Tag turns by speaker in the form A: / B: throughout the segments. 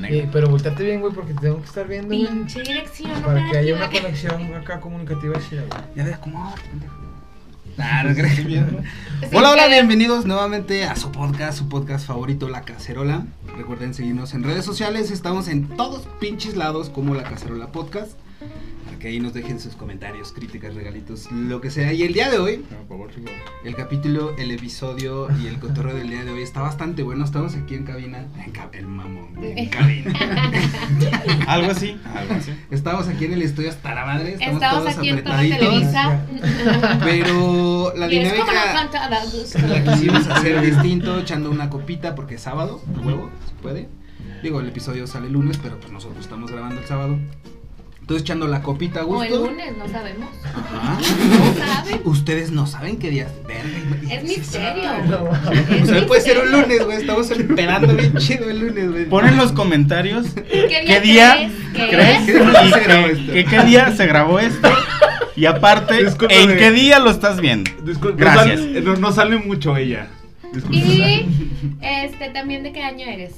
A: negro.
B: Eh, pero volteate bien, güey, porque te tengo que estar viendo, güey.
C: Pinche dirección.
B: Para que haya
C: operativa.
B: una conexión acá comunicativa chida, güey.
A: Ya ves cómo. Nah, no creo.
D: Estoy viendo.
C: Así
A: Hola, hola,
C: que-
A: bienvenidos nuevamente a su podcast, su podcast favorito, La Cacerola. Recuerden seguirnos en redes sociales, estamos en todos pinches lados como La Cacerola Podcast. Para que ahí nos dejen sus comentarios, críticas, regalitos, lo que sea. Y el día de hoy,
D: No, por favor, chico.
A: el capítulo, el episodio y el cotorreo del día de hoy está bastante bueno. Estamos aquí en cabina. En cab- el mamón, en cabina.
D: Algo así. Algo así.
A: Estamos aquí en el estudio hasta la madre. Estamos,
C: Estamos
A: todos
C: aquí en Torre
A: apretaditos.
C: Televisa.
A: Pero la
C: y es como la
A: dinámica
C: planta de Augusto.
A: la quisimos hacer distinto, echando una copita porque es sábado, a huevo, se puede. Digo, el episodio sale el lunes, pero pues nosotros estamos grabando el sábado. Entonces echando la copita a gusto.
C: O el lunes, no sabemos.
A: Ajá.
C: No saben.
A: Ustedes no saben qué día es. Verga,
C: Es
A: sí
C: misterio.
A: saben.
B: No, mames.
A: O sea,
C: Es
A: puede ser un
C: misterio.
A: lunes, güey. Estamos esperando bien chido el lunes, güey.
D: Pon en los comentarios
C: ¿Qué día
D: qué día
C: crees
D: crees
C: que
D: y
C: es?
A: se grabó
D: que,
A: esto?
D: que qué día se grabó esto. Y aparte, Discúlpame. ¿en qué día lo estás viendo?
E: Disculpe,
D: Gracias.
E: No sale, no- no sale mucho ella. Disculpe.
C: Y este también de qué año eres.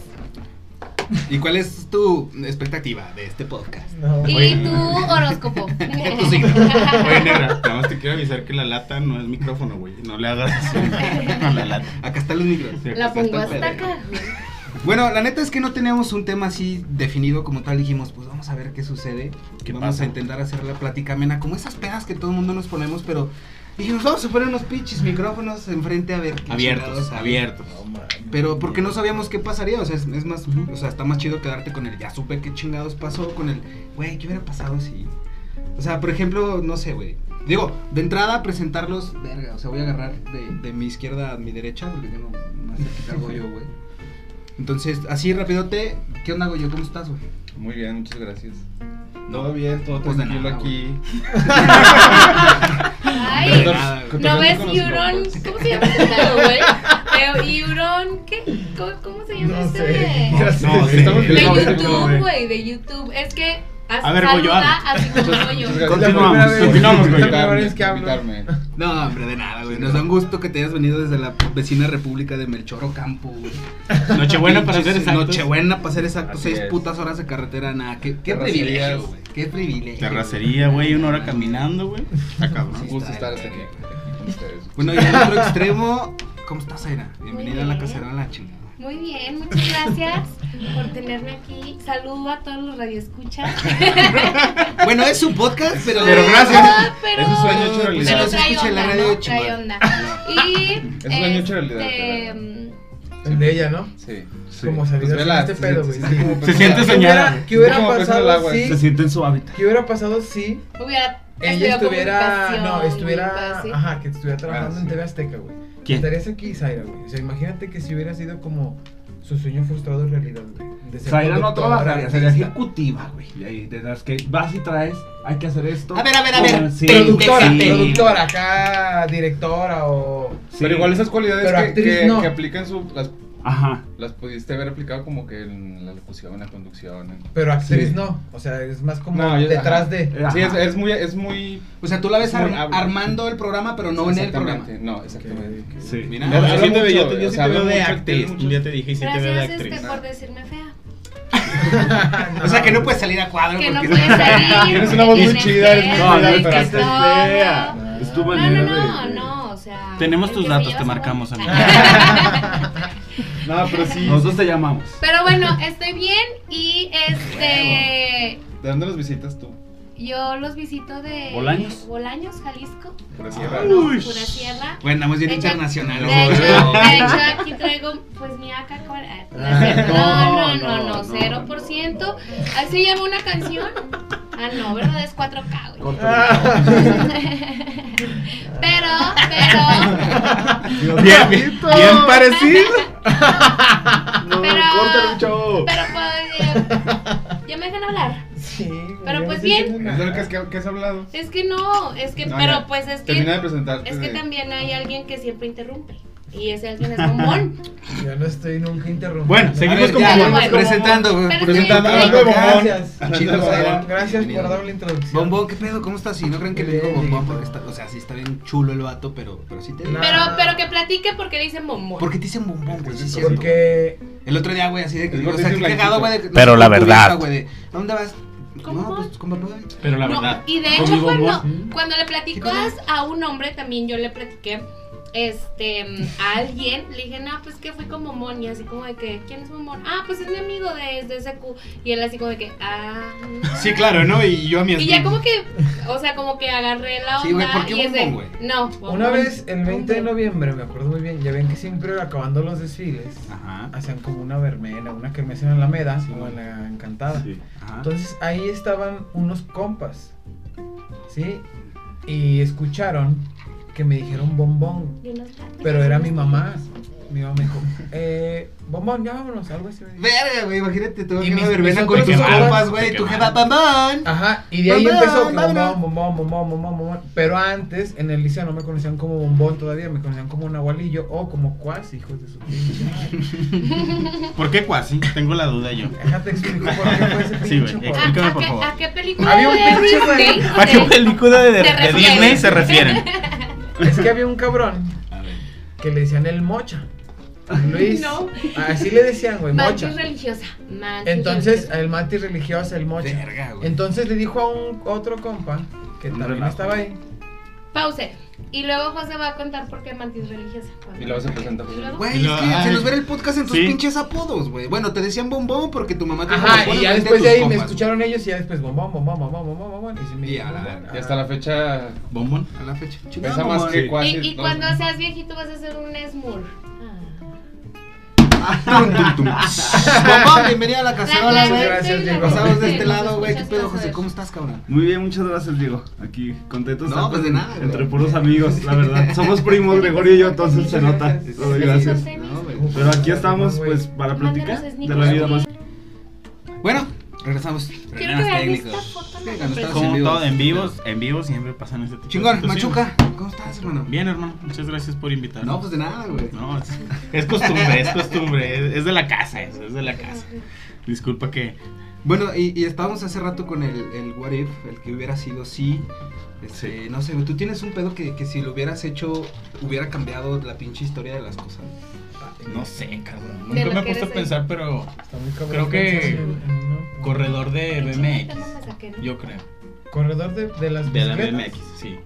A: ¿Y cuál es tu expectativa de este podcast?
B: No, güey.
C: Y tu horóscopo.
A: Tu signo.
D: Oye, negra, nada más te quiero avisar que la lata no es micrófono, güey. No le hagas así a la lata.
A: Acá están los micros.
D: Sí,
C: La
A: Acá
C: pongo
A: pues, está el
C: hasta
A: pedo.
C: acá.
A: Bueno, la neta es que no teníamos un tema así definido como tal. Dijimos, pues vamos a ver qué sucede.
D: ¿Qué
A: vamos
D: pasa?
A: a intentar hacer la plática amena, como esas pedas que todo el mundo nos ponemos, pero dijimos, vamos a poner unos pinches micrófonos enfrente a ver. qué chingados
D: Abiertos,
A: sale".
D: abiertos.
B: No, mames.
A: Pero porque no sabíamos qué pasaría, o sea, es, es más, o sea, está más chido quedarte con el ya supe qué chingados pasó, con el, güey, ¿qué hubiera pasado si...? O sea, por ejemplo, no sé, güey. Digo, de entrada presentarlos, verga, o sea, voy a agarrar de, de mi izquierda a mi derecha, porque tengo más cerquita algo yo, güey. Entonces, así rapidote, ¿qué onda, Goyo? ¿Cómo estás, güey?
E: Muy bien, muchas gracias. Todo bien, todo
A: Pues de
E: tranquilo
A: nada,
E: aquí.
C: Ay,
A: Perdón.
C: ¿no ves Euron?
E: Yuron?
C: ¿Cómo se llama ese lado, güey? Eh, Euron, ¿qué? ¿Cómo, cómo se llama
B: No
C: este
B: sé.
C: de-
B: Ya
E: No,
B: sé.
E: no, sí, estamos
C: De
E: No,
C: YouTube,
E: güey.
C: güey, de YouTube. Es que as-
D: A ver,
C: saluda
D: Goyo, habla.
C: así como Goyo.
E: Muchas gracias.
B: La primera
D: Continuamos,
B: vez-
D: continuamos,
B: la
D: güey.
B: primera vez que hablo.
E: Invitarme.
A: No, hombre, de nada, güey. Nos da un gusto que te hayas venido desde la vecina república de Melchor Ocampo, güey.
D: Nochebuena para ser exactos.
A: Nochebuena para ser exacto.
E: Así
A: Seis
E: es.
A: putas horas de carretera, nada. Qué, qué
E: Terracerías.
A: privilegio, güey. Qué privilegio.
D: Terracería, güey, una hora caminando, güey. Está
A: Sí,
D: cabrón.
E: Un gusto estar
A: está
E: aquí
A: bien.
E: aquí con ustedes.
A: Bueno, y al otro extremo, ¿cómo estás, Aira? Bienvenida a la
C: bien.
A: cacerola, chingada.
C: Muy bien, muchas gracias por tenerme aquí. Saludo a todos los radioescuchas.
A: Bueno, es su podcast, pero.
D: Pero gracias.
C: Ah, pero
E: Es un sueño hecho
A: Pero
C: pero
A: no
E: realidad.
A: se
C: trae
A: escucha en la
C: onda,
A: radio,
C: ¿no? Trae
A: chingada.
C: onda. Y
E: Es un año hecho realidad,
C: este,
E: la
C: mm,
B: El de ella, ¿no?
E: Sí. Pues,
B: Como salida de este pedo, güey. Sí.
D: Se siente
B: ¿Qué
D: soñada.
B: hubiera, qué hubiera
E: Como pez en el
B: pasado
E: agua,
B: si...
E: se
D: siente en su hábitat.
B: ¿Qué hubiera pasado si
C: hubiera
B: ella
C: estudiado
B: estuviera...
C: comunicación, pues,
B: No, estuviera...
C: algo así.
B: Ajá, que estuviera trabajando
E: Ah,
B: en
E: sí.
B: TV Azteca, güey.
D: ¿Quién?
B: Estarías aquí, Zaira, güey. O sea, imagínate que si hubiera sido como su sueño frustrado en realidad, güey. De ser
F: Zaira no
B: conductora,
F: trabajaría, sería
B: artista.
F: ejecutiva, güey. Y ahí de las que vas y traes, hay que hacer esto.
A: A ver, a ver, a ver.
F: Sí,
B: productora,
F: sí.
B: productora, acá directora o.
F: Sí.
E: Pero igual esas cualidades
B: Pero
E: que,
B: actriz
E: que-
B: no.
E: que aplican su, las,
F: Ajá.
E: las pudiste haber aplicado como que en la locución, la conducción. en-
B: Pero actriz
F: Sí.
B: no. O sea, es más como
E: No, yo-
B: detrás
E: ajá.
B: de.
F: Ajá.
E: Sí, es, es muy, es muy
A: O sea, tú la ves ar-
E: Muy hábil.
A: armando el programa, pero no en el programa.
E: Exactamente, No, exactamente.
F: Sí.
A: Mira,
E: No,
A: habla
E: yo
D: Yo sí
A: mucho,
D: te veo, yo
E: güey,
D: te- yo
E: o
D: sí
E: sea,
D: te veo
E: hablo
D: de
E: mucho,
D: actriz.
E: mucho.
D: Un día te dije, sí te veo de
C: Gracias
D: actriz.
C: este, por decirme fea.
A: O sea, que no puedes salir a cuadro
C: Que no
A: porque.
C: puedes salir.
E: Tienes una voz muy
C: tienes
E: chida, eres muy
C: que
F: No, la
C: hacer
F: neta
C: que
F: es
C: todo.
F: fea. Es tu
B: No,
C: No, no,
F: manera
C: no,
F: de- de-
C: no, o sea.
D: Tenemos
C: el
D: tus
C: que
D: datos,
C: se
D: te
C: lleva
D: marcamos,
C: su-
D: amigo.
C: este,
E: No, pero sí.
F: Nosotros te llamamos.
C: Pero bueno, estoy bien y este.
E: ¿De dónde los visitas tú?
C: Yo los visito de.
D: ¿Bolaños?
C: Bolaños, Jalisco.
E: Por así
C: Pura
E: raro.
C: sierra.
A: Bueno, andamos bien
C: De hecho-
A: internacional.
C: De hecho,
A: güey.
C: de hecho, aquí traigo pues mi AK. con- ah, no es cierto. No, no, no, no,
F: no,
C: 0%. Así llama una canción. Ah, no, ¿verdad? Es 4K, güey. Pero,
F: ¿Ah,
C: pero,
D: Bien, bien, bien parecido.
F: No,
C: Pero-
F: córtale, chavo.
C: pero pues. eh, ya me dejan hablar.
B: Sí, güey,
C: Pero
B: yo
C: pues
B: no sé
C: bien.
B: qué
E: Es de lo que,
B: nada.
E: has- que, que has hablado.
C: Es que no, es que,
E: No,
C: pero
E: ya.
C: pues es
E: Termina de
C: que.
E: presentarte.
C: Es que
E: de-
C: también hay alguien que siempre interrumpe. Y ese alguien es bombón.
B: Ya no estoy nunca interrumpiendo.
D: Bueno,
A: A
D: seguimos
A: ver,
D: como
A: ya,
C: Bombón.
A: bueno, presentando, güey,
C: Pero
A: presentando
C: sí,
A: al
C: sí.
A: nuevo Bombón.
B: Gracias.
A: Chido,
B: Bombón,
A: Zaira.
B: Gracias por
D: Bienvenido.
B: darme la introducción.
A: Bombón, ¿qué pedo? ¿Cómo estás? Y no crean que le digo
B: Bien.
A: bombón porque está, o sea, sí está bien chulo el vato, pero, pero sí te digo.
B: No.
C: Pero, pero que platique porque le dicen bombón.
A: ¿Por qué te dicen bombón, güey? Sí, es cierto.
B: Porque
A: El otro día, güey, así de que.
E: El
A: O sea,
E: gordito
A: qué
E: blanquito.
A: cagado, güey. de-
G: Pero
A: con
G: la
A: tu
G: verdad.
A: vieja, güey, de, ¿A dónde vas?
C: ¿Cómo?
A: No, pues con papá.
D: Pero la
C: No,
D: verdad.
C: y de
D: con mi
C: hecho, cuando,
D: bombón,
C: cuando le platicas a un hombre, también yo le platiqué este, a alguien, le dije, no, pues que fui con Momón, y así como de que, ¿quién es Momón? Ah, pues es mi amigo desde de SQ, y él así como de que, ah.
D: Sí, claro, ¿no? Y yo a mi
C: Y ya como que, o sea, como que agarré la onda.
A: Sí, güey, ¿por qué
C: y es de,
A: Momón, güey?
C: No, Momón.
B: una vez, el 20 de
C: Bombón.
B: noviembre, me acuerdo muy bien, ya ven que siempre acabando los desfiles,
A: Ajá.
B: hacían como una vermela, una kermés en la Alameda
D: Sí.
B: o en la Encantada.
D: Sí.
A: Ajá.
B: Entonces ahí estaban unos compas, ¿sí? Y escucharon que me dijeron bombón,
C: Y unos platos.
B: pero era mi mamá.
C: Ah,
B: Mi mamá me dijo, eh, bombón, ya vámonos, algo así. me dijo.
A: Verga, güey, imagínate tú
B: Y
A: en una
B: mis-
A: verbena
B: mis
A: con
B: otros Ah,
A: tus
B: compas,
A: compas, güey,
D: te
A: tu jefa,
D: quemaron.
A: bombón.
B: Ajá, y de ahí
A: Bombón,
B: empezó que
A: vámonos.
B: bombón, bombón, bombón, bombón, bombón. Pero antes, en el liceo no me conocían como bombón todavía, me conocían como nahualillo o como cuas, hijos de su pinche madre.
D: ¿Por qué cuasi? Tengo la duda yo.
B: Ajá, te explico por qué fue ese
D: Sí,
B: pinche
D: güey,
B: apodo.
C: ¿A,
D: explícame,
C: a
D: por
C: qué,
D: favor.
C: ¿A qué película
B: Había un
C: de
B: pinche, güey.
C: Disney?
G: ¿A qué película
C: Te
G: de, de
C: refieres.
G: Disney se refieren?
B: Es que había un cabrón
D: A ver.
B: que le decían el mocha. Luis.
C: No.
B: Así le decían, güey,
C: Mantis
B: mocha.
C: religiosa. mantis
B: Entonces,
C: religiosa.
B: el mantis religiosa, el mocha.
A: Verga, güey.
B: Entonces le dijo a un otro compa que
D: Un
B: también
D: relajo.
B: estaba ahí.
C: Pause. Y luego José va a contar por qué mantis religiosa.
E: Y luego se presenta.
C: Y luego-
A: Güey,
D: Y lo-
A: es que se
D: ay.
A: nos ve el podcast en tus
D: Sí.
A: pinches apodos, güey. Bueno, te decían bombón porque tu mamá te dijo
B: Ajá,
A: bombón
B: y ya
A: enfrente
B: después de
A: tus
B: ahí me
A: compas.
B: escucharon ellos y ya después bombón, bombón, bombón, bombón, bombón. Y, se me
A: Y a la
B: bombón,
A: verga.
E: Y hasta la fecha
D: ¿Bombón?
A: A la fecha. Chingada,
E: pesa más
A: mamá.
E: que cuasi.
C: Y, y
E: dos-
C: cuando seas viejito vas a ser un Smurf. Ah.
A: Tum, tum, tum. Bombón, bienvenida a la cacerola,
C: La- la
A: güey.
C: gente
B: gracias,
C: y la
B: Diego.
C: gente
A: Pasamos de este
C: nos
A: lado, güey. ¿Qué
C: escucha
A: pedo,
C: hasta
A: José?
C: saber.
A: ¿Cómo estás, cabrón?
F: Muy bien, muchas gracias, Diego. Aquí, contentos.
A: No,
F: estar
A: pues, de
F: con-
A: nada, güey.
F: Entre puros amigos, la verdad. Somos primos, Gregorio y yo, entonces se nota. Todo, gracias.
A: No, güey.
F: Pero aquí estamos, pues, para
C: Mándanos
F: platicar de
C: sneakers.
F: la vida más.
A: Bueno, regresamos.
C: Quiero
A: Problemas
C: que vean
A: técnicos.
C: esta foto.
A: Sí, cuando estás
D: Como
A: en
D: todo, en
A: vivo.
D: vivos, en vivos siempre pasan este tipo de
A: Chingón,
D: situaciones.
A: Machuca. ¿Cómo estás, hermano?
D: Bien, hermano. Muchas gracias por invitarme.
A: No, pues de nada, güey.
D: No, es, es costumbre, es costumbre. Es, es de la casa eso, es de la casa. Disculpa que.
A: Bueno, y, y estábamos hace rato con el, el what if, el que hubiera sido sí. Este, No sé, güey, tú tienes un pedo que, que si lo hubieras hecho, hubiera cambiado la pinche historia de las cosas.
D: No sé, cabrón.
C: De
D: Nunca
C: lo que
D: me he puesto a
C: eres
D: pensar, pero.
B: Está muy cabrón.
D: Creo que-
B: Pensas en- en- no.
D: Corredor
F: Eh,
D: de
C: Pinche tema
D: BMX.
C: me saqué, ¿no?
D: Yo creo.
B: Corredor de, de las
D: De
B: bicicletas.
D: la BMX, sí.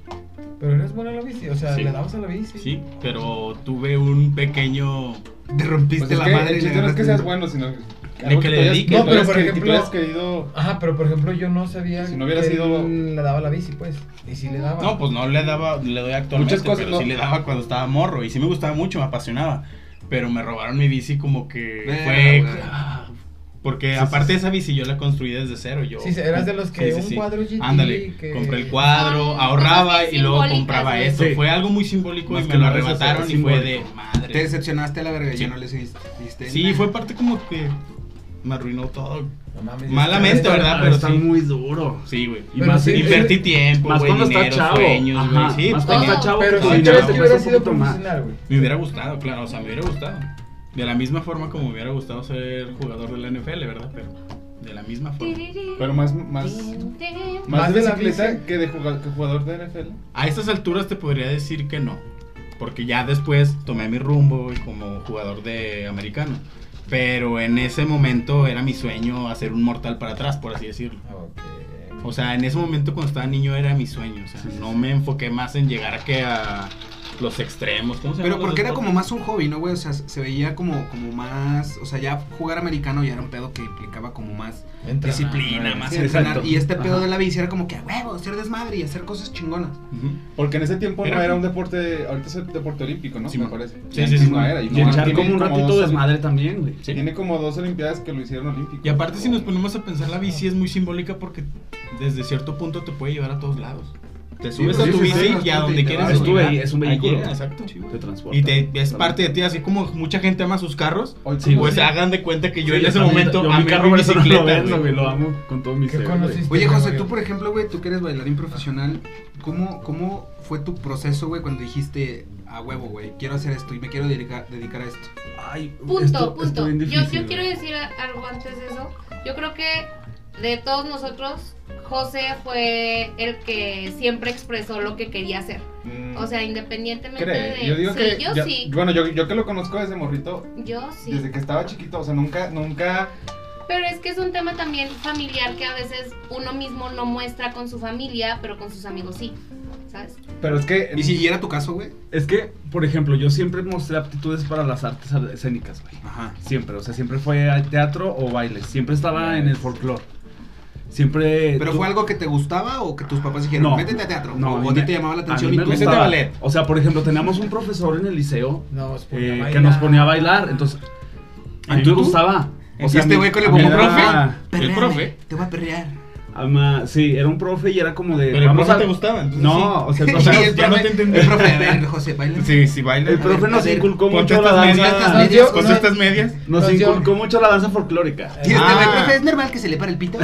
B: Pero eres bueno en la bici, o sea,
D: Sí.
B: le damos a la bici.
D: Sí, pero tuve un pequeño.
A: Te rompiste
E: Pues es
A: la
E: que
A: madre.
E: el
A: y le
E: chiste no es
A: agarraste
E: que seas
A: el-
E: bueno, sino que.
D: que le dediques.
E: No, pero por
B: ejemplo-
E: ejemplo. has querido.
B: Ajá, pero por ejemplo yo no sabía
E: Si no hubiera
B: que
E: sido-
B: él le daba la bici, pues. Y si le daba.
D: No, pues no le daba, le doy actualmente,
E: Muchas cosas,
D: pero
E: ¿no?
D: sí le daba cuando estaba morro y sí me gustaba mucho, me apasionaba, pero me robaron mi bici como que
A: Verga,
D: fue
A: güey.
D: ah, porque aparte de esa bici yo la construí desde cero, yo
B: Sí, sí, eras de los que un cuadro GT
D: Ándale,
B: que-
D: compré el cuadro,
C: Son
D: ahorraba
C: cosas
D: y luego
C: simbólicas,
D: compraba
C: ¿no?
D: esto,
F: Sí.
D: fue algo muy simbólico
F: Más
D: y me
F: que
D: lo
F: nada es
D: arrebataron y
F: hacer
D: fue de
F: simbólico.
D: madre.
A: Te decepcionaste a la verga,
D: Sí.
A: ya no le hiciste.
D: Sí, fue parte como que me arruinó todo.
B: No mames,
D: Malamente,
B: está-
D: ¿verdad?
F: Ah, Pero
D: Pero
F: está
D: sí.
F: muy duro.
D: Sí, güey.
F: Y
B: Pero
F: más,
B: sí,
F: si-
D: Invertí tiempo,
F: más
D: güey,
F: cuando
D: dinero,
F: estás chavo.
D: sueños, güey. Sí,
F: Ajá, más
D: tenía-
F: cuando estás chavo,
B: Pero
F: tu
B: sí crees
F: dinero te
B: que
F: cuesta
B: hubiera
F: un
B: sido
F: poquito más.
B: profesional, güey.
D: Me hubiera gustado, claro, o sea, me hubiera gustado. De la misma forma como me hubiera gustado ser jugador de la NFL, ¿verdad? Pero de la misma forma.
E: Pero más. Más,
C: Tin, tin.
E: más
B: Más
E: de
B: de la
E: bicicleta
B: bici.
E: que de jugador, que jugador de NFL.
D: A estas alturas te podría decir que no, porque ya después tomé mi rumbo güey, como jugador de americano. Pero en ese momento era mi sueño hacer un mortal para atrás, por así decirlo. O sea, en ese momento cuando estaba niño era mi sueño. O sea, no me enfoqué más en llegar a que a los extremos. ¿Cómo se
A: Pero
D: llaman los
A: porque era como
D: deportes?
A: más un hobby, ¿no, güey? O sea, se veía como, como más. O sea, ya jugar americano ya era un pedo que implicaba como más
B: Entrenar,
A: disciplina,
B: güey.
A: más
F: sí,
A: entrenar.
F: exacto.
A: Y este pedo
F: Ajá.
A: de la bici era como que a huevo, hacer desmadre y hacer cosas chingonas.
D: Ujú.
E: Porque en ese tiempo no
D: Era-
E: era un deporte. Ahorita es el deporte olímpico, ¿no?
D: Sí,
E: me
D: mo-
E: parece.
D: sí,
E: Antes
D: sí, sí,
E: no
D: mo-
E: era, y
F: Y
E: no,
F: echar
E: tiene
F: como un ratito
E: dos-
F: desmadre también, güey.
D: Sí.
E: Tiene como dos olimpiadas que lo hicieron olímpico.
D: Y aparte si nos
E: O-
D: ponemos a pensar la bici es muy simbólica porque desde cierto punto te puede llevar a todos lados. Te subes
A: Sí,
F: pues
D: a tu
A: sí, sí,
D: bici
A: sí,
D: y a
A: sí,
D: donde
A: te
D: quieres
A: vas.
D: estuve
F: Estuve ahí, Ah, es un vehículo.
D: exacto.
F: Te transporta.
D: Y te, es parte de ti, así como mucha gente ama sus carros,
E: Hoy,
F: Sí,
E: ¿cómo
D: pues
E: se-
D: hagan de cuenta que yo
F: Sí,
D: en ese
F: también,
D: momento
F: yo mi
D: amé
F: carro
D: mi
F: por eso no lo
D: bicicleta,
F: vendo,
D: güey.
F: güey, lo amo con todo mi
B: ¿Qué
F: ser, güey.
B: conociste?
A: Oye, José, tú por
B: Gabriel?
A: ejemplo, güey, tú que eres bailarín profesional, ¿cómo, cómo fue tu proceso, güey, cuando dijiste a huevo, güey, quiero hacer esto y me quiero dedicar, dedicar a esto?
F: Ay,
C: Punto,
F: esto-
C: punto.
F: esto bien
C: yo,
F: difícil,
C: yo quiero
F: güey.
C: decir a- algo antes de eso. Yo creo que de todos nosotros, José fue el que siempre expresó lo que quería hacer.
E: Mm,
C: O sea, independientemente
E: ¿cree?
C: de.
E: Yo digo
C: sí,
E: que.
C: yo
E: ya-
C: sí.
E: Bueno, yo, yo que lo conozco desde morrito,
C: Yo sí.
E: desde que estaba chiquito, o sea, nunca, nunca.
C: Pero es que es un tema también familiar que a veces uno mismo no muestra con su familia, pero con sus amigos sí. ¿Sabes?
E: Pero es que.
A: ¿Y si era tu caso, güey?
F: Es que, por ejemplo, yo siempre mostré aptitudes para las artes ar- escénicas, güey.
A: Ajá.
F: Siempre, o sea, siempre fue al teatro o baile. Siempre estaba en el folclore. Siempre.
A: ¿Pero
F: tú-
A: fue algo que te gustaba o que tus papás dijeron,
F: No.
A: métete a teatro?
F: No, a
A: o
F: mí
A: a ti
F: me-
A: te llamaba la
F: a
A: atención
F: mí
A: y
F: me
A: tú
F: gustaba.
D: ballet.
F: O sea, por ejemplo, teníamos un profesor en el liceo
B: Nos ponía
F: eh,
B: a
F: que nos
B: bailar.
F: ponía a bailar. Entonces, a mí me
D: ¿Y tú?
F: gustaba. O
A: Y
F: sea, a
A: este
F: mí-
A: güey con
F: a
A: el
F: mí
A: como
F: era-
A: profe.
D: El
A: "Perréame,
D: profe.
A: Te voy a perrear.
F: ama- sí, era un profe y era como de.
D: Pero el profe
F: a-
D: te gustaba, entonces
F: No, o sea, el
A: Y
F: profe,
A: el
F: nos-
D: ya no
A: profe-
D: te entendí.
A: El profe, a ver, José, baila.
D: Sí, sí, baila.
F: el profe
A: ver, a
F: nos
A: ver,
F: inculcó
D: ponte
F: mucho la
D: estas medias,
F: danza.
B: Nos dio-
D: Con
B: no-
D: estas medias.
F: Nos
B: Nos dio-
F: inculcó mucho la danza folclórica.
A: Y este
D: Ah.
A: güey, profe, ¿es normal que se le pare el pito?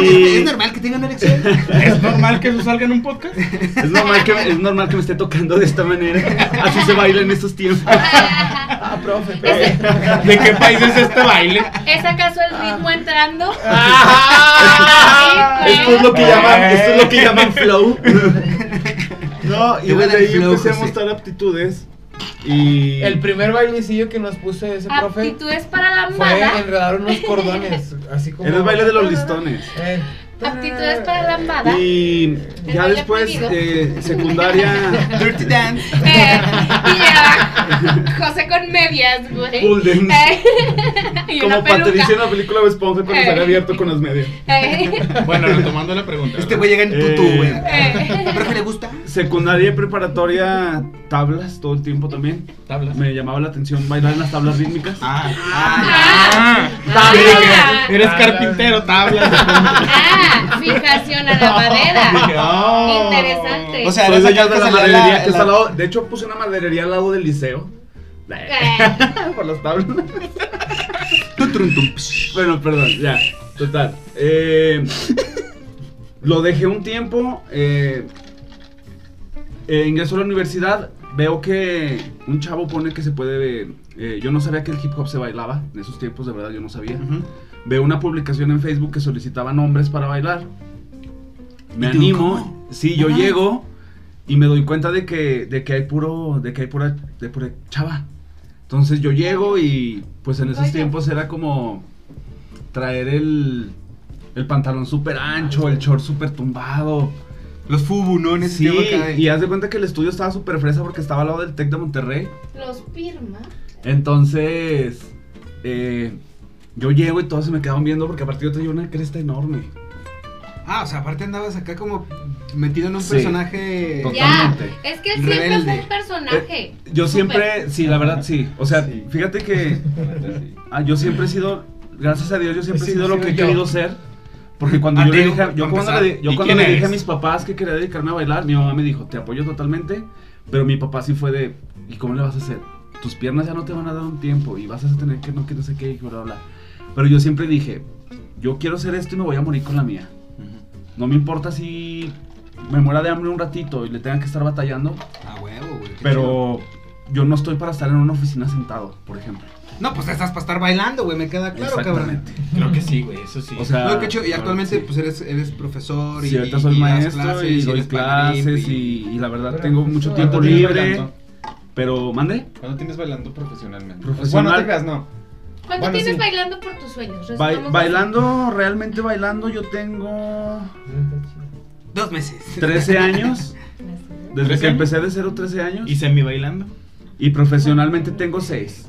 F: Y-
A: ¿Es normal que tenga una erección?
D: ¿Es normal que eso salga en un podcast?
F: Es normal que, es normal que me esté tocando de esta manera. Así se baila en estos tiempos.
B: Ah, profe,
C: ¿Es,
B: profe.
D: ¿De qué país es este baile?
C: ¿es acaso el ritmo entrando?
D: Ah.
C: Sí,
F: Esto es lo que
D: Eh.
F: llaman, esto es lo que llaman flow. No, y
A: Te voy a dar
F: desde ahí
A: flow,
F: empecé a
A: José.
F: mostrar aptitudes. Y.
B: El primer bailecillo que nos puso ese profe
C: Aptitudes para la
B: fue
C: mala.
B: enredar unos cordones, así como...
F: Era el baile de los listones.
B: Eh.
C: Aptitudes para la mala.
F: Y ya
C: baile
F: después,
C: prohibido.
F: eh, secundaria.
A: Dirty dance.
C: Eh, y lleva José con medias, güey.
F: Pool dance.
C: Eh, y una
F: Como
C: peluca.
F: Patricia en la película de Esponja cuando
C: Eh.
F: sale abierto con las medias.
C: Eh,
D: Bueno, retomando la pregunta.
A: Este güey llega en tutú,
F: Eh.
A: güey.
C: eh.
A: ¿Profe le gusta?
F: Secundaria y preparatoria, tablas todo el tiempo también.
D: Tablas.
F: Me llamaba la atención bailar en las tablas rítmicas.
D: Ah,
C: Ah.
D: ah, tablas.
C: Ah.
D: Eres carpintero, tablas.
C: Ah, fijación a la
D: Dije,
C: madera.
D: oh.
C: Interesante.
A: O sea,
F: Soy
A: eres
F: de allá
A: acá
F: de
A: Ah, que
F: la
A: se le da
F: maderería
A: la-
F: que está
A: la-
F: al lado. De hecho, puse una maderería al lado del liceo.
C: Eh,
F: Por las tablas. bueno, perdón, ya. Total. Eh, lo dejé un tiempo. eh, eh, ingreso a la universidad. Veo que un chavo pone que se puede. eh, yo no sabía que el hip hop se bailaba. En esos tiempos, de verdad, yo no sabía.
A: Ujú.
F: Veo una publicación en Facebook que solicitaban hombres para bailar. Me
A: ¿Y tú
F: animo.
A: cómo?
F: Sí, yo
A: No mames.
F: llego y me doy cuenta de que, de que hay puro, de que hay pura, de pura chava. Entonces yo llego y pues en esos
C: Oye.
F: tiempos era como traer el, el pantalón súper ancho, el short súper tumbado.
A: Los fubu, ¿no? En ese
F: Sí,
A: tiempo acá eh. de-
F: y haz de cuenta que el estudio estaba súper fresa porque estaba al lado del Tec de Monterrey.
C: Los firma.
F: Entonces, eh, yo llego y todos se me quedaban viendo porque aparte yo tenía una cresta enorme.
A: Ah, o sea, aparte andabas acá como metido en un
F: Sí.
A: personaje.
C: Ya.
F: Totalmente. Eh,
C: Es que él siempre
A: Rebelde.
C: fue un personaje. Súper.
F: Yo siempre, sí, la verdad sí. O sea,
E: Sí.
F: fíjate que
E: Sí.
F: ah, yo siempre he sido, gracias a Dios, yo siempre he
B: Sí,
F: sido
B: sí,
F: lo que he
B: yo.
F: querido ser. Porque cuando
A: Ah,
F: yo, le
A: te-
F: dije, a- yo
A: para
F: cuando,
A: empezar,
F: le, yo
D: ¿y
F: cuando
D: quién
F: le dije a
D: eres?
F: mis papás que quería dedicarme a bailar, mi mamá me dijo, te apoyo totalmente, pero mi papá sí fue de, ¿y cómo le vas a hacer? Tus piernas ya no te van a dar un tiempo y vas a tener que no, que no sé qué, y bla, bla, bla. Pero yo siempre dije, yo quiero ser esto y me voy a morir con la mía. No me importa si me muera de hambre un ratito y le tenga que estar batallando,
A: A huevo, güey. qué chido.
F: pero yo no estoy para estar en una oficina sentado, por ejemplo.
A: No, pues estás para estar bailando, güey. Me queda claro, cabrón.
F: Exactamente.
D: Creo que sí, güey, eso sí.
F: O sea,
A: No, qué chido. Y
F: la
A: actualmente,
F: verdad,
A: pues eres, eres profesor
F: sí.
A: y.
F: Sí, ahorita soy
A: y das
F: maestro y doy
A: eres bailarín,
F: clases y,
A: y-
F: y la verdad
B: Pero,
F: tengo
B: pues,
F: mucho
B: la
F: tiempo
B: verdad,
F: libre.
E: bailando.
F: Pero, ¿mande?
E: ¿Cuándo tienes bailando profesionalmente? Pues,
F: Profesional.
E: Bueno, no te creas, no.
C: ¿Cuánto
E: Bueno,
C: tienes
E: sí.
C: bailando por tus sueños?
F: Ba-
C: Resumamos Pues así.
F: bailando, realmente bailando, yo tengo
A: Dos meses.
F: 13 años. Desde
D: ¿Trece
F: que
D: años?
F: empecé de 0 13 años.
D: ¿Y semi bailando?
F: Y profesionalmente tengo 6.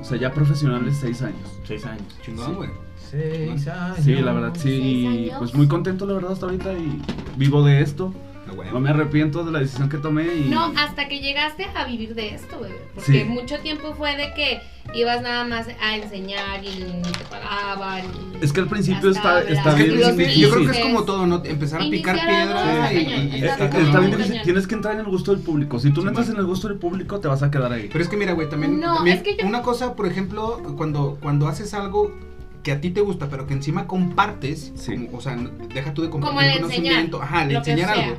F: O sea, ya profesionales 6 años.
D: Seis años.
A: Chingón, güey.
B: Seis años.
F: Sí, la verdad, sí.
C: Seis
F: y,
C: años.
F: Pues muy contento, la verdad, hasta ahorita. Y vivo de esto.
A: A A huevo.
F: No me arrepiento de la decisión que tomé y...
C: No, hasta que llegaste a vivir de esto, bebé. Porque
F: Sí.
C: mucho tiempo fue de que ibas nada más a enseñar y ni te pagaban. y
F: Es que al principio está-
C: gastabas,
F: está
A: Es que al
F: bien
C: los
A: principio- yo creo que es
C: dices,
A: como todo, ¿no? Empezar a picar
C: Iniciar
A: piedra
C: algo,
A: y,
C: cañón,
A: y- y-
F: Eh,
C: está
F: eh,
C: cabrón,
F: está bien difícil.
C: cañón.
F: Tienes que entrar en el gusto del público. Si tú no
A: Sí,
F: entras
A: man.
F: en el gusto del público, te vas a quedar ahí.
A: Pero es que mira, güey, también,
C: No,
A: también
C: es que yo-
A: una cosa, por ejemplo, cuando, cuando haces algo que a ti te gusta, pero que encima compartes,
F: Sí.
A: como- o sea, no- deja tú de
C: Como
A: compartir
C: el
A: conocimiento,
C: enseñar,
A: ajá, el
C: lo que
A: enseñar
C: sea.
A: algo.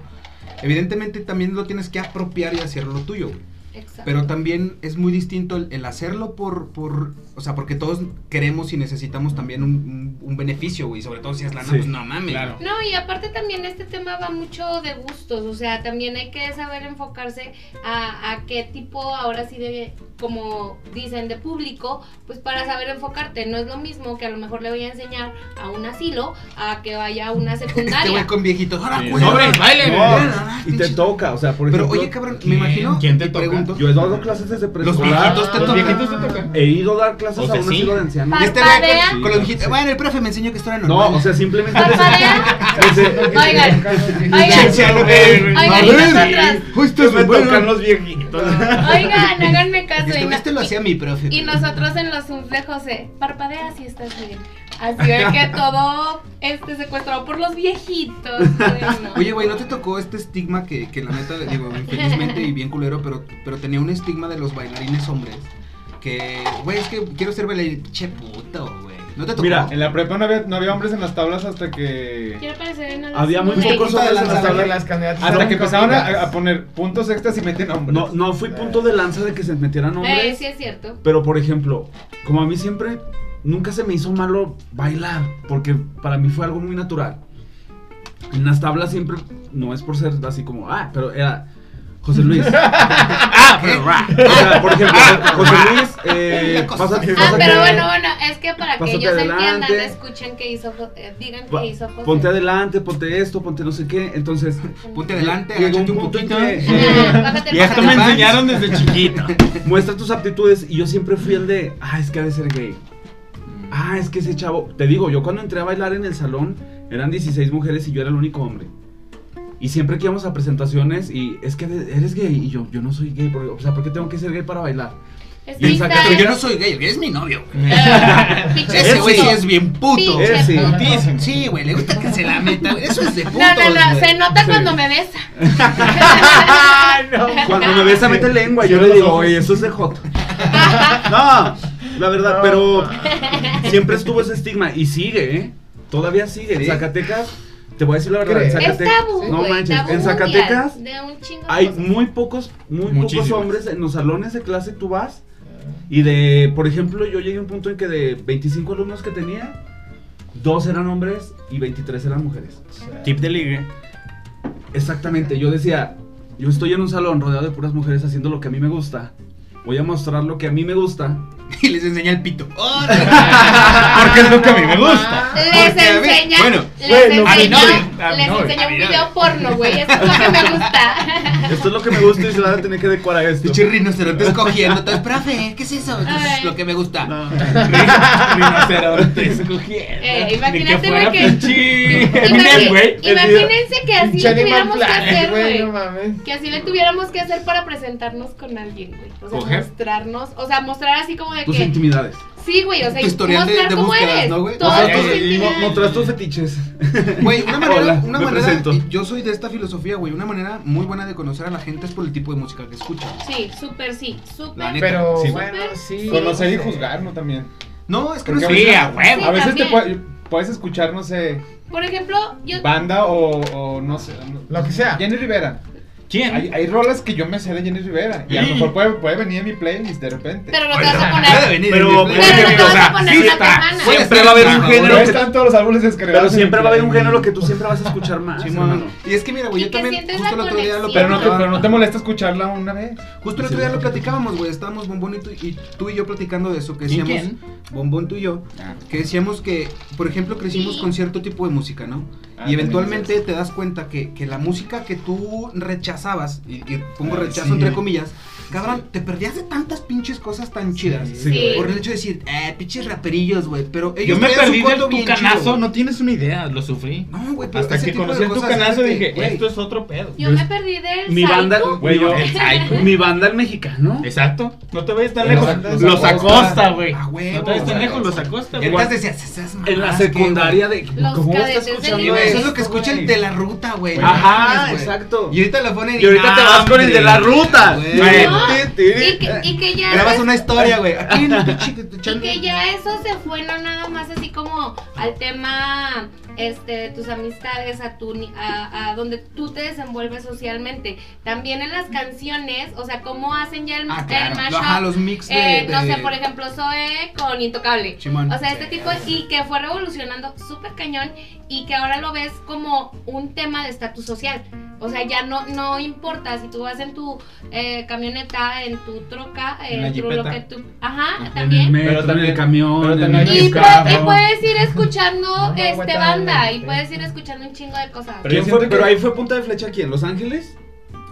A: Evidentemente también lo tienes que apropiar y hacerlo tuyo, güey.
C: Exacto.
A: Pero también es muy distinto el, el hacerlo por, por, o sea, porque todos queremos y necesitamos también un, un- un beneficio, güey, sobre todo si es lana,
F: Sí.
A: pues no mames.
D: Claro.
C: No, y aparte también este tema va mucho de gustos, o sea, también hay que saber enfocarse a, a qué tipo ahora sí de, como dicen, de público, pues para saber enfocarte. No es lo mismo que a lo mejor le voy a enseñar a un asilo, a que vaya a una
A: Este güey
C: secundaria.
A: con viejitos, ahora
D: Sí.
A: cuida".
D: Sobre, baile,
A: No,
D: güey.
A: no, eh, no,
F: Y te
A: pinches-
F: toca, o sea, por
A: Pero
F: ejemplo,
A: oye, cabrón, me
D: ¿quién-
A: imagino,
D: quién te
A: y
D: toca?
A: pregunto,
F: yo he dado clases desde
A: los
B: Ah,
F: preescolar.
A: viejitos te
D: Los
A: tocan.
D: viejitos te tocan.
F: He ido a dar clases
D: O
F: a
D: sea,
F: un
D: sí.
F: asilo de ancianos.
A: Y
C: Pa-
A: este güey
C: Parpadea.
A: con los viejitos, bueno, el profe me enseñó que esto era normal.
F: No, o sea, simplemente.
C: Parpadea.
F: Ese-
C: Oigan, oigan,
D: Anciano, güey.
C: oigan, y nosotras,
A: Justo
F: me tocan
A: los
C: oigan, háganme caso.
A: Este,
C: y no-
A: este lo hacía mi profe.
C: Y nosotros en los Zooms de José, parpadea si estás bien. Así de que todo este secuestrado por los viejitos. bueno.
A: Oye, güey, ¿no te tocó este estigma que, que la neta, digo, infelizmente y bien culero, pero, pero tenía un estigma de los bailarines hombres? Que, güey, es que quiero ser bailarín. Che puto, güey. ¿No te tocó?
F: Mira,
E: En la prepa no había, no había hombres en las tablas hasta que.
C: Quiero parecer en Eh, el
F: Había muy
C: Zooms.
F: pocos hombres en las
B: Hasta que
F: tablas.
B: las candidatas
E: Hasta
B: eran
E: que empezaron a,
B: comidas.
E: a poner puntos extras y meten hombres.
F: No, no fui punto de lanza de que se metieran
C: Eh,
F: hombres.
C: sí es cierto.
F: Pero por ejemplo, como a mí siempre, nunca se me hizo malo bailar, porque para mí fue algo muy natural. En las tablas siempre, no es por ser así como, ah, pero era José Luis. ah, pero ra. O sea, por ejemplo, José Luis, eh, pásate,
C: Ah,
F: pásate-
C: pero bueno, bueno, es que para que
F: Pásate
C: ellos entiendan,
F: adelante.
C: escuchen que hizo Jo- eh, digan
F: pa-
C: que hizo José.
F: ponte adelante, ponte esto, ponte no sé qué. Entonces,
A: ponte adelante,
F: llegó
A: agáchate un
F: punto en
A: poquito.
F: que, eh,
C: Ah, bájate el
G: Y esto
C: pantalón.
G: me enseñaron desde chiquito.
F: muestra tus aptitudes y yo siempre fui el de, ah, es que ha de ser gay. Ah, es que ese chavo, te digo, yo cuando entré a bailar en el salón eran 16 mujeres y yo era el único hombre. Y siempre que íbamos a presentaciones y es que eres gay y yo, yo no soy gay, porque, o sea, ¿por qué tengo que ser gay para bailar?
C: Es
F: Y
C: freestyle.
F: saca-
A: Pero yo no soy gay, el gay es mi novio, güey.
C: Ah, pinche
A: Ese güey sí
C: puto.
A: es bien puto.
C: Pinche
F: Ese.
C: puto.
G: Putísimo.
A: Sí, güey, le gusta que se la meta. güey. Eso es de putos,
C: No, no, no,
A: güey.
C: se nota
F: Sí.
C: cuando me besa.
F: Cuando me ves a meter lengua, yo le digo, oye, eso es de Joto. No, la verdad, pero siempre estuvo ese estigma y sigue, ¿eh? Todavía sigue. En
A: Sí.
F: Zacatecas, te voy a decir la verdad, en
B: Es
C: Es
F: Zacatecas,
C: tabú,
F: no
C: güey,
F: manches,
C: tabú
F: en
C: mundial,
F: Zacatecas
C: de un chingo de
F: Hay
C: cosas.
F: muy pocos, muy
D: Muchísimos.
F: pocos hombres en los salones de clase tú vas y de, por ejemplo, yo llegué a un punto en que de 25 alumnos que tenía, dos eran hombres y 23 eran mujeres.
G: Tip de ligue.
F: Exactamente, yo decía, yo estoy en un salón rodeado de puras mujeres haciendo lo que a mí me gusta. Voy a mostrar lo que a mí me gusta.
A: Y les enseña el pito. ¡Oh,
G: Porque es lo que a mí me gusta.
C: Les
A: Porque a mí-
C: enseña,
A: bueno,
C: les
G: bueno, a mi
C: enseña,
G: novio, a mi
C: les
G: novio,
C: enseña
G: a
C: un
G: mi
C: video
G: novio.
C: porno, güey, eso es lo que me gusta.
F: Esto es lo que me gusta y se van a tener que decorar esto.
A: Pinche rinoceronte escogiendo. Entonces, profe, ¿qué es eso? Eso es lo que me gusta.
D: Rinoceronte escogiendo.
C: Eh,
D: Ni que
C: imagínate, güey,
D: fuera
C: que-
D: pinche.
C: Imagíneni-
D: Eminem, güey.
C: Imagínense que así
B: Pinche
C: le
B: Animal
C: tuviéramos que
B: Planet,
C: hacer,
B: güey, no
C: güey.
B: mames.
C: Que así le tuviéramos que hacer para presentarnos con alguien, güey. O sea,
D: Coger.
C: mostrarnos, o sea, mostrar así como de
F: Tus
C: que.
F: intimidades.
C: Sí, güey, o sea,
A: Pues Tu historial de-
C: mostrar
A: de
C: cómo
A: búsquedas,
C: eres.
A: ¿no, güey? pues,
C: Todos
G: Eh,
F: Mostrar
C: tus
F: tus-
C: intimidades.
F: mo- Mostrar tus fetiches.
A: Güey, una manera,
F: Hola,
A: una
F: me
A: manera
F: presento.
A: y yo soy de esta filosofía, güey, una manera muy buena de conocer a la gente es por el tipo de música que escucha.
C: Sí, súper sí,
A: La
C: súper.
A: neta.
B: Pero
E: Sí,
B: bueno, sí.
E: Conocer y
B: no sé.
E: juzgar, ¿no? También.
A: No, es que no es
E: Porque
A: fea,
E: a
A: güey.
C: Sí,
E: a veces te
C: también.
E: pu- puedes escuchar, no sé,
C: Por ejemplo, yo.
E: banda o, o no sé. no-
B: Lo que sea.
E: Jenny Rivera. Hay,
D: ¿Quién?
E: hay rolas que yo me sé de Jenny Rivera. Y a lo
D: Sí.
E: mejor puede, puede venir a mi playlist de repente.
C: Pero no te vas a
A: Puede
C: poner.
A: venir
G: Pero-
A: en mi-
G: pero-
C: Pero no te
G: o
C: vas a
G: sea,
C: poner
G: sí
C: una
G: está.
C: semana.
A: Puede
G: Siempre
A: estar,
G: va a haber un
A: por
G: género
E: no
A: favor.
G: que te-
E: están todos los álbumes descargados.
F: Pero
E: en
F: siempre
E: mi
F: va a haber un
E: playlist.
F: género que tú siempre vas a escuchar más.
A: Sí,
F: hermano.
A: mano. Y es que mira, güey,
C: Y
A: yo
C: que
A: también
C: sientes
A: justo el
C: la
A: otro día lo
C: conexión.
E: Pero no, te,
A: platicaba-
E: pero no te molesta escucharla una vez.
A: Justo el otro día lo platicábamos, güey, estábamos Bombón y tú, y tú y yo platicando de eso, que
D: ¿Quién,
A: decíamos, Bombón tú y yo,
G: Ah.
A: que decíamos que, por ejemplo, crecimos
C: Sí.
A: con cierto tipo de música, ¿no?
E: Ah,
A: y
E: también
A: eventualmente
E: dices.
A: te das cuenta que, que la música que tú rechazabas, y, y pongo
E: Ah,
A: rechazo
E: sí.
A: entre comillas, Cabrón, te perdías de tantas pinches cosas tan chidas.
F: Sí, güey.
A: Por el hecho de decir, eh, pinches raperillos, güey. Pero ellos
G: Yo me
A: traían su
G: perdí de
A: coto
G: tu
A: bien chido,
G: canazo,
A: güey.
G: no tienes una idea, lo sufrí.
A: No, güey, pero
G: Hasta
A: ese
G: que
A: tipo de
G: conocí tu
A: cosas,
G: canazo
A: fíjate,
G: dije,
A: güey.
G: esto es otro pedo.
C: Yo me perdí del
F: Mi banda,
C: Psycho.
G: Güey, yo-
F: mi,
G: Psycho.
F: mi banda el
A: Ah,
F: mexicano.
G: Exacto, no te vayas tan
F: Los-
G: lejos.
F: los
G: Los
F: Acosta.
G: acosta, güey.
A: Ah, güey,
G: No te vayas
A: o sea,
G: tan lejos, los acosta,
A: Y
G: güey.
A: antes decías, esas
F: En la
A: mamadas, ¿qué,
F: secundaria de.
C: Los
F: ¿Cómo está
C: cadetes de
A: güey? Y,
F: escuchando
A: güey, Eso
F: esto,
A: es lo que escucha el
F: güey?
A: de la ruta, güey. no
F: Ajá,
A: mames, güey.
F: exacto.
A: Y ahorita lo ponen
F: Y ahorita te vas con el de la
A: ruta.
F: ruta.
A: Güey.
C: No,
F: Ti, ti, ti.
C: y, que, y que ya
A: Grabas una historia, güey. Aquí en tu chica, tu
C: Y
A: chamba.
C: que ya eso se fue, no nada más así como al tema este, de tus amistades, a, tu, ni- a, a donde tú te desenvuelves socialmente. También en las canciones, o sea, cómo hacen ya el,
A: Ah,
C: el
A: claro.
C: mashup,
A: Ajá, los mix de.
C: eh, No
A: de-
C: sé, por ejemplo, Zoe con Intocable.
A: Simón.
C: O sea, este tipo, y que fue revolucionando súper cañón y que ahora lo ves como un tema de estatus social. O sea, ya no, no importa si tú vas en tu eh, camioneta, en tu troca,
G: En
C: en,
G: la
C: tu lo
G: jipeta.
C: que tú... Ajá,
F: En el
C: también.
F: metro, en el
D: también-
F: camión,
D: pero
F: en
D: también-
F: el
C: Y
D: Mis
C: puedes, eh,
F: carro.
C: puedes ir escuchando
B: No, no,
C: este
B: aguanta,
C: banda y
B: aguanta.
C: puedes ir escuchando un chingo de cosas.
F: Pero, yo
E: ¿Quién
F: siento
E: fue-
F: que-
E: pero ahí fue punta de flecha aquí, en Los Ángeles,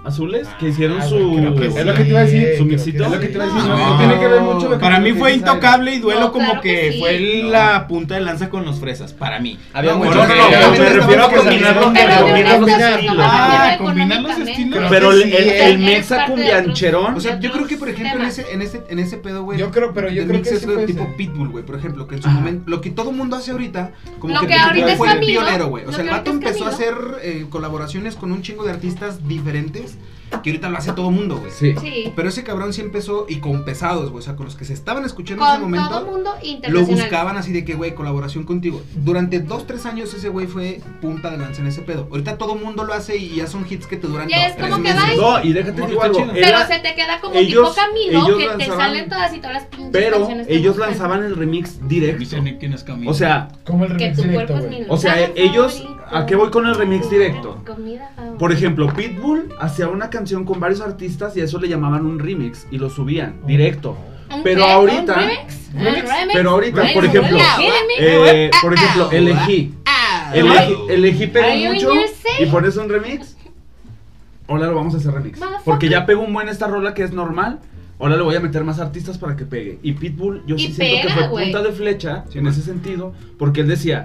E: azules, que hicieron
B: Ah,
E: su.
B: güey, creo que
E: es
B: sí,
E: lo que te iba a decir.
F: su mixito.
E: Es lo que te iba a decir.
A: No.
E: No, no tiene que ver mucho lo que
G: Para
E: tú
G: mí fue
E: piensas.
G: intocable y duelo
C: No,
G: como
C: claro
G: que,
C: que sí.
G: fue la punta de lanza con los fresas, para mí.
E: Había
A: No,
E: mucho que-
A: bueno, no, no,
E: había
A: me
E: mucho
A: refiero a
E: que salía
G: combinarlo
E: con-
G: con-
C: Pero de
G: combinar
C: una
G: los
C: estatus, no
G: estilos.
C: me
G: Ah,
C: refiero
G: combinar los
C: económicamente.
G: estilos.
E: Pero el,
C: Sí,
E: el,
C: es-
E: el
C: es
E: mexa
C: parte de
E: cumbiancherón.
A: O sea, yo
C: otros
A: creo que, por ejemplo, en
C: temas.
A: ese, en ese, en ese pedo, güey.
B: Yo creo, pero yo
A: el
B: creo
A: mix
B: que
A: es
B: sí
A: lo
B: puede
A: tipo
B: ser.
A: Pitbull, güey, por ejemplo, que en su
F: Ajá.
A: momento, lo que todo mundo hace ahorita, como
C: Lo que
A: Pitbull
C: ahorita es
A: fue el
C: Camilo,
A: pionero, güey. O
C: lo
A: sea, el
C: que
A: vato
C: ahorita es
A: empezó a hacer
C: Camilo.
A: eh, colaboraciones con un chingo de artistas diferentes, que ahorita lo hace todo mundo, güey.
F: Sí.
C: Sí.
A: Pero ese cabrón sí empezó y con pesados, güey, o sea, con los que se estaban escuchando en ese
C: Con
A: momento.
C: todo mundo
A: Lo
C: internacional.
A: buscaban así de que, güey, colaboración contigo. Durante dos, tres años ese güey fue punta de lanza en ese pedo. Ahorita todo mundo lo hace y ya son hits que te duran
C: Ya es
A: dos, tres
C: como que
A: meses.
C: va
F: No, y déjate
D: Está
F: digo algo.
D: chido.
F: era-
C: Pero se te queda como
F: ellos-
C: tipo Camilo
F: ellos
C: que
F: lanzaban-
C: te salen todas y todas las pinches
F: Pero
C: canciones que
F: ellos
C: buscas.
F: lanzaban el remix
G: Ni
F: directo.
G: sé ni quién es Camilo.
F: O sea,
B: Como el
C: que
B: remix
C: tu cuerpo
B: directo,
C: es mi
B: güey.
F: O sea,
C: lugar
F: ellos-
C: favorito.
F: ¿a qué voy con el remix directo?
C: Comida favorita.
F: por ejemplo, Pitbull hacía una canción con varios artistas y a eso le llamaban un remix y lo subían
B: Oh.
F: directo.
C: ¿Un qué?
F: Pero
C: ¿Un
F: ahorita-
C: remix? ¿Un
F: remix?
C: remix?
F: Pero ahorita,
C: Remix.
F: por ejemplo,
C: Yeah, remix.
F: eh, por ejemplo, elegí.
A: Ah,
F: Elegí, elegí pegó
C: Are you in
F: mucho
C: your city?
F: y pones un remix. Ahora lo vamos a hacer remix.
C: Motherfucker.
F: Porque ya pegó un buen esta rola que es normal. Ahora le voy a meter más artistas para que pegue. Y Pitbull, yo
C: Y
F: sí siento que
C: pega,
F: fue
C: güey.
F: punta de flecha
A: Sí,
F: en
A: man.
F: ese sentido. Porque él decía: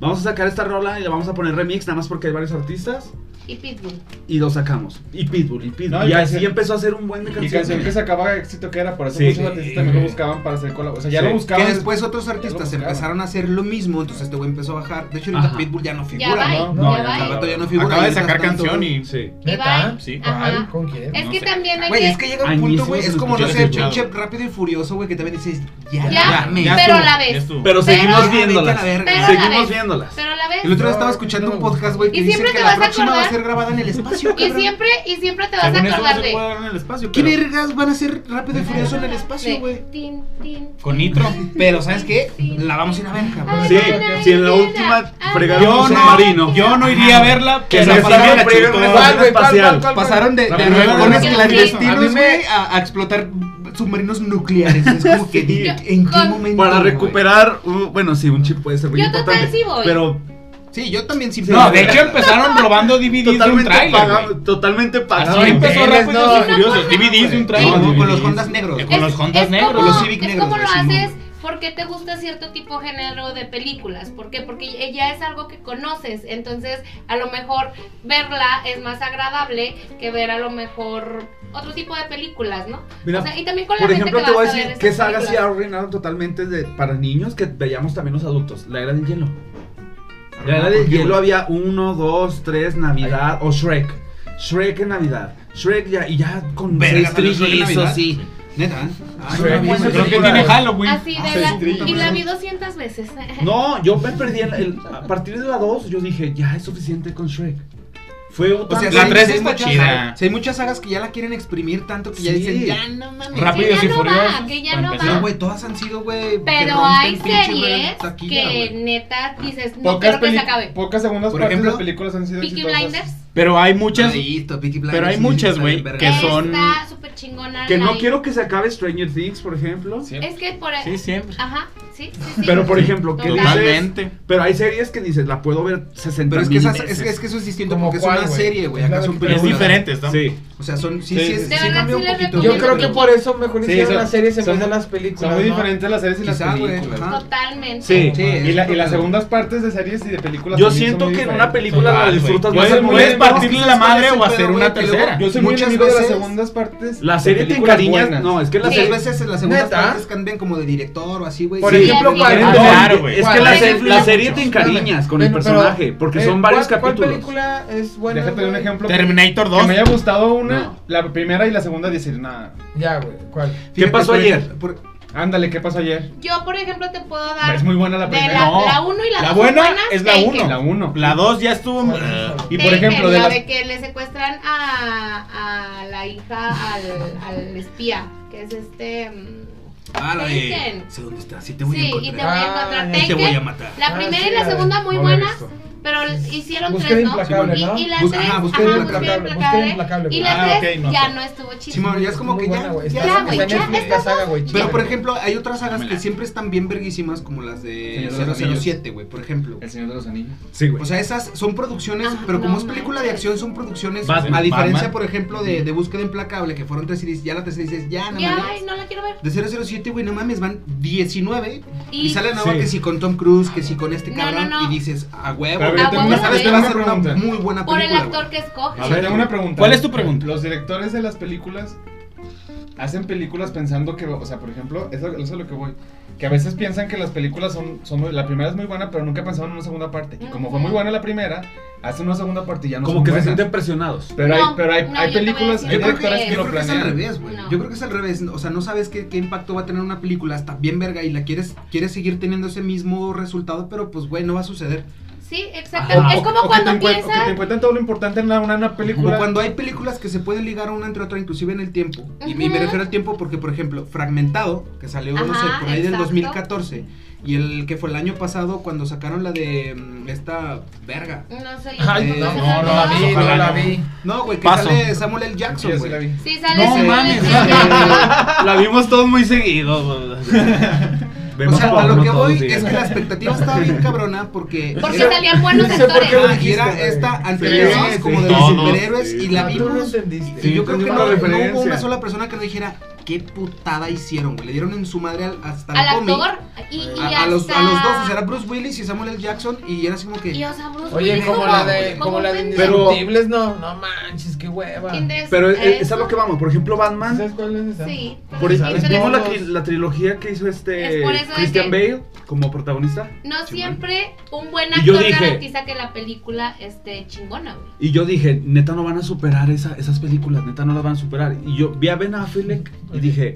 F: Vamos a sacar esta rola y le vamos a poner remix, nada más porque hay varios artistas.
C: Y Pitbull.
F: Y lo sacamos. Y Pitbull, y Pitbull.
E: No, y
F: y así
E: canción-
F: empezó a hacer un buen de
E: Y canción que
F: canciones.
E: sacaba éxito que era, por eso
F: Sí.
E: muchos artistas también lo buscaban para hacer colaboración. O sea, ya
F: Sí.
E: lo
A: Que
E: buscaban.
A: después otros artistas
E: buscaban.
A: empezaron a hacer lo mismo, entonces este güey empezó a bajar. De hecho, ahorita
F: Ajá.
A: Pitbull ya no
C: Ya
A: figura,
C: va,
A: ¿no?
E: ¿no?
B: No,
C: ya
A: El
C: va.
A: vato ya no figura.
G: Acaba de
A: y ahorita
G: sacar
A: tanto-
G: canción y...
F: Sí.
C: ¿Ibai?
G: Sí.
C: Ajá.
B: ¿eh? ¿Cuál? ¿Con quién?
C: Es
G: No
C: que
G: sé.
C: también hay
A: Güey,
C: que-
A: es que llega un punto, güey,
F: Añísimos
A: es como, no
G: escuchadores
A: sé,
G: escuchados.
A: pinche Rápido y Furioso, güey, que también dices, ya,
C: Ya,
A: me-
C: pero
G: estuvo,
C: la ves.
G: ya estuvo.
F: Pero seguimos
A: ya, vete a la
F: viéndolas.
A: verga.
C: Pero la
F: Seguimos
C: ves.
F: viéndolas.
C: Pero a la vez.
A: El otro día
B: No,
A: estaba escuchando
B: no.
A: un podcast, güey, que
C: Y
A: dice
C: siempre
A: que
C: te
A: la
C: vas a
A: próxima va a ser
C: acordar.
A: grabada en el espacio,
C: Y
A: cabrón.
C: siempre, y siempre te vas a
G: Según eso no
C: acordar
G: se
C: de.
G: puede dar en el espacio,
A: ¿Qué
G: pero-
A: vergas van a ser Rápido y Furioso en el espacio,
C: de
A: güey?
C: tin, tin.
G: Con nitro.
A: Pero, ¿sabes qué? La vamos a ir a ver, cabrón.
C: Ay,
F: Sí,
C: ay,
F: si en la
C: ay,
F: última
C: ay,
F: fregaron
C: ay,
F: un
G: Yo
F: submarino.
G: no, yo no iría a verla,
F: Que
G: pero
F: se
G: sí
F: fueron
G: me
F: a
G: la
F: fregar
G: chutó.
F: una estación espacial.
A: Pasaron de,
G: La
A: de
G: primera
A: aviones
C: vez.
G: A mí
A: clandestinos,
G: me-
A: güey, a, a explotar submarinos nucleares. Es como que, di- ¿en qué
C: Con-
A: momento?
F: Para
A: güey?
F: recuperar, uh, bueno, sí, un chip puede ser muy
C: Yo total
F: importante.
C: sí voy.
F: Pero
A: Sí, yo también sí.
G: No, de hecho empezaron robando DVDs de un
F: totalmente
G: tráiler,
F: pagado,
G: güey.
F: totalmente pagado.
G: Así empezó
B: Hoteles,
G: rápido
B: no.
G: y furiosos. DVDs de un tráiler.
A: No, con los
G: DVDs.
A: Hondas negros.
G: Con los Hondas negros.
C: como,
A: los Civic
C: es
A: negros,
C: como lo
A: güey, Simón.
C: haces porque te gusta cierto tipo de género de películas. ¿Por qué? Porque ya es algo que conoces. Entonces, a lo mejor verla es más agradable que ver a lo mejor otro tipo de películas, ¿no?
F: Mira,
C: o sea, y también con la
F: Por
C: gente
F: ejemplo,
C: que
F: te voy a
C: vas ver
F: decir
C: esas
F: que sagas sí
C: películas.
F: arruinaron totalmente de- para niños que veíamos también los adultos. La era del hielo. La
G: Ah,
F: era del hielo había uno, dos, tres, Navidad o Shrek. Shrek en Navidad. Shrek ya, y ya con
A: Verga,
F: seis
A: pero Shrek en
F: trillizos,
A: Navidad.
F: sí.
A: Neta. Ay,
F: Shrek.
A: no,
F: Bueno,
A: bueno,
G: pues, Creo que
A: sí.
G: tiene Halloween.
C: Así
A: Ah,
C: de la,
A: sí, sí,
C: y la
A: sí.
C: vi 200 veces.
F: No, yo me perdí. en el- a partir de la 2, yo dije, ya es suficiente con Shrek. Fue
A: O sea,
F: tan-
G: La
A: sí,
G: tres
A: sí hay
G: está
A: muchas
G: chida.
A: sagas- sí hay muchas sagas que ya la quieren exprimir tanto que ya
F: Sí.
A: dicen, ya no mames.
C: Rápido.
G: Rápidos
C: Que
G: y
C: ya no va,
G: furiosos.
C: que ya
G: para
C: no
G: empezar.
A: No, güey, todas han sido, güey. que
C: Pero
A: rompen
C: hay
A: pinche
C: series
A: taquilla,
C: que
A: güey.
C: neta dices, no
E: Pocas,
C: quiero que se
E: peli-
C: acabe.
E: pocas segundas
A: Por
E: partes
A: ejemplo,
E: de películas han sido
C: Peaky
E: exitosas.
C: Blinders.
G: Pero hay muchas.
A: Listo, Peaky Blinders,
G: pero hay
A: sí,
G: muchas,
A: está
G: güey,
A: bien verga.
G: que son-
C: Está súper chingona.
F: Que
C: la
F: no
C: I.
F: quiero que se acabe Stranger Things, por ejemplo.
E: Sí.
C: Es que por
G: Sí, siempre.
C: Ajá, sí, sí, sí.
F: Pero por ejemplo, ¿qué
C: Total.
F: dices?
G: Totalmente.
F: Pero hay series que dices, la puedo ver 60
A: Pero es que,
F: mil
A: esas-
F: veces.
A: es, que, es que eso es distinto
B: ¿Como
A: porque
B: cuál,
A: es una
B: güey?
A: serie, güey.
B: Es
A: Acá
B: la
A: son
B: de-
G: Es
A: películas.
G: diferente, ¿no?
F: Sí.
A: O sea, son. Sí,
G: Sí,
A: sí,
G: sí,
A: es-
G: sí.
A: sí,
C: De verdad,
A: cambia
C: sí
A: un
C: les
A: poquito.
B: Yo
C: recomiendo.
B: creo que por eso mejor
G: Sí,
B: hicieron
G: son-
B: las series en
G: son-
B: vez de las
G: Son
B: películas.
G: muy
B: ¿no?
G: diferentes las series y las
A: Quizá, güey,
G: películas.
A: ajá.
C: Totalmente.
G: Ah. Sí,
A: Sí,
G: y, la-
A: eso
G: y las
A: es-
G: segundas partes de series y de películas.
F: Yo
G: también son
F: siento
G: muy
F: que en
G: diferentes.
F: una película la
D: Total,
F: disfrutas
G: güey.
F: más
G: Puedes-
F: al
G: puedes
F: momento.
G: partirle la madre o hacer una tercera. Yo soy muy enemigo de las segundas partes.
F: La
G: de
F: serie te
G: películas
F: encariñas.
G: buenas.
F: No, es que la
A: Muchas
C: Sí.
F: serie.
A: veces en las segundas
B: ¿Neta?
A: partes cambian como de director o así, güey.
B: Por
A: Sí.
B: ejemplo,
C: sí,
B: ¿cuál?
C: sí.
F: No,
G: Claro, güey.
F: es que la,
C: ¿Cuál?
F: se- la
C: Mucho.
F: serie te encariñas con el
B: Bueno, pero,
F: personaje, porque
B: eh,
F: son varios
B: ¿cuál-
F: capítulos.
B: ¿Cuál película es buena?
G: Déjate de un
B: güey?
G: ejemplo.
D: Terminator
G: Que
D: 2.
G: me haya gustado una,
F: No.
G: la primera y la segunda decir, nada.
B: Ya, güey, ¿cuál?
F: ¿Qué pasó
A: por
F: ayer?
A: ejemplo, por-
G: Ándale, ¿qué pasó ayer?
C: Yo, por ejemplo, te puedo dar.
G: Es muy buena la
C: de
G: primera.
C: la-
G: No.
C: la uno y la
D: La
C: dos
D: buena
C: son buenas,
D: es la
C: Taken.
D: uno.
G: La 1.
D: La 2 ya
A: Ah,
D: estuvo.
G: Y por
C: Taken,
G: ejemplo, de
C: la
G: las.
C: de que le secuestran a, a la hija al, al espía, que es este. mm,
A: Ah, la de.
C: Taken.
A: Sé dónde estás, sí te voy a
C: sí, y te voy
A: encontrar.
C: a
B: Ah,
C: encontrar.
B: ya.
A: Y te voy a
C: Taken,
A: matar.
C: La
B: Ah,
C: primera
B: sí,
C: y la
B: la de-
C: segunda muy
B: no la he
C: buenas,
B: visto.
C: pero hicieron
B: Búsqueda
C: tres, ¿no?
B: implacable,
C: y,
B: ¿no?
C: y la
A: Busca-
C: tres,
A: ajá,
C: ajá,
A: Búsqueda
C: Búsqueda
B: implacable,
C: implacable,
B: Búsqueda
C: y
B: implacable,
C: la
G: güey.
C: tres
G: Ah, ok, no,
C: ya
G: no.
C: no estuvo chido.
A: Simón, ya es como
B: Muy
A: que
B: buena,
A: ya.
B: güey.
A: ya-
B: Está-
C: Ya, güey,
B: está en
C: ya
B: Netflix,
C: está
B: la saga, güey,
A: Pero
B: chida,
A: por
B: güey.
A: ejemplo, hay otras sagas que siempre están bien verguísimas, como las de
E: Señor de los
A: 007, güey, por ejemplo.
E: El Señor de los Anillos.
F: Sí, güey.
A: O sea, esas son producciones,
C: Ah,
A: pero como
C: no
A: es película de
C: manches.
A: acción, son producciones.
F: Batman,
A: a diferencia,
D: Batman.
A: por ejemplo, de, de Búsqueda Implacable, que fueron tres series, ya la tercera dices, ya, no
C: Ya,
A: mames.
C: ay, no la quiero ver.
A: De 007, güey, no mames, van 19. Y,
C: Y-
A: sale nada más
G: Sí.
A: que si con Tom Cruise, que si con este
C: No,
A: cabrón.
C: no, no.
A: Y dices, a huevo.
G: Pero a ver,
A: güey,
C: tengo
A: ya
C: una-
A: sabes que
C: tengo
A: va a
G: una
A: ser una
G: pregunta.
A: muy buena película.
C: Por el
A: güey.
C: actor que escoge.
G: A ver, tengo una pregunta.
D: ¿Cuál es tu pregunta?
G: Los directores de las películas hacen películas pensando que, o sea, por ejemplo, eso, eso es a lo que voy. Que a veces piensan que las películas son, son muy- la primera es muy buena, pero nunca pensaron en una segunda parte. Y como fue muy buena la primera, hacen una segunda parte y ya no
F: Como
G: son
F: que se
G: buenas.
F: sienten presionados.
G: Pero hay,
C: No,
G: pero hay,
C: no,
G: hay
C: yo te voy a
G: películas,
C: decir
G: hay
A: Yo creo,
G: directores
A: que,
G: que,
A: yo
G: lo
A: creo que es al
G: planean.
A: revés, güey.
C: No.
A: Yo creo que es al revés. O sea, no sabes qué, qué impacto va a tener una película. Está bien verga y la quieres, quieres seguir teniendo ese mismo resultado, pero pues, güey, no va a suceder.
C: Sí,
G: O-
C: exactamente. Es
G: o-
C: como
G: o que te
C: cuando
G: encuent- o que te
C: piensas.
G: encuentran todo lo importante en la- una, una película.
A: Como cuando hay películas que se pueden ligar una entre otra, inclusive en el tiempo. Y, me- y me
C: Ujú.
A: refiero al tiempo porque, por ejemplo, Fragmentado, que salió, no sé,
C: Ajá,
A: por ahí del
C: exacto.
A: 2014. Y el que fue el año pasado cuando sacaron la de mm, esta verga.
C: No sé.
B: Ay,
A: Eh,
B: no, no,
A: no, no,
B: la vi, no
D: ojalá
B: la
D: no.
B: vi.
A: No, güey, que
D: Paso.
A: sale Samuel L. Jackson,
G: Sí, sí
A: güey.
G: la vi.
C: Sí, sale
D: No
C: ese-
D: mames.
C: ese-
F: La vimos todos muy seguidos.
A: O sea, a lo que voy es que la expectativa estaba bien cabrona porque...
C: Porque
A: era-
C: salían buenos
B: No sé por qué lo
C: actores.
A: Ah, y era
B: dijiste,
A: esta
B: güey.
A: anterior
G: Sí,
A: ¿no? Es
G: sí.
A: como de los
D: Todos,
A: superhéroes y la
B: Tú no lo
A: vimos.
B: entendiste.
A: y yo creo que
F: entendí
A: no,
F: la
A: no hubo
F: referencia.
A: una sola persona que no dijera qué putada hicieron, güey. Le dieron en su madre al, hasta el
C: Al
A: cómic.
C: actor. Y, y
A: A, a los, a
C: hasta-
A: los dos, o sea, era Bruce Willis y Samuel L. Jackson y era así como que...
C: Y o sea, Bruce
B: Oye,
C: Willis
B: como la de, como la de
C: pendejo.
F: Pero-
B: Indiscutibles, no, no manches, qué hueva.
C: Indes-
F: Pero es, es
C: eso-
F: a lo que vamos. Por ejemplo, Batman.
B: ¿Sabes cuál es esa?
C: eh, Sí.
F: Por
C: Sí,
F: eso
C: pero
F: vimos la,
C: es-
F: tri- la trilogía que hizo este
C: Es por eso de que-
F: Christian Bale como protagonista.
C: No
A: Sí,
C: siempre un buen
F: Y yo
C: actor
F: dije-
C: garantiza que la película esté chingona, güey.
F: Y yo dije, neta no van a superar esa- esas películas, neta no las van a superar. Y yo vi a Ben Affleck y dije,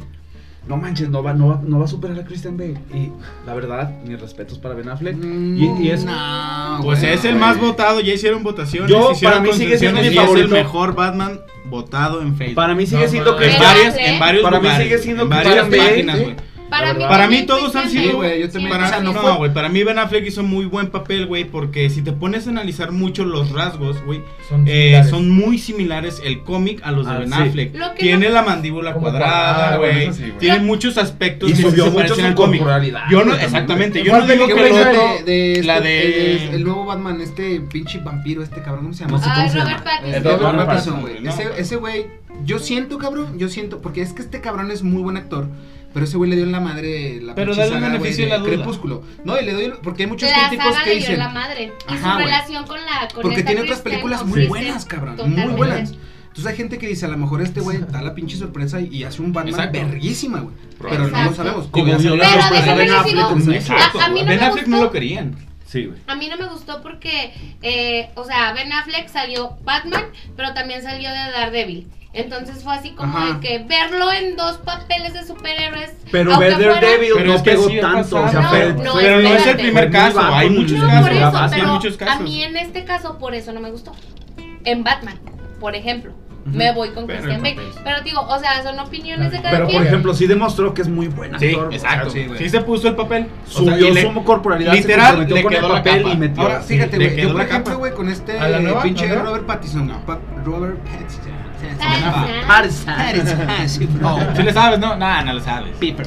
F: no manches, no va, no va, no va a superar a Christian Bale. Y la verdad, mis respetos para Ben Affleck. Y-
B: Mm,
F: y es-
A: No,
D: Pues
A: güey,
D: es el
A: güey.
D: más votado, ya hicieron votaciones,
F: Yo,
D: hicieron
F: para mí sigue siendo
D: concesiones
F: mi
D: y es el
F: favorito.
D: mejor Batman votado en Facebook.
F: Para mí sigue
B: No
F: siendo
B: mames.
D: en
F: Christian
D: varias,
C: Pero,
D: en varios
F: para mí
D: lugares,
F: sigue siendo
D: en varias
F: Christian Bale,
D: páginas,
F: ¿sí?
D: güey.
C: Para mí,
F: verdad.
D: Para mí
C: también
D: todos han
C: Christian
D: sido-
C: Bale.
A: Sí, güey, yo también.
D: Para,
A: O sea, no
D: no,
A: fue-
D: güey, para mí Ben Affleck hizo muy buen papel, güey, porque si te pones a analizar mucho los rasgos, güey,
B: Son
D: eh,
B: similares.
D: son muy similares el cómic a los de
F: Ah,
D: Ben
F: sí.
D: Affleck.
C: Lo que
D: Tiene
C: no-
D: la mandíbula
B: Como
D: cuadrada,
B: cuadrada,
D: güey.
E: bueno, eso sí, güey.
D: Tiene muchos aspectos
F: Y
D: que sí
F: subió
D: se
F: mucho
D: parecen
F: su
D: al cómic.
F: corporalidad,
D: Yo no,
F: güey,
D: exactamente,
F: también,
D: yo no digo
A: ¿Qué
D: que el
A: fue esa
D: otro,
A: de, de este-
D: la de
A: el, el nuevo Batman, este pinche vampiro, este cabrón, ¿cómo se llama?
F: No sé
C: Ay,
F: cómo se
C: Robert
F: llama.
C: Pattinson.
A: El
D: Robert
A: Robert
D: Pattinson,
A: Pattinson,
D: güey,
A: güey.
D: no,
A: Ese-
D: güey.
A: Ese güey, yo siento, cabrón, yo siento, porque es que este cabrón es muy buen actor, pero ese güey le dio en la madre la
D: Pero
A: pinche
D: dale el
A: güey,
D: beneficio de la duda.
A: Crepúsculo. No, y le doy, el- porque hay muchos
C: la
A: críticos
C: saga
A: que
C: le dio
A: dicen,
C: la madre. Y
A: Ajá,
C: su
A: güey.
C: relación con la. Con
A: porque
C: esta
A: tiene otras
C: Kristen
A: películas
C: Dunst
A: muy
C: es
A: buenas, cabrón, muy
C: totalmente.
A: buenas. Entonces hay gente que dice, a lo mejor este güey da la pinche sorpresa y, y hace un Batman
D: Exacto.
A: verguísima, güey. Pero no lo
C: Exacto.
A: sabemos.
F: Como
A: Podría
F: dio
A: ser-
F: la
C: Pero
F: sorpresa
C: déjame
F: Ben
C: les digo-
F: Affleck. con
C: a-
F: Exacto,
C: a mí
F: güey.
C: no
D: Ben
C: me
D: Affleck no
C: gustó.
D: lo querían.
F: Sí, güey.
C: A mí no me gustó porque, eh, o sea, Ben Affleck salió Batman, pero también salió de Daredevil. Entonces fue así como
A: Ajá.
C: de que verlo en dos papeles de superhéroes.
F: Pero
C: aunque
F: ver
C: fuera-
F: Daredevil
D: Pero es
F: no
D: que
F: pegó
D: sí va a
F: tanto. O
D: pasar.
C: No,
F: sea, fue-
C: no,
F: fue-
D: pero no es el
C: espérate.
D: primer
F: Muy
D: caso,
F: bajo,
D: hay
F: muy
D: muchos
C: No,
F: bajo.
D: casos.
C: por eso,
F: Ah, sí,
C: pero
D: hay muchos casos.
C: a mí en este caso por eso no me gustó. En Batman, por ejemplo,
F: Ujú.
C: me voy con
D: Pero el
C: Christian Bale.
D: papel.
C: Pero digo, o sea, son opiniones de cada
F: Pero por
C: quien.
F: ejemplo, sí demostró que es muy buen
D: Sí,
F: actor. güey.
D: exacto.
F: O sea,
D: Sí, se puso el papel.
F: Subió
D: O sea, y le-
F: su corporalidad,
D: literal,
F: se comprometió
D: le
F: con el
D: quedó la
F: papel
D: capa.
F: y metió.
A: Ahora, fíjate,
D: le
A: güey.
D: quedó
A: Yo, por
D: la
A: ejemplo,
D: capa.
A: güey, con este
B: ¿A la nueva?
A: pinche
B: ¿A la nueva?
A: Robert Pattinson. Pa- Robert Pattinson.
C: Pattinson.
A: Pattinson. Ah,
D: Si le sabes, no, nada, no lo sabes.
A: Piper.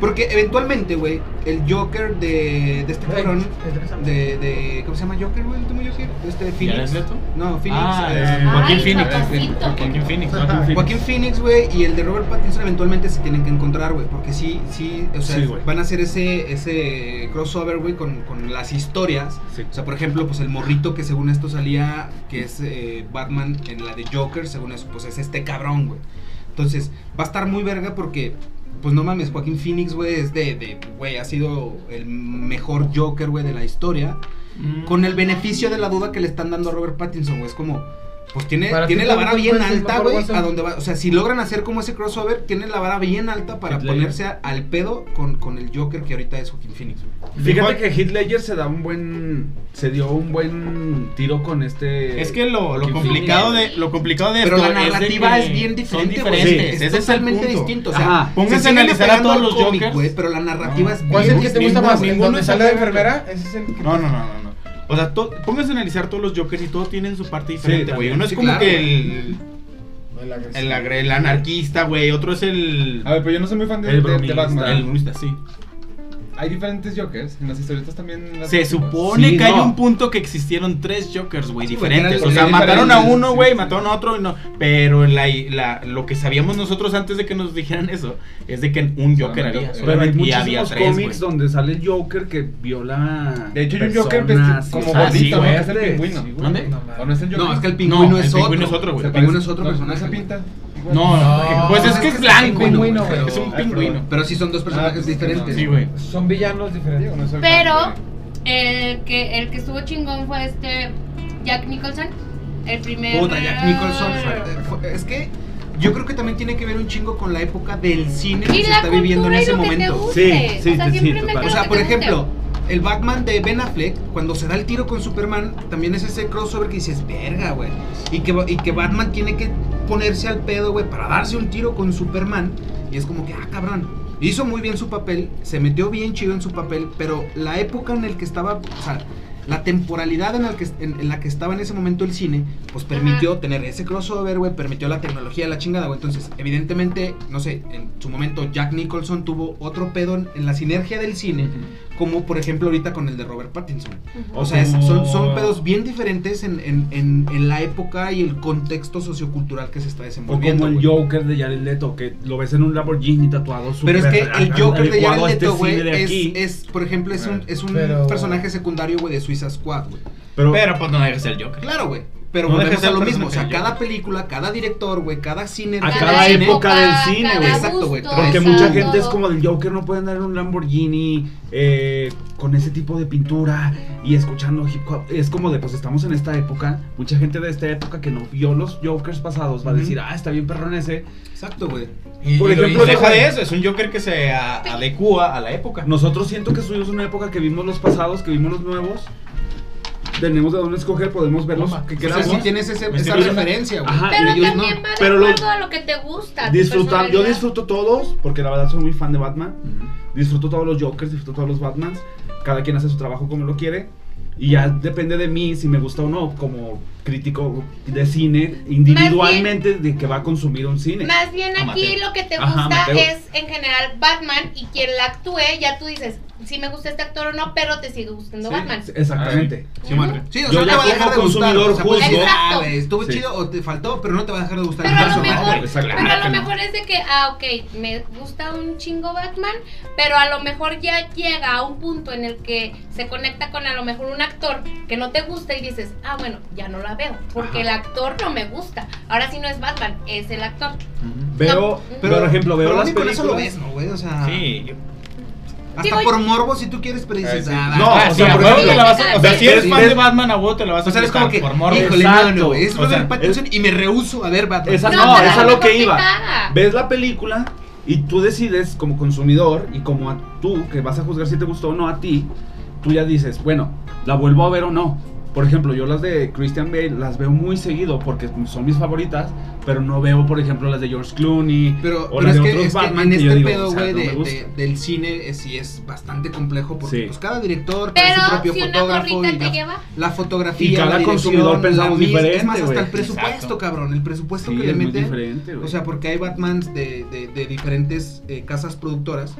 A: Porque eventualmente, güey, el Joker de, de este
B: Güey,
A: cabrón.
B: el Teresa.
A: De, de. ¿Cómo se llama Joker, güey? ¿El último Joker? Este Phoenix.
D: ¿Jared Leto?
A: No, Phoenix.
D: Ah,
A: eh,
D: eh, Joaquín
C: Ay,
D: Phoenix.
C: papacito.
D: Joaquín Phoenix.
B: Ajá.
D: Joaquín Phoenix.
A: Joaquín Phoenix, güey, y el de Robert Pattinson eventualmente se tienen que encontrar, güey, porque sí, sí, o sea,
F: Sí, güey.
A: van a hacer ese, ese crossover, güey, con, con las historias.
F: Sí.
A: O sea, por ejemplo, pues el morrito que según esto salía, que es eh, Batman en la de Joker, según eso, pues es este cabrón, güey. Entonces, va a estar muy verga porque, pues no mames, Joaquín Phoenix, güey, es de, de, güey, ha sido el mejor Joker, güey, de la historia.
D: Mm.
A: Con el beneficio de la duda que le están dando a Robert Pattinson, güey, es como... Pues tiene,
B: Para ti,
A: tiene la
B: ¿cómo
A: vara
B: puede
A: bien
B: ser el
A: alta,
B: mejor
A: güey,
B: Watson?
A: a donde va. O sea, si logran hacer como ese crossover, tienen la vara bien alta para
F: Heath Ledger.
A: ponerse a- al pedo con, con el Joker que ahorita es Joaquín Phoenix. güey.
F: Fíjate que Heath Ledger se da un buen. Se dio un buen tiro con este.
D: Es que lo, lo
F: Joaquín
D: complicado
C: Phoenix.
D: de lo complicado de
A: Pero
D: esto
A: la
D: es de
A: narrativa
D: que
A: es, bien
D: son
A: diferente, güey.
D: diferentes.
A: Es,
D: Ese es el
A: totalmente
D: punto.
A: distinto. O
F: Ajá.
A: sea,
D: Pónganse
A: se
D: a
A: siguen
D: analizar a
A: apegando
D: todos
A: al
D: los
A: cómic,
D: Jokers.
A: güey, pero la narrativa
D: No.
A: es
B: ¿Cuál es
A: bien
B: el que te gusta
A: distinta,
B: más?
A: güey.
B: ¿En
D: ninguno
B: donde
D: es
B: sale la
D: perfecto.
B: enfermera? Ese es el que...
D: No, no, no, no, no. O sea, to- pónganse a analizar todos los Jokers y todos tienen su parte diferente, güey.
F: también.
D: Uno es
A: Sí,
D: como
A: claro.
D: que el,
B: El agresivo.
D: el, agre- el anarquista, güey. Otro es el.
G: A ver, pero yo no soy muy fan de, de-
F: El
G: de
F: bromista,
G: Batman.
D: El bromista, sí.
G: Hay diferentes Jokers. En las historietas también. las
D: Se
G: antiguas.
D: supone
F: Sí,
D: que hay
F: no.
D: un punto que existieron tres Jokers, güey,
A: Sí, güey,
D: diferentes.
A: eran
D: o sea,
G: los-
D: mataron a
G: diferentes,
D: uno,
G: sí,
D: güey,
G: sí.
D: mataron a otro y no. Pero la, la- lo que sabíamos nosotros antes de que nos dijeran eso es de que un
G: Solamente-
D: Joker había.
F: Pero hay
D: solamente, y
F: muchísimos
D: había tres,
F: cómics
D: güey.
F: donde sale el Joker que viola.
G: De hecho, hay un Joker
F: personas,
G: vesti-
F: sí,
G: como
F: o sea,
D: gordito,
F: sí,
D: ¿no?
F: güey,
G: Que es el
F: sí,
G: pingüino.
F: güey.
D: ¿Dónde?
B: No, mames.
G: ¿O no es el Joker?
A: No, es que el pingüino
D: No, el
A: es otro. Ah,
D: pingüino es otro, güey.
A: El
G: Se
A: pingüino
G: parece-
A: es otro
G: no,
A: personaje.
G: No se
A: güey.
G: pinta. igual.
D: No,
B: No,
D: pues es que es blanco.
B: pingüino,
D: güey.
B: güey.
D: Es un
G: Ay,
D: pingüino.
G: perdón.
A: Pero Ah, sí son dos personajes
G: pues,
A: diferentes.
D: Sí, güey.
B: Son villanos
G: Digo,
B: diferentes.
G: no soy fan,
C: Pero
G: güey.
C: el que, el que estuvo chingón fue este Jack Nicholson. El primer. Ah.
A: Puta, Jack Nicholson. fue- fue- Es que yo creo que también tiene que ver un chingo con la época del cine que
C: Y
A: se
C: la
A: está
C: cultura
A: viviendo en
C: y
A: ese
C: lo que te
A: momento.
C: guste.
F: Sí,
C: o sea,
F: sí, sí,
C: siempre
F: total.
C: mete
A: O
C: lo
A: sea,
C: que
A: por
C: te guste.
A: ejemplo, el Batman de Ben Affleck, cuando se da el tiro con Superman, también es ese crossover que dices, verga, güey. Y que, y que Batman tiene que ponerse al pedo, güey, para darse un tiro con Superman. Y es como que, ah, cabrón. Hizo muy bien su papel, se metió bien chido en su papel, pero la época en la que estaba, o sea, la temporalidad en la que, en, en la que estaba en ese momento el cine, pues permitió tener ese crossover, güey, permitió la tecnología, la chingada, güey. Entonces, evidentemente, no sé, en su momento Jack Nicholson tuvo otro pedo en, en la sinergia del cine, como por ejemplo ahorita con el de Robert Pattinson.
C: Ujú.
A: O sea, es-
D: Como-
A: son,
F: Oh.
A: son pedos bien diferentes en, en- en- en la época y el contexto sociocultural que se está
F: O
A: desenvolviendo.
F: como
A: güey.
F: el Joker de Jared Leto, que lo ves en un Lamborghini tatuado
A: Pero es que
F: súper
A: el Joker de
F: adecuado
A: Jared
F: a este
A: Leto, güey,
F: cine de aquí.
A: es, es, por ejemplo, es un, es un
B: Pero-
A: personaje secundario, güey, de Suiza Squad, güey.
F: Pero,
D: Pero pues no dejes el Joker.
A: Claro, güey. Pero
D: No deja
A: volvemos
D: de
A: a lo
D: ser
A: mismo. O sea,
D: personaje,
A: cada película, cada director, güey, cada cine.
F: A
A: cada
F: cada
A: cine-
F: época del cine,
C: cada
F: güey.
A: Exacto, güey.
C: gusto,
F: porque
A: Esa-
F: mucha
C: todo.
F: gente es como del Joker, no pueden dar un Lamborghini eh, con ese tipo de pintura y escuchando hip hop. Es como de, pues estamos en esta época. Mucha gente de esta época que no vio los Jokers pasados va a
A: Ujú.
F: decir, ah, está bien perrón ese.
A: Exacto, güey.
D: Y,
F: Por
D: y lo- y
F: ejemplo,
D: deja
F: güey.
D: de eso, es un Joker que se a- adecua a la época.
F: Nosotros siento que estuvimos en una época que vimos los pasados, que vimos los nuevos. Tenemos de dónde escoger, podemos verlos.
D: Toma.
F: que
D: O
A: O sea,
F: queramos.
A: sí tienes ese-
D: Me
A: esa
D: estoy-
A: referencia, güey.
F: este Ajá,
C: Pero
A: y ellos
C: también
A: no.
C: va de
F: Pero lo-
C: acuerdo a lo que te gusta. tu
F: Disfrutar, yo
C: personalidad.
F: disfruto todos, porque la verdad soy muy fan de Batman. Disfruto todos los Jokers, disfruto todos los Batmans. Cada quien hace su trabajo como lo quiere. Y ya depende de mí si me gusta o no, como crítico de cine, individualmente de que va a consumir un cine.
C: Más bien aquí
D: Amateur.
C: lo que te
F: Ajá,
C: gusta
F: amateur.
C: es en general Batman y quien la actúe, ya tú dices, si me gusta este actor o no, pero te sigue gustando Batman.
F: Exactamente.
D: Sí, madre.
A: Sí, o sea,
F: Yo
A: te
F: ya
A: va a dejar de
F: como
A: gustar.
F: consumidor
A: O sea, puedes
C: juzgo.
A: decir, ah, güey, estuvo
F: Sí.
A: chido o te faltó, pero no te va a dejar de gustar
C: Pero
A: el
C: a lo
A: personaje.
C: mejor- Pero
F: Exactamente.
C: a
D: Claro
C: lo
D: que no.
C: mejor es de que, ah, ok, me gusta un chingo Batman, pero a lo mejor ya llega a un punto en el que se conecta con a lo mejor un actor que no te gusta y dices, ah, bueno, ya no la veo, porque
F: Ajá.
C: el actor no me gusta. Ahora sí no es Batman, es el actor.
F: Veo,
A: Pero-
F: por ejemplo, veo
A: pero
F: las
A: ni con
F: películas.
A: eso lo ves, ¿no, güey? O sea,
D: Sí,
A: hasta
C: Digo,
A: por morbo si tú quieres, pero dices,
G: Ay, sí.
A: ah,
F: No,
A: va,
F: o
D: Ah,
A: va,
D: sí,
F: sea,
D: a
F: por
D: huevo
F: ejemplo,
D: te la vas a- O sea,
F: ves-
D: si eres
F: ves-
D: fan de
F: ves-
D: Batman, a vos te la vas a
A: O sea, es
D: aplicar
A: como que,
D: por morbo.
A: híjole, no,
F: Exacto.
A: no, güey, es
D: O sea,
A: Robert Pattinson y me rehuso a ver Batman.
F: Esa-
C: No,
F: no,
C: pero
F: es a
C: a lo
F: lo
C: mejor
F: que
C: te
F: iba.
C: caga.
F: Ves la película y tú decides como consumidor y como a- tú que vas a juzgar si te gustó o no a ti, tú ya dices, bueno, la vuelvo a ver o no. Por ejemplo, yo las de Christian Bale las veo muy seguido porque son mis favoritas, pero no veo, por ejemplo, las de George Clooney
A: Pero,
F: o
A: pero es,
F: las de
A: que,
F: otros
A: es que
F: Batman
A: en
F: que yo
A: este
F: digo, o
A: pedo,
F: sea,
A: güey,
F: no
A: de-
F: me gusta.
A: de- del cine eh, sí es bastante complejo porque
F: Sí.
A: pues, cada director tiene su
C: Pero
A: propio
C: si una
A: fotógrafo y
C: gorrita te
A: la,
C: lleva,
A: la fotografía,
F: Y cada
A: la dirección,
F: consumidor pensamos
A: la mis- Es
F: diferente,
A: más, hasta
F: güey.
A: el presupuesto,
D: Exacto.
A: cabrón, el presupuesto
F: Sí,
A: que le
F: es muy
A: meten.
F: diferente, güey.
A: O sea, porque hay Batmans de, de- de diferentes eh, casas productoras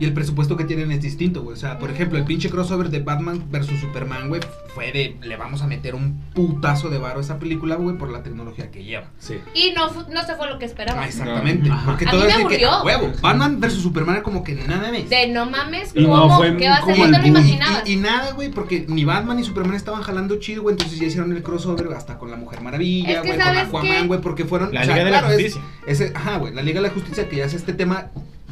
A: Y el presupuesto que tienen es distinto, güey. O sea, por ejemplo, el pinche crossover de Batman versus Superman, güey, fue de. Le vamos a meter un putazo de varo a esa película, güey, por la tecnología que lleva.
F: Sí.
C: Y no, fu- no se fue lo que
A: Ah,
C: esperaba.
A: exactamente.
F: Ajá.
A: Porque
C: A
A: todo
C: mí me
A: es de que.
C: aburrió.
A: Huevo, Batman versus Superman era como que nada de.
C: De no mames,
F: Y no,
C: ¿cómo?
F: fue
C: ¿Qué va a ser?
F: como
C: No
F: el
C: te lo
F: boom.
C: imaginabas.
A: Y, y nada, güey, porque ni Batman ni Superman estaban jalando chido, güey. Entonces ya hicieron el crossover hasta con la Mujer
C: Es
A: Maravilla,
C: que
A: güey, con
C: ¿sabes qué?
A: Aquaman, güey, porque fueron.
D: La
A: o sea,
D: Liga de la
A: claro, es-
D: Justicia.
A: ese, ajá, güey, la Liga de la Justicia que ya es este tema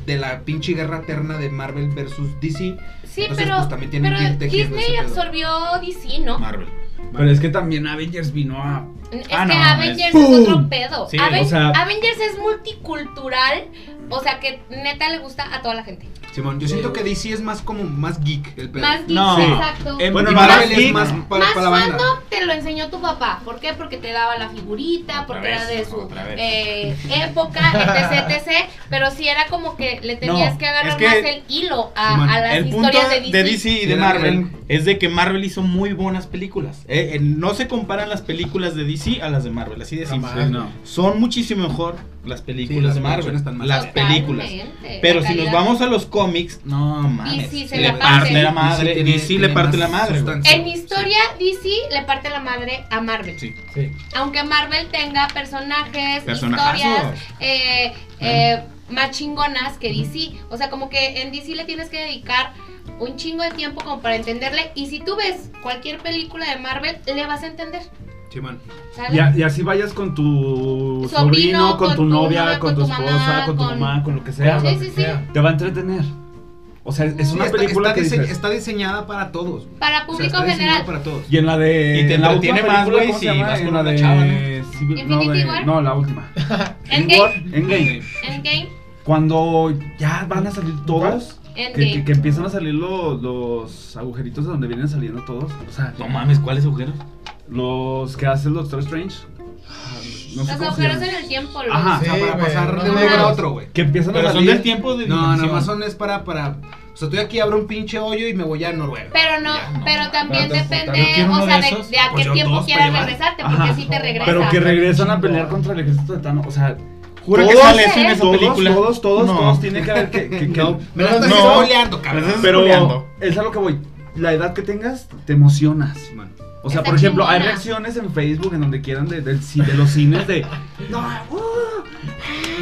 A: de la pinche guerra eterna de Marvel versus DC.
C: Sí,
A: Entonces,
C: pero,
A: pues, también tienen
C: pero
A: que ir tejiendo ese
C: Disney
A: pedo.
C: absorbió DC, ¿no?
D: Marvel.
F: Pero es que también Avengers vino a.
C: Es
D: Ah,
C: que
D: no,
C: Avengers es,
D: es-
C: otro
F: ¡Pum!
C: pedo.
D: Sí,
C: Aven-
F: o sea-
C: Avengers es multicultural, o sea que neta le gusta a toda la gente.
A: Simón, yo siento que DC es más como más geek el pedo.
C: Más geek,
F: No.
C: exacto.
F: Em-
A: bueno,
F: y
A: Marvel
F: más
A: es
F: geek.
A: más pa-
C: Más
A: para la banda.
C: fandom te lo enseñó tu papá. ¿Por qué? Porque te daba la figurita, porque
D: vez,
C: era de su
D: otra vez.
C: eh, época, etc, etc. Pero sí era como que le tenías
D: No,
C: que agarrar
D: es que-
C: más el hilo a,
A: Simón,
C: a las
D: el punto
C: historias de DC.
D: y de
A: Era-
D: Marvel
A: eran-
D: es de que Marvel hizo muy buenas películas. Eh, eh, no se comparan las películas de DC a las de Marvel, así de simple.
F: Sí, no.
D: Son muchísimo mejor las películas
A: Sí, las
D: de Marvel,
A: producciones están más
D: las
C: Totalmente,
D: películas.
C: la
D: Pero si nos
C: calidad.
D: vamos a los cómics, no mames.
C: DC se
D: le
C: la
D: parte
C: parte.
D: la madre.
A: tiene-
D: DC le
A: tiene
D: parte la
A: más
D: madre. güey.
A: sustancia.
C: En historia, DC le parte la madre a Marvel.
D: Sí.
B: Sí.
C: Aunque Marvel tenga personajes,
D: Personajazos.
C: historias eh, eh, más chingonas que DC. O sea, como que en DC le tienes que dedicar un chingo de tiempo como para entenderle. Y si tú ves cualquier película de Marvel, le vas a entender.
A: Simón.
C: ¿sale?
F: Y, a- y así vayas con tu sobrino, con, tu novia, con tu, esposa, con tu
C: con-
F: mamá, con lo que sea.
C: Sí, sí, sí.
F: Te va a entretener. O sea, es
C: Sí,
F: una
A: Sí, está,
F: película
A: está
F: que
A: dise-
F: dices-
A: está diseñada para todos. güey. O
C: Para
A: sea,
C: público
A: está diseñada
C: general.
A: para todos.
F: Y en la de.
D: Y te
F: en la
D: entretiene
F: última
D: más,
F: película,
D: güey,
F: ¿cómo se
D: si
F: llama?
D: vas con
F: En la
D: una
F: de.
D: chava,
F: Civil- no,
C: Infinity
F: de-
C: War.
F: no, la última.
C: Endgame,
F: Endgame.
C: Endgame,
F: Cuando ya van a salir todos. Que, que-
C: Endgame.
F: que empiezan a salir los, los agujeritos de donde vienen saliendo todos. O sea,
D: No mames, ¿cuáles agujeros?
F: los que hace el Doctor Strange. No sé
C: Los
F: cómo se llaman.
C: agujeros en el tiempo. los-
A: Ajá,
F: Ajá.
A: o sea,
B: Sí,
A: para
B: güey,
A: pasar
B: no
A: de un
B: mames.
A: lugar a otro, güey.
F: Que empiezan a
D: Pero son
F: salir.
D: del tiempo de
A: No,
D: dimensión.
A: nada más son es para, para. O sea, tú aquí abro un pinche hoyo y me voy a Noruega.
C: Pero no,
D: Ya, no.
C: pero también
G: Para transportar.
C: depende,
D: Yo quiero
C: o
D: uno
C: sea,
D: de
C: de,
D: esos.
C: de a
A: Pues
C: qué
A: yo
C: tiempo
A: dos
C: quieras
A: para llevar.
C: regresarte,
F: Ajá.
C: porque si te regresa.
F: Pero que regresan a pelear contra el ejército de Thanos. O sea,
D: Jura que
F: todos,
D: sale eso en esa
F: todos,
D: película.
F: Todos, todos,
D: No.
F: todos tienen que haber que. que- que-
A: no, me la
D: no,
A: estás
D: no. Pues
A: spoileando, cabrón.
D: Pero-
F: Pero
D: Spoileando.
F: es a lo que voy. La edad que tengas, te emocionas.
A: Simón.
F: O sea,
C: Está
F: por ejemplo, hay
C: chingona.
F: reacciones en Facebook en donde quieran de, del ci- de los cines de. No,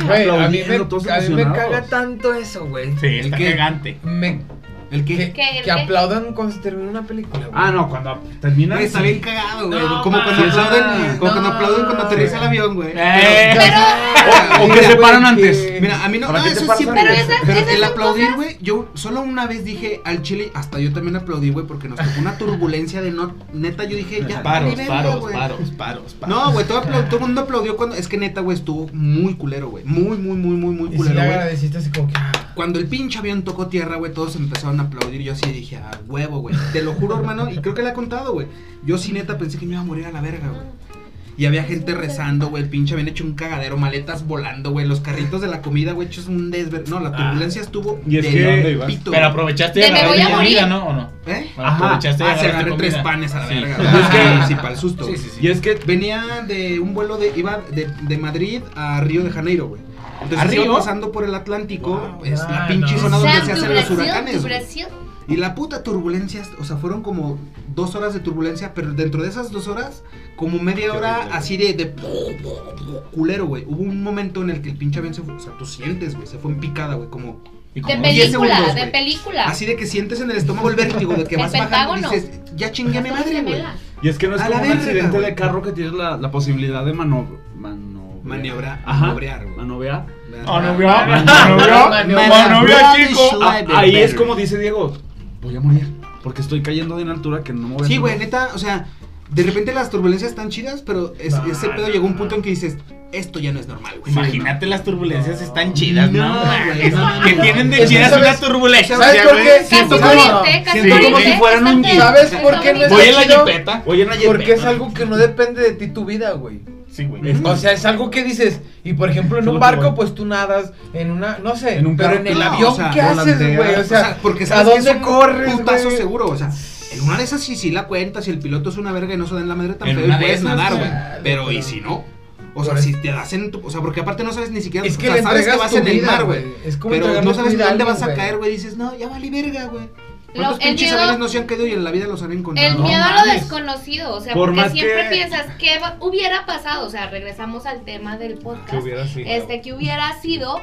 B: Güey, a mí me,
F: Aplaudiendo, todos
B: a mí me
F: emocionados.
B: caga tanto eso, güey.
D: Sí, está
A: qué?
D: gigante.
B: Me,
A: ¿El
B: que,
A: qué?
C: ¿Qué?
B: que aplaudan cuando se termina una película, güey.
F: Ah, no, cuando termina.
A: Güey, está bien cagado, güey.
B: No,
A: como cuando
B: mames.
A: aplauden, como cuando
B: No,
A: aplauden cuando aterriza el
B: güey.
A: avión, güey.
D: Eh.
F: O
A: Mira,
F: que se
B: güey,
F: paran
B: que-
F: antes.
A: Mira, a mí no,
F: ¿Para
A: no
F: qué te
A: eso
F: pasan
A: siempre.
F: esas-
A: Pero,
C: esas son
A: el aplaudir,
C: cosas-
A: güey, yo solo una vez dije al chile, hasta yo también aplaudí, güey, porque nos tocó una turbulencia de no. Neta, yo dije, ya.
D: Paros,
A: ni verga,
D: paros,
A: güey.
D: paros, paros, paros.
A: No, güey, todo, apla- todo el mundo aplaudió cuando. Es que neta, güey, estuvo muy culero, güey. Muy, muy, muy, muy, muy
B: Y si le
A: culero, güey.
B: agradeciste así como que. ah,
A: Cuando el pinche avión tocó tierra, güey, todos empezaron a aplaudir. Yo así dije, a huevo, güey. Te lo juro, hermano. Y creo que le ha contado, güey. Yo sí, neta, pensé que me iba a morir a la verga, güey. Y había gente rezando, güey. El pinche habían hecho un cagadero. Maletas volando, güey. Los carritos de la comida, güey. Hecho es un desver. No, la turbulencia estuvo.
F: Y es
A: del
F: que-
A: pito, güey.
D: Pero aprovechaste
C: De
D: de
C: me
D: agarrar
C: voy a
D: tu
C: morir.
D: comida, ¿no? ¿O no?
A: ¿Eh?
F: Ajá.
D: Aprovechaste de
A: Ah, se
D: agarrar tu
A: agarré tres
D: comida.
A: panes a la
D: Sí.
A: verga.
D: Ah,
A: güey.
F: Es que-
A: sí, para el susto. güey.
F: Y es que
A: Venía de un vuelo de. iba de, de Madrid a Río de Janeiro, güey.
D: ¿A
A: Entonces
D: Río?
A: iba pasando por el Atlántico,
D: Wow.
A: es la
B: Ah,
A: pinche
B: no.
A: zona
C: O
A: donde
C: sea,
A: se
C: tu
A: hacen los
C: Brasil,
A: huracanes.
C: tu
A: güey.
C: Brasil.
A: Y la puta turbulencia, o sea, fueron como dos horas de turbulencia, pero dentro de esas dos horas, como media
D: Qué
A: hora
D: horrible,
A: así de, de culero, güey. Hubo un momento en el que el pinche avión se fue, o sea, tú sientes, güey, se fue en picada, güey, como
D: Y
C: De
D: como no-
A: diez
C: película,
A: segundos,
C: de
A: güey.
C: película.
A: así de que sientes en el estómago el vértigo de que
C: El
A: vas bajando y
C: Pentágono.
A: dices, ya chingué a mi madre, güey.
F: Y es que no es
A: A
F: como
A: la
F: un
A: verga,
F: accidente
A: güey.
F: de carro que tienes la, la posibilidad de mano, mano-
A: Maniobrar,
F: Ajá.
A: maniobrear, güey.
F: manobrear.
B: Oh,
D: Ah, no vio,
A: Maniobrar.
D: ah, no vio, ah, no vio, chico.
F: Ah,
A: Ay,
F: ahí
A: verga.
F: es como dice Diego, voy a morir porque estoy cayendo de una altura que no me voy a
A: Sí, güey,
F: subir".
A: neta, o sea, de repente las turbulencias están chidas, pero es-
B: No,
A: ese pedo
B: no,
A: llegó a un
B: no.
A: punto en que dices, esto ya no es normal, güey.
D: Imagínate las turbulencias están chidas, ¿no?
A: No,
D: mames.
A: güey, no,
D: que
A: no,
D: tienen
B: no.
D: de chidas
B: ¿Sabes-
D: unas turbulencias.
B: ¿Sabes por
D: güey?
B: qué?
D: Siento
B: ¿Sabes?
D: como- siento como
F: si fueran un
B: ¿Sabes por qué no
D: Voy en
B: está
D: la
B: chido?
D: jipeta.
F: Oye, Nayet,
B: Porque es algo que no depende de ti tu vida, güey.
D: Sí, güey.
F: Ujú.
B: O sea, es algo que dices, y por ejemplo en
F: Solo
B: un
F: te
B: barco
F: voy.
B: pues tú nadas, en una, no sé,
F: En un
B: pero
F: carro.
B: en el
A: No,
B: avión,
A: o sea,
B: ¿qué haces,
F: volantea.
B: güey? O
A: O sea,
B: sea,
A: porque
B: ¿a
A: sabes que es
B: dónde
A: un
B: corres,
A: putazo
B: güey?
A: seguro, o sea, en una de esas sí, sí la cuentas, si el piloto es una verga y no se da en la madre tan
D: En
A: feo y
D: una de
A: puedes
D: esas,
A: nadar,
D: güey.
A: güey. Pero, ¿y si no? O sea,
B: Por
A: si te das en tu. O sea, porque aparte no sabes ni siquiera.
B: Es que
A: o sea,
B: le
A: sabes que
B: entregas
A: vas
B: tu
A: en el
B: vida,
A: mar, güey.
B: güey. Es como
A: Pero
B: entregarle
A: no
B: tu
A: sabes
B: vida a
A: dónde
B: alguien,
A: vas a
B: güey.
A: caer, güey. Dices, no, ya vale verga, güey.
C: Lo-
A: ¿Cuántos
C: el
A: pinches
C: miedo-
A: aviones no se han caído y en la vida los han
C: El
A: encontrado?
C: miedo
D: No
C: a lo
D: mames.
C: desconocido, o sea,
F: Por
C: porque
F: más
C: siempre
F: que-
C: piensas qué va- hubiera pasado, o sea, regresamos al tema del
B: Que
C: podcast.
B: hubiera sido.
C: Este, que hubiera sido,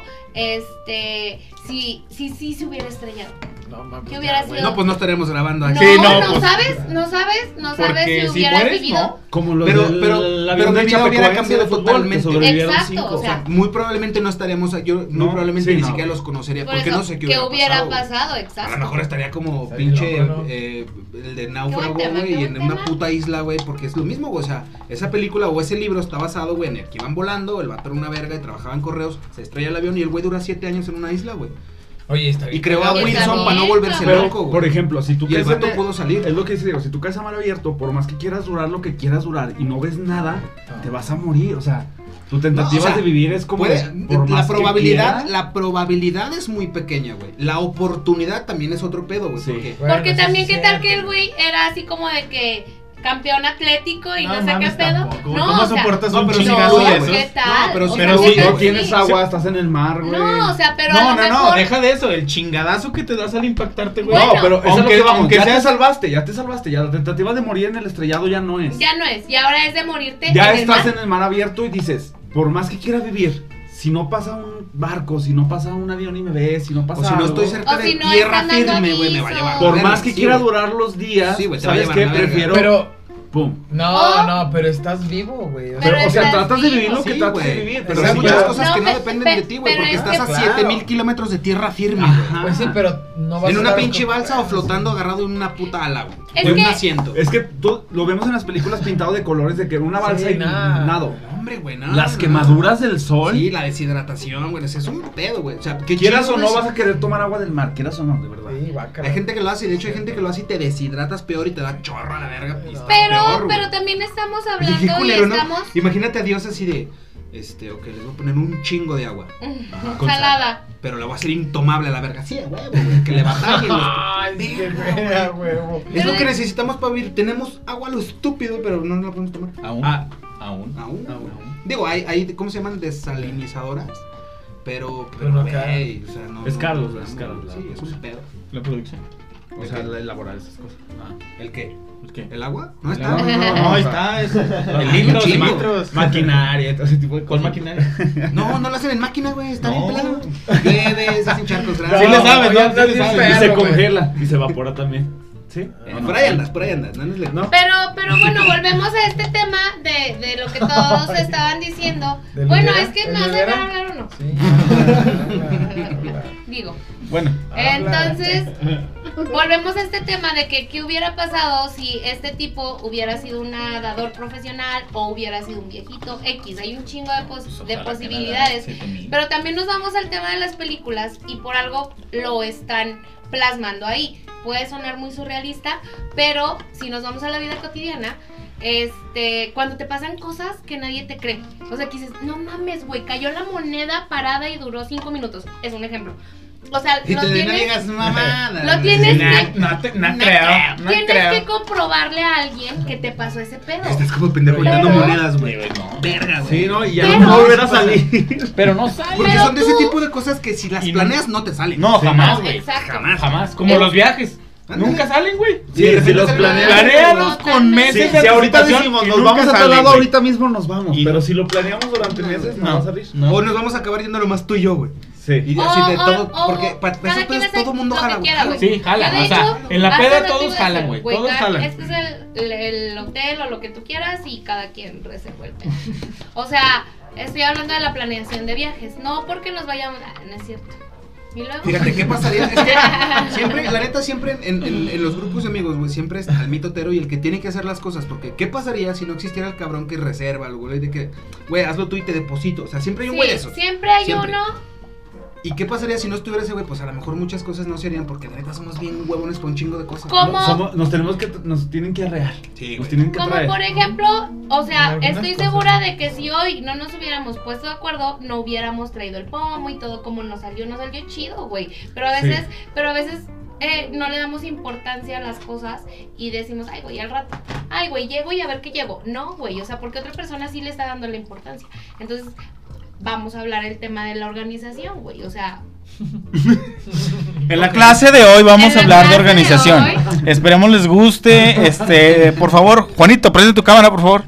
C: este, si, si, si se hubiera estrellado.
B: No, mames,
C: que hubiera
B: ya, güey.
C: sido-
A: No, pues no estaremos grabando
C: No,
A: aquí.
D: Sí, no,
C: no,
D: pues-
C: sabes, no sabes, no sabes
D: Porque
C: si
D: si
C: hubieras
D: mueres,
C: vivido.
D: no.
F: Como lo
A: Pero-
F: del
A: pero-
F: avión
A: pero el
F: del
A: video hubiera
F: Chapecoense
A: cambiado
F: de fútbol,
A: totalmente.
F: que sobrevivieron
C: Exacto,
F: cinco.
C: o sea,
A: Muy probablemente no estaríamos. a- Yo muy
F: No,
A: probablemente
F: sí,
A: ni
F: no.
A: siquiera los conocería.
C: Por
A: Porque
C: eso,
A: no sé qué
C: que
A: hubiera,
C: hubiera
A: pasado. Ah,
C: pasado,
A: A
C: exacto.
A: lo mejor estaría como
B: Estaría
A: pinche
B: loco, ¿no?
A: eh, el de
C: Qué
A: náufrago,
C: buen tema,
A: güey,
C: qué
A: en
C: buen
A: una
C: tema.
A: puta isla, güey, porque es lo mismo, güey. O sea, esa película o ese libro está basado, güey, en el que iban volando, el vato era una verga y trabajaba en correos, se estrella el avión y el güey dura siete años en una isla, güey.
B: Oye, está bien.
A: Y creó a
C: Está
A: Wilson
C: bien,
A: para no volverse
C: cabrón.
F: Pero,
A: loco, güey.
F: por ejemplo, si tú
A: y el
F: caes en
A: vato pudo
F: Es
A: salir.
F: lo que dice Diego, si tú caes a mar abierto, por más que quieras durar lo que quieras durar y no ves nada, te vas a morir. Ah. O sea, tu tentativa
A: No, o sea,
F: de vivir es como
A: Puede-
F: de, por
A: la
F: más que
A: probabilidad,
F: quiera,
A: la probabilidad es muy pequeña, güey. La oportunidad también es otro pedo, güey.
F: Sí.
A: porque-
B: Bueno, pues,
C: Porque
B: sí
C: también,
B: es
C: ¿qué
B: cierto.
C: tal que el güey era así como de que campeón atlético y no, sé qué
D: mames,
C: pedo?
D: tampoco.
C: No,
D: ¿Cómo
C: o sea,
D: soportas
A: no,
D: un
A: pero sí
D: chingazo
A: duda,
D: de
A: güey.
C: ¿qué
D: esos?
C: tal?
A: No, pero
C: O
A: sí-
C: sea,
D: pero
C: ¿qué
D: sí,
F: si
C: tal
F: no
C: que
F: tienes
C: sí?
F: agua, estás en el mar, güey.
C: No, o sea, pero a
D: No,
C: lo
D: no, no,
C: mejor-
D: deja de eso, el chingadazo que te das al impactarte, güey.
C: Bueno,
F: No, pero eso es lo
D: aunque-
F: que vamos,
D: aunque
F: ya
D: sea-
F: te salvaste, ya te salvaste, ya la tentativa de morir en el estrellado ya no es.
C: Ya no es, y ahora es de morirte.
F: Ya
C: en el
F: estás
C: mar.
F: en el mar abierto y dices, por más que quiera vivir, si no pasa un barco, si no pasa un avión y me ves, si no pasa
A: O si no
F: algo,
A: estoy cerca
C: O
A: de
C: si no
A: tierra
C: están dando
A: firme, güey, me va a
C: avisos.
A: llevar.
F: por
A: Verga,
F: más que
A: sí,
F: quiera
A: güey.
F: durar los días,
A: Sí, güey, te va a llevar
F: ¿sabes qué?
A: la verga.
F: Prefiero
B: Pero,
F: pum.
B: no,
C: O-
B: no, pero estás vivo, güey.
C: Pero
F: Pero, o sea,
C: estás
F: tratas de vivir
C: vivo.
F: lo que
A: Sí,
F: tratas de
A: güey.
F: vivir.
A: Pero
F: Pero
A: hay
F: si
A: muchas
F: ya-
A: cosas
C: No,
A: que no
C: pe-
A: dependen de
C: pe-
A: ti, güey,
C: pero
A: porque
C: es
A: estás
B: que-
A: a
B: claro.
A: 7000 kilómetros de tierra firme,
F: Ajá.
A: güey.
B: Pues sí, pero no vas
A: En
B: a
A: una
B: dar-
A: pinche balsa o flotando agarrado en una puta ala, güey.
C: Es
A: En un
C: que-
A: asiento.
F: Es que tú- lo vemos en las películas pintado de colores de que una balsa
B: Sí,
F: y
B: nada.
F: nado.
A: Hombre, güey, no,
F: Las
A: no.
F: quemaduras del sol.
A: Sí, la deshidratación, güey. ese Es un pedo, güey. O sea, que
F: Quieras o no vas a querer tomar agua del mar, quieras o no, de verdad.
B: Sí, guácala.
A: Hay gente que lo hace, y de hecho hay gente que lo hace y te deshidratas peor y te da chorro a la verga. y está
C: Pero,
A: peor, güey.
C: pero también estamos
A: Oye, qué
C: hablando
A: culero,
C: y
A: ¿no?
C: estamos
A: Imagínate a Dios así de. Este, ok, les voy a poner un chingo de agua.
C: mm,
A: con sal.
C: salada.
A: Pero la voy a hacer intomable a la verga. Sí, a huevo, güey. Que le batallen los
B: Ay, qué verga, huevo.
A: Es lo
C: Pero-
A: que necesitamos para vivir. Tenemos agua a lo estúpido, pero no la podemos tomar.
E: Aún.
D: Ah,
E: Aún.
A: Aún.
D: Ah, bueno.
A: Digo, hay, hay, ¿cómo se llaman? Desalinizadoras. Pero,
B: Pero
A: pero,
B: no
A: güey, o sea, no.
F: Es
A: no-
F: Carlos,
A: no,
F: es
A: no,
F: Carlos,
A: Sí,
F: la
A: es un pedo. Ah,
D: La producción.
F: O sea, la- elaborar esas cosas.
A: ¿El qué?
D: ¿Por qué?
A: ¿El agua? No está.
F: No, no, no,
D: No,
F: o
D: ahí está,
F: sea,
D: es el
A: Ay,
D: libro,
A: chingo.
D: litros.
F: Maquinaria, todo ese tipo de
D: ¿Cuál
F: cosas.
D: maquinaria?
A: No, no lo hacen en máquina, güey. Está bien
D: No.
A: pelado. Llueve, se hacen charcos grandes.
D: Sí le
B: No,
D: sabes,
B: ya
D: ¿no?
B: andas
D: Sí le
B: bien
D: sabes.
F: Y
B: perro,
F: se
B: güey.
F: congela y se evapora también. ¿Sí?
A: Eh,
F: No, no.
A: por ahí andas, por ahí andas. No, no es le-
F: ¿No?
C: Pero, pero bueno, volvemos a este tema de, de lo que todos estaban diciendo.
B: ¿Del
C: Bueno,
B: Olivera?
C: es que
B: ¿El
C: me hace
B: Olivera?
C: hablar o no.
B: Sí, habla,
C: Digo.
E: Bueno,
B: habla, habla.
C: Entonces, volvemos a este tema de que qué hubiera pasado si este tipo hubiera sido un nadador profesional o hubiera sido un viejito X. Hay un chingo Ah, pues, de,
D: Pues
C: pos- de posibilidades. Pero también nos vamos al tema de las películas y por algo lo están plasmando ahí. Puede sonar muy surrealista, pero si nos vamos a la vida cotidiana, este, cuando te pasan cosas que nadie te cree. O sea, que dices, no mames, güey, cayó la moneda parada y duró cinco minutos. Es un ejemplo. O sea,
A: Y
C: lo
A: te no
C: tienes,
A: digas mamada.
C: lo tienes
D: Nah,
C: que-
D: no, te- no
A: No
D: creo, no
C: tienes que
D: creo.
C: comprobarle a alguien que te pasó ese pedo.
A: Estás Este, como pendejo
C: Pero-
A: contando monedas, güey.
D: Güey, no.
A: Verga, güey.
F: Sí, no, y ya
C: Pero-
F: no volver a salir.
D: Pero no sale.
A: Porque
C: Pero
A: son de ese
C: tú-
A: tipo de cosas que si las
D: Y no-
A: planeas no te salen.
D: No,
A: Sí.
D: jamás, güey.
C: Exacto.
D: Jamás. Como
C: Eh.
D: los viajes.
A: Ándale.
D: Nunca salen, güey.
F: Sí, si los
C: planeas-
D: Planéalos con meses
F: Si, si ahorita
D: anticipación
F: decimos,
D: y
F: nos
D: nunca
F: vamos a tal
D: salen,
F: lado,
D: güey.
F: ahorita mismo nos vamos.
D: Y-
F: Pero si lo planeamos durante meses, no,
D: No.
F: va a salir.
D: No.
A: O nos vamos a acabar yendo nomás tú y yo, güey.
F: Sí.
A: Y
C: O-
A: así de
C: o-
A: todo.
C: o
A: porque para
C: oh, cada
A: eso
C: quien
A: todo,
C: hace
A: todo mundo
C: lo que
A: jala, güey.
C: quiera, güey.
D: Sí,
C: Yo,
D: jalan.
C: de
D: O sea,
C: hecho,
D: en la
C: hace
D: peda
C: rato iba
D: todos
C: a
D: jalan,
C: decir,
D: güey. Todos
C: cada-
D: jalan.
C: Este es el, el hotel o lo que tú quieras y cada quien reserva el pedo. O sea, estoy hablando de la planeación de viajes. No porque nos vayamos. ah, No es cierto. Y luego.
A: Fíjate, ¿qué pasaría? Es que siempre, la neta, siempre en, en- en los grupos de amigos, güey, siempre está el mitotero y el que tiene que hacer las cosas. Porque, ¿qué pasaría si no existiera el cabrón que reserva, el güey de que, güey, hazlo tú y te deposito? O sea, siempre hay un güey de
C: Sí,
A: esos.
C: siempre hay
A: Siempre.
C: uno.
A: ¿Y qué pasaría si no estuviera ese güey? Pues a lo mejor muchas cosas no serían porque la neta somos bien huevones con un chingo de cosas.
C: ¿Cómo?
F: Somos- nos tenemos que, nos tienen que arrear.
A: Sí,
F: Nos
A: güey.
F: tienen que
C: Como
F: traer.
C: por ejemplo, o sea,
B: En algunas
C: estoy
B: cosas.
C: segura de que si hoy no nos hubiéramos puesto de acuerdo, no hubiéramos traído el pomo y todo como nos salió, nos salió chido, güey. Pero a veces, pero a veces eh, no le damos importancia a las cosas y decimos, ay, güey, al rato. Ay, güey, llego y a ver qué llego. No, güey, o sea, porque otra persona sí le está dando la importancia. Entonces, vamos a hablar el tema de la organización, güey. O sea,
H: En la clase de hoy vamos
C: En
H: a
C: la
H: hablar de
C: clase de
H: organización. Esperemos les guste. Este, por favor, Juanito, prende tu cámara, por favor.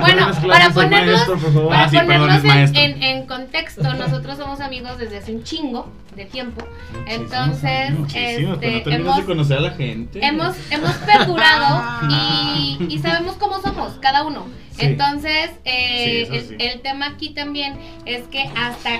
C: Bueno, para ponerlos, para
D: Ah, sí, perdón,
C: ponerlos
D: es maestro.
C: en, en- en contexto, nosotros somos amigos desde hace un chingo de tiempo. Entonces,
D: Muchísimo, pero no
C: este,
D: terminas
C: hemos,
D: de conocer a la gente.
C: hemos, hemos perdurado y, y sabemos cómo somos cada uno.
D: Sí.
C: Entonces, eh,
D: Sí, eso sí.
C: el, el tema aquí también es que hasta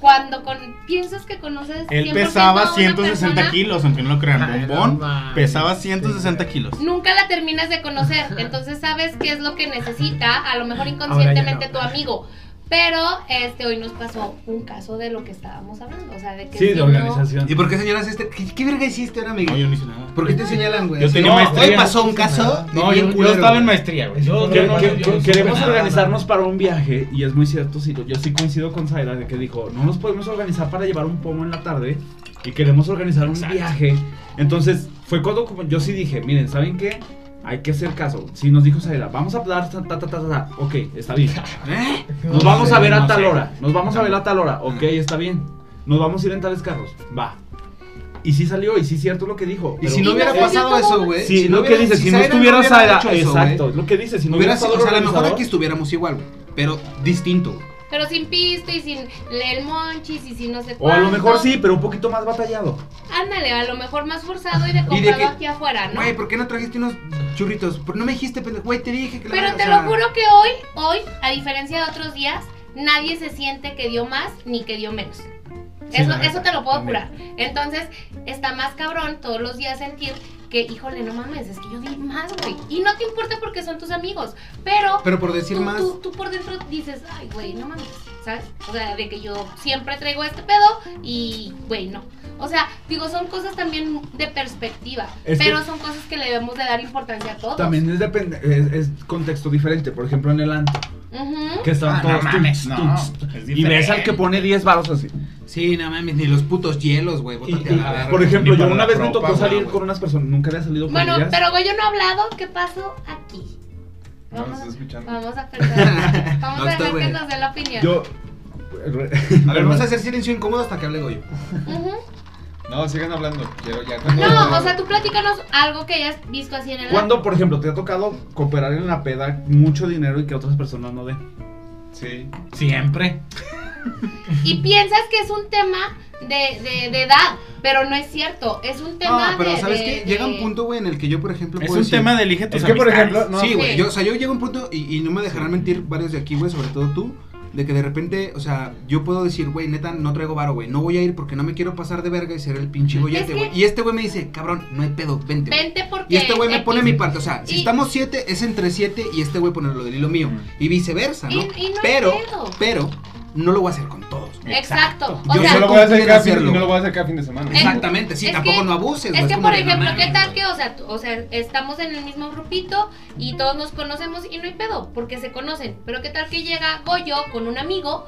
C: cuando con- piensas que conoces.
D: Él
C: 100% a
D: pesaba
C: una
D: 160
C: persona,
D: kilos, aunque no lo crean.
B: Ay, no
D: Bombón
B: mames.
D: pesaba 160 kilos.
C: Nunca la terminas de conocer, entonces sabes qué es lo que necesita, a lo mejor
B: Ahora
C: inconscientemente
B: ya no.
C: tu amigo. Pero este hoy nos pasó un caso de lo que estábamos hablando, o sea, de que
F: Sí,
C: si
F: de
C: no-
F: organización.
A: ¿Y por qué señalas este? ¿Qué, qué verga hiciste ahora, amigo?
D: No, yo no hice nada.
A: ¿Por qué te señalan, güey?
D: Yo
A: Así,
D: tenía
A: no,
D: maestría.
A: Hoy pasó un caso.
D: No,
A: bien
D: yo, yo
A: culero,
D: estaba en
A: güey.
D: maestría, güey.
B: Yo-
F: Que-
B: no,
F: que-
B: yo no supe
F: queremos
B: nada,
F: organizarnos para un viaje y es muy cierto, sí, yo sí coincido con Zaira de que dijo, no nos podemos organizar para llevar un pomo en la tarde y queremos organizar un viaje. Entonces fue cuando como yo sí dije, miren, ¿saben qué? Hay que hacer caso. Si nos dijo Zaira, vamos a hablar, ta, ta, ta, ta, ta, ok, está bien.
A: ¿Eh?
F: Nos vamos
B: sé,
F: a ver a
D: no
F: tal
D: sé.
F: hora, nos vamos a ver a tal hora, ok, está bien. Nos vamos a ir en tales carros, va. Y sí salió, y sí es cierto lo que dijo.
A: Y
F: pero-
A: si no
C: Y
A: hubiera
C: no sé,
A: pasado
C: yo como-
A: eso, güey.
F: Sí, lo que
A: hubiera-
F: dices, si, no
A: Zaira
F: estuviera
A: hubiera
F: Zaira,
A: hecho eso,
F: exacto,
A: güey,
F: lo que dices, si no hubiera
A: hubiera sido, o
F: estado
A: sea, a lo mejor
F: organizador-
A: aquí estuviéramos igual, güey, pero distinto.
C: Pero sin pisto y sin el monchis y sin no sé
F: O a
C: cuánto.
F: lo mejor sí, pero un poquito más batallado.
C: Ándale, a lo mejor más forzado y de comprado
A: que-
C: aquí afuera, Ah, ¿no?
A: Güey, ¿por qué no trajiste unos churritos? ¿Por- No me dijiste, pendejo, güey, te dije que la-
C: Pero
A: o
C: te lo
A: sea,
C: juro que hoy, hoy, a diferencia de otros días, nadie se siente que dio más ni que dio menos. Eso, eso te lo puedo jurar. Entonces, está más cabrón todos los días sentir que, híjole, no mames, es que yo di más, güey. Y no te importa porque son tus amigos, pero,
A: Pero por decir
C: tú,
A: más.
C: tú- tú por dentro dices, ay, güey, no mames, ¿sabes? O sea, de que yo siempre traigo este pedo y, güey, no. O sea, digo, son cosas también de perspectiva,
F: Es que-
C: pero son cosas que le debemos de dar importancia a todos.
F: También es, depende, es, es contexto diferente. Por ejemplo, en el antro,
C: Ujú.
F: que estaban
D: Ah,
F: todos
D: no mames,
F: tunts,
D: no,
F: tunts,
D: es
F: Y ves al que
D: diferente.
F: pone 10 varos así.
A: Sí, no mames, ni los putos hielos, güey.
F: Y-
A: bótate
F: y-
A: a la verga.
F: por ejemplo,
D: Ni
F: yo
D: para
F: una
D: la
F: vez me
D: ropa,
F: tocó salir
D: güey.
F: con unas personas, nunca había salido con
C: Bueno,
F: ellas.
C: pero güey, yo no he hablado. ¿Qué pasó aquí?
E: No,
C: Vamos,
E: estás
C: a,
E: escuchando.
C: vamos a perder. Vamos
A: No,
C: a
A: está
C: dejar que
A: bueno.
C: nos dé la opinión.
F: Yo.
A: A ver, vamos a hacer silencio incómodo hasta que hable Goyo.
C: Ujú.
E: No, sigan hablando. Quiero ya. cuando-
C: No, o sea, tú platícanos algo que hayas visto así en el.
F: Cuando, por ejemplo, te ha tocado cooperar en la peda mucho dinero y que otras personas no den.
E: Sí.
D: Siempre.
C: Y piensas que es un tema de, de, de edad, pero no es cierto. Es un tema.
A: No, Ah, pero
C: de-
A: ¿sabes
C: de-
A: qué?
C: de-
A: Llega un punto, güey, en el que yo, por ejemplo,
D: Es
A: puedo
D: un
A: decir-
D: tema de elige tus
G: Es que, por
D: amistades.
G: ejemplo, no,
A: sí, güey.
C: Sí.
A: Yo, o sea, yo llego a un punto, y, y no me dejarán mentir varios de aquí, güey, sobre todo tú, de que de repente, o sea, yo puedo decir, güey, neta, no traigo varo, güey, no voy a ir porque no me quiero pasar de verga y ser el pinche goyete,
C: que-
A: güey. Y este güey me dice, cabrón, no hay pedo, vente. güey".
C: Vente porque.
A: Y este güey me
C: X.
A: pone mi parte, o sea, si
C: Y-
A: estamos siete, es entre siete y este güey pone lo del hilo mío. Y viceversa, ¿no?
C: Y- y no hay
A: pero,
C: pedo.
A: pero, no lo voy a hacer con todos.
C: Exacto. O
E: Yo
A: Yo
C: sea,
E: no lo voy a hacer
A: pudiera
E: cada fin,
A: hacerlo.
E: y no lo voy a hacer cada fin de semana.
C: Eh,
A: Exactamente, sí,
C: es
A: tampoco
C: que-
A: no abuses, güey.
C: Es que,
A: como
C: por
A: de, no
C: ejemplo,
A: mames,
C: ¿qué tal
A: güey.
C: que, o sea, tú- o sea, estamos en el mismo grupito y todos nos conocemos y no hay pedo, porque se conocen? Pero ¿qué tal que llega Goyo con un amigo,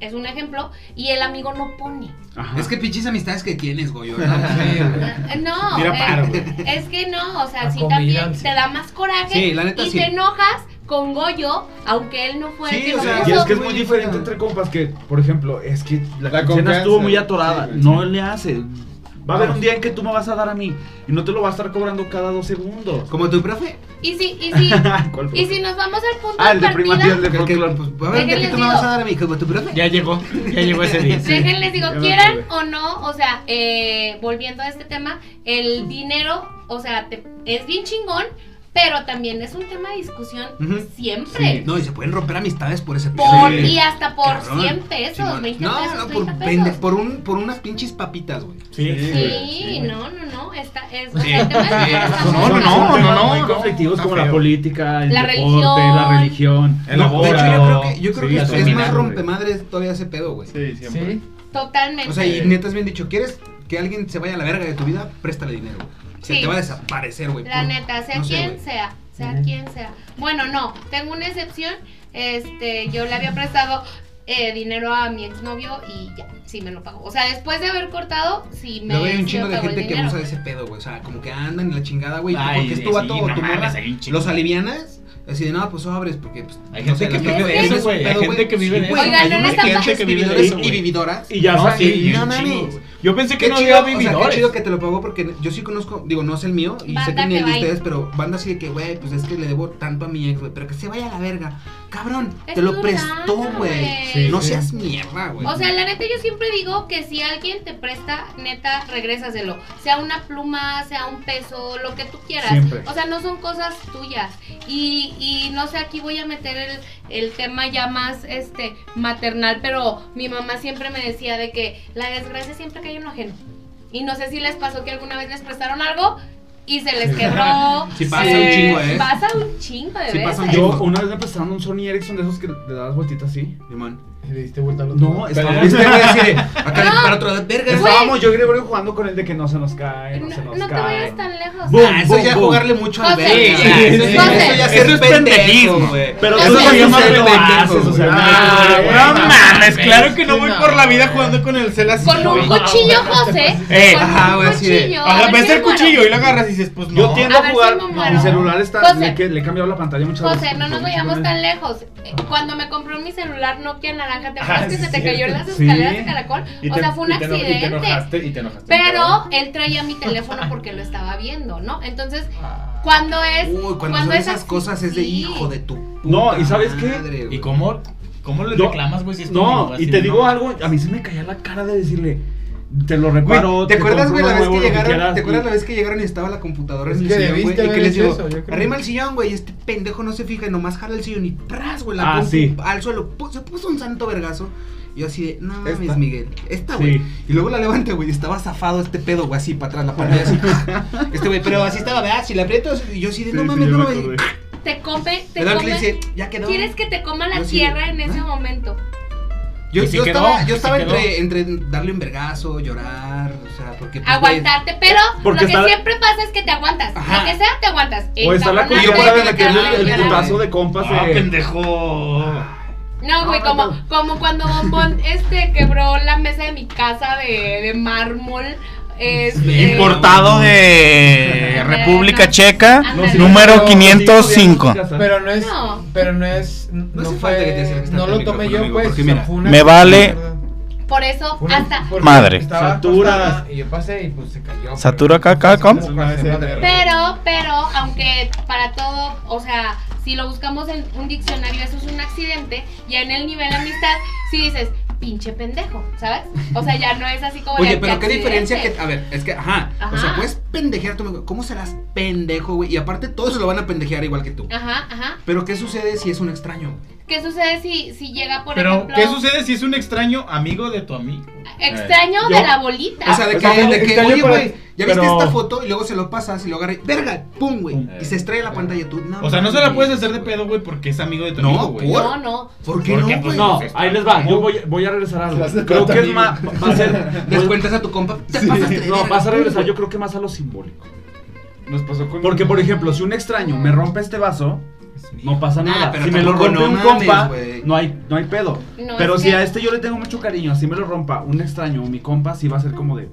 C: es un ejemplo, y el amigo no pone?
F: Ajá.
A: Es que pinches amistades que tienes, güey.
C: Eh, No,
D: Tira
C: eh,
D: paro, güey.
C: es que no, o sea,
B: La
C: sí
B: comida,
C: también
B: sí.
C: te da más coraje
A: Sí, la neta
C: y
A: sí.
C: te enojas con Goyo, aunque él no fue el
A: Sí,
C: que
A: o
C: lo
A: sea,
C: puso.
F: Y es que es
A: Muy
F: muy
A: bien,
F: diferente
A: güey.
F: entre compas que, por ejemplo, es que la,
E: La
F: quincena
E: confianza,
F: estuvo muy atorada.
E: sí, güey,
F: no
E: sí.
F: le hace. Va a haber un día en que tú me vas a dar a mí y no te lo vas a estar cobrando cada dos segundos.
A: Como tu profe,
C: Y si, y si,
F: ¿Cuál
C: y
F: fue?
C: si nos vamos al punto
F: Ah, el
C: de
F: de primaria,
C: partida,
F: el de
A: Que- que,
F: folclore.
A: pues, a ver,
C: ¿De qué
A: ¿qué
C: les
A: tú me vas
C: digo?
A: a dar a mi hijo? ¿Tu profe?
D: Ya llegó, ya llegó ese día.
C: Déjenles digo,
F: ya me
C: quieran
F: acordé.
C: o no, o sea, eh, volviendo a este tema, el dinero, o sea, te- es bien chingón, pero también es un tema de discusión
A: Ujú.
C: siempre.
A: No, y se pueden romper amistades por ese
C: Por,
A: pedo.
C: Y hasta por
A: Cabrón.
C: 100 pesos,
A: Simón.
C: 20
A: no,
C: pesos,
A: No,
C: 30
A: por,
C: pesos.
A: pende- por, un, por unas pinches papitas, güey.
D: Sí,
E: Sí,
D: güey.
C: Sí, no, no, no, está, es,
A: Sí.
C: el tema del dinero está
D: No,
C: muy
D: no,
C: mal.
D: no,
F: Son temas
D: no,
F: muy
D: no,
F: conflictivos
D: está
F: como la
D: feo.
F: política, el
C: La
F: deporte,
C: religión.
F: la religión.
D: El
A: No, de hecho, yo creo
D: aborto.
A: que, yo creo que es,
D: Sí, el
A: es más
D: feminazo, güey.
A: rompemadres todavía ese pedo, güey.
E: Sí, siempre.
B: Sí.
C: Totalmente.
A: O sea, y neta es bien dicho, ¿quieres que alguien se vaya a la verga de tu vida? Préstale dinero, güey. Se
C: Sí.
A: te va a desaparecer, güey.
C: La
A: por-
C: neta, sea
A: Pues, no sé,
C: quien
A: güey.
C: sea, sea quien sea. Bueno, no, tengo una excepción. Este, yo le había prestado eh, dinero a mi exnovio y ya, sí me lo pagó. O sea, después de haber cortado, sí me
A: Luego hay un
C: sí me
A: chingo de
C: pagó el
A: gente que
C: dinero.
A: abusa de ese pedo, güey. O sea, como que andan en la chingada, güey.
D: Ay,
A: Porque esto va
D: sí,
A: todo,
D: no
A: tu
D: mames,
A: morra,
D: hay un chingo.
A: los alivianas. Así de nada, pues sobres, porque pues,
D: Hay
A: no
D: gente
A: sé,
D: que
A: las
D: vive
A: personas-
D: de
A: ese
D: eso,
A: es
D: güey. Hay
A: pedo,
D: gente que vive de
A: güey.
D: eso.
C: Oigan, no
D: Hay
C: les
D: gente
C: tapas
D: que vive de
A: Vividores y
D: eso, güey.
A: vividoras.
F: Y ya
D: No,
F: sabes.
D: sí,
A: no
D: un
A: mames.
D: chingo, güey. Yo pensé que
A: Qué
D: no
A: chido,
D: había
A: o sea, qué
D: vividores.
A: chido que te lo pagó porque yo sí conozco, digo, no es el mío y sé
C: Banda
A: que ni el
C: que
A: de
C: va
A: ustedes, pero banda así de que, güey, pues es que le debo tanto a mi ex, güey, pero que se vaya a la verga. Cabrón,
C: Es
A: te lo
C: tu
A: prestó,
C: lana,
A: güey.
D: Sí,
A: No
D: sí.
A: seas mierda, güey.
C: O sea, la neta yo siempre digo que si alguien te presta, neta, regrésaselo. Sea una pluma, sea un peso, lo que tú quieras.
D: Siempre.
C: O sea, no son cosas tuyas. Y, y no sé, aquí voy a meter el, el tema ya más este maternal, pero mi mamá siempre me decía de que la desgracia siempre cae en lo ajeno. Y no sé si les pasó que alguna vez les prestaron algo y se les quebró.
A: Sí pasa un chingo, ¿eh?
C: Pasa un chingo de
A: Sí pasa un
C: veces.
F: Yo una vez me prestaron un Sony Ericsson de esos que le das vueltitas así.
A: Limón.
B: Y le diste vuelta al otro.
F: No,
A: Pero
F: estábamos,
A: este güey así de, acá le para otro verga.
F: estábamos yo y Gregorio jugando con el de que no se nos cae, no, se
C: No,
F: nos
C: no te
F: cae.
C: vayas tan lejos.
F: Boom,
A: Ah, eso ya es
F: boom.
A: jugarle mucho al
C: José.
A: verga.
C: Sí,
A: Ah, Eso
C: sí,
A: ya- eso
C: sí.
A: ya es
H: Eso es
A: ser pendejo,
H: pendejismo.
A: güey.
F: Pero
C: No sé,
F: eso es
C: yo
F: lo
A: sé
F: que
A: lo
F: lo haces,
A: pendejo,
F: o sea,
A: güey. Ah,
F: no,
D: No
F: güey.
D: mames,
H: Sí,
D: claro que no voy
B: no,
D: por la vida
B: güey.
D: jugando con el cel así.
C: Con
D: güey.
C: un cuchillo, José.
D: Eh,
C: con
A: ajá, güey,
C: un
A: así de-
C: cuchillo.
D: Agarra-
C: a ver
D: ves
C: si
D: el
C: muero.
D: cuchillo y lo agarras y dices, pues no.
F: Yo tiendo
C: A
F: a,
C: ver si
F: jugar.
C: me muero.
F: mi celular está.
C: José.
F: Le, que- le he cambiado la pantalla muchas veces.
C: José, no nos
F: porque
C: vayamos
F: con
C: tan
F: el-
C: lejos. Eh, Cuando me compró mi celular Nokia naranja, ¿te
G: Ah,
C: acuerdas que
G: sí,
C: se te cayó en las
F: cierto.
C: escaleras
F: Sí.
C: de caracol?
G: Y
C: O
G: te-
C: sea, fue un
G: y te eno- y te
C: accidente.
G: enojaste, y te enojaste.
C: Pero él traía mi teléfono porque lo estaba viendo, ¿no? Entonces,
G: Ah.
C: cuando es.
A: Uy, cuando, son
C: es
A: esas
C: así-
A: cosas es de
C: sí.
A: hijo de tu
F: No,
A: puta
F: ¿y sabes qué?
A: madre, güey.
D: ¿Y cómo, cómo le
F: Yo-
D: reclamas, güey? Si es tu amigo?
F: No,
D: Así
F: y
D: de,
F: te digo
D: no.
F: algo, a mí se me caía la cara de decirle, te lo
A: Güey,
F: reparo.
A: ¿te acuerdas, güey, la
F: compro uno
A: vez que
F: nuevo, lo
A: llegaron?
F: quieras,
A: ¿Te acuerdas
F: y-
A: la vez que llegaron y estaba la computadora
B: Es
A: en el
B: que
A: sillón,
B: debiste
A: güey? Y que
B: haber
A: les
B: hecho
A: digo,
B: eso, yo creo.
A: arrima el sillón, güey, este pendejo no se fija y nomás jala el sillón y pras, güey, la
F: Ah,
A: compu
F: sí.
A: al suelo. pu- se puso un santo vergazo. Y yo así de, no mames,
G: Esta.
A: Miguel, esta,
F: Sí.
A: güey. Y luego la levanta, güey, y estaba zafado este pedo, güey, así para atrás, la pantalla así. este güey, pero así estaba, ¿verdad? Si la aprieto, y yo así de,
F: Sí,
A: no
F: sí,
A: mames,
F: yo
A: no
F: me
A: mames.
F: acordé.
C: Te come.
A: Le
C: Te
A: doy clic y
C: come
A: dice, ya quedó.
C: Quieres que te coma la
A: Yo sí,
C: tierra en
A: ¿eh?
C: ese momento.
A: Yo,
D: Y sí
A: yo
D: quedó,
A: estaba, yo
D: sí
A: estaba
D: quedó.
A: entre, entre darle un vergazo, llorar, o sea, porque. pues, güey,
C: Aguantarte, pero
F: Porque
C: lo que
F: está-
C: siempre pasa es que te aguantas.
A: Ajá.
C: Lo que sea, te aguantas.
F: O está la
C: Encabronarte,
A: yo
F: cultura de la que
A: Encabrona,
F: el, el
C: llorar.
F: putazo de compas
D: Ah,
F: de-
D: pendejo.
C: No, güey,
F: No,
C: como,
F: no.
C: como cuando Bombón este, quebró la mesa de mi casa de, de mármol. Este,
H: Importado de República Checa, número
F: No,
H: 505.
F: sí, no,
B: Pero no es.
C: No.
B: Pero no es. No,
A: No hace
B: fue-
A: falta que te acerques tanto
B: No
A: al
B: lo tomé
A: micrófono,
B: yo,
A: amigo,
B: pues.
A: porque
B: o sea,
A: mira,
B: fue una-
H: me vale.
C: Por eso,
B: Fue una-
C: hasta.
B: porque
H: Madre.
B: estaba
F: Satura.
B: acostada Y yo pasé y pues se cayó.
H: Satura
B: pero-
H: acá, acá, ¿cómo?
B: Como cuando se madre.
C: Pero, pero, aunque para todo, o sea, si lo buscamos en un diccionario, eso es un accidente. Ya en el nivel de amistad, si dices, pinche pendejo, ¿sabes? O sea, ya no es así como. de
A: Oye,
C: que
A: pero qué diferencia que.
C: accidente.
A: A ver, es que, ajá. O sea,
C: Ajá.
A: puedes pendejear tú mismo. ¿Cómo serás pendejo, güey? Y aparte, todos se lo van a pendejear igual que tú.
C: Ajá, ajá.
A: Pero, ¿qué sucede si es un extraño? güey?
C: ¿Qué sucede si, si llega, por
D: Pero,
C: ejemplo,
D: ¿qué sucede si es un extraño amigo de tu amigo?
C: extraño
F: Yo-
C: de la bolita?
A: Eh, O sea, de
F: o
A: que,
F: sea, no,
A: de que,
F: extraño
A: oye,
F: para-
A: güey, ya viste
F: pero- Mm.
A: esta foto y luego se lo pasas y lo agarras y, verga, pum, güey. Y se estrella la pantalla tú. No,
D: O sea, no se la
A: mames,
D: puedes hacer de
A: güey.
D: pedo, güey, porque es amigo de tu
A: No,
D: amigo, güey.
A: por-
C: no, no.
A: ¿Por qué
D: Porque,
A: no, güey?
D: pues,
F: No,
D: se está-
F: ahí les va. Yo
D: no.
F: voy, voy a regresar a algo.
G: Las de
F: Creo que es
G: Tratamigo.
F: más. Va a ser.
A: Descuentas a tu compa, te
F: Sí,
A: pasas tres
F: no,
A: vergas,
F: vas a
A: pum,
F: regresar
A: güey.
F: yo creo que más a lo simbólico.
G: Nos pasó con.
F: Porque, por ejemplo, si un extraño me rompe este vaso, no pasa
A: Nah,
F: nada.
A: pero
F: si me lo
A: tampoco
F: rompe
A: no
F: un
A: mames,
F: compa,
A: güey.
F: no hay, no hay pedo.
C: No,
F: pero
C: es
F: si
C: que-
F: a este yo le tengo mucho cariño, así me lo rompa un extraño o mi compa, sí va a ser como de.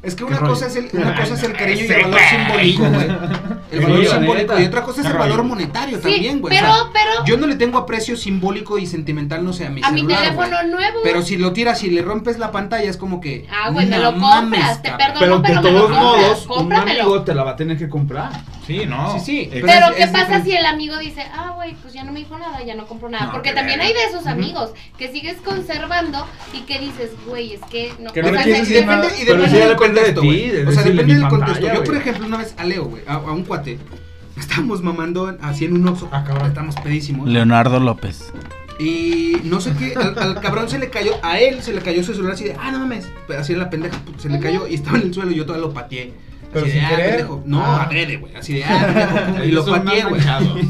A: Es que
F: ¿Qué
A: una
F: rollo?
A: cosa es el, una cosa es el cariño y
D: Ese
A: el valor
D: güey.
A: simbólico, güey. El
F: Sí,
A: valor
F: la
A: simbólico.
F: neta.
A: Y otra cosa es
D: ¿Qué
A: el
D: rollo?
A: valor monetario
C: Sí,
A: también, güey. O
C: pero,
A: sea,
C: pero,
A: Yo no le tengo aprecio simbólico y sentimental, no sé, a mi
C: a mi
A: celular.
C: teléfono
A: güey.
C: nuevo.
A: Pero si lo tiras y le rompes la pantalla, es como que.
C: Ah, güey, me
A: "No
C: lo compras, te
A: cabrón".
C: perdono.
F: Pero
C: no,
F: de
C: pero me lo
F: todos
C: compras,
F: modos, un
C: cómpramelo.
F: amigo te la va a tener que comprar.
D: Sí, no.
A: Sí, sí.
D: Eh,
A: Pero
C: Pero,
A: es-
C: ¿qué
A: es
C: pasa
A: diferente.
C: si el amigo dice, ah, güey, pues ya no me dijo nada, ya no compro nada?
A: No,
C: Porque
A: qué
C: también hay
A: verga.
C: de esos amigos que sigues conservando y que dices, güey, es que no.
G: Que no
C: o
G: le
C: sea,
G: quieres
C: se-
G: decir nada.
A: Depende- y
F: Pero
A: depende
F: eso ya
A: del
F: depende de
A: contexto,
F: ti,
A: güey.
F: de
A: O sea,
F: decirle
A: depende
F: mi
A: del contexto.
F: pantalla,
A: Yo, por
F: güey.
A: ejemplo, una vez a Leo, güey, a, a un cuate, estábamos mamando así en un oxo.
B: Ah, cabrón.
A: Estamos pedísimos.
H: Leonardo López.
A: Y no sé qué, al, al cabrón se le cayó, a él se le cayó su celular así de, ah, no mames. Pero así en la pendeja, pues, se le cayó y estaba en el suelo y yo todavía lo pateé.
B: Pero
A: así de,
B: sin
A: ah,
B: querer.
A: pendejo. No,
B: Ah.
A: adrede, güey. Así de, ah, pendejo. pum, Y lo
D: son más
A: pateé, güey.
D: manchados.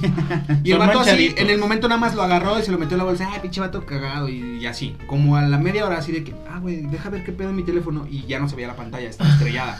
A: Y el
D: Son
A: vato así,
D: manchaditos.
A: en el momento nada más lo agarró y se lo metió en la bolsa, ay, pinche vato cagado, y, y así. Como a la media hora así de que, ah, güey, deja ver qué pedo en mi teléfono, y ya no se veía la pantalla, estaba estrellada.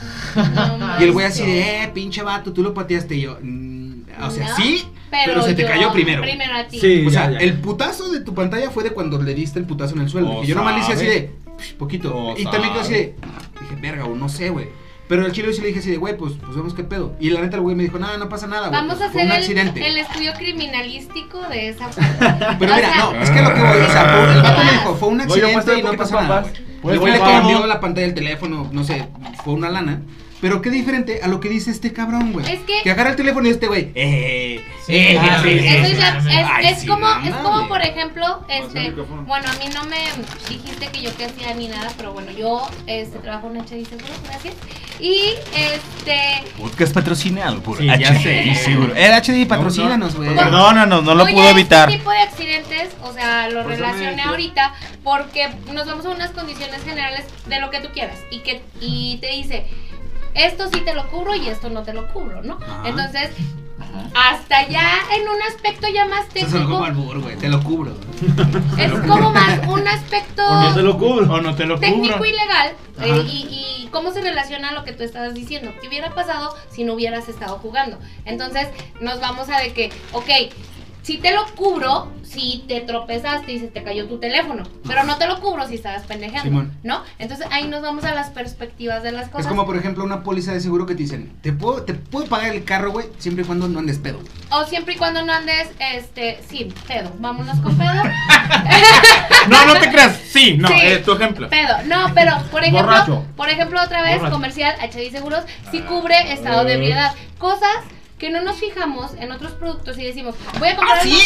C: No,
A: Y el güey así de, eh, pinche vato, tú lo pateaste, y yo, "Mm, o sea,
C: No.
A: sí,
C: Pero,
A: Pero se te
C: yo-
A: cayó primero.
C: Primero a ti.
F: Sí,
A: O
F: ya,
A: sea,
F: ya.
A: el putazo de tu pantalla fue de cuando le diste el putazo en el suelo.
D: Oh,
A: y yo nomás le hice así
D: sabe.
A: de, "Psh, poquito.
D: Oh,
A: y también quedó así
D: sabe.
A: de, dije, verga, o no sé, güey. Pero el chile yo sí le dije así de, güey, pues, pues vemos qué pedo. Y la neta el güey me dijo, nada, no pasa nada, güey.
C: Vamos a
A: pues, fue
C: hacer
A: un
C: el,
A: accidente.
C: el estudio criminalístico de esa parte.
A: Pero
C: O
A: mira,
C: sea,
A: no, es que lo que voy, o sea, fue- el vato me dijo, fue un
F: Oye, muestra
A: accidente
F: un
A: y no
F: poquito
A: pasa nada,
F: papás.
A: güey.
D: Pues
A: Luego le
D: fue
A: cambió
D: todo.
A: la pantalla del teléfono, no sé, fue una lana. Pero qué diferente a lo que dice este cabrón, güey.
C: Es que-
A: agarra el teléfono y este güey, eh,
D: Sí,
A: eh,
D: claro,
A: eh,
D: sí,
A: eh,
C: Ah, Eso es, la- es-
A: Ay,
C: es
A: sí,
C: como,
A: no
C: es como
A: mames.
C: por ejemplo, este,
F: micrófono.
C: bueno, a mí no me dijiste que yo qué hacía ni nada, pero bueno, yo este, trabajo en HDI Seguros, gracias. Y este,
H: Podcast patrocinado por
D: Sí, ya sé.
H: seguro.
A: El HDI Eh, patrocínanos, güey.
H: Perdónanos, no lo
C: Oye,
H: pudo evitar.
C: Este tipo de accidentes, o sea, lo
A: Pues
C: relacioné ahorita porque nos vamos a unas condiciones generales de lo que tú quieras y que y te dice esto sí te lo cubro y esto no te lo cubro, ¿no?
A: Ajá.
C: Entonces hasta ya en un aspecto ya más
A: Eso sonó como
C: técnico,
A: albur, güey, te lo cubro.
C: es como más un aspecto
F: No se lo cubro.
D: O no te lo
C: técnico
D: cubro.
C: y legal eh,
A: Ajá.
C: y, y cómo se relaciona a lo que tú estabas diciendo. ¿Qué hubiera pasado si no hubieras estado jugando? Entonces nos vamos a de que, ok, si te lo cubro, si te tropezaste y se te cayó tu teléfono, pero no te lo cubro si estabas pendejeando,
A: Simón.
C: ¿no? Entonces ahí nos vamos a las perspectivas de las
A: Es
C: cosas.
A: como, por ejemplo, una póliza de seguro que te dicen, te puedo, te puedo pagar el carro, güey, siempre y cuando no andes pedo.
C: O siempre y cuando no andes, este, sí, pedo, vámonos con pedo.
D: No, no te creas. Sí, no,
C: Sí.
D: eh, tu ejemplo.
C: Pedo, no, pero por ejemplo,
D: Borracho.
C: por ejemplo otra vez
D: Borracho. Ah, eh.
C: comercial HDI Seguros sí cubre estado de ebriedad, cosas que no nos fijamos en otros productos y decimos, voy a comprar algo-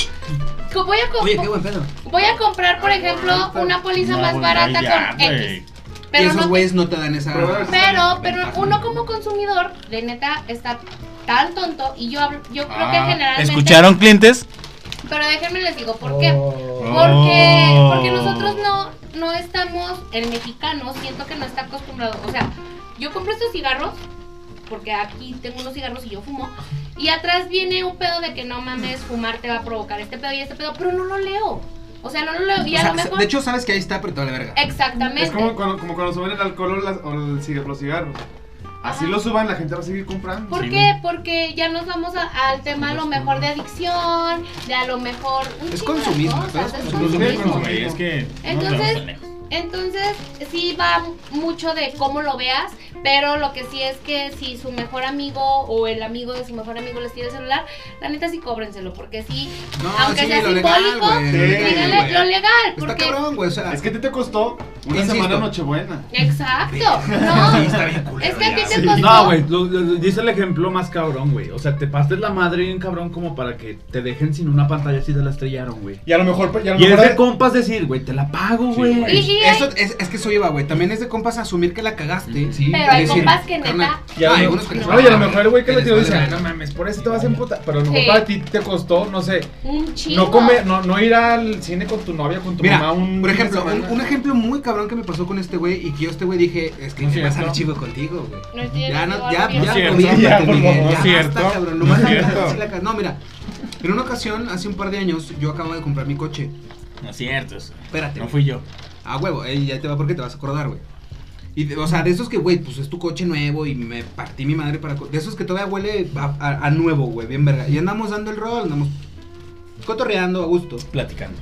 C: co- voy a co-
A: ¿Ah, Oye, qué buen pedo.
C: voy a comprar
D: Ah,
C: por ejemplo una póliza más barata con X.
A: y
C: Pero
A: esos
C: no-
A: güeyes no te dan esa...
C: pero pero uno como consumidor de neta está tan tonto y yo hablo- yo creo que
D: Ah,
C: generalmente
H: ¿Escucharon clientes?
C: pero déjenme les digo por qué. Porque,
D: Oh.
C: porque nosotros no, no estamos, el mexicano siento que no está acostumbrado. O sea, yo compro estos cigarros, porque aquí tengo unos cigarros y yo fumo, y atrás viene un pedo de que no mames, fumar te va a provocar este pedo y este pedo, pero no lo leo. O sea, no lo leo. Y
A: O
C: a
A: sea,
C: lo mejor.
A: de hecho, sabes que ahí está apretado la verga.
C: exactamente.
G: Es como cuando, como cuando suben el alcohol o, las- o el cigarro- los cigarros. Así
C: Ajá.
G: lo suban, la gente va a seguir comprando.
C: ¿Por
D: Sí.
C: qué? Porque ya nos vamos a- al tema a lo mejor de adicción, de a lo mejor. un
A: Es
C: chingo de
A: consumismo,
C: cosas,
A: ¿sabes? Es
C: es consumismo.
D: Güey, es que.
C: Entonces, Entonces, sí va mucho de cómo lo veas, pero lo que sí es que si su mejor amigo o el amigo de su mejor amigo les tira el celular, la neta sí cóbrenselo, porque sí,
A: No,
C: aunque
A: sí,
C: sea
A: lo legal,
C: simbólico,
A: güey, lo
G: sí,
A: legal,
C: díganle
A: güey.
C: lo legal,
A: Está
C: porque...
A: cabrón, güey, o sea...
G: Es que a ti te costó una
A: Insisto.
G: semana Nochebuena.
C: Exacto, no,
A: Sí, está bien culero
C: es que a ti
A: ya,
C: te
A: güey.
C: costó...
F: No, güey, lo- lo- lo- dice el ejemplo más cabrón, güey. O sea, te pastes la madre bien cabrón como para que te dejen sin una pantalla si te la estrellaron, güey.
G: Y a lo mejor. Y a lo
F: Y es
G: mejor
F: de compas decir, güey, te la pago, güey.
C: Y- y hay-
A: Eso es, es que eso lleva, güey. También es de compas asumir que la cagaste. Sí,
C: Pero hay
A: decir,
C: compas que neta-
A: carnal,
G: Y a lo
A: hay
G: mejor-
A: unos que les
G: no, y a lo
A: vale,
G: mejor el güey que le
A: les
G: tiró
A: vale
G: dice, "Ah,
A: verga".
G: no mames, por eso te vas a emputar. Pero a lo mejor
C: Sí.
G: para ti te costó, no sé,
C: un chingo.
G: no comer, no, no ir al cine con tu novia, con tu
A: Mira,
G: mamá un
A: por ejemplo,
G: fin de
A: un,
G: semana.
A: un ejemplo muy cabrón que me pasó con este güey y que yo a este güey dije, es que
G: No es
A: me vas a
G: cierto.
A: chivo contigo, güey.
C: No es cierto,
A: Ya, no, ya,
C: no es
A: ya,
D: cierto.
A: podía,
G: Ya,
A: Miguel,
G: por favor.
A: ya
D: No es
A: basta,
D: cierto.
A: cabrón, no
D: No es
A: vas a
D: cierto.
A: cagar, sí la cagas. No, mira, en una ocasión, hace un par de años, yo acabo de comprar mi coche.
D: No es cierto. eso.
A: Espérate,
D: No
A: güey.
D: fui yo.
A: Ah, huevo, eh, ya te va porque te vas a acordar, güey. Y, de- o sea, de esos que, güey, pues es tu coche nuevo y me partí mi madre para... co- De esos que todavía huele a, a- a nuevo, güey, bien verga. Y andamos dando el rol, andamos cotorreando a gusto.
D: Platicando.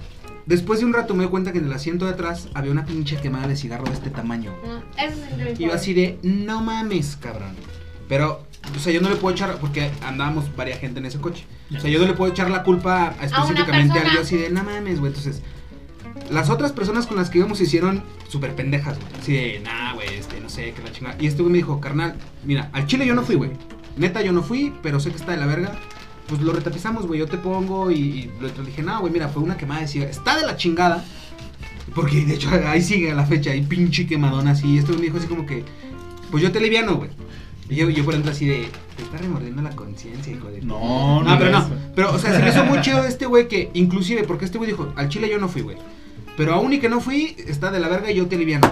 A: Después de un rato me doy cuenta que en el asiento de atrás había una pinche quemada de cigarro de este tamaño. güey.
C: No, eso es lo
A: Y yo así de, no mames, cabrón. Pero, o sea, yo no le puedo echar, porque andábamos varias gente en ese coche. O sea, yo no le puedo echar la culpa a- específicamente a,
C: persona.
A: yo así de, no mames, güey. Entonces, las otras personas con las que íbamos se hicieron súper pendejas, güey. Así de, nah, güey, este, no sé, que la chingada. Y este güey me dijo, carnal, mira, al chile yo no fui, güey. Neta, yo no fui, pero sé que está de la verga. Pues lo retapizamos, güey, yo te pongo y, y lo le dije, no, güey, mira, fue una quemada de cigarro. Está de la chingada. Porque de hecho ahí sigue a la fecha, ahí pinche quemadón así. Y este güey me dijo así como que, pues yo te liviano, güey. Y yo, yo por dentro así de, te está remordiendo la conciencia, hijo de
D: No,
A: no, Ah, pero no.
D: es-
A: Pero, o sea, se me hizo muy chido de este güey que, inclusive, porque este güey dijo, al Chile yo no fui, güey. Pero aún y que no fui, está de la verga y yo te liviano.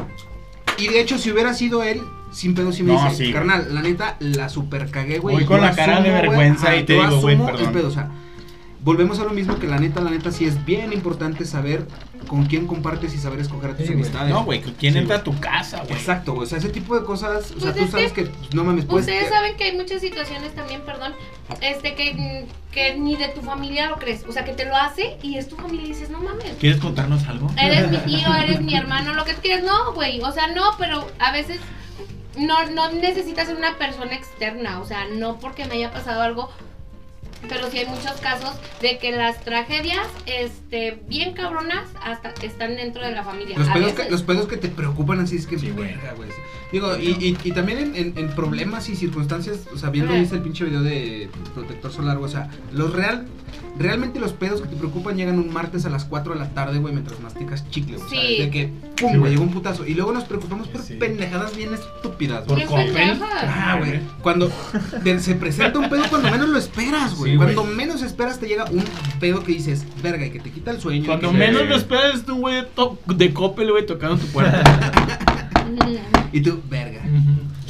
A: Y de hecho, si hubiera sido él, sin pedo si me
D: No,
A: dice,
D: sí.
A: carnal, la neta, la super cagué, güey.
D: Voy
A: y
D: con
A: yo
D: la cara de
A: güey,
D: vergüenza y te
A: yo
D: digo, güey,
A: asumo el
D: perdón.
A: pedo, o sea, volvemos a lo mismo que la neta, la neta sí es bien importante saber con quién compartes y saber escoger a tus
B: Sí, güey.
A: amistades.
D: No, güey, ¿quién
A: Sí, güey.
D: entra a tu casa, güey?
A: Exacto, güey. O sea, ese tipo de cosas, o sea,
C: Pues
A: tú
C: es
A: sabes que, pues, no mames, pues
C: Ustedes saben que hay muchas situaciones también, perdón, este que, que ni de tu familia lo crees. O sea, que te lo hace y es tu familia y dices, no mames.
D: ¿Quieres contarnos algo?
C: Eres mi tío, eres mi hermano, lo que tú quieras. No, güey. O sea, no, pero a veces no, no necesitas ser una persona externa. O sea, no porque me haya pasado algo. Pero sí hay muchos casos de que las tragedias, este, bien cabronas, hasta están dentro de la familia.
A: Los
C: A
A: pedos, que,
C: veces.
A: los pedos que te preocupan así es que...
D: Sí, güey.
A: verga, güey. Digo, y, y, y también en, en- en problemas y circunstancias, o sea, bien lo
C: Ajá.
A: dice el pinche video de Protector Solar, güey, o sea, los real... Realmente los pedos que te preocupan llegan un martes a las 4 de la tarde, güey, mientras masticas chicle, güey. o sea,
C: Sí.
A: De que, pum, güey, llegó un putazo. Y luego nos preocupamos por
D: Sí.
A: pendejadas bien estúpidas,
D: Por
A: güey.
C: Qué
D: Coppel.
C: pendejas.
A: Ah, güey. Cuando te- se presenta un pedo cuando menos lo esperas, güey.
D: Sí, güey.
A: cuando menos esperas te llega un pedo que dices, verga, y que te quita el sueño. y
H: Cuando
A: que-
H: menos lo esperas, es un güey de, to- de Coppel, güey, tocando tu puerta.
C: Ujú.
A: Y tú, verga.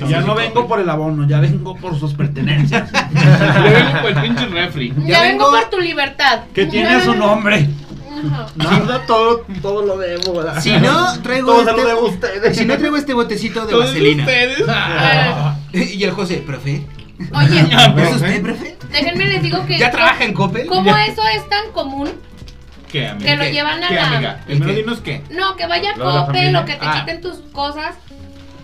H: ya no vengo por el abono, ya vengo por sus pertenencias.
D: Ya vengo por el pinche refri.
C: Ya,
A: Ya
C: vengo,
A: vengo.
C: por tu libertad.
H: Que tiene su nombre.
C: Ajá.
H: Nada, todo, todo lo debo, ¿verdad?
A: Si no traigo
H: Todo se lo debo a
A: este,
H: ustedes.
A: si no traigo este botecito de
H: Todos
A: vaselina.
H: ustedes.
C: Ah.
A: Y el José, profe.
C: Oye,
A: ¿Es usted, profe?
C: déjenme les digo que.
A: ¿Ya trabaja en Coppel?
C: Como eso es tan común
D: ¿Qué,
C: que
D: amiga?
C: lo
A: ¿Qué?
C: llevan a
D: ¿Qué,
C: la.
D: amiga?
A: ¿El
D: Primero
A: qué?
D: dinos qué.
C: No, que vaya
F: Lo de la
C: a Coppel
F: familia.
C: o que te
D: Ah.
C: quiten tus cosas.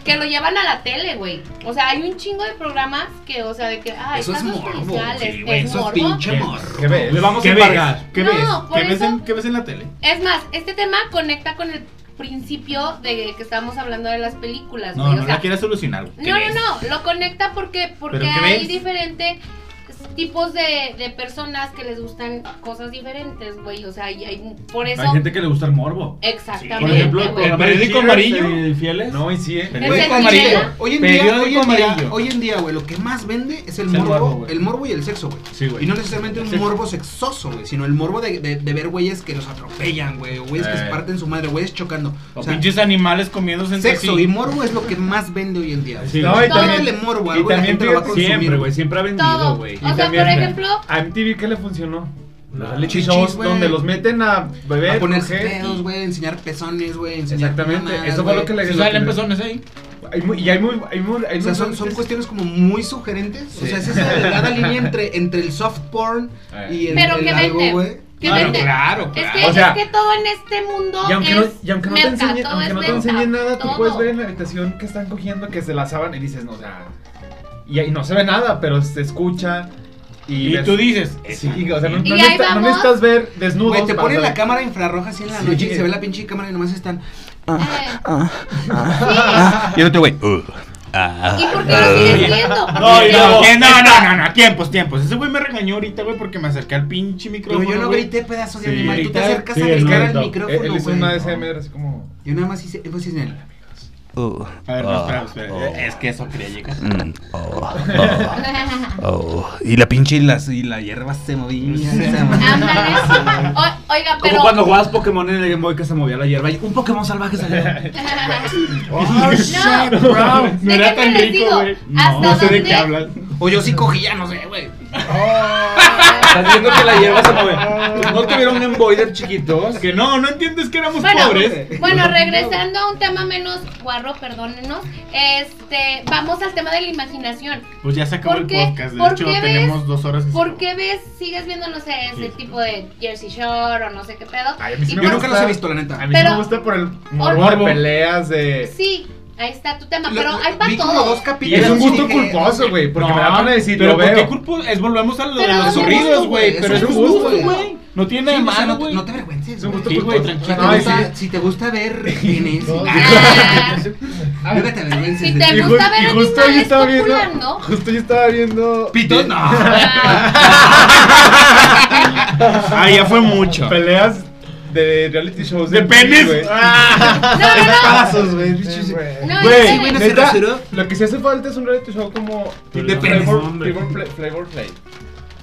C: Que lo llevan a la tele, güey. O sea, hay un chingo de programas que, o sea, de que. Ay,
A: Eso es
C: casos
A: morbo.
C: policiales,
A: sí, güey,
C: es
A: eso es
C: morbo.
A: pinche
D: ¿Qué?
A: morbo.
G: ¿Qué ves?
F: Le vamos a
D: ¿Qué ves?
F: embargar.
D: ¿Qué
C: No,
D: ves?
C: por
D: ¿Qué, ves
C: eso-
D: en, ¿Qué ves en la tele?
C: Es más, este tema conecta con el principio de que estábamos hablando de las películas,
D: No,
C: güey.
D: no
C: o sea,
D: la quieres solucionar. güey. ¿Qué
C: No,
D: ves?
C: no, no, lo conecta porque, porque
D: ¿Pero qué
C: hay
D: ves?
C: diferentes tipos de, de personas que les gustan cosas diferentes, güey. O sea, y hay, por eso.
F: Hay gente que le gusta el morbo.
C: Exactamente.
F: Por ejemplo, el
C: güey.
F: programa de
D: periódico
F: Cheers,
D: amarillo.
F: de Fieles.
G: No, y sí, eh.
C: ¿Es
A: Güey,
C: el
A: amarillo.
C: dinero?
A: Hoy en día,
D: Periódico
A: hoy en día,
D: amarillo.
A: hoy en día, güey, lo que más vende es el
D: Es el morbo,
A: morbo,
D: güey.
A: el morbo y el sexo, güey.
D: Sí, güey.
A: Y no necesariamente un
D: Sí.
A: morbo sexoso, güey, sino el morbo de, de- de ver güeyes que los atropellan, güey, o güeyes que se
D: Eh.
A: parten su madre, güeyes chocando.
H: O
A: O sea,
H: pinches animales comiéndose entre
A: sexo
H: sí.
A: y morbo es lo que más vende hoy en día. güey.
F: Sí,
G: No, y
A: Todo
G: también,
A: le morbo,
G: y
A: algo la
G: también
A: gente lo va a
G: fíjate-
A: consumir.
F: Siempre, güey, siempre ha vendido,
C: Todo.
F: güey.
C: O sea, por
G: también-
C: ejemplo,
G: A MTV, ¿qué le funcionó? Los
F: Nah.
G: reality
A: Chichis,
G: shows
A: güey.
G: donde los meten a beber,
A: A poner
G: coger y-
A: pedos, güey, enseñar pezones, güey, enseñar
G: Exactamente,
A: mamadas,
G: eso fue lo
A: güey.
G: que le...
H: Si
G: lo que
H: salen
G: le-
H: pezones ahí.
G: Hay muy- y hay muy... Hay muy hay
A: O sea,
G: muy-
A: son, son cuestiones como muy sugerentes. O sea, es esa delgada línea entre, entre el soft porn
G: Ah.
A: y el,
C: Pero
A: el
C: que
A: algo,
C: venden.
A: güey.
C: ¿qué
D: Claro,
C: vende?
D: claro,
C: Es
D: claro.
C: que,
G: O sea,
C: es que todo en este mundo
G: Y aunque,
C: es
G: no, y aunque no te
C: merca,
G: enseñe,
C: todo
G: aunque
C: es
G: no te
C: venta,
G: enseñe nada, tú
C: todo.
G: puedes ver en la habitación que están cogiendo que se la saban y dices, no, o sea, y ahí no se ve nada, pero se escucha y,
H: Y
G: ves-
H: tú dices,
G: sí, y, o sea, no,
C: Y
G: no
C: ahí
G: necesita- no
C: vamos.
G: necesitas ver desnudos.
A: Güey, te
G: para
A: ponen la
G: saber.
A: cámara infrarroja así en la
G: Sí.
A: noche y se ve la pinche cámara y nomás están.
C: Eh,
H: y el otro güey.
C: ¿Y por qué lo sigues viendo?
H: No, y luego-
D: ¿Quién? no, no, no, no, tiempos, tiempos. Ese güey me regañó ahorita, güey, porque me acerqué al pinche
A: Pero
D: micrófono.
A: yo no
D: güey.
A: grité pedazo de
D: Sí.
A: animal. Tú te
D: Gritar,
A: acercas a
F: sí,
A: gritar
F: no,
A: al
F: no.
G: Él,
A: micrófono,
G: Eh, él hizo
A: güey.
G: una SMR así como...
A: Yo nada más hice énfasis en el.
D: A ver, no, espera, espera. Es que eso quería llegar.
H: Y la pinche y las.
A: Y la hierba se movía.
C: Ah. Ándale. O- oiga,
F: Como
C: pero.
F: cuando jugabas Pokémon en el Game Boy que se movía la hierba. y un Pokémon salvaje salió.
D: Oh, shit, bro. No era tan
C: déjenme les
D: rico,
C: digo,
D: güey.
C: ¿hasta
D: No sé de
C: dónde?
D: qué hablan.
A: O yo sí cogía, no sé, güey.
F: Estás viendo que la hierba se mueve. ¿No tuvieron Game Boy de chiquitos?
D: Que no, no entiendes que éramos
C: Bueno,
D: pobres.
C: bueno, regresando a un tema menos guarro, perdónenos. Este, vamos al tema de la imaginación.
D: Pues ya se acabó
C: ¿Por
D: el
C: qué?
D: podcast. De
C: ¿Por
D: hecho,
C: qué ves?
D: tenemos dos horas. que se
C: ¿Por
D: acabó.
C: qué ves, sigues viendo, no sé, ese
D: Sí.
C: tipo de Jersey Shore o no sé qué pedo?
G: Ay, a mí sí
C: Y
G: me
A: Yo
C: por-
A: nunca los he visto, la
G: A
A: neta.
G: mí sí
C: Pero-
G: me gusta por el morbo
D: Morbo.
G: de peleas de...
C: Sí, ahí está tu tema,
A: Lo-
C: pero hay
A: vi
C: para
A: como
C: todo.
A: dos
G: Y
A: capítulos.
G: es un
A: y
G: gusto
A: dije,
G: culposo, güey, porque
D: No,
G: me la van a decir,
D: pero
G: lo
D: ¿por qué
G: veo.
D: culpo- Es, volvemos a lo de
C: Pero
D: los
C: es un
D: corridos,
C: gusto,
D: güey.
A: güey,
D: Pero es un gusto, güey. No
A: Sí,
D: tiene nada de
A: o sea, no,
D: malo,
A: te-
D: güey.
A: no te avergüences,
G: Es un
A: güey.
G: gusto
D: Sí, pues, güey, Ah,
A: Si
G: culposo.
A: te,
D: tranquilo.
G: Ay, sí.
A: gusta, si te gusta ver penes,
C: Ah,
A: nunca te avergüences.
C: Si
A: de
C: te
A: ti.
G: Y,
C: gusta
G: ju-
C: ver
G: y
C: a ti
G: justo
C: mal
G: yo estaba viendo.
C: especulando.
G: Justo yo estaba viendo.
A: Pitos, no.
C: ah,
H: Ah, ya fue mucho.
G: Peleas de reality shows.
H: De penes.
G: güey.
C: no, no, no.
A: Pasos, güey.
G: Sí, güey.
C: No,
G: Güey,
C: sí, güey,
A: no
G: neta,
A: se rasuró.
G: lo que sí hace falta es un reality show como
A: De penes.
G: Flavor, Flavor Play.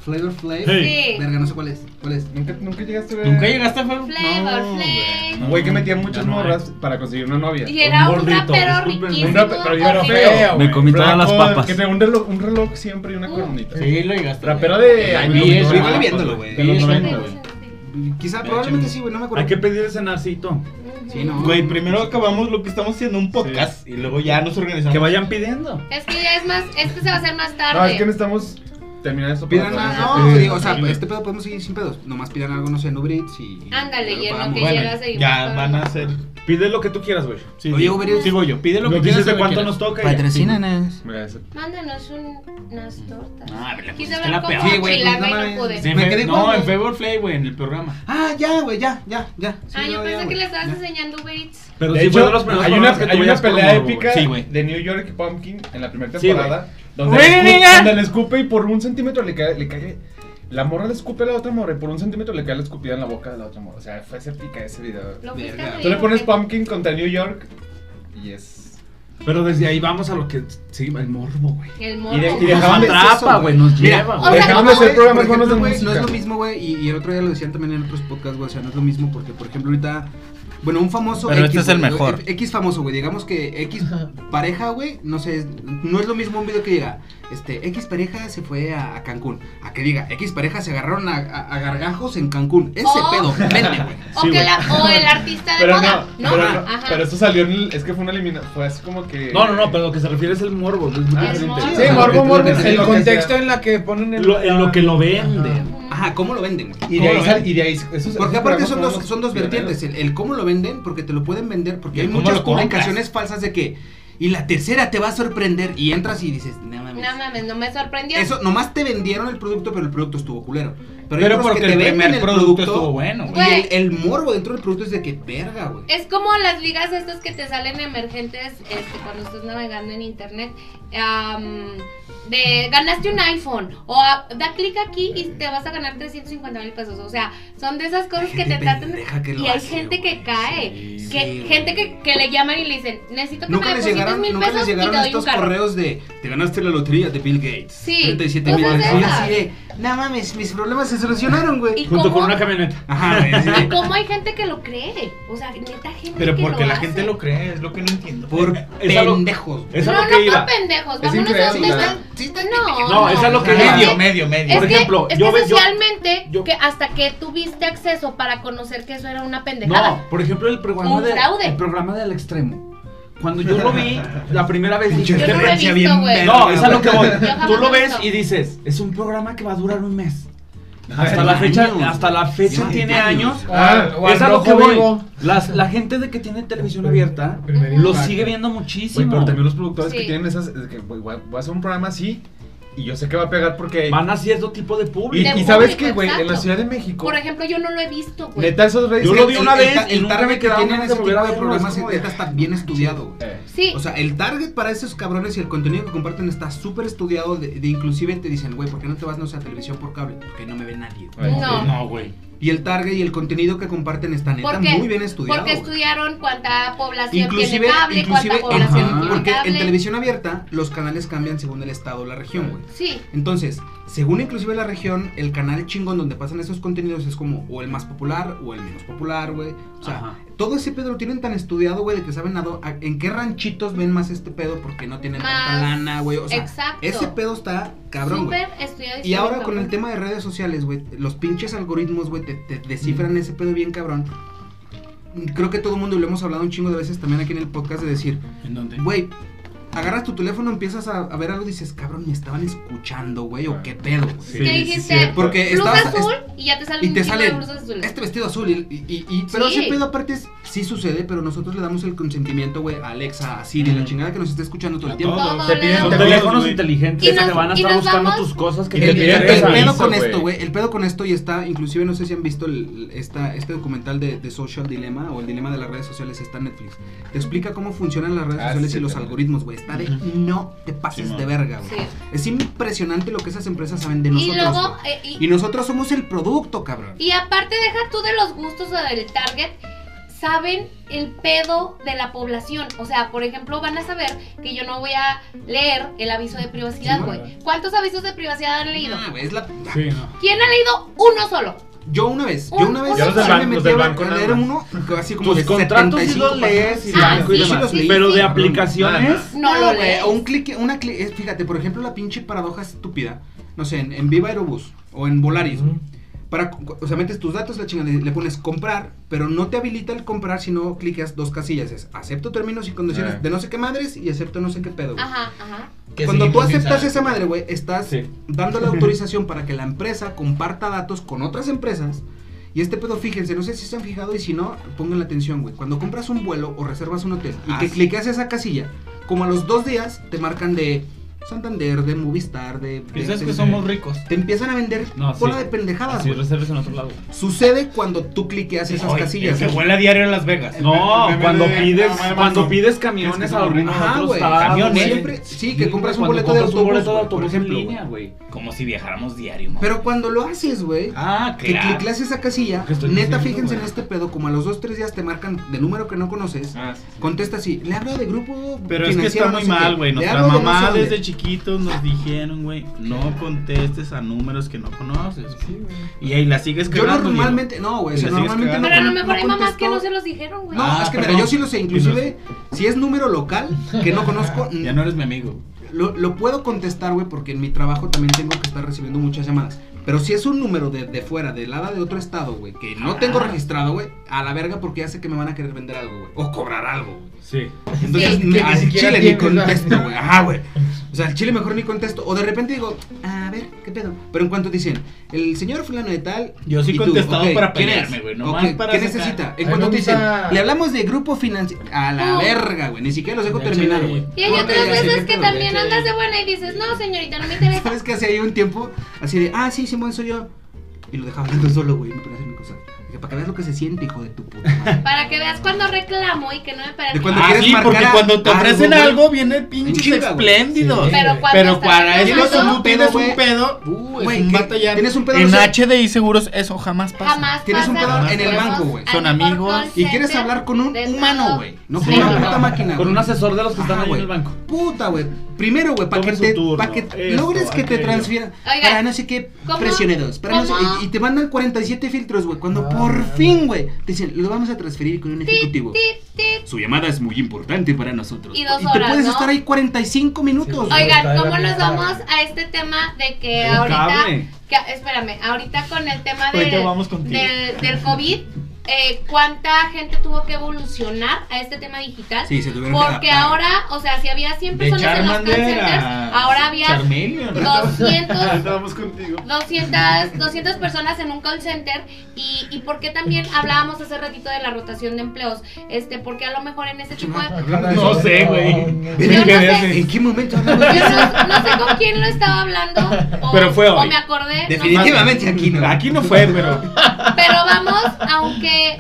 A: Flavor Flav.
C: Sí.
A: Verga, no sé cuál es. ¿Cuál es?
G: Nunca, nunca llegaste a ver.
D: ¿Nunca llegaste a Flavor
C: Flavor Flav.
G: Un güey que metía
D: Ya
G: muchas
D: no hay.
G: morras para conseguir una novia.
C: Y era un
H: gordito,
C: rapero
H: disculpen,
C: riquísimo.
G: un rapero, pero yo era
C: horrible.
G: feo.
B: güey.
F: Me comí todas las
G: Blanco,
F: papas.
G: Que tenía un reloj, un reloj siempre y una coronita.
D: Sí, lo llegaste. a ver.
G: Rapero de
D: Ay,
G: IBS,
D: bien,
G: güey.
D: bien,
A: Igual
D: bien.
A: viéndolo, güey.
G: De los
D: Sí,
G: 90,
D: güey.
G: güey.
A: Quizá,
D: Me
A: probablemente
D: echen-
A: sí, güey, no me acuerdo.
F: Hay que pedir el cenarcito.
C: Ujú.
A: Sí, no.
D: Güey, primero acabamos lo que estamos haciendo, un podcast, y luego ya nos organizamos.
F: Que vayan pidiendo.
C: Es que ya es más, es que se va a hacer más tarde.
G: No, es que este- necesitamos terminar esto. para
A: Pidan
G: poder
A: algo,
G: hacer-
A: no, digo, o sea,
D: Sí.
A: este pedo podemos seguir sin pedos. Nomás pidan algo, no sé, en Uber Eats y.
C: Ándale,
A: lo
C: y en lo
A: pagamos.
C: que
D: Bueno,
C: llega, seguimos
D: ya
C: con-
D: van a ser.
F: Pide lo que tú quieras, güey.
D: Sí,
A: Oye,
D: sí.
A: Uber Eats.
D: Sigo yo, pide lo que
F: Nos
D: quieras.
F: dices de
D: lo que
F: cuánto
D: quieras.
F: nos toca. y ya.
A: Patrocínanos.
G: Mira, ese-
C: Mándanos un, unas tortas.
D: Ah, me
C: Quise
D: la pusiste
C: hablar
D: la
C: con
D: peor.
A: Sí, güey, pues,
C: Mochilame
A: no
C: y no
A: mames.
C: pude.
D: Sí,
A: Me
D: fe-
A: quedé
D: no,
A: con-
D: en Favor Play, güey, en el programa.
A: Ah, ya, güey, ya, ya, ya. Sí,
C: Ah, yo
A: no, ya,
C: pensé que
A: güey,
C: le estabas
A: ya.
C: enseñando Uber Eats.
F: Pero
G: de
F: sí fue
G: hecho,
F: de los primeros
G: hay una,
F: programas que
G: hay
F: tú
G: una
F: veías por
G: pelea
F: morbo, güey.
G: épica
D: Sí, güey.
G: de New York Pumpkin en la primera
F: Sí, güey.
G: temporada. donde,
H: ¡Güey,
G: le escu-
H: niña!
G: donde le escupe y por un centímetro le cae, le cae. La morra le escupe a la otra morra y por un centímetro le cae la escupida en la boca de la otra morra. O sea, fue ese pica ese video.
C: Lo fuiste
A: Verga.
C: a
G: Tú le
C: pedir,
G: pones
C: güey.
G: Pumpkin contra New York y es.
F: Pero desde ahí vamos a lo que. Sí, el morbo, güey.
C: El
G: Y, de- y
C: morro.
G: dejaban de-
F: Nos atrapa, güey, nos
A: Mira,
F: lleva,
C: o sea,
F: güey.
G: dejaban
C: como
G: de
A: Ah,
G: hacer
A: güey, por
G: programas buenos de
A: ejemplo, güey, No
G: música.
A: es lo mismo, güey. Y, y el otro día lo decían también en otros podcasts, güey. O sea, no es lo mismo porque, por ejemplo, ahorita. Bueno, un famoso.
H: Pero este es el
A: güey, eh,
H: mejor.
A: X famoso, güey. Digamos que X pareja, güey. No sé, es- no es lo mismo un video que diga. Este, X pareja se fue a, a Cancún. A que diga, X pareja se agarraron a, a- a gargajos en Cancún. Ese
C: Oh.
A: pedo, vende, güey.
C: O, que la, o el artista de
G: Pero
C: moda.
G: no,
C: No,
G: pero, no,
C: ajá.
G: pero esto salió en el, es que fue una elimina, fue así como que
F: No, no, no, pero lo que se refiere es el morbo. Es muy
C: El
F: diferente.
C: morbo.
G: Sí, morbo, morbo,
A: Lo que
B: El
G: sea.
B: contexto en la que ponen el.
F: Lo- en lo que lo venden.
C: Ujú.
A: Ajá, ¿cómo lo venden, güey?
G: y de ahí sal- y de ahí esos- esos
A: Porque aparte
G: programas
A: son dos,
G: los
A: son dos
G: pioneros.
A: vertientes, el, el cómo lo venden, porque te lo pueden vender, porque
D: Y
A: hay
D: el cómo
A: muchas
D: lo compras.
A: publicaciones falsas de que, y la tercera te va a sorprender, y entras y dices, no mames.
C: No mames, no me sorprendió.
A: Eso, nomás te vendieron el producto, pero el producto estuvo culero. Pero, hay
D: Pero
A: otros que
D: porque
A: te
D: el
A: venden
D: primer producto estuvo bueno, güey.
A: Y el, el morbo dentro del producto es de que, verga, güey.
C: Es como las ligas estas que te salen emergentes este, cuando estás navegando en internet. am, de ganaste un iPhone o ah, da clic aquí y te vas a ganar 350 mil pesos. O sea, son de esas cosas que
A: gente
C: te tratan.
A: pendeja que lo
C: y hay
A: hace,
C: gente
A: güey,
C: que cae.
D: sí,
C: que,
A: sí,
C: gente
A: güey.
C: que, que le llaman y le dicen, necesito que
A: Nunca
C: me
A: les
C: deposites
A: llegaron,
C: mil
A: nunca
C: pesos
A: les
C: y te
A: llegaron
C: doy
A: estos
C: un carro.
A: correos de te ganaste la lotería de Bill Gates.
C: Sí, Pues
A: 37 mil
C: cosas de
A: dólares. Y yo
C: esas.
A: así de, no mames, mis problemas se solucionaron,
C: ¿Y
A: güey.
F: Junto
C: cómo,
F: con una camioneta.
A: Ajá, güey. así de,
C: y cómo hay gente que lo cree? O sea, neta gente.
D: Pero
C: que
D: porque
C: lo
D: la
C: hace.
D: gente lo cree, es lo que no entiendo.
A: Por
F: Es algo-
A: pendejos, güey.
F: Es a
C: no,
F: lo que
C: no,
F: iba.
C: por pendejos.
G: Es
C: Vámonos a
G: increíble,
C: donde
G: o sea,
C: están. No,
F: No, es a lo que
C: Es
A: iba.
D: Medio, medio, medio.
C: Es
F: Por
C: que,
F: ejemplo,
C: es
F: yo
C: que
F: ve- yo-
C: socialmente,
F: yo-
C: que hasta que tuviste acceso para conocer que eso era una pendejada.
F: No, por ejemplo, el programa,
C: Un
F: de,
C: fraude.
F: el programa del extremo. Cuando yo lo vi, la primera vez dije,
C: Yo no
F: "Este
C: lo he
F: pe-
C: visto, güey.
F: No, es a lo que voy.
C: jamás
F: Tú lo
C: lo he
F: ves
C: visto.
F: y dices, es un programa que va a durar un mes. Hasta la fecha,
A: años,
F: hasta la fecha
A: Lleva
F: tiene
A: años.
F: años.
B: Ah,
G: Ah,
B: o
F: Es a lo
B: Rojo
F: que voy.
B: Vivo.
F: Las- la gente de que tiene televisión abierta lo sigue viendo
G: Güey,
F: muchísimo.
G: pero también los productores
C: Sí.
G: que tienen esas es que güey, voy a voy a hacer un programa así y yo sé que va a pegar porque
F: Van a cierto tipo de
G: y,
F: público.
C: De
G: y sabes
C: público,
G: que güey, en la
C: exacto.
G: Ciudad de México,
C: Por ejemplo, yo no lo he visto, güey.
G: neta esos reyes
F: Yo
A: Es
F: lo
A: que
F: vi
A: el-
F: una
A: el
F: vez
A: ta-
F: y
A: el
F: nunca me
A: target que
F: quedaron
A: tienen
F: ganas
A: ese
F: de volver
A: tipo
F: a
A: de
F: verlo,
A: problemas
F: es como de-
A: neta, está bien estudiado, güey.
G: Eh,
C: Sí.
A: O sea, el target para esos cabrones y el contenido que comparten está súper estudiado. De, de inclusive te dicen, güey, ¿por qué no te vas no sé, a televisión por cable? Porque no me ve nadie. güey.
G: güey.
C: no.
D: No, güey.
A: Y el target y el contenido que comparten está neta
C: Porque-
A: muy bien estudiado.
C: porque
A: güey.
C: estudiaron cuánta población
A: Inclusive,
C: tiene cable,
A: inclusive
C: cuánta
A: en,
C: población
A: en-
C: tiene
A: porque
C: cable.
A: en televisión abierta los canales cambian según el estado o la región, güey.
C: Sí.
A: Entonces, según inclusive la región, el canal chingón donde pasan esos contenidos es como o el más popular o el menos popular, güey. O sea,
F: Ajá.
A: todo ese pedo lo tienen tan estudiado, güey, de que saben a do- a- en qué ranchitos ven más este pedo porque no tienen tanta
C: Más.
A: lana, güey. O sea,
C: Exacto.
A: ese pedo está cabrón, güey.
C: Súper estudiado
A: Y ahora
C: súper
A: con el
C: cabrón.
A: tema de redes sociales, güey, los pinches algoritmos, güey, te, te descifran ese pedo bien cabrón. Creo que todo el mundo y lo hemos hablado un chingo de veces también aquí en el podcast de decir,
D: ¿En dónde?
A: Güey, agarras tu teléfono, empiezas a, a ver algo y dices, cabrón, me estaban escuchando, güey, o qué pedo. güey?"
C: ¿Qué dijiste?
A: Porque
C: Blusa
A: estabas-
C: azul y ya te salen
A: y
C: un
A: te
C: chingo de
A: salen,
C: blusas azules.
A: Este vestido azul y... y- y- pero
C: Sí.
A: ese pedo aparte es- sí sucede, pero nosotros le damos el consentimiento, güey, a Alexa, a Siri,
C: Mm.
A: la chingada que nos está escuchando todo el tiempo.
C: Todo
G: Te
C: le
G: piden-
C: damos-
F: Son
G: Te
F: teléfonos
G: güey.
F: inteligentes
C: Y nos-
F: que te van a
C: y
F: estar
C: nos
F: buscando
C: vamos-
F: tus cosas que
A: El,
F: te
A: el- el
F: interesan.
A: pedo con
G: güey.
A: esto, güey, el pedo con esto y está, inclusive no sé si han visto el- esta, este documental de, de Social Dilemma o el dilema de las redes sociales, está en Netflix. Te explica cómo funcionan las redes
G: Ah,
A: sociales
G: sí,
A: y los
G: también.
A: algoritmos, güey. Está de no te pases
D: Sí,
A: de
D: man.
A: verga, güey.
C: Sí.
A: Es impresionante lo que esas empresas saben de
C: Y
A: nosotros.
C: luego,
A: güey.
C: eh, y-
A: Y nosotros somos el producto, cabrón.
C: Y aparte deja tú de los gustos o del target. saben el pedo de la población. O sea, por ejemplo, van a saber que yo no voy a leer el aviso de privacidad,
D: Sí,
C: güey.
D: bueno.
C: ¿Cuántos avisos de privacidad han leído?
A: Ah, güey, es la-
D: Sí, no.
C: ¿Quién ha leído uno solo?
A: Yo una vez, yo
C: Un-
A: una vez
C: Ya los del
A: sí
F: ban- los del
A: a-
F: banco
A: a
F: nada
A: leer
F: más.
A: uno, que así como
F: Tus
A: de
F: contratos sí
A: 75
F: los lees y
A: páginas.
C: Ah, banco y sí, demás, sí, sí,
F: pero
C: sí.
F: de aplicaciones.
C: No, lo
A: güey,
C: lees.
A: o un clic, una clic, es- fíjate, por ejemplo, la pinche paradoja estúpida, no sé, en, en Viva Aerobús o en Volaris, güey, para, cu- o sea, metes tus datos, la chingada, le, le pones comprar, pero no te habilita el comprar si no clicas dos casillas, es acepto términos y condiciones
F: Eh.
E: Ah.
A: de no sé qué madres y acepto no sé qué pedo, güey.
C: Ajá, ajá.
I: Que
A: Cuando tú
I: seguimos sin
A: aceptas
I: saber.
A: esa madre, güey, estás
F: Sí.
A: dando la autorización para que la empresa comparta datos con otras empresas. Y este pedo, fíjense, no sé si se han fijado y si no, pongan la atención, güey. Cuando compras un vuelo o reservas un hotel y
D: Ah,
A: que
D: sí.
A: cliques esa casilla, como a los dos días te marcan de Santander, de Movistar, de... de- este,
D: Piensas
A: de-
D: que somos ricos.
A: Te empiezan a vender
F: No,
A: bola
F: sí.
A: de pendejadas,
F: Si
A: güey.
F: reserves en otro lado.
A: Sucede cuando tú cliqueas esas
D: Oye,
A: casillas. ¿eh?
D: Se
A: güey.
D: vuela diario a Las Vegas.
F: No,
E: meme
F: cuando
E: de-
F: pides,
E: Ah, madre,
F: cuando
E: no.
F: pides
E: Es
F: camiones
E: que
F: a algún
E: no,
A: Ajá,
F: otro
A: güey.
F: estado,
D: Camiones.
A: Siempre- sí, que
F: Sí,
A: compras un
F: cuando
A: boleto de
F: compras
A: autobús,
F: un boleto de
A: güey, por
F: autobús en
A: ejemplo,
F: línea,
A: güey.
F: güey.
D: Como si viajáramos diario, mamá.
A: Pero cuando lo haces, güey,
D: Ah,
A: Que
D: claro.
A: cliclas esa casilla,
F: Que estoy
A: neta,
F: diciendo,
A: fíjense en
F: güey.
A: este pedo, como a los dos, tres días te marcan de número que no conoces,
E: Ah, sí, sí.
A: contesta así, le hablo de grupo
D: Pero es que
A: financiero,
D: está
A: no
D: muy
A: sé
D: mal,
A: qué,
D: güey.
A: le
D: Nuestra
A: hablo de no sé
D: mamá
A: dónde".
D: desde chiquitos nos dijeron, güey, no contestes a números que no conoces. Y ahí la sigues
A: Yo
D: cagando.
A: normalmente, no, güey, o sea,
D: Y le sigues
A: normalmente Ah, no
D: cagando.
C: Pero a lo mejor hay mamás
A: contesto.
C: que no se los dijeron, güey.
A: No,
D: Ah,
A: es que mira,
D: perdón.
A: yo sí lo sé, inclusive, si es número local, que no conozco,
D: Digo, Ya no eres mi amigo.
A: Lo, lo puedo contestar, güey, porque en mi trabajo también tengo que estar recibiendo muchas llamadas. Pero si es un número de, de fuera, de lada de otro estado, güey, que no tengo
D: Ah.
A: registrado, güey, a la verga porque ya sé que me van a querer vender algo, güey, o cobrar algo, güey.
F: Sí.
A: Entonces,
C: Sí,
A: me-
I: que ni
A: al
I: siquiera
A: chile ni
I: tienes, ¿no?
A: contesto, güey. Ajá, güey. O sea, al chile mejor ni contesto. O de repente digo, a ver, ¿qué pedo? Pero en cuanto dicen, el señor fulano de tal...
D: Yo sí
A: y tú,
D: contestaba
A: ok,
D: para
A: ¿quién es?
D: pelearme, güey, nomás
A: Ok,
D: para
A: ¿Qué
D: sacar-
A: necesita?
I: Ay,
A: En cuanto
I: no,
A: te dicen,
I: misa.
A: le hablamos de grupo financiero... A la
C: No.
A: verga, güey. Ni siquiera los dejo
I: Ya,
A: terminar,
I: chale.
A: güey.
C: Y hay otras
I: Ya sé
C: veces
I: qué
C: que
I: pedo,
C: también
I: ya sé.
C: andas de buena y dices, no, señorita, no me interesa.
A: ¿Sabes que hace ahí un tiempo? Así de, ah, sí, Simón, soy yo. Y lo dejaba hablando solo, güey. No podía hacer mi cosa. Dije, para que veas lo que se siente, hijo de tu puta madre".
C: Para que veas cuando reclamo y que no me parece.
A: De cuando
D: ah,
A: quieres
D: sí,
A: marcar
D: porque
A: a-
D: cuando te
A: algo,
D: ofrecen
A: güey.
D: algo, vienen pinches
A: chinga, güey.
D: espléndidos.
I: Sí.
C: Pero, cuando
D: Pero
C: estás
D: para eso,
C: reclamando,
D: si tú
A: un pedo,
D: tienes
A: güey.
D: un pedo, uh, es
A: Güey,
D: un
A: ¿qué-
D: batallar.
A: tienes un pedo, no
H: En
A: sé?
H: HDI seguros eso jamás pasa.
C: Jamás
A: Tienes un
C: pasa.
A: pedo
C: Jamás
A: en el
C: vemos
A: banco, güey.
C: al
H: Son
C: mejor
H: amigos.
C: call
A: Y quieres
C: center
A: hablar con un
C: de
A: humano,
C: todo.
A: güey. No
C: Sí,
A: con una
C: no,
A: puta
C: no.
A: máquina.
F: Con
A: güey.
F: un asesor de los que están
A: Ajá,
F: ahí en
A: güey.
F: el banco.
A: Puta, güey. Primero, güey, para
F: Tome
A: que,
F: su
A: te,
F: turno,
A: pa' que
F: esto,
A: logres que te
F: aquello.
A: transfieran.
C: Oigan,
A: Para no sé qué,
C: ¿cómo?
A: presione dos. Para no sé,
C: ¿Cómo?
A: y, y te mandan 47 filtros, güey. Cuando
I: Ah,
A: por
I: madre.
A: fin, güey, te dicen, lo vamos a transferir con un
C: Tit,
A: ejecutivo.
C: tit, tit.
A: Su llamada es muy importante para nosotros.
C: Y dos
A: te
C: horas,
A: puedes
C: ¿no?
A: estar ahí 45 minutos. güey.
C: Oigan, ¿cómo
I: Está
C: nos
I: bien,
C: vamos
I: está
C: a este tema de que
F: El
C: ahorita.
F: cable.
C: que- espérame, ahorita con el tema
D: Ahorita
C: del,
D: vamos contigo.
C: del, del COVID, eh, ¿cuánta gente tuvo que evolucionar a este tema digital?
A: Sí, se tuvieron que
C: Porque
A: adaptar.
C: ahora, o sea, si había 100
D: Ah, De
C: personas en los call
D: Charmander
C: centers,
D: a
C: ahora había
D: Charmeleon.
C: 200
F: Ahorita vamos contigo.
C: 200, 200 personas en un call center y, y por qué también hablábamos hace ratito de la rotación de empleos, este, porque a lo mejor en ese tipo de...
B: Ah,
I: No sé, güey.
C: Yo no sé,
A: ¿En qué momento hablamos de
C: yo
A: eso?
C: no, no sé con quién lo estaba hablando o,
D: Pero fue
C: o
D: hoy.
C: me acordé, no sé.
A: Definitivamente aquí no.
D: Aquí no fue, pero.
C: pero vamos, aunque...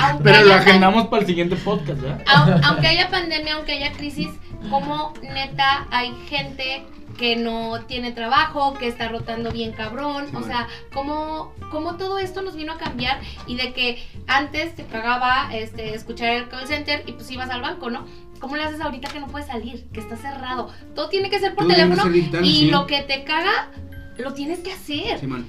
C: aunque
F: Pero lo
C: haya pan-
F: agendamos para el siguiente podcast, ¿verdad?
C: au- aunque haya pandemia, aunque haya crisis, como neta hay gente que no tiene trabajo, que está rotando bien cabrón, o
A: bueno.
C: sea, cómo, cómo todo esto nos vino a cambiar y de que antes te cagaba este, escuchar el call center y pues ibas al banco, ¿no? ¿Cómo le haces ahorita que no puedes salir, que está cerrado? Todo tiene que ser por
A: Todo tiene que
C: teléfono
A: ser digital,
C: y
A: sí.
C: lo que te caga lo tienes que hacer.
A: Simón.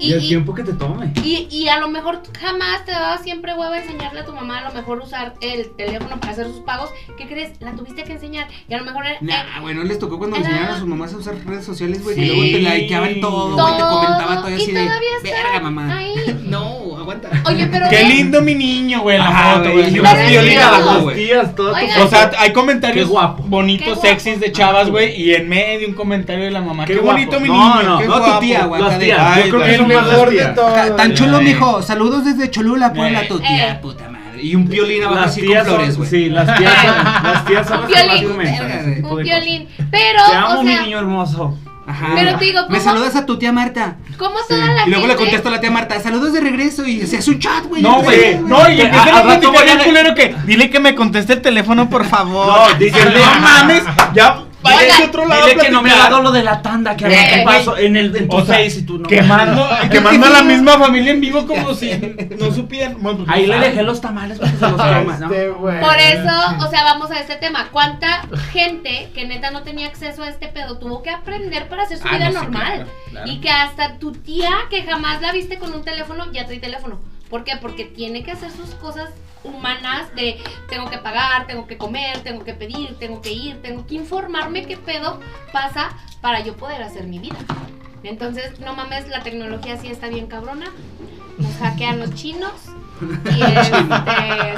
C: Y-
F: Y el
C: y-
F: tiempo que te tome.
C: y, y a lo mejor tú jamás te daba siempre hueva enseñarle a tu mamá, a lo mejor usar el teléfono para hacer sus pagos. ¿Qué crees? La tuviste que enseñar. Y a lo mejor era. eh,
A: Nah, güey, no les tocó cuando
C: Ah.
A: enseñaban a sus mamás a usar redes sociales, güey,
D: Sí.
A: que luego te likeaban todo,
C: todo,
A: güey, te comentaba todavía
C: y
A: así de.
C: todavía está
A: Verga, mamá.
C: ahí.
A: No, aguanta.
C: Oye, pero.
D: Qué
C: ve-
D: lindo mi niño, güey, la
A: Ajá, güey,
D: foto, güey.
A: y
D: Las
C: una
D: violinas,
C: tía,
D: las
A: güey.
F: tías, todo tu
C: Oigan.
D: O sea, hay comentarios
F: Qué guapo.
D: bonitos,
C: Qué guapo.
D: sexys de chavas, güey, y en medio un comentario de la mamá. Qué,
F: Qué guapo.
D: bonito mi
F: No,
D: niño.
F: no,
D: qué
A: no, tu
D: guapo.
A: tía, güey.
F: Las
A: acá de-
F: tías.
D: Ay,
F: Yo creo que
D: el
F: son más las
D: mejor de
F: tías.
A: Ta- Tan chulo,
D: Ay.
A: mijo. Saludos desde Cholula, Puebla,
D: Ay.
A: tu tía,
C: Eh.
A: puta madre. Y un violín abajo
F: Las
A: así con
F: tías
A: flores,
F: son,
A: güey.
F: sí, las tías son, las tías son las que más
C: Violín.
F: comentan ese tipo
C: Un
F: de
C: violín. Pero,
F: cosas. Te amo,
C: o
F: mi
C: sea,
F: niño hermoso.
A: Ajá.
C: Pero te digo,
A: Me
C: ¿cómo?
A: saludas a tu tía Marta.
C: ¿cómo toda la
A: Y luego le
C: gente-
A: contesto a la tía Marta, saludos de regreso. Y se hace un chat, güey.
D: No,
A: Y-
D: güey. No, y empiezan
F: A-
D: a
F: al rato
D: platicar
F: voy a-
D: bien culero que.
H: Dile que me conteste el teléfono, por favor.
F: No, dice,
D: No mames, ya Váyanse a
C: Oigan,
D: otro lado.
F: Dile que no me ha
D: platicar.
F: dado lo de la tanda que
C: Eh,
F: ahora te
C: güey.
F: paso en, el, en tu
D: O sea,
F: face y tú no.
D: Quemando, quemando a la misma familia en vivo como si no supieran. Bueno, pues,
F: Ahí le
D: ah,
F: dejé los tamales para que se los coma, ¿no?
B: Este, güey.
C: Por eso, o sea, vamos a este tema. ¿Cuánta gente que neta no tenía acceso a este pedo tuvo que aprender para hacer su
E: Ah,
C: vida
E: no, sí,
C: normal?
E: claro, claro.
C: Y que hasta tu tía, que jamás la viste con un teléfono, ya trae teléfono. ¿Por qué? Porque tiene que hacer sus cosas humanas de tengo que pagar, tengo que comer, tengo que pedir, tengo que ir, tengo que informarme qué pedo pasa para yo poder hacer mi vida. Entonces, no mames, la tecnología sí está bien cabrona. Nos hackean los chinos. Y este,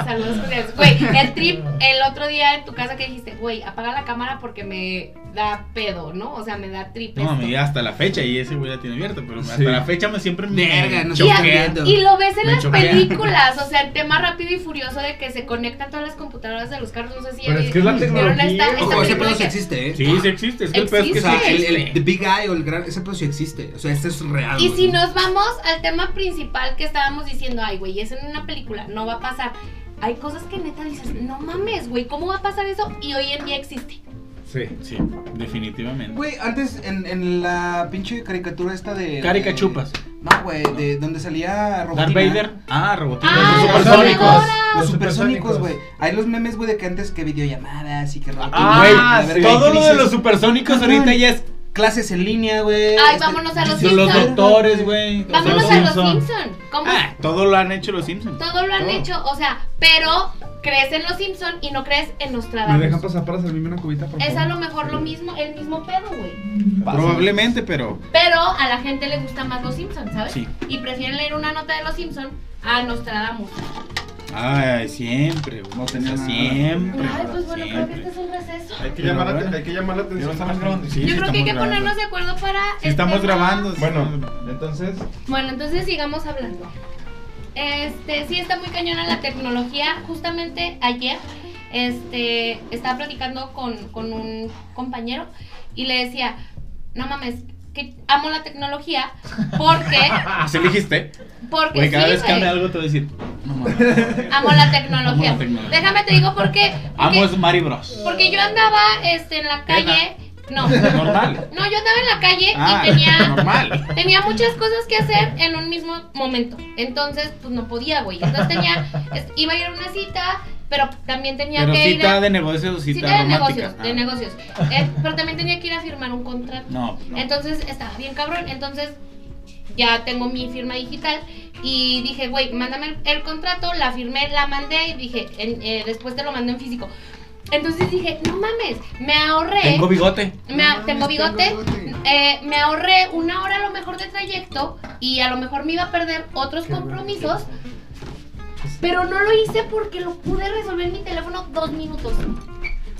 C: saludos cordiales. Güey, el trip, el otro día en tu casa que dijiste, güey, apaga la cámara porque me da pedo, ¿no? O sea, me da trip.
D: No,
C: esto.
D: mí hasta la fecha, y ese güey la tiene abierta, pero hasta
F: Sí.
D: la fecha me siempre me
A: Verga, no
C: Y, a-
A: Choqueando.
C: y lo ves en
D: Me
C: las
D: choquea.
C: películas, o sea, el tema rápido y furioso de que se conectan todas las computadoras de los carros, no sé si
B: Pero es que es la
C: vieron
B: tecnología.
C: esta, esta
A: Ojo, ese
C: película
A: pedo sí
C: que-
A: existe, ¿eh?
D: Sí, sí existe, es que el pedo es que
A: O
D: sí
A: sea, el,
D: existe.
A: el- the Big Eye o el gran. Ese pedo sí existe. O sea, este es real.
C: Y
A: güey.
C: si nos vamos al tema principal que estábamos diciendo, ay, güey, es en una película, no va a pasar. Hay cosas que neta dices, no mames, güey, ¿cómo va a pasar eso? Y hoy en día existe.
B: Sí.
D: Sí, definitivamente.
A: Güey, antes en, en la pinche caricatura esta de.
D: Carica
A: de-
D: chupas.
A: No, güey, de donde salía
D: Darth
A: Robotina.
D: Vader. Ah, robotina.
C: Ah,
D: Los
C: los
D: supersónicos.
C: supersónicos.
A: Los
B: Los
A: supersónicos,
B: supersónicos.
A: güey. Hay los memes, güey, de que antes que videollamadas y que robotina.
D: Güey,
A: la verga, y
D: Ah, todo
A: que
D: lo de
A: dices,
D: los supersónicos
A: Cabrón.
D: ahorita ya es
A: Clases en línea, güey.
C: Ay,
A: este-
C: vámonos a los
D: los,
C: Simpsons.
D: doctores, güey. los
C: Vámonos a los
D: Simpson.
C: Simpson. ¿Cómo?
D: Ah, todo lo han hecho los Simpsons.
C: Todo lo han hecho, o sea, pero crees en los Simpson y no crees en
G: ¿Me dejan
C: Nostradamus.
G: pasar para servirme una cubita, por favor?
C: Es a lo mejor lo mismo, el mismo pedo, güey.
D: Probablemente, pero
C: Pero a la gente le gusta más los Simpsons, ¿sabes?
D: Sí.
C: Y prefieren leer una nota de los Simpsons a Nostradamus.
D: Ay, siempre, güey.
E: No
D: O sea,
E: tenía nada.
D: siempre.
C: Ah. Ay, pues bueno, creo que este
D: siempre.
C: es un receso.
G: Hay que
D: Pero
G: llamar, la-
D: bueno.
G: hay que llamar la atención.
E: estamos grabando.
D: Sí, sí
C: Yo creo que hay que
D: estamos grabando.
C: ponernos de acuerdo para.
D: Sí,
C: el
D: estamos
C: tema.
D: grabando. sí estamos
G: Bueno,
D: grabando.
G: entonces,
C: Bueno, entonces sigamos hablando. Este, sí está muy cañona la tecnología. Justamente ayer, este, estaba platicando con, con un compañero y le decía, no mames, que amo la tecnología porque,
D: Ah, se elegiste.
C: porque
D: Güey, cada
C: sí,
D: vez que
C: güey,
D: hable algo te voy a decir. No mames.
C: amo la tecnología.
D: Amo la tecnología.
C: Déjame te digo por qué. Porque,
D: Amo es Mari Bros.
C: porque yo andaba este, en la calle. No, no, yo
D: Normal.
C: andaba en la calle
D: Ah,
C: y tenía
D: normal.
C: Tenía muchas cosas que hacer en un mismo momento. Entonces, pues no podía, güey. Entonces tenía, es- iba a ir a una cita, pero también tenía
D: Pero
C: que ir
D: cita
C: a.
D: de negocios o cita,
C: cita de
D: romántica.
C: negocios, de
D: Ah.
C: negocios. Eh, pero también tenía que ir a firmar un contrato.
D: No, no.
C: Entonces estaba bien cabrón. Entonces ya tengo mi firma digital y dije, güey, mándame el, el contrato. La firmé, la mandé y dije, en- eh, después te lo mando en físico. Entonces dije, no mames, me ahorré.
D: Tengo bigote.
C: Me a-
A: No mames,
C: tengo bigote,
A: tengo bigote.
C: eh, me ahorré una hora a lo mejor de trayecto y a lo mejor me iba a perder otros compromisos, pero no lo hice porque lo pude resolver en mi teléfono dos minutos.
A: Pero porque tú tienes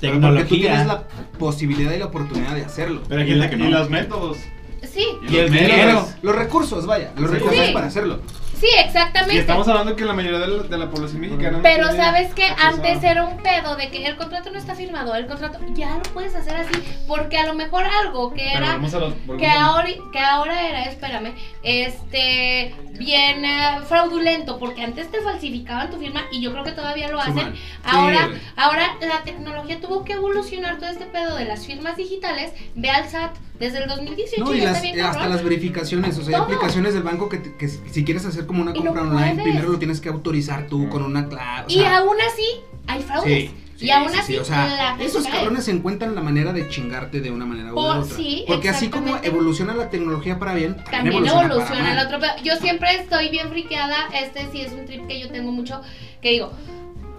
D: Tecnología.
A: la posibilidad y la oportunidad de hacerlo.
D: Pero hay gente que no.
E: Y los métodos.
C: Sí,
D: Y el
E: los
D: dinero.
E: medios.
A: Los recursos, vaya, los
E: Sí.
A: recursos
C: Sí.
A: para hacerlo.
C: sí,
G: y
C: exactamente.
G: estamos hablando que la mayoría de la, de la población mexicana. no
C: Pero
G: tiene
C: sabes que
G: acceso a-
C: antes era un pedo de que el contrato no está firmado, el contrato ya lo puedes hacer así, porque a lo mejor algo que
G: Pero
C: era
G: volvemos a los-
C: que
G: volvemos a los-
C: ahora, que ahora era, espérame, este, bien eh, fraudulento, porque antes te falsificaban tu firma y yo creo que todavía lo hacen.
A: Sí,
C: Ahora,
A: güey.
C: ahora la tecnología tuvo que evolucionar todo este pedo de las firmas digitales. Ve al SAT desde el 2018
A: No, y
C: ya
A: las- eh,
C: está bien
A: hasta
C: cabrón.
A: las verificaciones, o sea, hay
C: Todo.
A: aplicaciones del banco que, te- que si si quieres hacer como una
C: Y
A: compra
C: no
A: online,
C: puedes.
A: primero lo tienes que autorizar tú con una clave. o
C: Y
A: sea,
C: aún así hay fraudes.
A: Mm. sí,
C: y
A: sí,
C: aún
A: sí,
C: así
A: sí, o sea,
C: la-
A: esos
C: cae.
A: cabrones encuentran la manera de chingarte de una manera u
C: Por-
A: otra.
C: sí,
A: Porque así como
C: exactamente.
A: evoluciona la tecnología para bien, también,
C: También
A: evoluciona, para
C: evoluciona el
A: mal.
C: otro pedo. Yo siempre estoy bien friqueada. Este sí es un trip que yo tengo mucho. Que digo,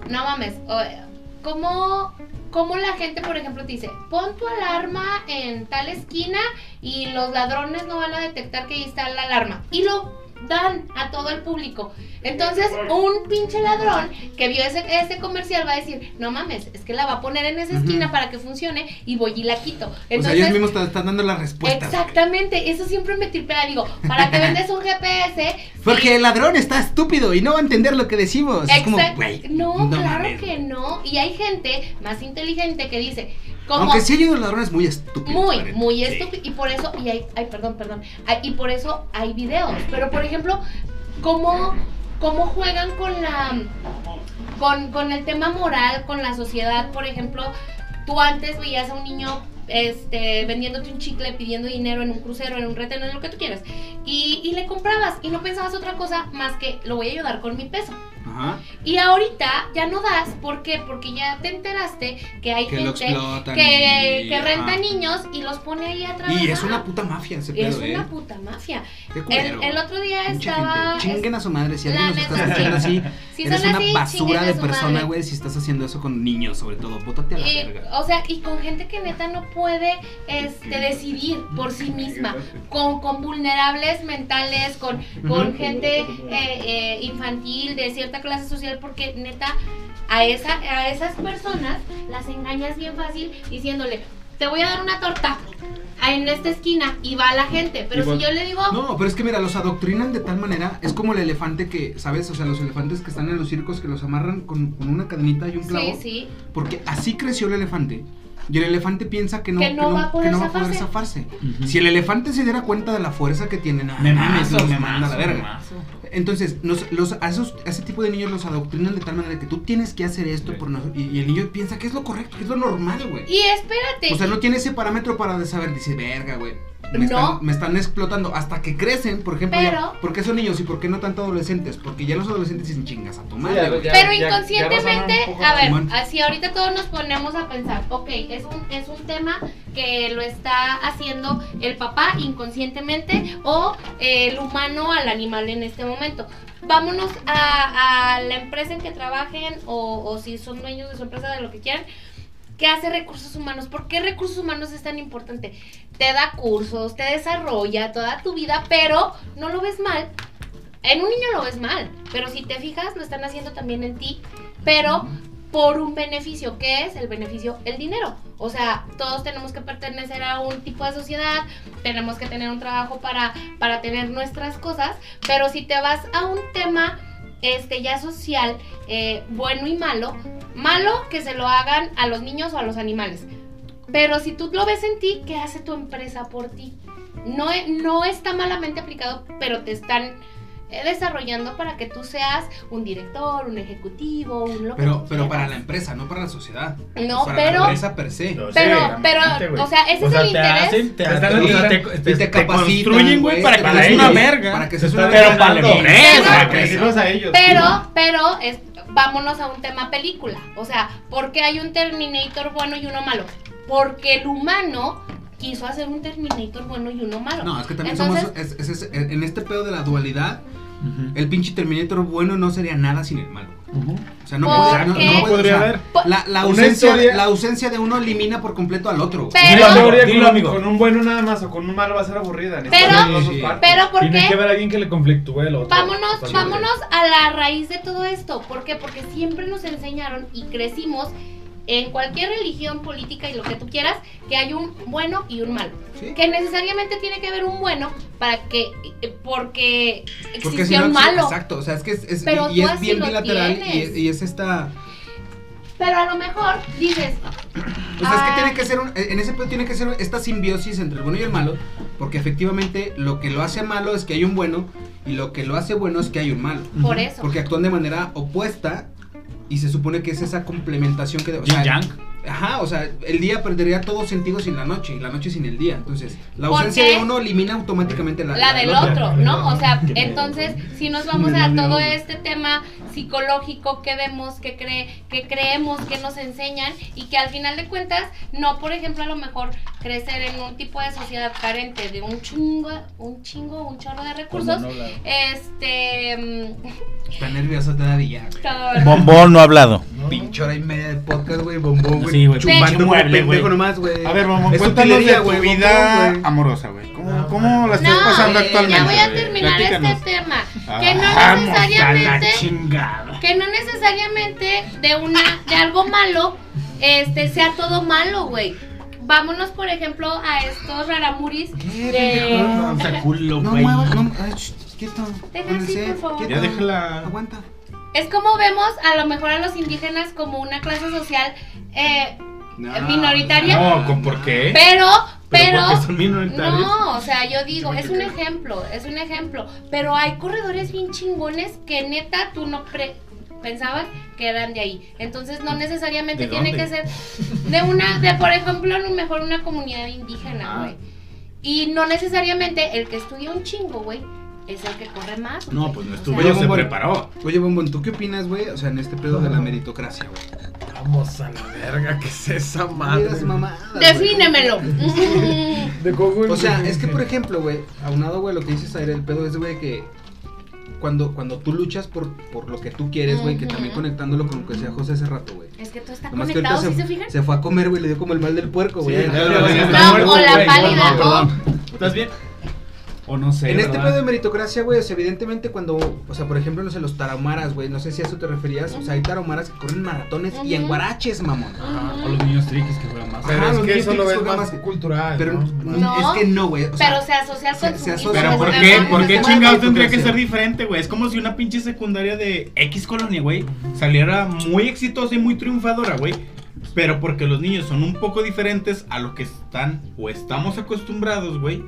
C: no mames. o- ¿Cómo, cómo la gente, por ejemplo, te dice, pon tu alarma en tal esquina y los ladrones no van a detectar que ahí está la alarma? Y lo dan a todo el público. Entonces, un pinche ladrón que vio ese, ese comercial va a decir, no mames, es que la va a poner en esa esquina para que funcione y voy y la quito.
A: o sea,
C: Entonces,
A: ellos mismos te están dando la respuesta.
C: Exactamente, eso siempre me tripea, digo, ¿para qué vendes un GPS?
A: Porque el ladrón está estúpido y no va a entender lo que decimos. Es como,
C: Exact-
A: güey.
C: no, claro
A: mames.
C: que no. Y hay gente más inteligente que dice, como
A: Aunque sí hay unos ladrones muy estúpidos. la
C: muy,
A: neta.
C: muy
A: Sí.
C: estúpido. Y por eso, y hay, ay, perdón, perdón. Ay, y por eso hay videos. Pero por ejemplo, ¿cómo, cómo juegan con la con, con el tema moral, con la sociedad, por ejemplo, tú antes veías a un niño este, vendiéndote un chicle, pidiendo dinero en un crucero, en un retén, en lo que tú quieras. Y, y le comprabas y no pensabas otra cosa más que lo voy a ayudar con mi peso.
A: Ajá.
C: Y ahorita ya no das, ¿por qué? Porque ya te enteraste que hay
A: Que lo
C: gente
A: explotan.
C: que,
A: y-
C: que renta
A: ajá.
C: niños y los pone ahí a trabajar.
A: Y es una puta mafia ese
C: Es
A: pedo, eh.
C: una puta mafia.
A: Qué culero.
C: El, el otro día
A: Mucha
C: estaba...
A: gente. Chinguen a su madre si alguien
C: La
A: nos está
C: neta,
A: escuchando
C: sí.
A: así.
C: si
A: eres
C: son
A: una
C: así,
A: basura
C: chinguen a
A: de
C: su
A: persona,
C: madre.
A: güey, si estás haciendo eso con niños, sobre todo. Bótate a la
C: Y,
A: verga.
C: o sea, y con gente que neta no puede este, decidir por sí misma, con, con vulnerables mentales, con, con
A: Ujú.
C: gente eh, eh, infantil de cierta clase social, porque neta a, esa, a esas personas las engañas bien fácil diciéndole, te voy a dar una torta en esta esquina y va la gente, pero
E: Y
C: si
E: vol-
C: yo le digo...
A: No, pero es que mira, los adoctrinan de tal manera, es como el elefante que, ¿sabes? O sea, los elefantes que están en los circos que los amarran con, con una cadenita y un clavo.
C: Sí, sí.
A: Porque así creció el elefante. Y el elefante piensa que no,
C: Que no va a poder
A: que no va a poder zafarse. Si el elefante se diera cuenta de la fuerza que tiene, no,
D: Me
A: mames,
D: mames,
A: los
D: me
A: manda a la
D: mames,
A: verga. Entonces, nos- los, a, esos- a ese tipo de niños los adoctrinan de tal manera que tú tienes que hacer esto por nos- y, y el niño piensa que es lo correcto, que es lo normal, güey.
C: Y espérate.
A: O sea, no tiene ese parámetro para de saber, dice, verga, güey. Me,
C: No.
A: están, me están explotando hasta que crecen, por ejemplo. ya-
C: Pero-
A: ¿Por qué son niños y por qué no tanto adolescentes? Porque ya los adolescentes dicen chingas a tu
E: Sí, ya-
A: madre, güey.
E: ya-
C: Pero
E: ya- ya
C: inconscientemente,
E: razonan un poco
C: a
E: más.
C: ver,
A: Simón.
C: así ahorita todos nos ponemos a pensar, ok, es un, es un tema que lo está haciendo el papá inconscientemente o eh, el humano al animal en este momento. Vámonos a, a la empresa en que trabajen o, o si son dueños de su empresa, de lo que quieran. ¿Qué hace recursos humanos? ¿Por qué recursos humanos es tan importante? Te da cursos, te desarrolla toda tu vida, pero no lo ves mal en un niño lo ves mal, pero si te fijas, lo están haciendo también en ti, pero por un beneficio, ¿qué es el beneficio? El dinero. O sea, todos tenemos que pertenecer a un tipo de sociedad, tenemos que tener un trabajo para, para tener nuestras cosas, pero si te vas a un tema este ya social, eh, bueno y malo, malo que se lo hagan a los niños o a los animales. Pero si tú lo ves en ti, ¿qué hace tu empresa por ti? No, e- no está malamente aplicado, pero te están eh, desarrollando para que tú seas un director, un ejecutivo, un lo que
A: Pero,
C: tú
A: pero para la
C: quieras.
A: empresa, no para la sociedad.
C: No,
A: para
C: pero
A: la empresa per se.
C: pero, pero, o sea, ese es el
H: te
C: interés.
H: hacen, te,
G: Te están
H: hacen- o sea, te,
G: educando.
A: Y te
H: te
A: capacitan,
H: construyen, güey, para que
A: te
H: seas una
A: construyen,
H: verga.
A: Para que
G: Se
A: seas
G: está
A: una
H: Pero
A: verga.
H: para la
G: Pero-
H: empresa,
G: Para
H: güey.
G: decirlos a ellos.
C: Pero, pero, es, vámonos a un tema película. O sea, ¿por qué hay un Terminator bueno y uno malo? Porque el humano quiso hacer un Terminator bueno y uno malo.
A: No, es que también
C: Entonces-
A: somos. es- es- es- en este pedo de la dualidad, el pinche Terminator bueno no sería nada sin el malo. O sea, no
C: ¿Por
A: podría, no,
C: qué?
A: no
C: No
A: podría
H: podría
A: haber.
C: Po-
A: La, la
G: Una
A: ausencia,
G: historia-
A: la ausencia de uno elimina por completo al otro. güey.
C: Pero-
G: Una historia
H: Dilo,
G: con,
H: amigo.
G: con un bueno nada más o con un malo va a ser aburrida.
C: Pero-
G: Necesitan las dos
A: Sí.
G: partes.
C: Pero, ¿por
B: Tiene que
C: qué?
B: haber alguien que le conflictúe el otro.
C: Vámonos,
B: Totalmente.
C: vámonos a la raíz de todo esto. ¿Por qué? Porque siempre nos enseñaron y crecimos en cualquier religión, política y lo que tú quieras, que hay un bueno y un malo.
A: Sí.
C: Que necesariamente tiene que haber un bueno para que, eh, porque existió
A: Porque si no,
C: el
A: sí,
C: malo.
A: Exacto, o sea, es que es, es-
C: Pero
A: y, y
C: tú
A: es
C: así
A: bien
C: lo
A: bilateral y,
C: tienes.
A: y es esta.
C: Pero a lo mejor dices,
A: O sea, es
C: Ah.
A: que tiene que ser, un- en ese pedo tiene que ser esta simbiosis entre el bueno y el malo, porque efectivamente lo que lo hace malo es que hay un bueno y lo que lo hace bueno es que hay un malo.
C: por eso.
A: Porque actúan de manera opuesta y se supone que es esa complementación que... O
H: Yin
A: sea,
H: Yang.
A: Ajá, o sea, el día perdería todo sentido sin la noche y la noche sin el día. Entonces, la
C: ¿Por
A: ausencia
C: qué?
A: de uno elimina automáticamente la,
C: la del
A: otra.
C: otro, ¿no? O sea, entonces, si nos vamos a todo este tema psicológico que vemos, que cree, que creemos, que nos enseñan y que al final de cuentas, no, por ejemplo, a lo mejor crecer en un tipo de sociedad carente de un chingo, un chingo, un chorro de recursos, este, mm,
A: Está nervioso todavía. güey.
C: todo-
H: Bombón no ha hablado.
A: Pinche hora y media de podcast, güey, bombón, güey.
H: Sí, güey,
C: pinche
A: Chupando mueble,
H: mueble,
A: güey.
H: güey.
A: nomás, güey.
D: A ver, vamos,
A: Es
D: cuéntanos de
A: utilería,
D: tu
A: güey,
D: vida
A: bombón, güey.
D: amorosa, güey. ¿Cómo,
B: No,
D: cómo la estás
C: No, eh,
D: pasando
A: güey,
D: actualmente?
C: ya voy a
D: güey?
C: terminar
D: Platícanos.
C: este tema, que no
D: Vamos a
C: necesariamente
D: la chingada.
C: que no necesariamente de una de algo malo este sea todo malo güey vámonos por ejemplo a estos raramuris de
A: No muevas, no. ay, shh, Quieto.
C: Deja
A: Pónganse,
C: así, por favor.
D: Ya
A: quieto.
D: déjala.
A: Aguanta.
C: es como vemos a lo mejor a los indígenas como una clase social eh, Minoritaria.
D: No, ¿con por qué?
C: pero pero
D: porque son minoritarios.
C: no, o sea, yo digo, es un ejemplo, es un ejemplo, pero hay corredores bien chingones que neta tú no pre- pensaban quedan de ahí. Entonces no necesariamente
D: ¿De
C: tiene
D: dónde?
C: que ser de una, de por ejemplo, a lo mejor una comunidad indígena, güey. Y no necesariamente el que estudia un chingo, güey, es el que corre más. güey.
D: No, pues
C: O sea,
D: no estuvo,
A: Oye,
D: se
A: Bombón.
D: preparó.
A: Oye, Bombón, ¿tú qué opinas, güey? O sea, en este pedo de la meritocracia, güey.
B: Vamos a la verga, ¿qué es esa
A: Digas
B: madre?
A: mamadas, güey.
C: Defínemelo.
B: De Google.
A: O sea, es que por ejemplo, güey, aunado, güey, lo que dices ayer, el pedo es, güey, que cuando, cuando tú luchas por, por lo que tú quieres, güey, que
C: Ujú.
A: también conectándolo con lo que decía José hace rato, güey.
C: es que todo está
A: Nomás que
C: conectado,
A: ahorita
C: ¿sí se
A: se,
C: fijan?
A: se fue a comer, güey, le dio como el mal del puerco, güey.
F: Sí,
A: Ya,
F: ya lo-
A: ya,
F: ya
A: ya.
F: lo-
C: No, o la pálida, o...
F: ¿Estás bien? O no sé.
A: En este
F: ¿verdad?
A: pedo de meritocracia, güey, o sea, evidentemente cuando, o sea, por ejemplo, no sé, los tarahumaras, güey, no sé si a eso te referías, o sea, hay tarahumaras que corren maratones y
C: Ujú.
A: en guaraches, mamón.
F: Ah, o los niños triques que juegan más.
B: Pero
A: Ajá,
B: es
A: los
B: que eso
A: niños
B: lo
A: tienen
B: ves
A: que
B: más
A: jugar más-
B: cultural.
A: Pero
B: ¿no?
C: No.
A: es que no, güey, o sea,
C: pero se asocia al
A: se- se
C: consumismo.
A: asocia- Pues,
D: Pero ¿por
A: no,
D: qué?
A: no,
D: ¿Por
A: no,
D: qué
A: no,
D: chingado
A: no,
D: tendría que
A: no,
D: ser
A: no.
D: diferente, güey? Es como si una pinche secundaria de X colonia, güey, saliera muy exitosa y muy triunfadora, güey. Pero porque los niños son un poco diferentes a lo que están o estamos acostumbrados, güey.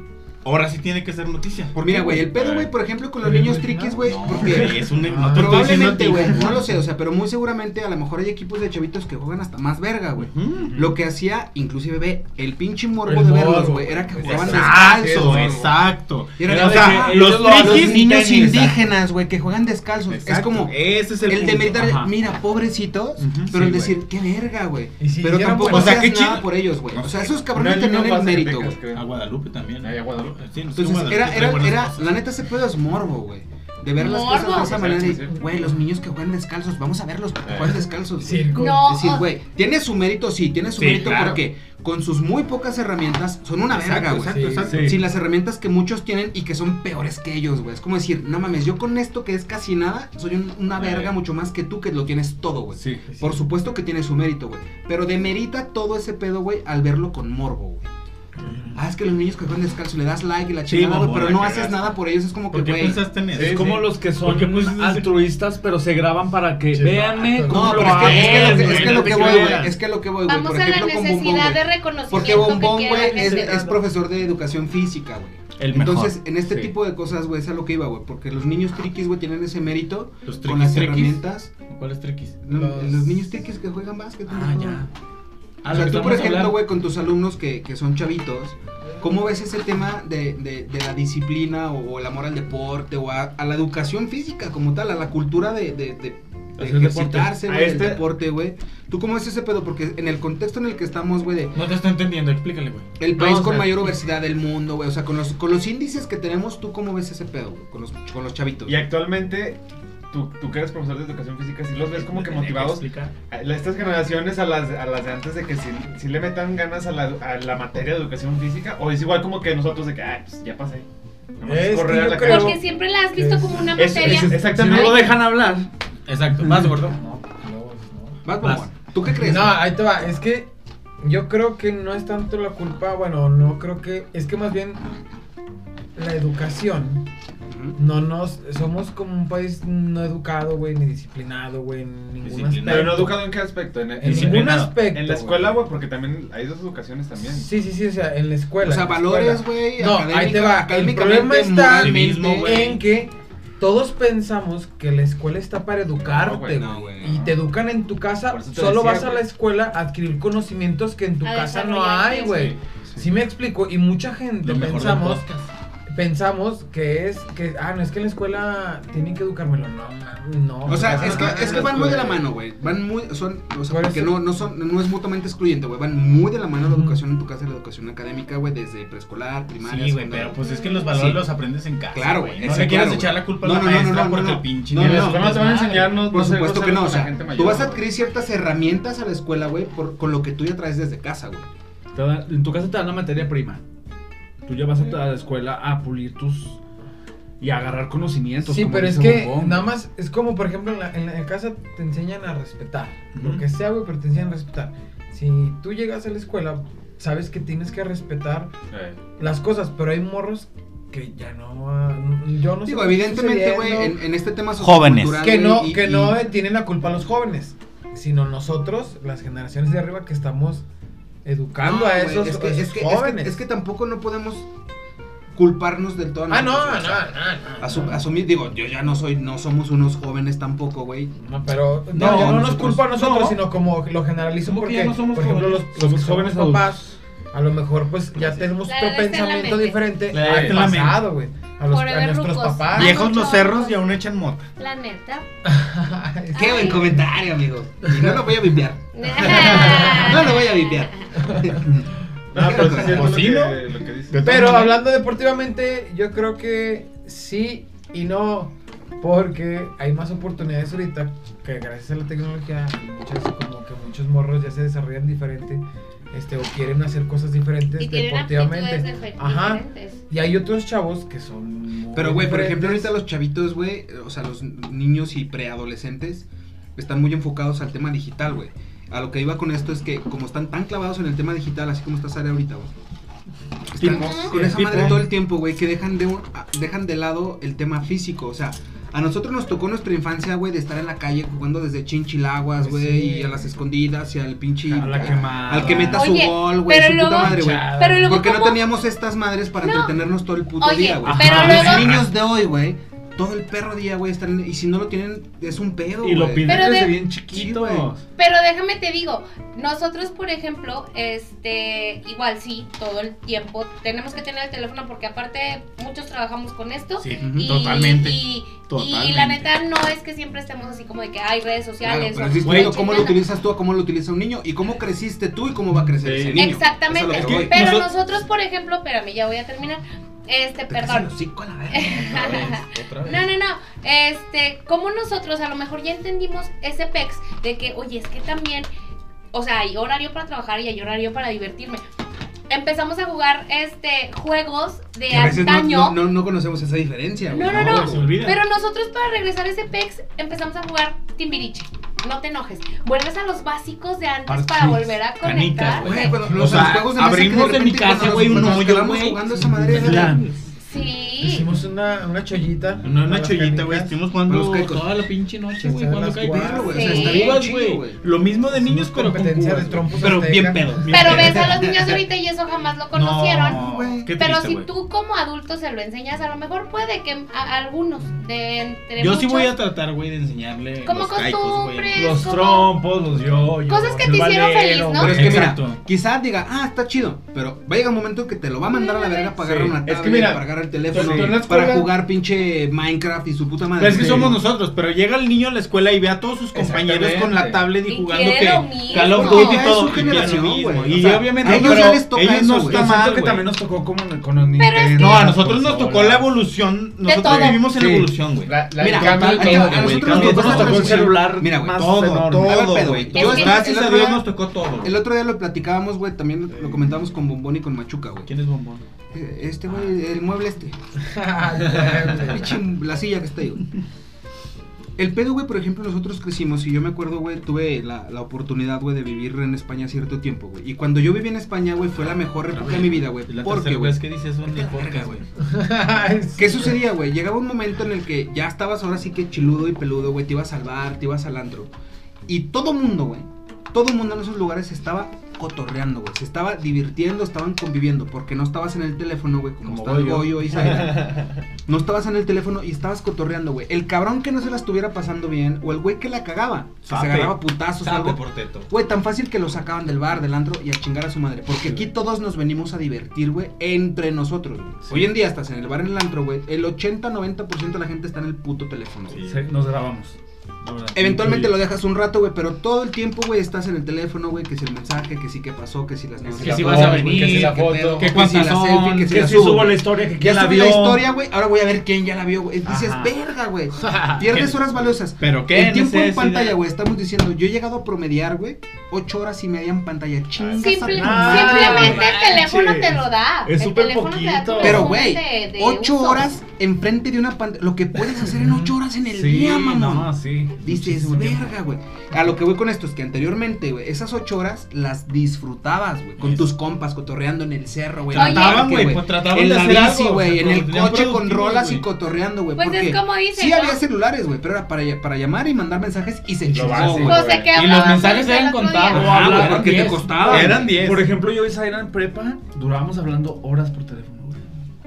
D: Ahora sí tiene que ser noticia. ¿Por
A: Mira,
D: qué,
A: güey, el pedo, güey, por ejemplo, con los
B: Pero
A: niños
B: no,
A: triquis, güey,
D: No,
A: porque
D: güey, es un...
B: Ah.
D: No te estoy diciendo a ti,
A: Probablemente, güey. No lo sé, o sea, pero muy seguramente a lo mejor hay equipos de chavitos que juegan hasta más verga, güey.
D: Ujú.
A: Lo que hacía, inclusive, ve, el pinche morbo
B: El
A: de verlos,
B: morbo.
A: güey, era que jugaban
D: Exacto,
A: descalzos.
D: exacto.
A: Y era
D: o
A: de
D: sea,
A: que "Ah,
D: los
A: los,
D: frikis
A: niños
D: tenis,
A: indígenas, güey, que juegan descalzos. Es
D: Exacto,
A: como
D: ese es el,
A: el, de
D: punto,
A: meditar,
D: ajá.
A: mira, pobrecitos,
D: Ujú,
A: pero
D: sí,
A: el decir, qué verga, güey.
B: Y si
A: pero
B: hicieran
A: tampoco
D: buenas- O sea,
A: hacías
D: qué
A: nada
D: chido.
A: por ellos, güey. O sea, esos cabrones
E: Una
A: tenían
E: línea
A: el
E: más
A: mérito,
E: Zacatecas,
A: güey.
E: creo.
D: A Guadalupe también.
E: Ahí a Guadalupe.
D: Sí, no sé,
A: Entonces,
D: Guadalupe
A: era,
D: trae
A: era,
D: Pues buenas
A: era,
D: cosas.
A: la neta, ese pedo es morbo, güey. De ver las cosas de
C: Morbo.
A: esa manera, de,
E: Sí, sí.
A: güey, los niños que juegan descalzos, vamos a verlos, porque
D: Eh.
A: juegan descalzos. güey.
B: Circo.
C: No,
A: Es decir,
C: o-
A: güey, tiene su mérito, sí, tiene su
D: Sí,
A: mérito
D: claro.
A: porque con sus muy pocas herramientas son una Ah, verga,
D: Exacto,
A: güey.
D: exacto, exacto.
A: Sin las herramientas que muchos tienen y que son peores que ellos, güey. Es como decir, no mames, yo con esto que es casi nada, soy un- una verga mucho más que tú que lo tienes todo, güey.
F: Sí.
A: Por supuesto que tiene su mérito, güey. Pero demerita todo ese pedo, güey, al verlo con morbo, güey. Ah, es que los niños que juegan descalzo le das like y la
D: Sí,
A: chingada, güey,
D: mamón,
A: pero
D: la
A: no
D: cagaste.
A: haces nada por ellos. Es como que,
D: ¿Por qué
A: güey.
D: pensaste en eso?
F: Es como los que son
D: Porque, pues,
F: altruistas, pero se graban para que
B: Sí,
F: véanme
B: exacto.
F: cómo
A: No,
F: lo
A: pero es que, es que,
F: hago.
A: lo que- es que lo que voy, güey. Es que lo que voy, güey.
C: Vamos
A: Por
C: a la
A: ejemplo, con
C: necesidad
A: Bombón, güey.
C: de reconocimiento
A: Porque Bombón,
C: que
A: güey,
C: quiere la
A: es,
C: gente.
A: es profesor de educación física, güey.
D: El mejor. Ah,
A: Entonces, en este
F: Sí.
A: tipo de cosas, güey, es a lo que iba, güey. Porque los niños triquis, güey, tienen ese mérito
D: los
A: con las
D: triquis, triquis.
A: herramientas.
D: ¿Cuál es triquis?
A: Los,
B: Los-
A: los niños triquis que juegan básquet.
F: Ah,
A: ¿no?
F: ya.
A: O
D: Ah,
A: sea, tú, por ejemplo, güey, con tus alumnos que, que son chavitos, ¿cómo ves ese tema de, de- de la disciplina o, o el amor al deporte o a, a la educación física como tal, a la cultura de, de, de- de
F: Hacer
A: ejercitarse,
F: deporte.
A: güey,
F: A
A: el
F: este-
A: deporte, güey? ¿Tú cómo ves ese pedo? Porque en el contexto en el que estamos, güey, de
D: No te estoy entendiendo, explícale, güey.
A: el
F: No,
A: país
F: o
A: con
F: sea-
A: mayor obesidad del mundo, güey, o sea, con los, con los índices que tenemos, ¿tú cómo ves ese pedo, güey, con los, con los chavitos?
G: Y actualmente, tú, tú que eres profesor de educación física, si los ves como que
D: Tenía
G: motivados
D: explicar.
G: a estas generaciones a las, a las de antes de que si, si le metan ganas a la, a la materia de educación física, o es igual como que nosotros de que, ay, pues ya pasé. Nomás
B: Es que
G: correr a
B: yo
G: la
B: creo-
G: calle.
C: Porque siempre la has visto como una
G: Es-
C: materia.
G: es- exactamente.
F: No lo dejan hablar.
D: Exacto, más gordo.
B: No, no, no.
A: Vas, Bombón, ¿Tú qué crees?
B: No,
A: güey?
B: ahí te va. Es que yo creo que no es tanto la culpa. Bueno, no creo que. Es que más bien la educación.
A: Ujú.
B: No nos. Somos como un país no educado, güey, ni disciplinado, güey, en ningún aspecto.
D: Disciplinado.
G: Pero no educado en qué aspecto, en,
B: En ningún
D: disciplinado.
B: aspecto.
G: en la
B: güey.
G: escuela, güey, porque también hay dos educaciones también.
B: Sí, sí, sí, o sea, en la escuela.
A: O sea,
B: en la
A: valores,
B: escuela.
A: güey,
B: No,
A: académica-
B: ahí te va. El
A: académicamente,
B: problema está
A: moralmente,
D: Activismo, güey.
B: en que todos pensamos que la escuela está para educarte,
G: No, güey,
A: no,
B: güey,
A: güey,
B: y
A: no.
B: te educan en tu casa,
G: Por eso te
B: solo
G: decía,
B: vas a la
G: güey.
B: escuela a adquirir conocimientos que en tu
C: A
B: casa no
C: desarrollar,
B: hay,
C: sí,
B: güey. Sí. me explico, y mucha gente
D: Lo mejor del
B: pensamos
D: podcast.
B: pensamos que es que ah, no es que en la escuela tienen que educármelo, no, no, no.
A: O sea,
B: no,
A: es que,
B: no,
A: es que
B: no,
A: van muy de la
B: güey.
A: mano, güey. Van muy, son, o sea,
B: Por
A: porque
B: eso-
A: no, no son, no es mutuamente excluyente, güey. Van muy de la mano la
B: Ujú.
A: educación en tu casa y la educación académica, güey, desde preescolar, primaria.
D: Sí, güey,
A: secundaria.
D: pero pues es que los valores
A: Sí.
D: los aprendes en casa.
A: Claro, güey,
D: No
A: ese,
D: le quieres
A: claro,
D: echar
A: güey.
D: la culpa
A: No,
D: a la
A: no, no, no,
D: maestra
A: no,
D: porque
A: no.
D: el pinche.
A: No,
G: Y en la
D: niño
G: escuela no te van a enseñar, no- no
A: Por
G: sé, no
A: supuesto
G: sé
A: que no,
G: con
A: o
G: la
A: sea,
G: gente mayor,
A: tú vas a
G: güey.
A: adquirir ciertas herramientas a la escuela, güey, por- con lo que tú ya traes desde casa, güey.
F: Te dan- en tu casa te dan la materia prima. Tú ya vas a tu- a la escuela a pulir tus. y a agarrar conocimientos.
B: Sí,
F: como
B: pero es
F: dice
B: que
F: Bombón.
B: nada más es como, por ejemplo, en la, en la- en casa te enseñan a respetar. Lo que sea, güey, pero te enseñan a respetar. Si tú llegas a la escuela, sabes que tienes que respetar
G: Eh,
B: las cosas, pero hay morros que ya no. ah, Yo no
A: Digo,
B: sé. qué está
A: evidentemente, güey, en,
B: sucediendo,
A: en este tema
H: Jóvenes.
A: sociocultural,
B: Que
A: güey,
B: no,
A: y-
B: que
A: y-
B: no eh, tienen la culpa los jóvenes, sino nosotros, las generaciones de arriba, que estamos educando
A: No,
B: a
A: güey,
B: esos,
A: es que,
B: esos
A: es que- es que-
B: jóvenes.
A: es que tampoco no podemos culparnos del todo. a
B: Ah, no,
A: nosotros,
B: no,
A: o sea,
B: no, no.
A: asu- asumir, digo, yo ya no soy, no somos unos jóvenes tampoco, güey.
B: No, pero no,
A: No,
B: no nos
A: nosotros-
B: culpa a nosotros,
A: no.
B: sino como lo generalizo
F: Como que
B: porque,
F: ya no somos
B: por ejemplo, los,
F: jóvenes,
B: los
F: somos
B: que somos
F: jóvenes adultos.
B: papás, a lo mejor pues ya tenemos
C: La
B: otro
C: edad está en la
B: pensamiento
C: mente.
B: diferente
D: La edad
B: al
D: está en la mente.
B: pasado, güey. A, los,
C: Por
B: a
C: haber
B: nuestros
C: rucos.
B: papás.
D: Viejos los cerros y aún echan mota.
C: La neta.
B: Ay,
A: Qué
C: Ay.
A: buen comentario, amigo. Y no lo voy a vipear. No
C: no
A: lo voy a vipear.
E: No, pero sí es cierto
D: ¿O
E: lo
D: sí,
E: que-
D: no?
E: lo que dices.
D: De todas
B: Pero
D: maneras-
B: hablando deportivamente, yo creo que sí y no, porque hay más oportunidades ahorita que gracias a la tecnología, muchas, como que muchos morros ya se desarrollan diferente, este, o quieren hacer cosas diferentes
C: Y tienen
B: Este, deportivamente.
C: actitudes difer-
B: Ajá.
C: diferentes.
B: Y hay otros chavos que son. muy
A: Pero, güey, por ejemplo,
B: diferentes.
A: ahorita los chavitos, güey, o sea, los niños y preadolescentes están muy enfocados al tema digital, güey. A lo que iba con esto es que como están tan clavados en el tema digital, así como está Sara ahorita, güey. Están
E: Tipos,
A: con esa
D: tipo.
A: madre todo el tiempo, güey, que dejan de, un- a- dejan de lado el tema físico, o sea, a nosotros nos tocó nuestra infancia, güey, de estar en la calle jugando desde chinchilaguas,
B: Pues
A: güey,
B: sí.
A: y a las escondidas y al pinche...
D: A la quemada.
A: Al que meta
C: Oye,
A: su gol, güey,
C: pero
A: su puta
C: luego-
A: madre, güey.
C: Pero luego,
A: Porque no
C: ¿cómo?
A: teníamos estas madres para
C: No.
A: entretenernos todo el puto
C: Oye,
A: día, güey.
C: pero
A: Ajá.
C: luego-
A: Los niños de hoy, güey, todo el perro día, güey, están. Y si no lo tienen, es un pedo,
F: Y lo
A: güey.
F: piden
C: Pero
F: desde
C: de-
F: bien
A: Sí, güey.
F: chiquitos.
C: Pero déjame te digo, nosotros por ejemplo, este, igual sí, todo el tiempo tenemos que tener el teléfono porque aparte muchos trabajamos con esto.
D: Sí,
C: Y,
D: totalmente.
C: Y, y la
D: Totalmente.
C: neta no es que siempre estemos así como de que hay redes
A: Claro,
C: sociales.
A: pero
C: o-
A: es distinto
C: Güey,
A: cómo lo
C: chingada.
A: utilizas tú a cómo lo utiliza un niño y cómo creciste tú y cómo va a crecer
E: Sí.
A: ese niño.
C: Exactamente.
A: Eso es a lo que voy.
C: pero
H: Noso-
C: nosotros, por ejemplo, espérame, ya voy a terminar. Este,
A: Te casas
C: perdón. Eh,
A: los cinco a la verga.
E: Otra vez, otra vez.
C: No, no, no. Este, como nosotros a lo mejor ya entendimos ese pex de que, oye, es que también, o sea, hay horario para trabajar y hay horario para divertirme. Empezamos a jugar este juegos de
A: Que a veces no,
C: antaño.
A: no, no, no conocemos esa diferencia, güey.
C: No, no, no.
D: Se olvida.
C: Pero nosotros para regresar a ese pex empezamos a jugar timbiriche. No te enojes. Vuelves a los básicos de antes para
D: Parchís,
C: volver a
D: canicas,
C: conectar.
A: Güey, cuando-
D: O
A: los,
D: sea,
A: los juegos de mesa que
D: abrimos
A: de
D: en mi
A: repente
D: casa,
A: cuando
D: güey,
A: nos-
D: un
A: cuando nos
D: hoyo,
A: quedamos
D: güey.
A: jugando esa madre, era-
D: Plan.
C: Sí.
B: Hicimos una, una chollita.
D: No es una
B: Las
D: chollita, güey.
B: canicas.
D: Estuvimos jugando
A: Los caicos.
D: toda la pinche noche, güey.
B: Están
D: Cuando
B: las
D: cae
B: guas.
A: Pero, güey, o sea, está
C: Sí.
A: bien
D: Cubas,
A: chido,
D: güey.
A: güey.
D: Lo mismo de niños, pero con
B: competencia
D: cubas,
B: de
D: güey.
B: trompos
D: Pero
B: azteca.
D: bien pedo. bien
C: Pero
D: pedo.
C: ves a los niños de ahorita y eso jamás lo conocieron.
D: No,
A: güey.
D: qué
C: Pero
D: triste,
C: si
D: güey.
C: tú como adulto se lo enseñas, a lo mejor puede que a algunos de entre
D: Yo sí
C: muchos,
D: voy a tratar, güey, de enseñarle
C: Como
D: los caicos, güey.
C: costumbres.
F: Los
C: como-
F: trompos, los yoyos.
C: Cosas que
F: el
C: te hicieron
F: valero,
C: feliz, ¿no?
A: Pero es que
D: Exacto.
A: mira, quizás diga, ah, está chido, pero va a llegar un momento en que te lo va a mandar a la verga para
E: Sí.
A: agarrar una
E: Es
A: tablet,
E: que mira,
A: para agarrar el teléfono,
E: tú en la escuela-
A: para jugar pinche Minecraft y su puta madre.
D: Pero es que
A: Sí.
D: somos nosotros, pero llega el niño a la escuela y ve a todos sus compañeros
E: Exactamente.
D: con la tablet y,
C: Y
D: jugando
C: quiere
D: que
C: lo mismo.
D: Call of
A: Porque
D: Duty y
A: ya es
D: todo.
A: su
D: y quieren lo
A: generación,
D: mismo,
A: güey.
D: Y
A: O sea,
D: obviamente
A: a ellos
D: pero
A: ya les toca
D: ellos
A: eso,
D: no
A: güey.
D: está
A: Yo
D: mal,
F: Siento que
D: güey.
F: también nos tocó con, con los
C: Pero es
F: Nintendo.
C: que-
D: No, a nosotros nos tocó
E: consolas.
D: la evolución. Nosotros
C: todo.
D: vivimos en la
A: Sí.
D: evolución, güey.
E: La, la
A: Mira,
E: del cambio
A: total,
E: todo,
A: ahí va,
E: güey,
A: a
E: el
A: nosotros
E: cambio
A: nos
E: todo.
F: Nosotros nos tocó el
A: Mira,
F: celular
A: güey,
F: más
D: todo,
F: enorme.
A: A ver,
D: todo,
A: pedo,
D: güey.
A: güey.
D: Todo,
C: Es que-
D: gracias
A: el
D: a
A: otro
D: Dios
A: día-
D: nos tocó todo.
A: El otro día lo platicábamos, güey, también lo comentábamos con Bombón y con Machuca, güey.
D: ¿Quién es bombón?
A: Eh, Este, güey, el mueble este.
B: Ay, güey.
A: Pinche la silla que está ahí, güey. El pedo, güey, por ejemplo, nosotros crecimos y yo me acuerdo, güey, tuve la, la oportunidad, güey, de vivir en España cierto tiempo, güey. Y cuando yo viví en España, güey, fue la mejor época de mi vida, güey.
D: Es La
A: Porque,
D: tercera
A: güey,
D: vez que dice eso en el podcast, güey.
B: Ay, sí.
A: ¿Qué sucedía, güey? Llegaba un momento en el que ya estabas ahora sí que chiludo y peludo, güey, te ibas al bar, te ibas al antro. Y todo mundo, güey, todo mundo en esos lugares estaba cotorreando, güey, se estaba divirtiendo, estaban conviviendo, porque no estabas en el teléfono, güey, como,
D: Como
A: estaba
D: Goyo.
A: Goyo y Zaira. No estabas en el teléfono y estabas cotorreando, güey. El cabrón que no se la estuviera pasando bien, o el güey que la cagaba, que se
D: Sape.
A: agarraba putazos, o
D: Sabe
A: algo.
D: por teto.
A: Güey, tan fácil que lo sacaban del bar, del antro y a chingar a su madre. Porque aquí todos nos venimos a divertir, güey, entre nosotros. güey. Hoy en día estás en el bar, en el antro, güey. El 80-90% de la gente está en el puto teléfono. güey.
F: Sí, Nos grabamos. la verdad.
A: Eventualmente lo dejas un rato, güey, pero todo el tiempo, güey, estás en el teléfono, güey, que si el mensaje, que si qué pasó, que si las
E: si
A: notas.
D: Que si
E: la
D: vas a
E: foto,
D: venir,
E: que si la
A: qué
E: foto.
A: pedo,
D: que
A: que
D: cuántas
A: si la
D: son,
A: selfie, que si la
F: Que si
A: subo,
F: subo la
A: güey.
F: historia, que
A: Ya
F: quién la
A: subí
F: vio.
A: la historia, güey. Ahora voy a ver quién ya la vio, güey. Dices,
F: Ajá.
A: verga, güey. Pierdes horas valiosas.
D: Pero qué
A: El tiempo en
D: necesidad.
A: pantalla, güey, estamos diciendo, yo he llegado a promediar, güey, ocho horas y media en pantalla. Chingas a
C: Simple-
A: tu
F: Ah,
A: madre.
C: simplemente el
F: manches.
C: teléfono te lo da.
F: Es
C: el
F: súper
C: teléfono te da tu
F: poquito.
A: Pero,
C: resumen
A: güey,
C: de- de
A: ocho
C: uso.
A: horas enfrente de una pantalla. Lo que puedes hacer en ocho horas en el día, mamón.
F: No, sí.
A: Dices,
F: Muchísimo tiempo.
A: verga, güey. A lo que voy con esto es que anteriormente, güey, esas ocho horas las disfrutabas, güey. Con
D: Sí.
A: tus compas, cotorreando en el cerro, güey. en el
D: Trataban,
A: parque,
D: güey, pues trataban
A: En
D: de
A: la
D: hacer
A: bici,
D: algo, o
A: güey.
D: sea,
A: en el
D: tenían
A: coche con
D: productivos,
A: rolas y
D: güey.
A: cotorreando, güey.
C: Pues es
A: porque
C: como dicen,
A: Sí
C: ¿no?
A: había celulares, güey, pero era para, para llamar y mandar mensajes y se chingó,
E: básico,
A: güey.
E: güey.
C: Cosa que
D: Y los
C: hablábamos
D: mensajes
C: el
D: eran
C: otro día.
D: contados.
A: Ajá,
F: Ah,
A: güey,
F: eran
A: porque te
F: diez.
A: costaba.
D: Eran diez.
F: Por ejemplo, yo y Zaira en prepa durábamos hablando horas por teléfono, güey.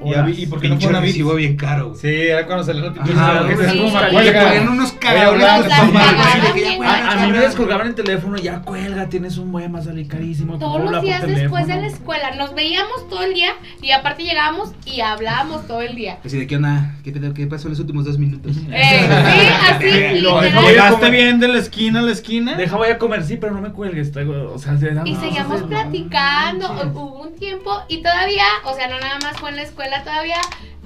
G: Y, a- y por qué no fue
A: Pinche
G: una
A: recibo
G: Beats.
A: bien caro, güey.
G: Sí, era cuando salió la pinche
A: Ajá,
G: recibo,
A: porque
G: güey.
A: se
C: como
G: Oye,
A: y le
C: cuelga.
A: ponían unos cabrones
G: Oye,
A: de
G: la
A: tomate,
C: cagada
A: güey, que ya,
C: bien
A: güey,
F: A, a mí me
A: cabrón.
F: descolgaban el teléfono, ya cuelga, tienes un mueble más salir carísimo. por
C: Todos
F: favor,
C: los
F: habla por
C: días después de la
F: teléfono.
C: escuela nos veíamos todo el día y aparte llegábamos y hablábamos todo el día.
A: Así de, ¿qué onda? ¿Qué, pedo? ¿Qué pasó en los últimos dos minutos?
C: Eh, sí, así,
G: Lo dejó
C: literal.
H: Llegaste bien de la esquina a la esquina.
F: Deja, voy a comer, sí, pero no me cuelgues. traigo- o sea, se dan-
C: Y
F: no,
C: seguíamos
F: se-
C: platicando, hubo un tiempo y todavía, o sea, no nada más fue en la escuela, todavía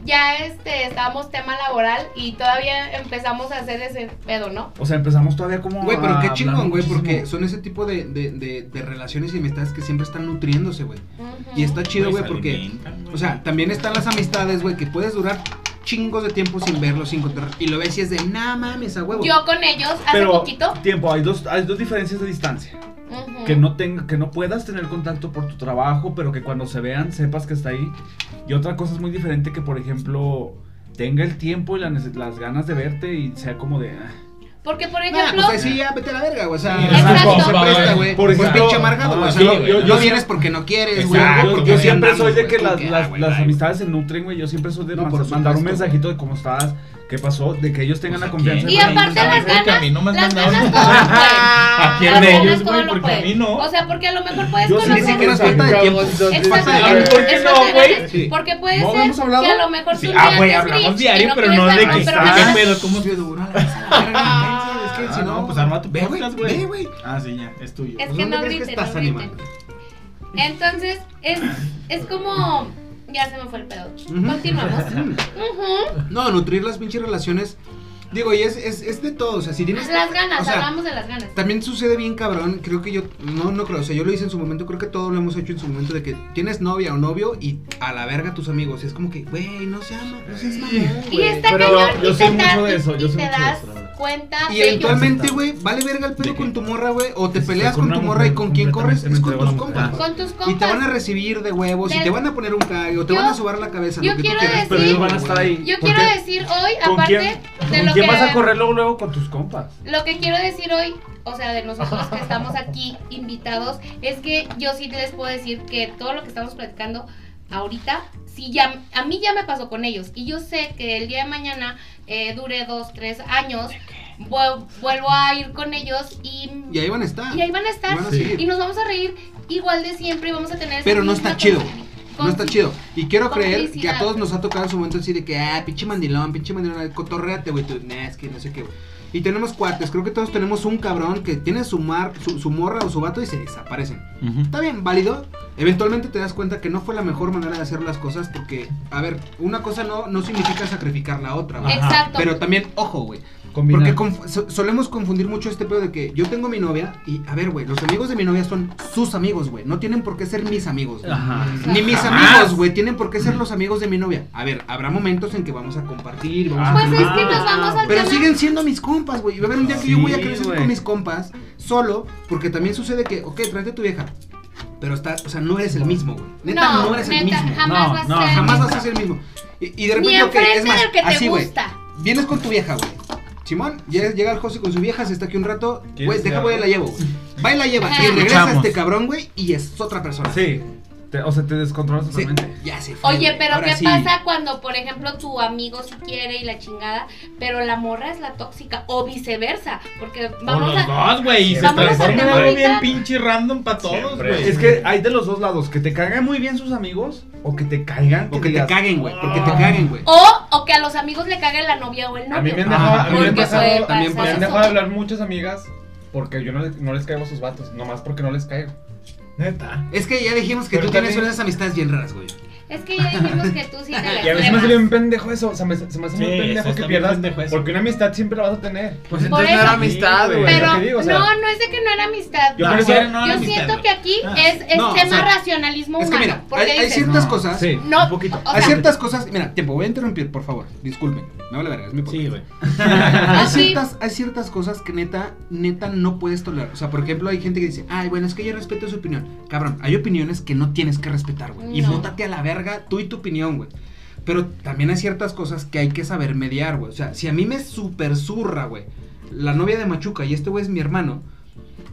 C: ya este estábamos tema laboral y todavía empezamos a hacer ese pedo, ¿no?
F: O sea, empezamos todavía como.
A: Güey, pero
F: a
A: qué
F: hablar
A: chingón, güey,
F: muchísimo.
A: porque son ese tipo de, de, de, de relaciones y amistades que siempre están nutriéndose, güey. Y está chido, güey,
D: Pues,
A: porque... O sea, también están las amistades, güey, que puedes durar chingos de tiempo sin verlos, sin encontrar. Y lo ves y es de, nah mames, a huevo.
C: Yo con ellos hace
F: Pero,
C: poquito.
F: Tiempo, hay dos, hay dos diferencias de distancia.
C: ujú.
F: Que no, tenga, que no puedas tener contacto por tu trabajo, pero que cuando se vean sepas que está ahí. Y otra cosa es muy diferente que, por ejemplo, tenga el tiempo y la nece- las ganas de verte y sea como de... ah.
C: Porque por
A: Nah,
C: ejemplo,
A: pues ahí sí, ya vete a la verga, güey. O sea,
C: Exacto.
A: no se presta, güey.
F: Por
A: Pues
F: ejemplo,
A: pinche amargado, güey. O sea,
F: yo-
A: no, no
F: yo- yo
A: vienes
F: siempre-
A: porque no quieres, güey.
F: Exacto,
A: porque
F: yo
A: así
F: siempre
A: andamos,
F: soy de
A: güey,
F: que
A: como
F: las, las-
A: ah, güey,
F: las
A: bye.
F: amistades se nutren, güey. Yo siempre soy de
A: No,
F: man-
A: por
F: mandar un
A: supuesto.
F: mensajito de cómo estás, qué pasó, de que ellos tengan
D: Pues
F: la confianza.
C: Y
F: en mí.
C: aparte
E: Creo
C: las
E: que a
C: ganas,
E: mí no me has
C: las
E: mandado
C: ganas todo
E: nada.
C: lo pueden.
E: ¿A quién
C: Las
E: de
C: ganas
E: ellos,
C: todo
E: güey?
C: lo
E: Porque a
C: pueden.
E: mí no.
C: O sea, porque a lo mejor puedes
F: Yo sí
A: Ni
C: conocer.
F: sé
A: siquiera es falta de tiempo. Es
C: Exacto,
A: falta
C: güey.
A: de tiempo.
E: ¿Por qué
C: Es
E: no,
C: falta de
E: güey?
C: ganas,
A: Sí.
C: Porque puede
F: ¿No
C: ser
F: habíamos hablado?
C: que a lo mejor
E: Sí,
C: tú
E: ah,
C: ya
E: güey,
C: eres
E: hablamos
C: Grinch y
E: diario, pero
C: quieres
E: no de
C: verlo,
E: que
C: pero
E: está-
C: me-
E: ¿Qué
A: Ay,
E: pedo? ¿Cómo?
A: sí, duró la verga, Es que
D: Ah,
A: si no.
D: no, pues arma tu
A: Ve, güey.
D: podcast,
A: Ve,
D: güey.
A: güey.
D: Ah, sí, ya, es tuyo.
C: Es
A: Pues,
C: que
A: ¿dónde crees
C: no
A: que
C: griten, no
A: estás,
C: griten.
A: animal?
C: Entonces, es, es como. Ya se me fue el pedo.
A: Ujú.
C: Continuamos. Ujú.
A: No, nutrir las pinches relaciones. Digo, y es, es, es de todo. O sea, si tienes.
C: Las ganas,
A: o sea,
C: hablamos de las ganas.
A: También sucede bien cabrón, creo que yo, no, no creo, o sea, yo lo hice en su momento, creo que todos lo hemos hecho en su momento, de que tienes novia o novio y a la verga tus amigos, es como que, güey, no se ama, no seas mamón,
C: Y
A: güey.
C: está
F: Pero
C: cañón.
F: yo
C: y
F: soy
C: te da-
F: mucho de eso,
C: y
F: yo soy
C: te
F: mucho de
C: das
F: eso, la verdad.
C: cuenta.
A: Y
C: de ellos.
A: eventualmente, güey, vale verga el pedo con tu morra, güey, o te
F: Sí,
A: peleas con
F: con una
A: tu
F: mujer,
A: morra y con quién corres, es con
F: completamente
A: tus
F: con una
A: compas.
F: mujer.
C: Con tus
A: Y te van a
C: compas.
A: recibir de huevos, y
C: Del-
A: te van a poner un cague, o te
C: Yo-
A: van a sobar la cabeza,
C: yo
A: lo que tú
C: quiero
A: quieras.
F: Pero
C: Sí.
F: ellos van a estar ahí.
C: Yo
F: ¿Por
C: quiero
F: qué?
C: decir hoy,
F: ¿Con
C: aparte
F: quién,
C: de
F: con
C: lo
F: quién
C: que.
F: vas a correr luego, luego con tus compas?
C: Lo que quiero decir hoy, o sea, de nosotros que estamos aquí invitados, es que yo sí les puedo decir que todo lo que estamos platicando ahorita, sí ya, a mí ya me pasó con ellos. Y yo sé que el día de mañana eh, dure dos, tres años, vuel- vuelvo a ir con ellos y,
A: Y ahí van a estar.
C: y ahí van a estar.
A: Van a seguir.
C: Y nos vamos a reír igual de siempre y vamos a tener... esa
A: Pero no
C: misma
A: está chido.
C: con-
A: No está chido. Y quiero creer que
C: Complicidad.
A: a todos nos ha tocado en su momento así de que, ah, pinche mandilón, pinche mandilón, cotorreate, güey. Tú, nah, es que no sé qué, güey. Y tenemos cuates, creo que todos tenemos un cabrón que tiene su, mar, su, su morra o su vato y se desaparecen. Está bien, válido. Eventualmente te das cuenta que no fue la mejor manera de hacer las cosas porque, a ver, una cosa no, no significa sacrificar la otra, güey.
C: Exacto.
A: Pero también, ojo, güey. Porque
F: Combinar.
A: conf- so- solemos confundir mucho este pedo de que yo tengo mi novia y, a ver, güey, los amigos de mi novia son sus amigos, güey. No tienen por qué ser mis amigos, güey.
F: Ajá.
A: Ni mis
F: Jamás.
A: amigos, güey, tienen por qué ser los amigos de mi novia. A ver, habrá momentos en que vamos a compartir, vamos a
C: Pues es
A: tomar,
C: que nos vamos al
A: Ah. Pero
C: tema-
A: siguen siendo mis compas, güey. Y va a haber un día que yo
F: Sí,
A: voy a querer salir
F: güey.
A: con mis compas solo, porque también sucede que, ok, tráete a tu vieja. Pero está, o sea, no eres el mismo, güey. Neta, no,
C: no,
A: eres el
C: neta,
A: mismo.
C: jamás
F: No,
C: vas
F: no,
C: a ser el
A: Jamás
C: mismo.
A: vas a ser el mismo. Y, y de
C: Ni
A: repente, ok,
C: enfrente
A: es más,
C: del que te
A: así, güey.
C: gusta.
A: Vienes con tu vieja, güey. Simón, ya llega el José con su vieja, se está aquí un rato. Güey,
G: ¿Quieres
A: deja,
G: decir
A: güey,
G: algo?
A: la llevo, güey. Va y la lleva.
C: Ajá.
A: Y regresa
H: Escuchamos.
A: este cabrón, güey, y es otra persona.
F: Sí. Te- o sea, te descontrolas
A: Sí,
F: totalmente.
A: ya se fue,
C: Oye,
A: güey.
C: pero
A: Ahora
C: ¿qué
A: sí.
C: pasa cuando, por ejemplo, tu amigo si quiere y la chingada, pero la morra es la tóxica o viceversa? Porque
D: O
C: vamos
D: los
C: a...
D: dos, güey, y se
C: Vamos a
D: transforma en
C: tener
D: algo
C: ahorita-
D: bien pinche random para todos,
E: Siempre.
D: güey.
F: Es que hay de los dos lados, que te caigan muy bien sus amigos o que te caigan.
A: O que te
F: digas,
A: caguen, güey. Porque te caguen, güey.
C: O, o que a los amigos le cague la novia o el novio.
G: A mí me han dejado, a mí me han
C: Porque
G: dejado-
C: puede
G: también
C: pasar
G: me han
C: eso.
G: dejado de hablar muchas amigas porque yo no, le- no les caigo a sus vatos, nomás porque no les caigo.
B: Neta.
A: Es que ya dijimos que
G: Pero
A: tú tienes
G: también-
A: unas amistades bien raras, güey.
C: Es que ya dijimos que tú sí te la
G: Y a veces me
C: cebas.
G: hace bien pendejo eso, o sea, me- se me hace
D: Sí,
G: muy
D: eso
G: pendejo
D: está
G: que
D: bien
G: pierdas,
D: pendejo eso.
G: porque una amistad siempre la vas a tener.
F: Pues
C: Por
F: entonces no
C: eso.
F: era amistad,
G: Sí,
F: güey.
G: güey.
C: Pero
G: lo que digo, o sea.
C: no, no es de que no era amistad.
G: Yo
C: Yo,
G: por eso-
C: siento que aquí es, es
A: No, o
C: tema
A: sea,
C: racionalismo
A: Es que
C: humano.
A: mira,
C: porque
A: hay, hay
C: dices,
A: ciertas cosas.
F: Sí,
C: No,
F: un poquito.
C: o
A: hay
C: sea,
A: ciertas cosas. Mira, tiempo, voy a interrumpir, por favor. Disculpen. Me vale verga, es mi podcast.
D: Sí, güey.
A: hay,
C: Ah, sí.
A: ciertas, hay ciertas cosas que neta, neta no puedes tolerar. O sea, por ejemplo, hay gente que dice, ay, bueno, es que yo respeto su opinión. Cabrón, hay opiniones que no tienes que respetar, güey. Y
C: No.
A: bótate a la verga tú y tu opinión, güey. Pero también hay ciertas cosas que hay que saber mediar, güey. O sea, si a mí me super zurra, güey,
C: Pues
A: la novia de Machuca y este güey es mi hermano,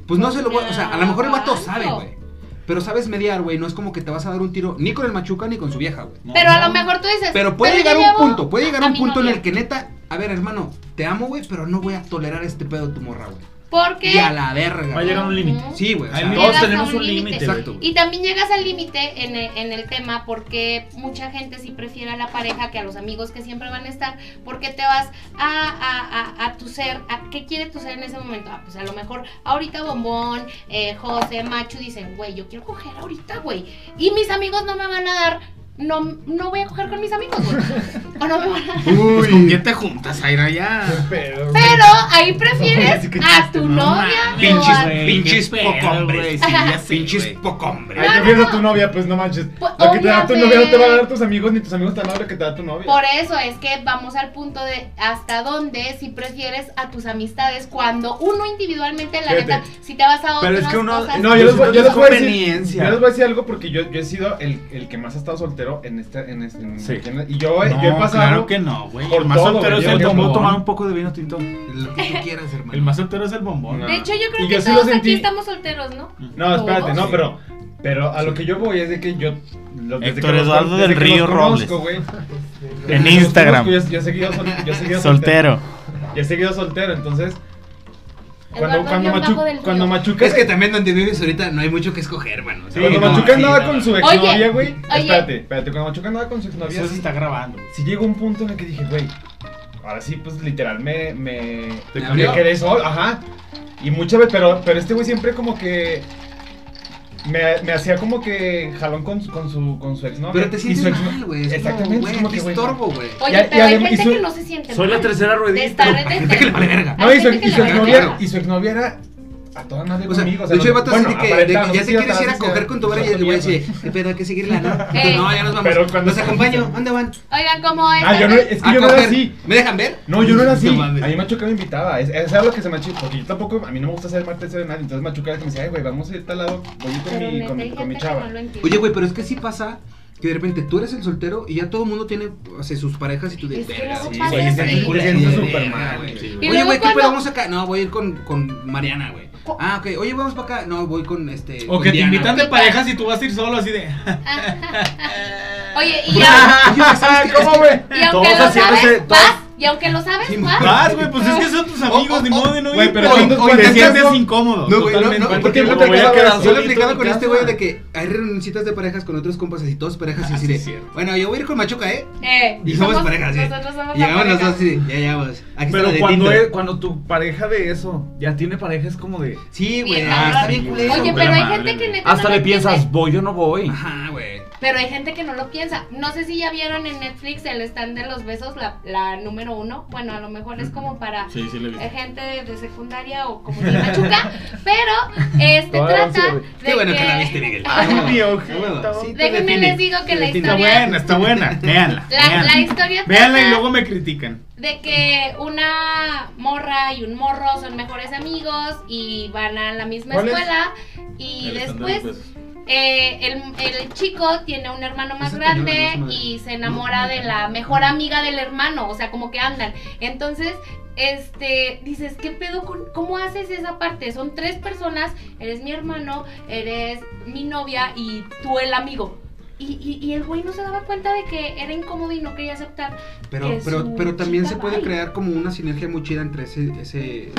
A: pues no se lo voy a. O sea, a lo mejor el vato sabe, güey. Pero sabes mediar, güey. No es como que te vas a dar un tiro ni con el machuca ni con su vieja, güey.
C: Pero a lo mejor tú dices.
A: Pero puede
C: Pues, yo
A: llegar un
C: llevo
A: punto, puede llegar
C: a
A: un
C: mi
A: punto en
C: novia".
A: el que neta, a ver, hermano, te amo, güey, pero no voy a tolerar este pedo de tu morra, güey.
C: Porque.
A: Y a la verga.
I: Va a
A: güey.
I: llegar un límite.
C: Ujú.
A: Sí, güey. o
I: Ay,
A: sea,
I: mi-
C: Llegas
I: Todos
C: a
I: tenemos un límite, güey.
A: Exacto, güey.
C: Y también llegas al límite en el, en el tema porque mucha gente sí prefiere a la pareja que a los amigos que siempre van a estar porque te vas a, a- a- a tu ser, a qué quiere tu ser en ese momento. Ah, pues a lo mejor ahorita Bombón, eh, José, Machu dicen, güey, yo quiero coger ahorita, güey. Y mis amigos no me van a dar, no, no voy a coger con mis amigos, güey. o no me van a dar.
D: Pues con quién te juntas, Aira, ya.
B: Pero,
C: Pero ahí prefieres
D: Sí, qué
C: a
D: chiste,
C: tu
D: no
C: novia.
D: mames.
C: o a-
A: Pinches,
I: güey,
A: pinches
I: qué pedo, güey,
A: pocombres.
I: sí,
C: ya
D: sé,
A: Pinches
D: güey.
A: pocombres.
G: Ahí te piensa tu novia, pues no manches.
C: Pues,
G: Lo que te da tu
C: obviamente.
G: novia no te va a dar tus amigos, ni tus amigos te van a dar lo que te da tu novia.
C: Por eso es que vamos al punto de hasta dónde si prefieres a tus amistades cuando uno individualmente la
G: Fíjate.
C: neta si te vas a otras
I: Pero es que uno-
C: cosas.
G: No, yo les, voy, yo les voy a decir.
I: Conveniencia.
G: Yo les voy a decir algo porque yo, yo he sido el, el que más ha estado soltero en este. En este en-
F: Sí.
G: en- y yo, he-
D: No,
G: yo he pasado.
D: claro que no, güey.
G: por
D: El más
G: todo,
D: soltero
G: güey,
D: es
G: yo
D: el
G: creo que
F: ¿Puedo tomar
D: bombón.
F: un poco de vino tinto?
A: Lo que tú quieras, hermano.
D: El más soltero es el bombón.
G: No.
C: De hecho yo creo
G: Y
C: que
G: yo sí
C: todos
G: lo sentí.
C: aquí estamos solteros, ¿no?
G: No, espérate, no,
C: Todos.
G: pero. Pero a lo que yo voy es de que yo. lo- desde
H: Héctor
G: que los-
H: Eduardo
G: desde
H: del
G: que los
H: Río
G: conozco, güey, desde
H: En
G: que los
H: Instagram.
G: conozco, Yo, yo he seguido sol- yo he seguido
H: Soltero.
G: Yo he seguido soltero, entonces. Cuando,
C: Eduardo,
G: cuando,
C: guión
G: Machu-
C: bajo del río.
G: cuando Machuca.
A: Es que también donde vives ahorita no hay mucho que escoger, hermano. O sea,
G: cuando
A: no,
G: Machuca
A: sí,
G: andaba
A: no.
G: con su
C: Oye,
G: exnovia, güey.
C: oye.
G: Espérate, espérate. Cuando Machuca andaba con su exnovia,
D: Eso se
G: sí,
D: está grabando.
G: sí llegó un punto en el que dije, güey, ahora sí, pues literal me. Me,
A: Te
G: me
A: cambió.
G: quedé solo, ajá. Y muchas veces, pero, pero este güey siempre como que. Me, me hacía como que jalón con, su- con su, con su exnovia.
A: Pero te
G: Y
A: sientes
G: su ex-
A: mal, güey. Exactamente.
G: Exactamente,
A: Güey,
G: es como
A: qué
G: que, güey,
A: estorbo, güey.
C: Oye,
G: Ya-
C: pero
G: ya
C: hay
G: de- y
C: gente
G: su-
C: que no se siente
I: Soy
C: mal.
I: la tercera
C: De
I: ruedita.
C: estar
A: Hay gente que le vale verga.
G: No, y su,
C: gente que
G: y, su
C: le vale
G: exnovia,
C: verga.
G: y su exnovia era a toda madre
A: O sea,
G: conmigo. o sea,
A: de hecho, hay
G: no-
A: vatos
G: bueno,
A: así de que, de que
G: aparenta, no sé
A: ya
G: si
A: te quieres ir a
G: atrás, o
A: coger
G: sea, pues,
A: con tu vara y el güey dice, eh, pero hay que seguirla, ¿no?
C: Ey.
A: No, ya nos vamos.
G: Pero cuando
A: Los
G: se-
A: acompaño, ¿dónde van?
C: Oigan, ¿cómo es?
G: Ah, yo no, es que
A: A
G: yo no era
A: coger.
G: así.
A: ¿Me dejan ver?
G: No, yo no era así.
D: No
G: A
D: mames.
G: mí Machuca me invitaba. Es, es algo que se me achicó. Porque yo tampoco, a mí no me gusta hacer martes de nadie. Entonces Machuca era que me decía, ay, güey, vamos a ir a tal lado. Voy a ir con
C: Pero
G: mi,
C: neta,
G: con mi,
C: hay
G: con mi
C: gente que
G: chava.
C: no lo entiende.
A: Oye, güey, pero es que sí pasa que de repente tú eres el soltero y ya todo el mundo tiene o sea, sus parejas y tú dices,
C: Es que
A: verga,
C: luego
A: sí,
C: pasa
A: güey,
C: así.
A: está bien culero,
G: Te sientes
A: güey,
G: súper
A: verga,
G: mal,
A: güey.
D: Sí,
C: Y
A: Oye,
C: luego
A: güey, ¿qué
C: cuando-
A: pedo vamos acá? No, voy a ir con, con Mariana, güey. Ah, ok. Oye, vamos para acá. No, voy con este.
D: O
A: con
D: que te
A: Diana,
D: invitan de
A: güey.
D: parejas y tú vas a ir solo así de.
C: Oye, y, ya-
G: ¿Cómo, güey?
C: y aunque
I: Todos
C: lo
I: haciéndose-
C: sabes,
I: todos-
C: vas. Y aunque lo sabes,
A: Sí,
C: vas.
D: Vas, güey, pues es que son tus amigos, ni modo de no ir.
G: Güey, pero
D: güey.
G: cuando-
D: O
G: cuando
D: te
G: estás
D: sientes
G: solo-
D: incómodo.
A: No, güey, no,
D: totalmente.
A: no,
G: ¿Por
A: porque
G: qué
A: yo
G: no
A: lo
G: te
A: he
G: quedabas
A: aplicado- yo lo he
G: solito
A: aplicado
G: en
A: con
G: casa?
A: este güey de que hay reunioncitas de parejas con otros compas así, todos
F: Ah,
A: parejas y así
D: sí,
A: de,
D: es cierto.
A: bueno, yo voy a ir con Machuca, ¿eh?
C: Eh,
A: Y somos, parejas, sí.
C: Nosotros somos
A: Y
C: la
A: llegamos los
C: pareja.
A: dos así, de, ya, ya, vamos. Aquí
F: Pero
A: está la de
F: cuando,
A: Tinder.
F: es- cuando tu pareja de eso ya tiene pareja es como de...
A: Sí, güey,
C: Bien,
A: ah,
C: cabrón.
A: está bien culero.
C: Oye,
A: güey.
C: pero hay
D: madre,
C: gente que
D: güey.
C: neta
F: Hasta
C: no
F: le
C: lo entiende.
F: piensas, voy o no voy.
A: Ajá, güey.
C: Pero hay gente que no lo piensa. No sé si ya vieron en Netflix el stand de los besos, la, la número uno. Bueno, a lo mejor es como para
D: Sí, sí, le vi.
C: eh, gente de, de secundaria o como de machuca. pero este
B: Todavía no
C: trata
B: se ve.
C: de
A: Qué bueno que la viste,
C: que...
A: Miguel.
D: Ay,
A: huevo, sí, te
C: Déjenme
A: define.
C: les digo que
A: Te
C: la
A: define.
D: Está buena, está buena. Véanla.
C: La, la
D: véanla.
C: historia
D: Véanla y
C: trata
D: luego me critican.
C: de que una morra y un morro son mejores amigos y van a la misma
B: ¿Cuál es?
C: escuela y
D: El
C: después
D: estándar, pues,
C: Eh, el, el chico tiene un hermano más
A: Es española,
C: grande
A: ¿no? Es madre.
C: y se enamora de la mejor amiga del hermano, o sea, como que andan. Entonces, este, dices, ¿qué pedo con, cómo haces esa parte? Son tres personas, eres mi hermano, eres mi novia y tú el amigo. Y, y- y el güey no se daba cuenta de que era incómodo y no quería aceptar.
A: Pero,
C: que
A: pero,
C: su
A: pero también
C: chica
A: se puede
C: baile.
A: crear como una sinergia muy chida entre ese, ese eh,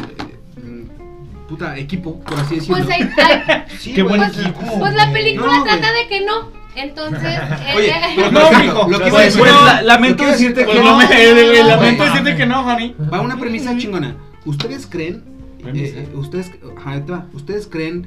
A: mm, puta equipo, por así decirlo.
C: Pues, ahí- ahí-
A: Sí,
D: Qué
A: güey.
D: buen
C: pues,
D: equipo.
C: pues la película
A: No, güey.
C: trata de que no. Entonces,
A: Oye,
C: eh,
A: pero
D: No,
A: por ejemplo,
D: mijo,
A: lo que
D: no,
A: iba a decir-
D: pues,
A: lo
D: la-
A: que
F: lamento
A: iba a decir-
F: decirte
D: Pues
F: que
D: no me.
A: No,
D: Lamento
A: güey.
D: decirte que no, honey.
A: Va una premisa chingona. ¿Ustedes creen?
D: Premisa.
A: eh, eh, ustedes, ajá, ahí te va. ¿Ustedes creen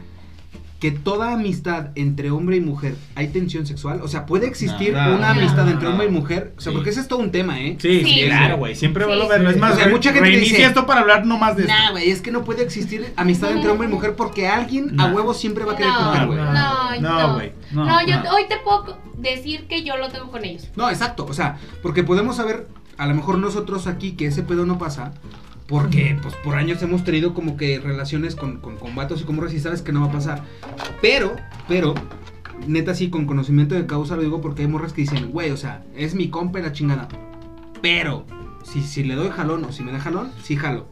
A: que toda amistad entre hombre y mujer hay tensión sexual? O sea, ¿puede existir
G: No, no,
A: una
C: no,
A: amistad
G: no,
A: entre
G: no.
A: hombre y mujer? O sea,
D: Sí.
A: porque ese es todo un tema, ¿eh?
D: Sí,
C: Sí.
D: sí, claro, güey. Siempre
C: Sí,
D: vuelvo a verlo.
C: sí.
D: Es más,
A: O sea,
D: re-
A: mucha gente
D: reinicia
A: dice-
D: esto para hablar no más de esto.
A: Nah, güey, es que no puede existir amistad entre hombre y mujer porque alguien a
D: Nah.
A: huevo siempre va a querer
C: No,
A: coger, güey.
B: no.
C: no,
D: No, güey.
C: No, yo
D: no.
C: hoy te puedo decir que yo lo tengo con ellos.
A: No, exacto, o sea, porque podemos saber, a lo mejor nosotros aquí, que ese pedo no pasa, porque pues por años hemos tenido como que relaciones con, con, con vatos y con morras y sabes que no va a pasar. Pero, pero, neta sí, con conocimiento de causa lo digo porque hay morras que dicen, güey, o sea, es mi compa y la chingada. Pero, si, si le doy jalón o si me da jalón, sí jalo.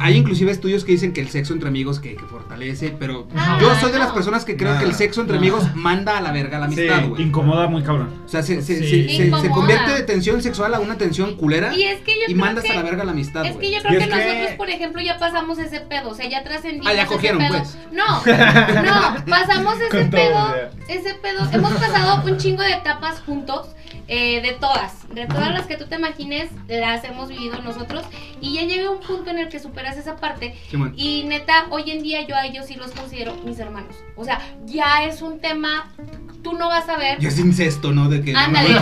A: Hay inclusive estudios que dicen que el sexo entre amigos que, que fortalece, pero
C: Ah,
A: yo soy de las
C: no.
A: personas que creo
D: Nada,
A: que el sexo entre
D: nada.
A: amigos manda a la verga la amistad, güey.
H: Incomoda muy cabrón.
A: o sea, se, se-
D: Sí.
A: se- se- se
C: Incomoda.
A: convierte de tensión sexual a una tensión culera
C: Y
A: y,
C: es que yo creo
A: mandas
C: que-
A: a la verga la amistad,
C: Es que
A: güey.
C: yo creo
B: Y
C: que,
B: es que-
C: nosotros, por ejemplo, ya pasamos ese pedo, o sea, ya trascendimos.
A: Ah, ya
C: ese
A: cogieron,
C: pedo.
A: pues.
C: No, no, pasamos ese
B: Con todo,
C: pedo,
B: ya.
C: ese pedo. Hemos pasado un chingo de etapas juntos, eh, de todas, de todas las que tú te imagines, las hemos vivido nosotros. Y ya llega un punto en el que superas esa parte
A: Simón.
C: y neta, hoy en día yo a ellos sí los considero mis hermanos. O sea, ya es un tema, tú no vas a ver.
A: Ya es incesto, ¿no? De que
C: Ándale.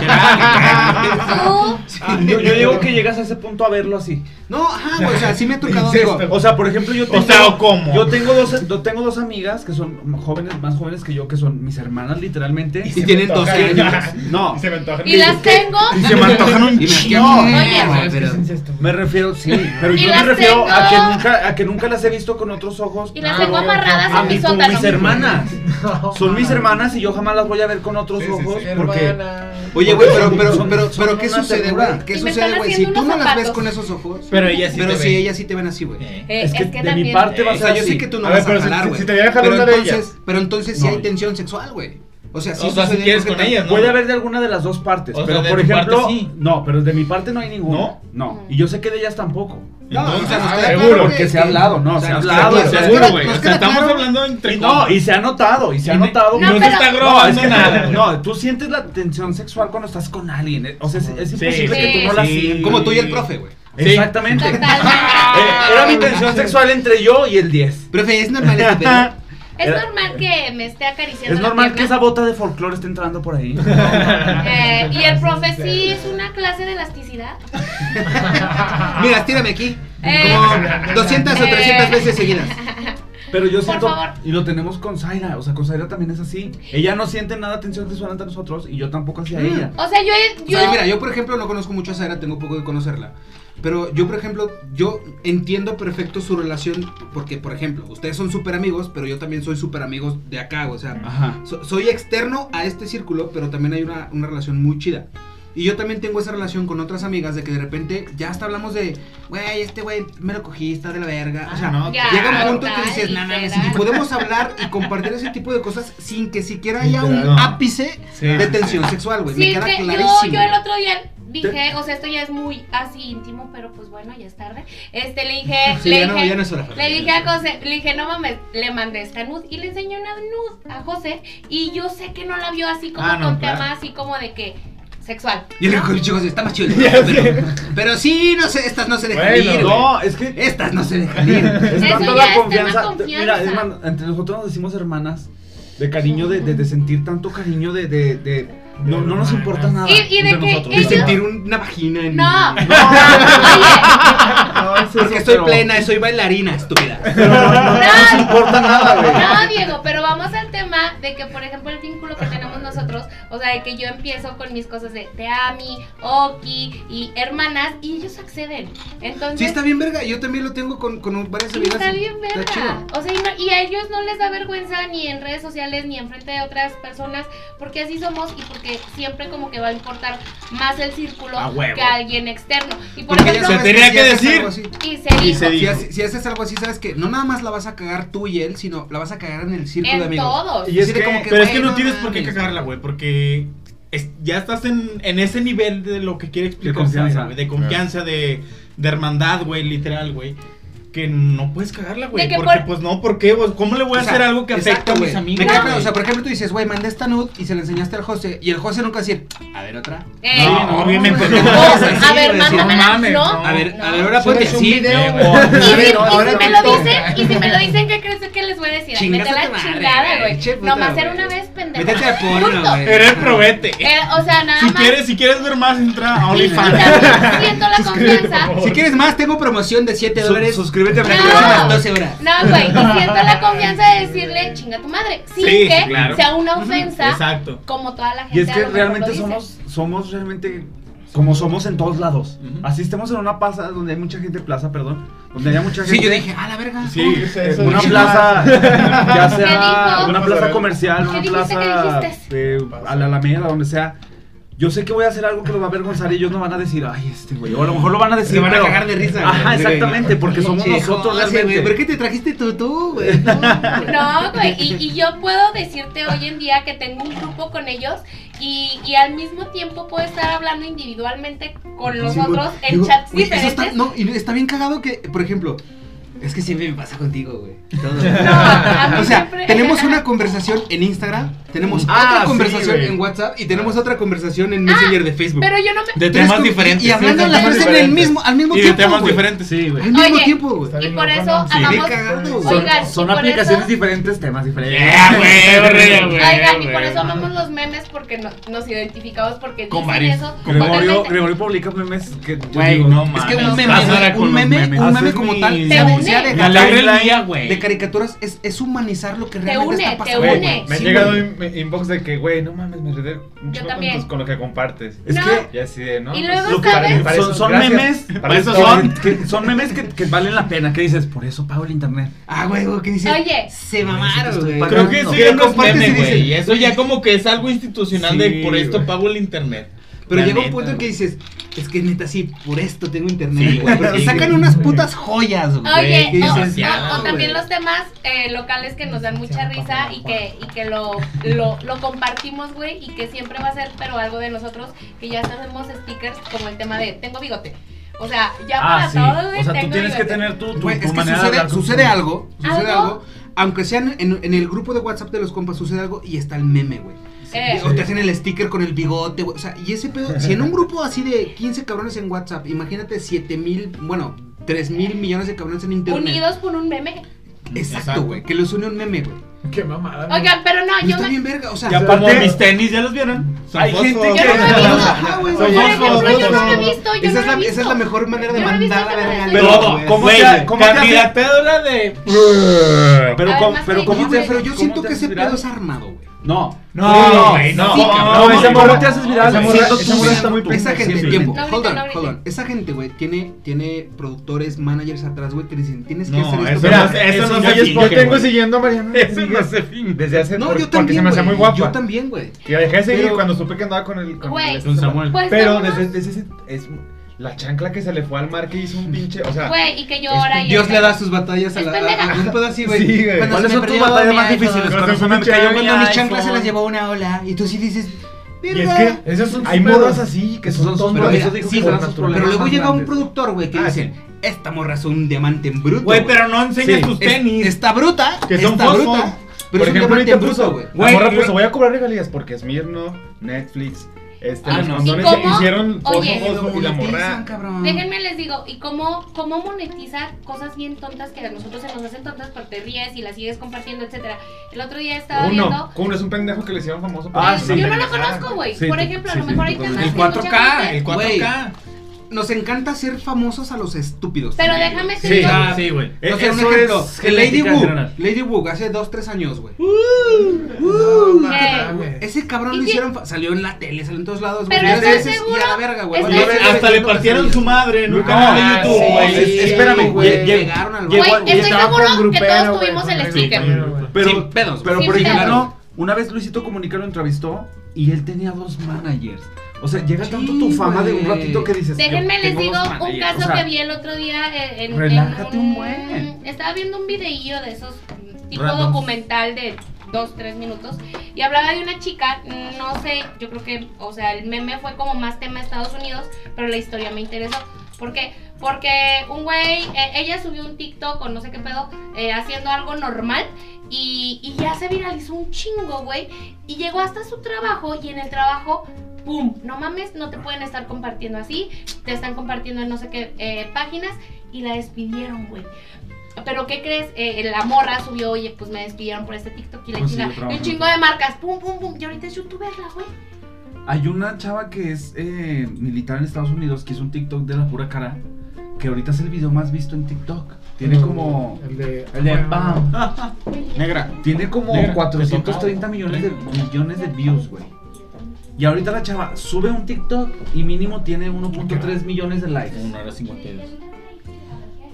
C: Tú,
H: Yo, yo digo que llegas a ese punto a verlo así.
A: No, ajá, güey, o sea, sí me ha tocado, digo,
H: O sea, por ejemplo, yo tengo.
I: O sea, ¿o cómo?
H: Yo tengo dos.
F: Yo tengo dos amigas que son jóvenes, más jóvenes que yo, que son mis hermanas literalmente.
A: y tienen 12 años.
F: No,
G: Y se me antoja.
C: y las tengo.
H: Y se me antojan un
A: Y me
H: chingo.
C: Oye.
B: Es incesto.
F: me refiero, sí, pero
C: Y
F: yo me
C: las
F: refiero a que
C: tengo.
F: nunca a que nunca las he visto con otros ojos.
C: Y las
B: Ah,
C: tengo
B: bueno,
C: amarradas
B: a
F: A
C: en mi
F: mí como
C: sótano.
F: mis hermanas. Son mis hermanas y yo jamás las voy a ver con otros
G: Sí, sí,
F: ojos
G: sí.
F: porque
B: Hermana.
A: Oye, güey, pero, pero, pero,
F: Son
A: pero, ¿qué
F: una
A: sucede,
F: ternura.
A: güey? ¿Qué
C: Y me
A: sucede,
C: están
A: güey? Si
C: haciendo
A: tú no
C: unos
A: las ves
C: zapatos.
A: con esos ojos,
I: Pero ella sí
A: pero
I: te
A: sí,
I: ve.
A: ellas sí te ven así, güey.
I: Eh.
C: Eh,
F: es que, de mi
C: también-
F: parte va a
A: O
F: ser
A: sea, yo
F: así.
A: sé que tú no
G: A
A: vas
G: ver, pero
A: a
G: si-
A: jalar,
G: si-
A: güey.
G: si te viera
A: pero
G: jalando de ella.
A: entonces, pero entonces sí hay tensión sexual, güey. O sea, sí
I: O sea, si
A: sucede
I: quieres
A: porque
I: con
A: tam-
I: ellas, ¿no?
F: Puede haber de alguna de las dos partes,
I: O sea,
F: pero
I: de
F: por
I: tu parte
F: ejemplo,
I: sí.
F: no, pero de mi parte no hay ninguno. No,
C: No.
F: y yo sé que de ellas tampoco.
A: No, o sea, nos
G: Ah,
A: queda
G: seguro,
A: claro, güey,
F: porque se
A: que-
F: ha hablado, no, se ha
A: nos
F: hablado,
A: queda- nos
F: seguro,
A: queda-
I: güey.
A: nos
I: O sea,
A: queda
I: estamos
A: claro-
I: hablando entre
F: Y no, y se ha notado, y se ha
I: Y no-
F: notado.
C: No,
I: No,
F: mucho.
I: se
C: pero-
I: está
F: No, es
I: grabando
F: que
I: nada. güey.
F: no, tú sientes la tensión sexual cuando estás con alguien. eh, O sea, es, es
I: Sí,
F: imposible
C: sí,
F: que tú no la
I: sí.
F: sientas.
A: Como tú y el profe, güey.
I: Sí.
F: Exactamente.
C: Totalmente.
F: Eh, era mi tensión sexual entre yo y el 10.
A: Profe, es normal este pedo?
C: Es
F: Era-
C: normal que me esté acariciando.
F: Es
C: la
F: normal que esa
C: pierna.
F: bota de folclore esté entrando por ahí.
C: Eh, y el profe sí es una clase de elasticidad.
A: Mira, estírame aquí.
C: Eh,
A: Como 200 o
C: eh.
A: 300 veces seguidas.
F: Pero yo siento.
C: favor.
F: Y lo tenemos con Zaira. O sea, con Zaira también es así. Ella no siente nada tensión sexual entre nosotros y yo tampoco hacia
A: Mm.
F: ella.
C: O sea, yo. he-
A: O
C: yo
A: sea, mira, yo por ejemplo no conozco mucho a Sara, tengo poco de conocerla. Pero yo, por ejemplo, yo entiendo perfecto su relación porque, por ejemplo, ustedes son súper amigos, pero yo también soy súper amigos de acá, o sea,
F: Ajá.
A: so- soy externo a este círculo, pero también hay una, una relación muy chida. Y yo también tengo esa relación con otras amigas de que de repente ya hasta hablamos de, güey, este güey me lo cogí, está de la verga. O sea,
D: no,
C: ya,
A: llega un punto en que
C: total,
A: dices, "No mames",
C: literal.
A: y podemos hablar y compartir ese tipo de cosas sin que siquiera haya un
D: Literal.
A: ápice de tensión sexual, güey.
C: Sí,
A: Pues me queda
C: que
A: clarísimo.
C: yo, yo el otro día dije, o sea, esto ya es muy así íntimo, pero pues bueno, ya es tarde. Este, le dije,
A: Sí,
C: le
A: ya no-
C: dije,
A: ya no es hora.
C: le dije a José, le dije, no mames, le mandé esta nud y le enseñé una nud a José y yo sé que no la vio así como
I: Ah, no,
C: con
I: claro.
C: tema así como de que sexual.
A: Y el recorrido, chicos, está más chido. el trabajo, pero, pero sí, no sé, estas no se dejan
G: Bueno,
A: ir. güey.
F: No, es que.
A: Estas no se dejan ir.
F: Es
C: Eso
F: tanta
C: ya
F: la
C: es
F: confianza.
C: tema confianza.
F: Mira, es man- entre nosotros nos decimos hermanas. De cariño, de, de, de sentir tanto cariño, de. de, de- no, no nos importa nada.
C: Y- y de
F: entre
C: que
F: nosotros,
A: Y
C: ellos-
F: la verdad.
A: sentir una vagina en.
C: No, oye,
F: No, "Ah, es eso,
A: Porque estoy
F: pero-
A: plena, soy bailarina, estúpida.
F: Pero no, no, no nos importa nada, güey.
C: No, Diego, pero vamos al tema de que, por ejemplo, el vínculo que tenemos nosotros, o sea, de que yo empiezo con mis cosas de Teami, Oki y hermanas, y ellos acceden. Entonces,
A: Sí, está bien, verga. Yo también lo tengo con, con un- varias
C: sí,
A: amigas.
C: está bien verga.
A: chido.
C: O sea, y, no- y a ellos no les da vergüenza ni en redes sociales ni en frente de otras personas, porque así somos y porque siempre como que va a importar más el círculo
I: A huevo.
C: que alguien externo. Y por
A: Porque ya
C: ejemplo,
A: sabes
I: Se tenía
A: si
I: que
A: haces
I: decir.
A: algo así-
C: y se
I: Y
C: dijo
I: se
A: Si,
I: dijo.
A: haces- si haces algo así, sabes que no nada más la vas a cagar tú y él, sino la vas a cagar en el círculo de
C: en
A: amigos.
C: todos.
F: Y es
A: Así de
F: que-
A: como ah,
D: Pero es que
A: güey,
D: no tienes por qué
A: mames.
D: cagarla, güey, porque es- ya estás en, en ese nivel de lo que quiere explicar.
F: De confianza.
D: Sara, güey, De confianza, de, de hermandad, güey, literal, güey. Que no puedes cagarla, güey.
C: De que
D: Porque,
C: por-
D: pues no, ¿por qué? güey? ¿Cómo le voy a
A: O sea,
D: hacer algo que afecte
A: exacto,
D: a mis
A: güey.
D: amigos?
A: Me queda claro,
D: güey?
A: o sea, por ejemplo, tú dices, güey, mandé esta nude y se la enseñaste al José. Y el José nunca va a decir, a ver otra.
C: Eh,
D: No, obviamente
C: no,
D: no.
C: a ver,
D: Sí,
C: mándamela.
D: mames,
C: No,
D: no.
A: A ver,
C: no.
A: a ver, ahora
B: Subes
A: ponte
B: un
A: así.
B: video,
A: eh,
B: o-
A: güey.
C: Y si,
A: A ver,
C: y
A: ahora
C: si me
A: te-
C: lo dicen, y si me lo dicen, ¿qué crees que les voy a decir? Ay,
A: Chingas
C: Vete a
A: a
C: la
A: tu madre,
C: chingada, güey.
A: che, puta,
C: Nomás era
A: güey.
C: una vez, pendejo.
A: Métete a porno,
C: Punto.
A: güey.
D: Eres probete.
C: Eh, o sea, nada
D: Si
C: más.
D: quieres, si quieres ver más, entra a
C: Sí,
D: OnlyFans.
C: también siento la confianza.
A: Si quieres más, tengo promoción de 7
F: Su-
A: dólares.
F: suscríbete a
A: Las
C: No.
A: próximas 12 horas.
C: No, güey, y siento la confianza de decirle chinga tu madre, sin
D: Sí,
C: que
D: claro.
C: sea una ofensa,
D: Exacto.
C: como toda la gente.
F: Y es
C: a
F: que
C: lo mejor lo
F: realmente
C: dice.
F: somos, somos realmente como somos en todos lados.
D: Ujú.
F: Así estemos en una plaza donde hay mucha gente, plaza, perdón, donde haya mucha gente.
A: Sí, yo dije, a la verga.
D: Sí.
F: Eh, una plaza, ya sea
C: dijo?
F: una plaza comercial,
C: ¿Qué
F: una
C: dijiste? ¿Qué
F: plaza
C: dijiste?
F: eh, a la Alameda, donde sea. Yo sé que voy a hacer algo que los va a avergonzar y ellos no van a decir, ay, este güey. O a lo mejor lo van a decir.
A: Se van a
F: pero-
A: cagar de risa.
F: Ajá,
A: güey.
F: exactamente, porque somos
A: Pinche
F: nosotros
A: José,
F: realmente.
A: güey, ¿Por qué te trajiste tú, tú, güey? No, güey.
C: No, güey, y, y yo puedo decirte hoy en día que tengo un grupo con ellos y, y al mismo tiempo puedo estar hablando individualmente con los
A: Sí, güey.
C: otros en
A: Digo,
C: chats
A: güey, eso está-
C: diferentes.
A: no, y está bien cagado que, por ejemplo, es que siempre me pasa contigo, güey. Todo.
C: a mí
A: o sea,
C: siempre-
A: tenemos una conversación en Instagram, tenemos
F: Ah,
A: otra
F: sí,
A: conversación
F: güey.
A: en WhatsApp y tenemos otra conversación en Messenger de Facebook.
C: Ah, Pero yo no me...
D: De
A: Tres
D: temas
A: con-
D: diferentes.
A: Y hablando
D: de
A: las
D: temas
A: tres en el
D: diferentes.
A: mismo, al mismo
D: Y de
A: tiempo.
D: temas
A: güey.
D: diferentes.
F: Sí, güey.
A: Al mismo
C: Oye,
A: tiempo, güey.
C: Y por eso
A: Qué
C: hagamos...
A: cagado, güey.
F: Son,
C: Oigan, y
F: son
C: por
F: aplicaciones
C: eso-
F: diferentes, temas diferentes.
I: Ah,
D: Ya, güey, güey, güey,
C: Oigan, y
D: güey.
C: por eso amamos los memes porque no- nos identificamos porque
D: Con
C: dicen
D: varios.
C: eso.
F: Gregorio,
C: totalmente.
F: Gregorio publica memes que yo
D: Güey,
F: digo,
D: no
F: es que
A: Es que un
D: mames,
A: meme,
D: pásala
A: güey,
D: con
A: un
D: los
A: meme,
D: memes.
A: un meme
F: Haces
A: como
F: mi-
A: tal,
F: Te
A: sea de-
C: une.
A: sea de
D: Me alegra el
A: timeline,
D: día, güey.
A: de caricaturas, es, es humanizar lo que realmente
C: une,
A: está
C: te
A: pasando.
C: une.
A: güey.
G: Me ha
A: Sí,
G: llegado
A: güey.
G: in- inbox de que, güey, no mames, me redé mucho con,
C: también.
G: tus- con lo que compartes.
F: Es
C: No.
F: que
G: Y así de, ¿no?
C: Y
G: pues,
C: luego
G: lo que-
C: sabes-
G: para- para
F: son,
G: eso,
F: son
G: gracias.
F: memes,
G: Para
F: que
G: eso
F: son, que, son memes que, que valen la pena, que dices, por eso pago el internet.
A: Ah, güey, güey, ¿qué dices?
C: Oye.
A: Se mamaron,
F: Estoy
A: güey.
I: Creo
F: pagando.
I: que
F: No,
I: eso
A: sí,
I: ya
A: no
I: no es
A: compartes y
I: meme,
A: dices,
I: güey. Eso ya como que es algo institucional de
F: Sí,
I: por esto
F: güey.
I: pago el internet.
A: Pero
I: La
A: llega un
I: neta,
A: punto en que
I: güey.
A: dices, es que neta, sí, por esto tengo internet,
I: Sí,
A: güey.
I: güey,
A: Porque
I: sí,
A: sacan
I: güey.
A: unas putas joyas, güey.
C: Oye,
A: ¿Qué
C: o,
A: dices?
C: o-
A: Ya,
C: o también
A: güey.
C: los temas eh, locales que nos dan mucha risa y que, y que lo, lo, lo compartimos, güey, y que siempre va a ser, pero algo de nosotros, que ya hacemos stickers como el tema de tengo bigote. O sea, ya para
F: Ah, sí.
C: todo, güey,
F: O sea, tú
C: tengo
F: tienes que
C: bigote.
F: tener tu, tu,
A: Güey,
F: tu
A: es que
F: manera de
A: sucede,
F: hablar con-
A: sucede algo, sucede
C: ¿Algo?
A: algo, aunque sean en, en el grupo de WhatsApp de los compas, sucede algo y está el meme, güey.
C: Eh,
A: O te hacen el sticker con el bigote, güey. O sea, y ese pedo, si en un grupo así de 15 cabrones en WhatsApp, imagínate 7 mil, bueno, 3 mil millones de cabrones en internet.
C: unidos por un meme.
A: Exacto,
D: Exacto.
A: güey, que los une un meme, güey.
B: Qué mamada. ¿no?
C: Oigan, pero no,
A: Y
C: Ah, yo
A: está
C: me.
A: bien verga, o sea,
F: Y
D: Como
F: aparte,
D: mis tenis, ¿ya los vieron? Son
F: Hay gente
D: fósforos.
C: Yo no lo he visto.
A: Ajá, güey,
C: Por
A: güey.
C: ejemplo, yo no lo he
A: Somos-
C: visto.
A: esa,
C: Yo no lo
A: es
C: he
A: la, esa
C: visto.
A: es la mejor manera de
C: Yo no he visto
A: mandar la
C: esa
A: verga.
C: madre.
A: al
F: Pero,
A: mundo, güey.
F: ¿cómo- ¿cómo
D: Güey,
F: te, ha- cómo te hace?
I: Candidatadora de.
F: Pero,
C: Además,
F: ¿cómo-
C: sí,
F: pero
A: Oye,
F: ¿cómo
A: güey,
F: te
A: pero yo siento
F: te
A: que ese
F: haces viral?
A: pedo es armado, güey.
F: No.
D: No, güey, no.
A: Sí,
F: No,
A: cabrón. no,
F: ese morro
A: no,
F: te haces viral.
A: Esa,
F: siendo
A: morra-
F: tú,
A: esa morra
F: siendo
A: está muy
F: tú.
A: Esa gente,
F: Siempre.
A: tiempo.
C: No griten,
A: Hold on,
C: no griten.
A: hold on. Esa gente, güey, tiene, tiene productores, managers atrás, güey, que les dicen, tienes que
D: No,
A: hacer esto.
D: eso
A: para-
D: no se- eso no
G: Oye,
D: se
G: yo
D: finge,
G: tengo
D: güey.
G: siguiendo a Mariana
I: Eso no
G: Rodríguez
I: se fin.
G: desde hace
A: No,
G: por-
A: yo
G: porque
A: también,
G: se me hacía muy
A: güey.
G: guapa.
A: Yo también, güey.
G: Y la dejé de seguir
A: Pero-
G: cuando supe que andaba con el. Con,
C: Güey.
G: el-
B: este
D: Con Samuel.
C: Pues
G: Pero
C: no,
G: desde, desde ese. Es, la chancla que se le fue al mar que hizo un pinche. O sea.
C: Güey, y que llora y.
A: Este, Dios le da sus batallas a
C: Es
A: la.
C: pendeja.
A: A, a un pedo así, güey.
G: Sí, güey.
A: Cuando
F: ¿Cuáles
A: se
F: son
A: me
F: tus
A: perdió
F: batallas
A: mi
F: más
A: iPhone.
F: difíciles?
G: Cuando
F: Cuando
G: se
F: se me
G: pinche
F: cayó mi
A: Cuando mis chanclas se
F: iPhone.
A: las llevó una ola. Y tú sí dices,
G: Y es que
A: "Verga".
B: Esos son
G: hay
B: sus pedos.
G: morras así que son
F: Esos son-
A: Pero,
G: tontas.
F: Pero
A: mira,
F: eso dijo
A: sí,
F: que
A: güey,
F: eran sus
A: pero
F: problemas
A: luego
F: más
A: llega un
F: grandes.
A: productor, güey, que
G: Ah,
A: dice, esta morra es un diamante en bruto.
I: Güey, pero no enseñas tus
A: Es-
I: tenis.
A: Está bruta.
I: Que son
A: está
I: fosfo.
A: bruta. Pero es
G: Por
A: un
G: ejemplo,
A: diamante
G: ahorita
A: en bruto,
G: puso,
A: güey.
G: La
I: Güey,
G: morra
I: y
G: puso,
I: lo-
G: voy a cobrar regalías porque Smirno, Netflix, este,
I: Ah,
G: los
I: no.
G: condones
C: ¿Y
G: se
C: cómo?
G: hicieron fosfo,
C: Oye,
G: fosfo, y la
A: monetizan,
G: morra.
A: cabrón.
C: Déjenme les digo, ¿y cómo, cómo monetizar cosas bien tontas que a nosotros se nos hacen tontas porque te ríes y las sigues compartiendo, etcétera? El otro día estaba
G: Uno,
C: viendo...
G: uno es un pendejo que le hicieron famoso. por
F: Ah,
C: Eh,
G: eso.
F: sí.
C: Yo no lo conozco, güey.
F: Sí,
C: Por
F: sí,
C: ejemplo, a
F: sí,
C: lo mejor
F: sí,
C: hay
F: totalmente.
C: temas
D: El
C: que mucha
D: 4K,
C: gente-
D: el 4K.
A: Nos encanta ser famosos a los estúpidos.
C: Pero
A: también,
C: déjame
A: güey.
C: te digo...
I: Ah, sí, güey.
F: Eh,
A: O sea, un
F: eso
A: ejemplo,
F: es
A: que Lady
F: genética en
A: Wu,
F: general.
A: Lady Wu, hace 2-3 años, güey.
B: No,
A: Uh,
B: mames.
A: Ese cabrón
C: ¿Y
A: lo
C: qué?
A: hicieron, fa- salió en la tele, salió en todos lados,
C: Pero
A: güey.
C: ¿estás
A: Tres veces
C: seguro?
A: Y a la verga, güey.
C: ¿Estás-
A: Otra vez
I: Hasta le
A: vendiendo
I: partieron su
A: quesadillas.
I: madre en un
F: No,
I: canal de
A: Ah,
I: YouTube,
A: sí,
I: güey.
A: sí,
F: Es- espérame,
A: güey,
F: lle- lle-
A: llegaron al
F: llegó-
A: barrio.
C: Güey, estoy
F: estaba
C: seguro
B: con
C: que
B: grupero,
C: todos
B: güey,
C: tuvimos
B: con
C: el
B: el
C: sticker.
B: grupero, güey.
F: Pero,
A: Sin pedos,
F: pero
A: güey.
F: por
C: Sin pedos.
F: ejemplo, una vez Luisito Comunica lo entrevistó y él tenía dos managers. O sea, llega tanto tu
A: Sí,
F: fama de un
A: güey.
F: ratito que dices.
C: Déjenme les
F: yo tengo
C: digo
F: dos
C: un
F: managers.
C: caso
F: O sea,
C: que vi el otro día eh, en, en
F: relájate un buen.
C: Estaba viendo un videillo de esos mm, tipo
F: Randoms.
C: documental de dos, tres minutos y hablaba de una chica, no sé, yo creo que, o sea, el meme fue como más tema de Estados Unidos, pero la historia me interesó. ¿Por qué? Porque un güey, eh, ella subió un TikTok o no sé qué pedo, eh, haciendo algo normal y, y ya se viralizó un chingo, güey. Y llegó hasta su trabajo y en el trabajo, ¡pum! No mames, no te pueden estar compartiendo así, te están compartiendo en no sé qué eh, páginas y la despidieron, güey. Pero ¿qué crees? Eh, la morra subió, oye, pues me despidieron por este TikTok y la
F: Consiguió
C: chinga.
F: trabajo.
C: Un chingo de marcas, ¡pum, pum, pum! Y ahorita es youtuber la güey.
F: Hay una chava que es eh, militar en Estados Unidos que hizo un TikTok de la pura cara. Que ahorita es el video más visto en TikTok. Tiene como.
A: Eh,
B: El de.
F: El de Bam.
D: Negra.
F: Tiene como
D: Negra,
F: 430 millones de, millones de views, güey. Y ahorita la chava sube un TikTok y mínimo tiene 1.3 millones de likes.
D: Una hora cincuenta y dos.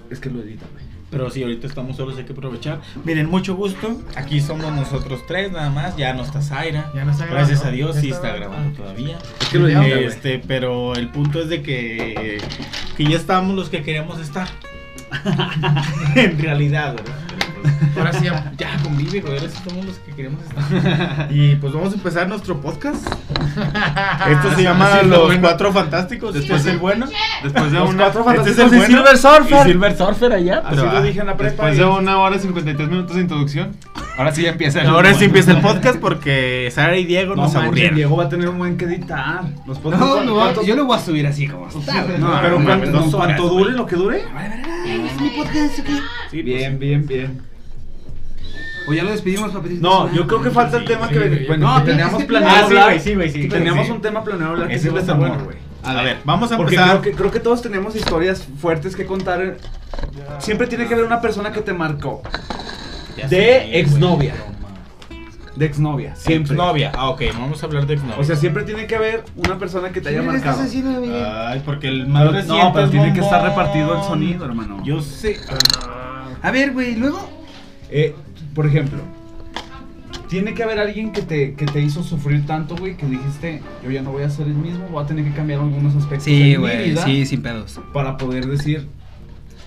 F: Es que lo edita, güey.
I: Pero sí, ahorita estamos solos, hay que aprovechar. Miren, mucho gusto. Aquí somos nosotros tres nada más. Ya no está Zaira.
B: Ya no está
I: Gracias
B: grabando,
I: a Dios,
B: ya
I: sí
B: está
I: está grabando
B: grabando.
I: todavía.
F: Es que lo edita, güey.
I: Este, pero el punto es de que, que ya estamos los que queríamos estar. en realidad, ¿verdad? Pero, pues,
B: Ahora sí, ya.
I: ya convive, güey. Ahora sí somos los que queremos estar. Y pues vamos a empezar nuestro podcast. Esto se llama
F: es lo
I: Los
F: bueno.
I: Cuatro Fantásticos. Después el bueno.
F: Después de
I: Los
F: una.
I: cuatro fantásticos
F: Este es el
I: y
F: bueno.
I: Silver Surfer.
F: Y Silver Surfer allá.
I: Así lo dije en la prepa
F: Después
I: y-
F: de una hora 53 minutos de introducción. Ahora sí ya empieza el.
I: Ahora sí empieza el podcast porque Sara y Diego
F: No
I: nos
F: manches,
I: aburrieron.
F: Diego va a tener un buen que editar. Los podcasts-
A: No, no,
F: ¿cuántos-
A: yo lo voy a subir así como está, güey.
F: No,
I: pero
F: pero
I: cuánto-
F: cuánto,
I: dos horas,
F: cuánto
I: güey.
F: dure lo que dure.
A: Es mi podcast, ¿o qué?
F: bien, bien, bien.
A: O ya lo despedimos, papito.
F: No, yo creo que falta el tema
B: sí,
F: que
B: güey,
F: ven-
B: yo-
F: No, teníamos
A: Ah,
F: planeado
I: sí,
F: hablar.
I: güey, sí, güey, sí.
F: Teníamos
I: Sí.
F: un tema planeado hablar que
I: Ese
F: es el
I: va a estar
F: amor,
I: bueno.
F: güey.
I: A ver, vamos a
F: Porque
I: empezar.
F: creo que, creo que todos tenemos historias fuertes que contar. Siempre tiene que haber una persona que te marcó.
I: Ya
F: de
I: sé, güey,
F: exnovia.
I: broma.
F: De exnovia, siempre.
I: Exnovia. Ah, ok, no vamos a hablar de exnovia.
F: O sea, siempre tiene que haber una persona que te haya
A: ¿Qué le estás
F: marcado.
A: haciendo a mi
B: Ah.
A: vida?
I: Ay, porque el más reciente
F: no, pero
I: es
F: tiene que estar
I: bombón.
F: repartido el sonido, hermano.
I: Yo sé.
A: A ver, güey, ¿y luego.
F: Eh, por ejemplo, tiene que haber alguien que te, que te hizo sufrir tanto, güey, que dijiste, yo ya no voy a ser el mismo, voy a tener que cambiar algunos aspectos de mi vida
A: sin pedos.
F: para poder decir,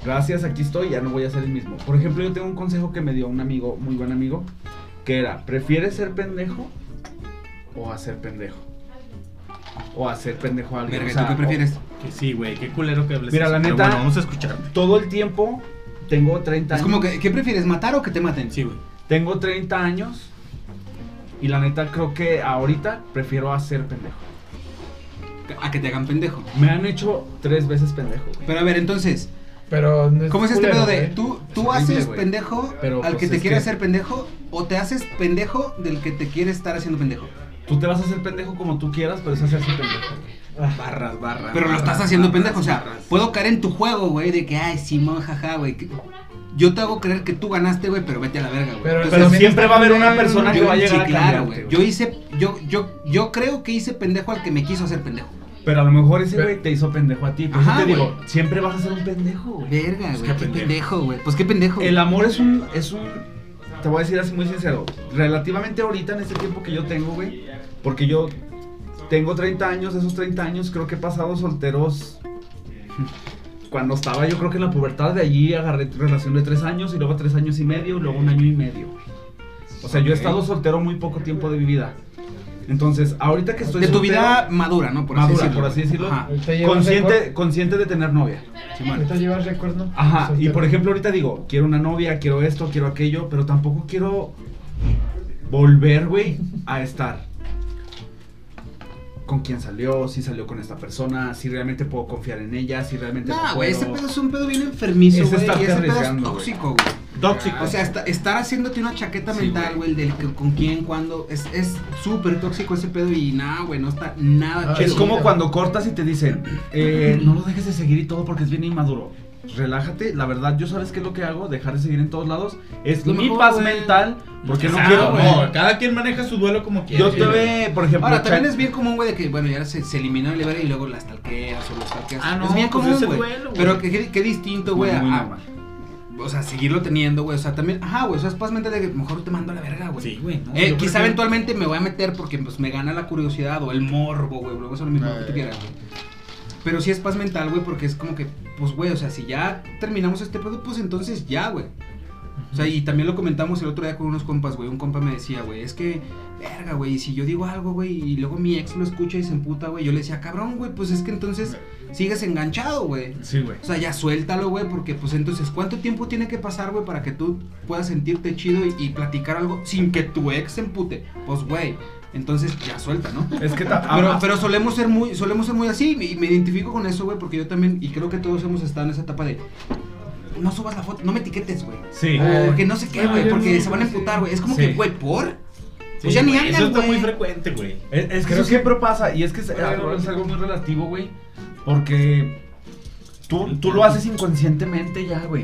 F: gracias, aquí estoy, ya no voy a ser el mismo. Por ejemplo, yo tengo un consejo que me dio un amigo, muy buen amigo, que era, ¿prefieres ser pendejo o hacer pendejo? O hacer pendejo a alguien.
A: Verga,
F: o
A: ¿tú
F: sea,
A: qué
F: o-
A: prefieres?
I: Que sí, güey, qué culero que hables.
F: Mira,
I: así,
F: la
I: pero
F: neta-
I: Bueno, vamos a escucharte.
F: Todo el tiempo, tengo 30
A: Es
F: años.
A: como que, ¿qué prefieres, matar o que te maten?
I: Sí, güey.
F: Tengo 30 años y la neta creo que ahorita prefiero hacer pendejo.
A: A que te hagan pendejo.
F: Me han hecho tres veces pendejo, güey.
A: Pero a ver, entonces,
B: Pero no
A: ¿cómo es este
B: culero,
A: pedo de
B: güey.
A: tú, tú
F: horrible,
A: haces
F: güey.
A: pendejo
F: Pero,
A: al
F: pues,
A: que te
F: es
A: quiere
F: que-
A: hacer pendejo o te haces pendejo del que te quiere estar haciendo pendejo?
F: Tú te vas a hacer pendejo como tú quieras, pero es hacerse pendejo. güey.
I: Barras, barras.
A: Pero lo estás
I: ah,
A: haciendo pendejo, o sea, puedo caer en tu juego, güey, de que, ay, Simón, jaja, güey. que- Yo te hago creer que tú ganaste, güey, pero vete a la verga, güey.
B: Pero-
A: Entonces,
F: Pero siempre va a haber una
B: también-
F: persona que
A: yo,
F: va a
A: sí,
F: llegar a
A: claro,
F: cambiarte,
A: güey.
F: güey.
A: Yo hice, yo, yo, yo creo que hice pendejo al que me quiso hacer pendejo.
F: Pero a lo mejor ese
B: Pero-
F: güey te hizo pendejo a ti. Por eso
A: Ajá,
F: te
A: güey.
F: digo, siempre vas a ser un pendejo, güey.
A: Verga,
I: Pues
A: güey,
I: qué
A: qué
I: pendejo.
A: pendejo, güey. Pues qué pendejo.
F: El amor es un, es un, te voy a decir así muy sincero, relativamente ahorita en este tiempo que yo tengo, güey, porque yo tengo 30 años, de esos 30 años creo que he pasado solteros cuando estaba yo creo que en la pubertad, de allí agarré relación de 3 años y luego 3 años y medio y luego un año y medio, güey. O sea, yo he estado soltero muy poco tiempo de mi vida. Entonces, ahorita que estoy
A: de tu
F: soltero,
A: vida madura, ¿no? Por
F: madura,
A: así decirlo.
F: por así decirlo,
A: Ajá.
B: Ahorita llevas
F: consciente,
B: récord.
F: consciente de tener novia.
B: Ahorita llevas récord, ¿no?
F: Ajá, y
B: Soltero.
F: por ejemplo ahorita digo, quiero una novia, quiero esto, quiero aquello, pero tampoco quiero volver, güey, a estar con quién salió, si salió con esta persona, si realmente puedo confiar en ella, si realmente
A: No,
F: no
A: güey, ese
F: puedo.
A: pedo es un pedo bien enfermizo,
F: Es
A: güey.
F: estarte
A: y ese pedo es
F: arriesgando, güey.
A: tóxico, güey.
I: Tóxico.
A: O sea, esta- estar haciéndote una chaqueta
F: Sí,
A: mental, güey, del que- con quién, cuándo. Es es súper tóxico ese pedo y nada, güey, no está nada
B: Ah,
A: chido.
F: Es como
B: Sí.
F: cuando cortas y te dicen, eh, no lo dejes de seguir y todo porque es bien inmaduro. Relájate, la verdad, yo sabes qué es lo que hago, dejar de seguir en todos lados, es
A: Lo
F: mi
A: mejor,
F: paz
A: güey.
F: mental, porque no
I: Ah,
F: quiero...
I: güey, cada quien maneja su duelo como quiere.
F: Yo te ve, por ejemplo,
A: Ahora, también
F: Cha-
A: es bien común, güey, de que, bueno, ya se, se eliminó el Ibera y luego las talqueas o los talqueas.
I: Ah, no,
A: es bien
I: pues
A: común,
I: ese
A: güey.
I: duelo, güey.
A: Pero qué- qué qué distinto, güey,
F: Muy, muy
A: a-
F: normal.
A: o sea, seguirlo teniendo, güey. O sea, también, ajá, güey, o sea, es paz mental de que mejor te mando a la verga, güey.
I: Sí, güey. no,
A: Eh,
I: yo
A: quizá
I: prefiero-
A: eventualmente me voy a meter porque pues me gana la curiosidad o el morbo, güey, luego eso es lo mismo que
I: Eh.
A: tú quieras, güey. Pero sí es paz mental, güey, porque es como que, pues, güey, o sea, si ya terminamos este pedo, pues entonces ya, güey. O sea, y también lo comentamos el otro día con unos compas, güey. Un compa me decía, güey, es que, verga, güey, y si yo digo algo, güey, y luego mi ex lo escucha y se emputa, güey, yo le decía, cabrón, güey, pues es que entonces sigues enganchado, güey.
F: Sí, güey.
A: O sea, ya suéltalo, güey, porque pues entonces, ¿cuánto tiempo tiene que pasar, güey, para que tú puedas sentirte chido y, y platicar algo sin que tu ex se empute? Pues, güey, entonces ya suelta, ¿no?
F: Es que... ta- ah,
A: Pero, pero solemos ser muy solemos ser muy así y me identifico con eso, güey, porque yo también, y creo que todos hemos estado en esa etapa de, no subas la foto, no me etiquetes, güey.
F: Sí.
B: Ah,
A: Porque no sé qué,
B: Ah,
A: güey,
B: yo
A: porque
B: no,
A: se van a
B: sí.
A: emputar, güey. Es como
F: Sí.
A: que, güey, ¿por?
I: Sí,
A: Pues ya ni
I: güey, Eso
A: andan,
I: está muy
A: güey.
I: frecuente, güey.
F: Es, es que
B: Creo
F: eso
B: que-
F: siempre pasa y es que es,
B: Oye, no, no,
F: es
B: no.
F: algo muy relativo, güey. Porque tú, tú lo haces inconscientemente ya, güey.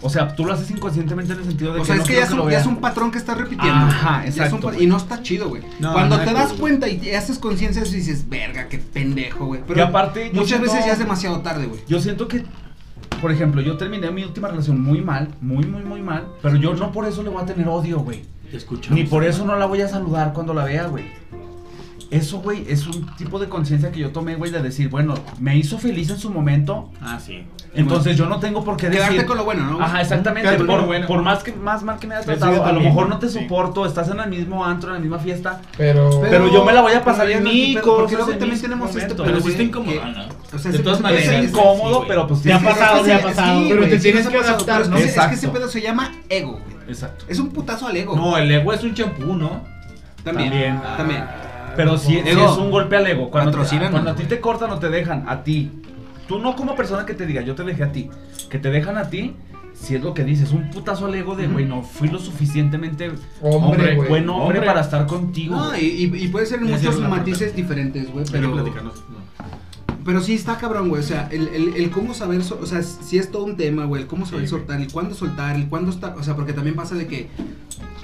F: O sea, tú lo haces inconscientemente en el sentido de
A: O
F: que
A: sea,
F: no
A: es que
F: quiero
A: ya es,
F: lo
A: un, ya es
F: vean.
A: un patrón que estás repitiendo.
F: Ajá,
A: güey. Ya es un
F: exacto,
A: pat-
F: güey.
A: Y no está chido, güey.
I: No,
A: Cuando
I: no
A: te
I: es
A: das
I: cool.
A: cuenta y te haces conciencia de eso y dices, verga, qué pendejo, güey. Pero
F: Y aparte, yo
A: muchas
F: siento-
A: veces ya es demasiado tarde, güey.
F: Yo siento que por ejemplo, yo terminé mi última relación muy mal, muy, muy, muy mal, pero yo no por eso le voy a tener odio, güey.
D: Te escuchamos.
F: Ni por eso no la voy a saludar cuando la vea, güey. Eso, güey, es un tipo de conciencia que yo tomé, güey, de decir, bueno, me hizo feliz en su momento,
D: Ah, sí.
F: entonces yo no tengo por qué decir...
A: Quedarte con lo bueno, ¿no?
F: Ajá, exactamente.
G: Quédate con
F: Por,
G: lo bueno.
F: por más que más mal que me hayas
G: Pero
F: tratado,
G: sigues
F: a
G: lo
F: lo
G: mismo,
F: mejor no te
G: sí.
F: soporto, estás en el mismo antro, en la misma fiesta,
B: Pero,
F: Pero yo me la voy a pasar
A: pero
F: en
A: ya
F: mi
A: no-
F: cosa,
A: Porque luego
F: en
A: también
F: mis
A: tenemos este
F: momentos.
A: pedo,
D: Pero sí está
A: güey,
D: incómodo,
A: que-
D: ¿no?
A: O sea,
D: De
A: ese-
D: todas
A: ese-
D: maneras.
A: ese-
F: es
D: sí,
F: incómodo,
D: güey.
F: pero pues
D: Te ha
F: tienes que-
D: pasado, te ha
A: Sí,
D: pasado.
A: güey,
D: Pero te
A: sí
D: tienes
A: nos
D: que
A: ha pasado,
D: adaptar,
A: pero
D: ¿no?
A: es que ese- Es que ese
F: Exacto.
A: pedo se llama ego, güey.
F: Exacto.
A: Es un putazo al ego.
D: No, el ego es un champú, ¿no?
A: también. También.
F: también. Pero si, si
A: Ego.
F: es un golpe al ego. Cuando, te-
A: Patrocínanos,
F: cuando a ti
A: güey.
F: te cortan o te dejan, a ti. Tú no como persona que te diga, yo te dejé a ti. Que te dejan a ti, si es lo que dices, un putazo al ego de, güey, no fui lo suficientemente
B: hombre, güey.
F: buen hombre,
G: hombre.
F: para estar contigo.
A: No, y, y- y puede ser en
D: Ya
A: muchos
D: cierro la
A: matices diferentes, güey,
D: Hay que
A: pero,
D: platicarnos. No.
A: pero sí está cabrón, güey, o sea, el, el, el cómo saber, so- o sea, sí es todo un tema, güey, el cómo saber
D: Sí, güey.
A: soltar, el cuándo soltar, el cuándo estar, o sea, porque también pasa de que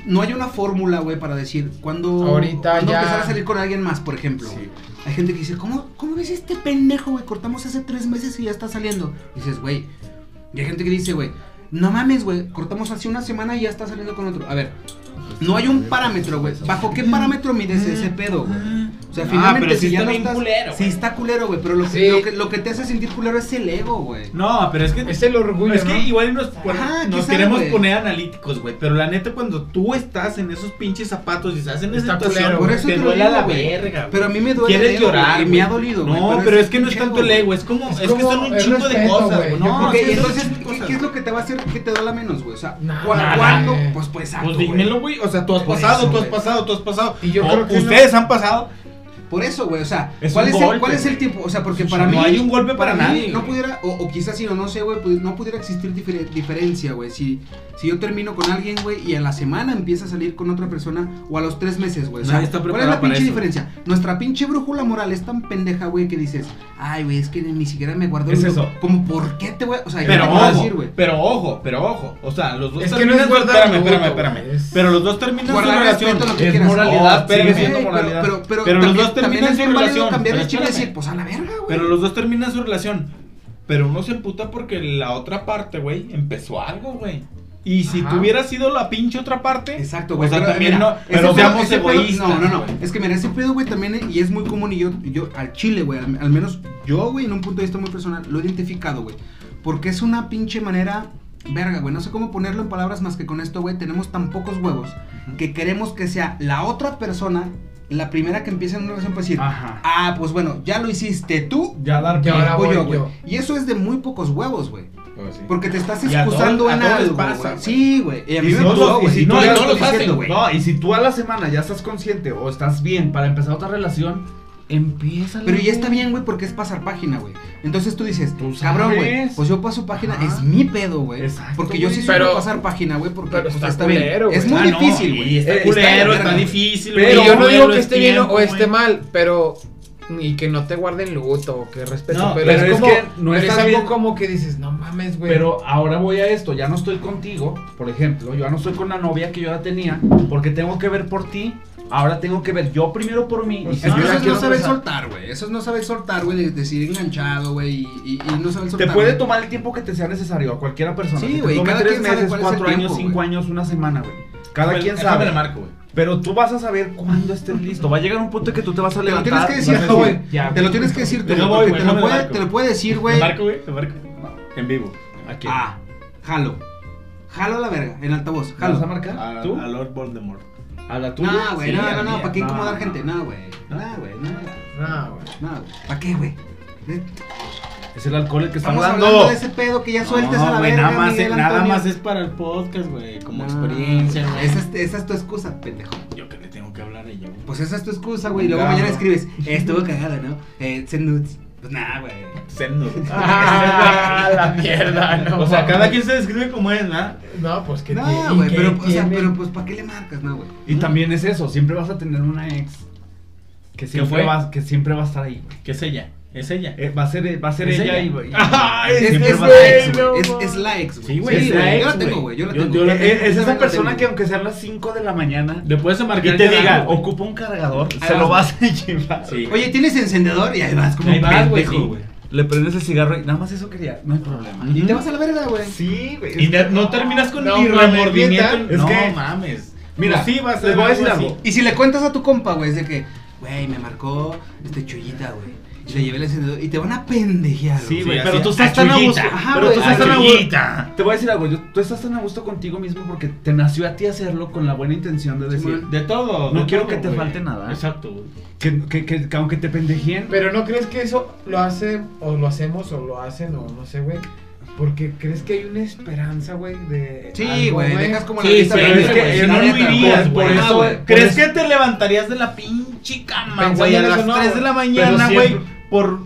A: no hay una fórmula, güey, para decir cuándo,
B: Ahorita
A: cuándo
B: ya.
A: empezar a salir con alguien más, por ejemplo.
D: Sí.
A: Hay gente que dice, ¿cómo, cómo ves este pendejo, güey? Cortamos hace tres meses y ya está saliendo. Y dices, güey. Y hay gente que dice, güey, no mames, güey, cortamos hace una semana y ya está saliendo con otro. A ver, no hay un parámetro, güey. ¿Bajo qué parámetro mides ese pedo, güey? O sea,
D: Ah,
A: finalmente,
D: pero sí
A: si ya
D: está
A: no
D: bien
A: estás-
D: culero,
A: Sí,
D: güey.
A: está culero, güey, pero lo que,
B: Sí.
A: lo, que, lo que te hace sentir culero es el ego, güey.
D: No, pero es que.
B: Es el orgullo,
D: es
B: ¿no?
D: que igual nos, pon-
A: Ajá,
D: nos
A: quizá,
D: queremos
A: Ah, güey.
D: poner analíticos, güey. Pero la neta, cuando tú estás en esos pinches zapatos y estás en esa
B: Está
D: situación,
B: culero,
A: Por
B: güey,
A: eso
D: te
A: te, lo
D: duele
A: digo,
D: a la
A: güey.
D: verga.
A: Pero a mí me duele. el
D: Quieres
A: ego, güey,
D: llorar,
A: y me
D: güey.
A: ha dolido, güey,
D: No, pero es que no es
A: pinche
D: tanto
A: ego,
D: el ego, es como,
B: Es
D: es que son
B: como
D: un
B: el
D: chingo de
B: respeto,
D: cosas,
B: güey.
D: güey.
B: Yo
D: No,
A: Ok,
D: sí,
A: y
D: son
A: entonces,
D: un chingo de
A: ¿qué,
D: cosas.
A: qué es lo que te va a hacer que te duela menos, güey? O sea,
B: Nada,
A: ¿cu-
B: güey.
A: ¿cuándo? Pues pues exacto,
D: Pues
A: güey.
D: dímelo, güey. O sea, tú has
A: Por
D: pasado,
A: eso,
D: tú has
A: güey.
D: pasado, tú has pasado.
B: Y yo
D: O
B: creo que
D: ustedes han pasado.
A: Por eso, güey, o sea,
F: Es
A: ¿cuál,
F: un
A: es el,
F: golpe,
A: ¿cuál es el
F: güey.
A: tipo? O sea, porque para mí...
D: no hay un golpe para,
A: mí
D: nadie.
A: No
D: güey.
A: pudiera, o, o quizás si no, no sé, güey, pues, no pudiera existir difer- diferencia, güey. Si, si yo termino con alguien, güey, y a la semana empieza a salir con otra persona, o a los tres meses, güey. O sea,
D: Nadie está
A: ¿cuál es la
D: preparado para
A: pinche
D: eso.
A: diferencia? Nuestra pinche brújula moral es tan pendeja, güey, que dices, ay, güey, es que ni siquiera me guardo
F: Es
A: el-
F: eso.
A: Como, ¿por qué te voy a...? O sea, yo
D: Pero
A: te voy a
D: ojo,
A: decir, güey.
D: pero ojo, pero ojo. O sea, los dos
B: Es que
D: terminan.
B: no es guardar
D: espérame,
B: luto,
D: espérame, espérame.
B: güey, es-
D: Pero los dos terminan su
A: Guardar
D: relación.
A: respeto a lo que
F: es
A: quieras.
F: moralidad,
D: Oh, espérame.
F: sigue siendo
A: Güey,
F: moralidad.
A: Pero, pero,
D: Pero los
A: también,
D: dos terminan
A: también es
D: su
A: bien válido
D: relación,
A: cambiar el
D: pero
A: chip y
D: espérame.
A: decir, pues a la verga, güey.
D: Pero los dos terminan su relación. Pero uno se emputa porque la otra parte, güey, empezó algo, güey. Y si
B: Ajá.
D: tú hubieras sido la pinche otra parte.
A: Exacto,
D: o
A: güey.
D: sea,
A: pero,
D: también
A: pues, mira,
D: no-
A: ese
D: pero
A: pedo-
D: seamos
A: ese pedo-
D: egoístas,
A: No, no, no.
D: güey.
A: Es que mira, ese pedo, güey, también, eh, y es muy común, y yo, yo al chile, güey, al, al menos yo, güey, en un punto de vista muy personal, lo he identificado, güey. Porque es una pinche manera, verga, güey, no sé cómo ponerlo en palabras más que con esto, güey, tenemos tan pocos huevos que queremos que sea la otra persona la primera que empiece en una relación para decir,
F: Ajá.
A: ah, pues bueno, ya lo hiciste tú,
F: Ya dar
B: Y ahora
A: o
B: voy
A: yo,
B: yo.
A: güey. Y eso es de muy pocos huevos, güey.
J: Pero sí.
A: Porque te estás
D: Y a
A: excusando
D: todos- a
A: en
D: todos les
A: algo.
D: pasa,
A: güey.
D: güey.
A: Sí, güey. Y a mí
F: Y
A: me
F: si no
A: pudo,
F: los- y
A: güey.
F: si
A: Yo
F: no,
A: ya
F: y
A: lo
F: no
A: estoy
D: los hacen,
A: diciendo, güey.
F: No, y si tú a la semana ya estás consciente o estás bien para empezar otra relación, empieza
A: Pero ya está bien, güey, porque es pasar página, güey. Entonces tú dices,
F: Tú sabes.
A: cabrón, güey, pues yo paso página,
F: Ajá.
A: es mi pedo, güey.
F: Exacto,
A: Porque yo sí
F: güey.
A: suelo
B: Pero-
A: pasar página, güey, porque
B: pero
A: pues,
B: está
A: está bien.
B: culero, güey.
A: es muy
D: Ah, no,
A: difícil,
D: y
A: güey.
D: está
A: Eh,
D: culero,
A: verga,
D: está
A: güey.
D: difícil,
B: Pero
D: güey,
B: yo no digo
D: duelo
B: que
D: es
B: esté bien o-
D: tiempo,
B: o esté
D: güey.
B: mal, pero. Y que no te guarden luto o que respeten.
D: No,
B: pero,
F: pero
B: es
F: es
B: como.
F: que no
B: pero es
F: estás
B: algo
F: bien.
B: como que dices, no mames, güey.
F: Pero ahora voy a esto, ya no estoy contigo, por ejemplo, yo ya no estoy con la novia que yo ya tenía, porque tengo que ver por ti, ahora tengo que ver yo primero por mí.
B: Pues
F: si
A: Es
F: yo
A: que
F: ya
A: eso es no
F: quiero
A: saber
F: pasar-
A: soltar, güey. Eso es no saber soltar, güey, de decir enganchado, güey, y, y- y no saber
F: Te
A: soltar.
F: puede
A: güey.
F: tomar el tiempo que te sea necesario a cualquiera persona.
A: Sí,
F: que te
A: güey,
F: tome
A: cada
F: tres
A: quien sabe
F: meses,
A: cuál es el
F: cuatro años,
A: tiempo,
F: cinco
A: güey.
F: años, una semana, güey. Cada
D: Déjame-
F: quien
D: déjame
F: sabe.
D: le marco, güey.
F: Pero tú vas a saber cuándo estés listo. Va a llegar un punto que tú te vas a
A: Te lo tienes
F: levantar.
A: que
F: y vas a
A: decir tú, güey.
F: ya,
A: Te lo tienes que decir tú,
D: Déjame,
A: güey.
D: güey,
A: porque Te lo
D: déjame
A: puede-
D: marco.
A: te lo puede decir,
D: Te
A: güey.
D: marco, güey, te marco. En vivo. Aquí.
A: Ah, jalo. Jalo a la verga, en altavoz.
F: ¿Me vas a
A: Jalo.
F: marcar?
D: A,
F: ¿Tú?
D: a Lord Voldemort.
F: ¿A la tuya?
A: No, güey,
F: Sí,
A: no,
F: a
A: no,
F: mí,
A: no, ¿para qué
F: no,
A: incomodar
F: no.
A: gente? No, güey. No, güey, no,
B: No, güey.
A: no. ¿Para qué, güey?
F: Es el alcohol el que
A: Estamos
F: estamos
A: hablando
F: dando.
A: de ese pedo que ya sueltes
D: No,
A: a la
D: güey,
A: verga,
D: nada más,
A: Miguel
D: nada
A: Antonio.
D: más es para el podcast, güey. Como
A: No,
D: experiencia, güey.
A: Esa es, esa es tu excusa, pendejo.
D: Yo que le tengo que hablar a ella, güey.
A: Pues esa es tu excusa, güey. Y luego
D: Claro.
A: mañana escribes, eh, estuvo cagada, ¿no? Eh, send nudes. Pues nada, güey.
D: Sendo.
B: Ah, la mierda, no.
D: O sea, cada
B: mames.
D: quien se describe como es, ¿verdad?
B: No, pues que
A: No, güey, pero, o sea, pero pues, ¿para qué le marcas, no, güey?
F: Y también es eso, siempre vas a tener una ex que siempre,
D: fue?
F: va, que siempre va a estar ahí, güey.
D: ¿Qué es ella? Es ella.
F: Eh, va a ser, va a ser
D: ¿Es
F: ella,
D: ella?
F: y... y-
D: Ay,
A: Es,
F: siempre
A: es
F: va
A: la
F: a
A: ex,
F: estar ahí.
A: güey. Es, es la ex, güey.
D: Sí, güey, es
A: yo
D: la
A: la
D: ex,
A: tengo,
D: güey.
A: güey. Yo la
D: Yo-
A: tengo.
D: yo la-
F: Eh, eh, Es esa
A: la
F: persona
A: tengo.
F: que aunque sean las 5 de la mañana
D: Le puedes marcar.
F: y te
D: ya,
F: diga,
D: güey.
F: ocupa un cargador,
A: Ahí
F: se
A: vas,
F: lo vas a llevar.
D: Sí.
A: Oye, ¿tienes encendedor? Y ahí vas como
D: Ahí vas, güey,
A: pendejo,
D: sí.
A: güey.
F: le prendes el cigarro y nada más eso quería. No hay problema.
A: Y te vas a la verga, güey.
G: Sí, güey.
D: Y ne- no terminas con
G: No,
D: ni
G: mames,
D: remordimiento.
G: neta,
D: Es
G: no
D: que.
G: mames.
F: Mira,
G: Pues sí, va a ser
F: les voy a
G: algo
F: decir
G: así.
F: algo.
A: Y si le cuentas a tu compa, güey, es de que, güey, me marcó este chullita, güey. Y le llevé el encendedor y te van a pendejear.
F: Sí,
A: güey.
F: güey,
G: así
F: pero
G: es.
F: tú estás tan a gusto.
D: Achullita.
F: Ajá, Pero tú estás tan a gusto.
D: Achullita.
F: Te voy a decir algo, yo- tú estás tan a gusto contigo mismo porque te nació a ti hacerlo con la buena intención de decir
D: De todo.
F: No
D: de
F: quiero
D: todo,
F: que te
D: güey.
F: falte nada.
D: Exacto, güey.
F: que, que, que- que aunque te pendejien,
B: Pero no crees que eso lo hace, o lo hacemos, o lo hacen, o no sé, güey. Porque crees que hay una esperanza, güey, de.
A: Sí,
B: algo,
A: güey, dejas como la
D: Sí,
A: vista
D: pero
A: verde,
D: es que
A: güey,
D: yo
A: la
D: no lo
A: neta,
D: iría,
A: por-
D: güey.
A: por
D: Ah,
A: eso,
D: güey.
A: por eso-
D: ¿Crees que te levantarías de la pinche cama,
B: Pensando
D: güey, a
B: en
D: las
B: eso, no,
D: 3 de
B: güey.
D: la mañana,
B: Pero
D: güey,
B: siempre-
D: por,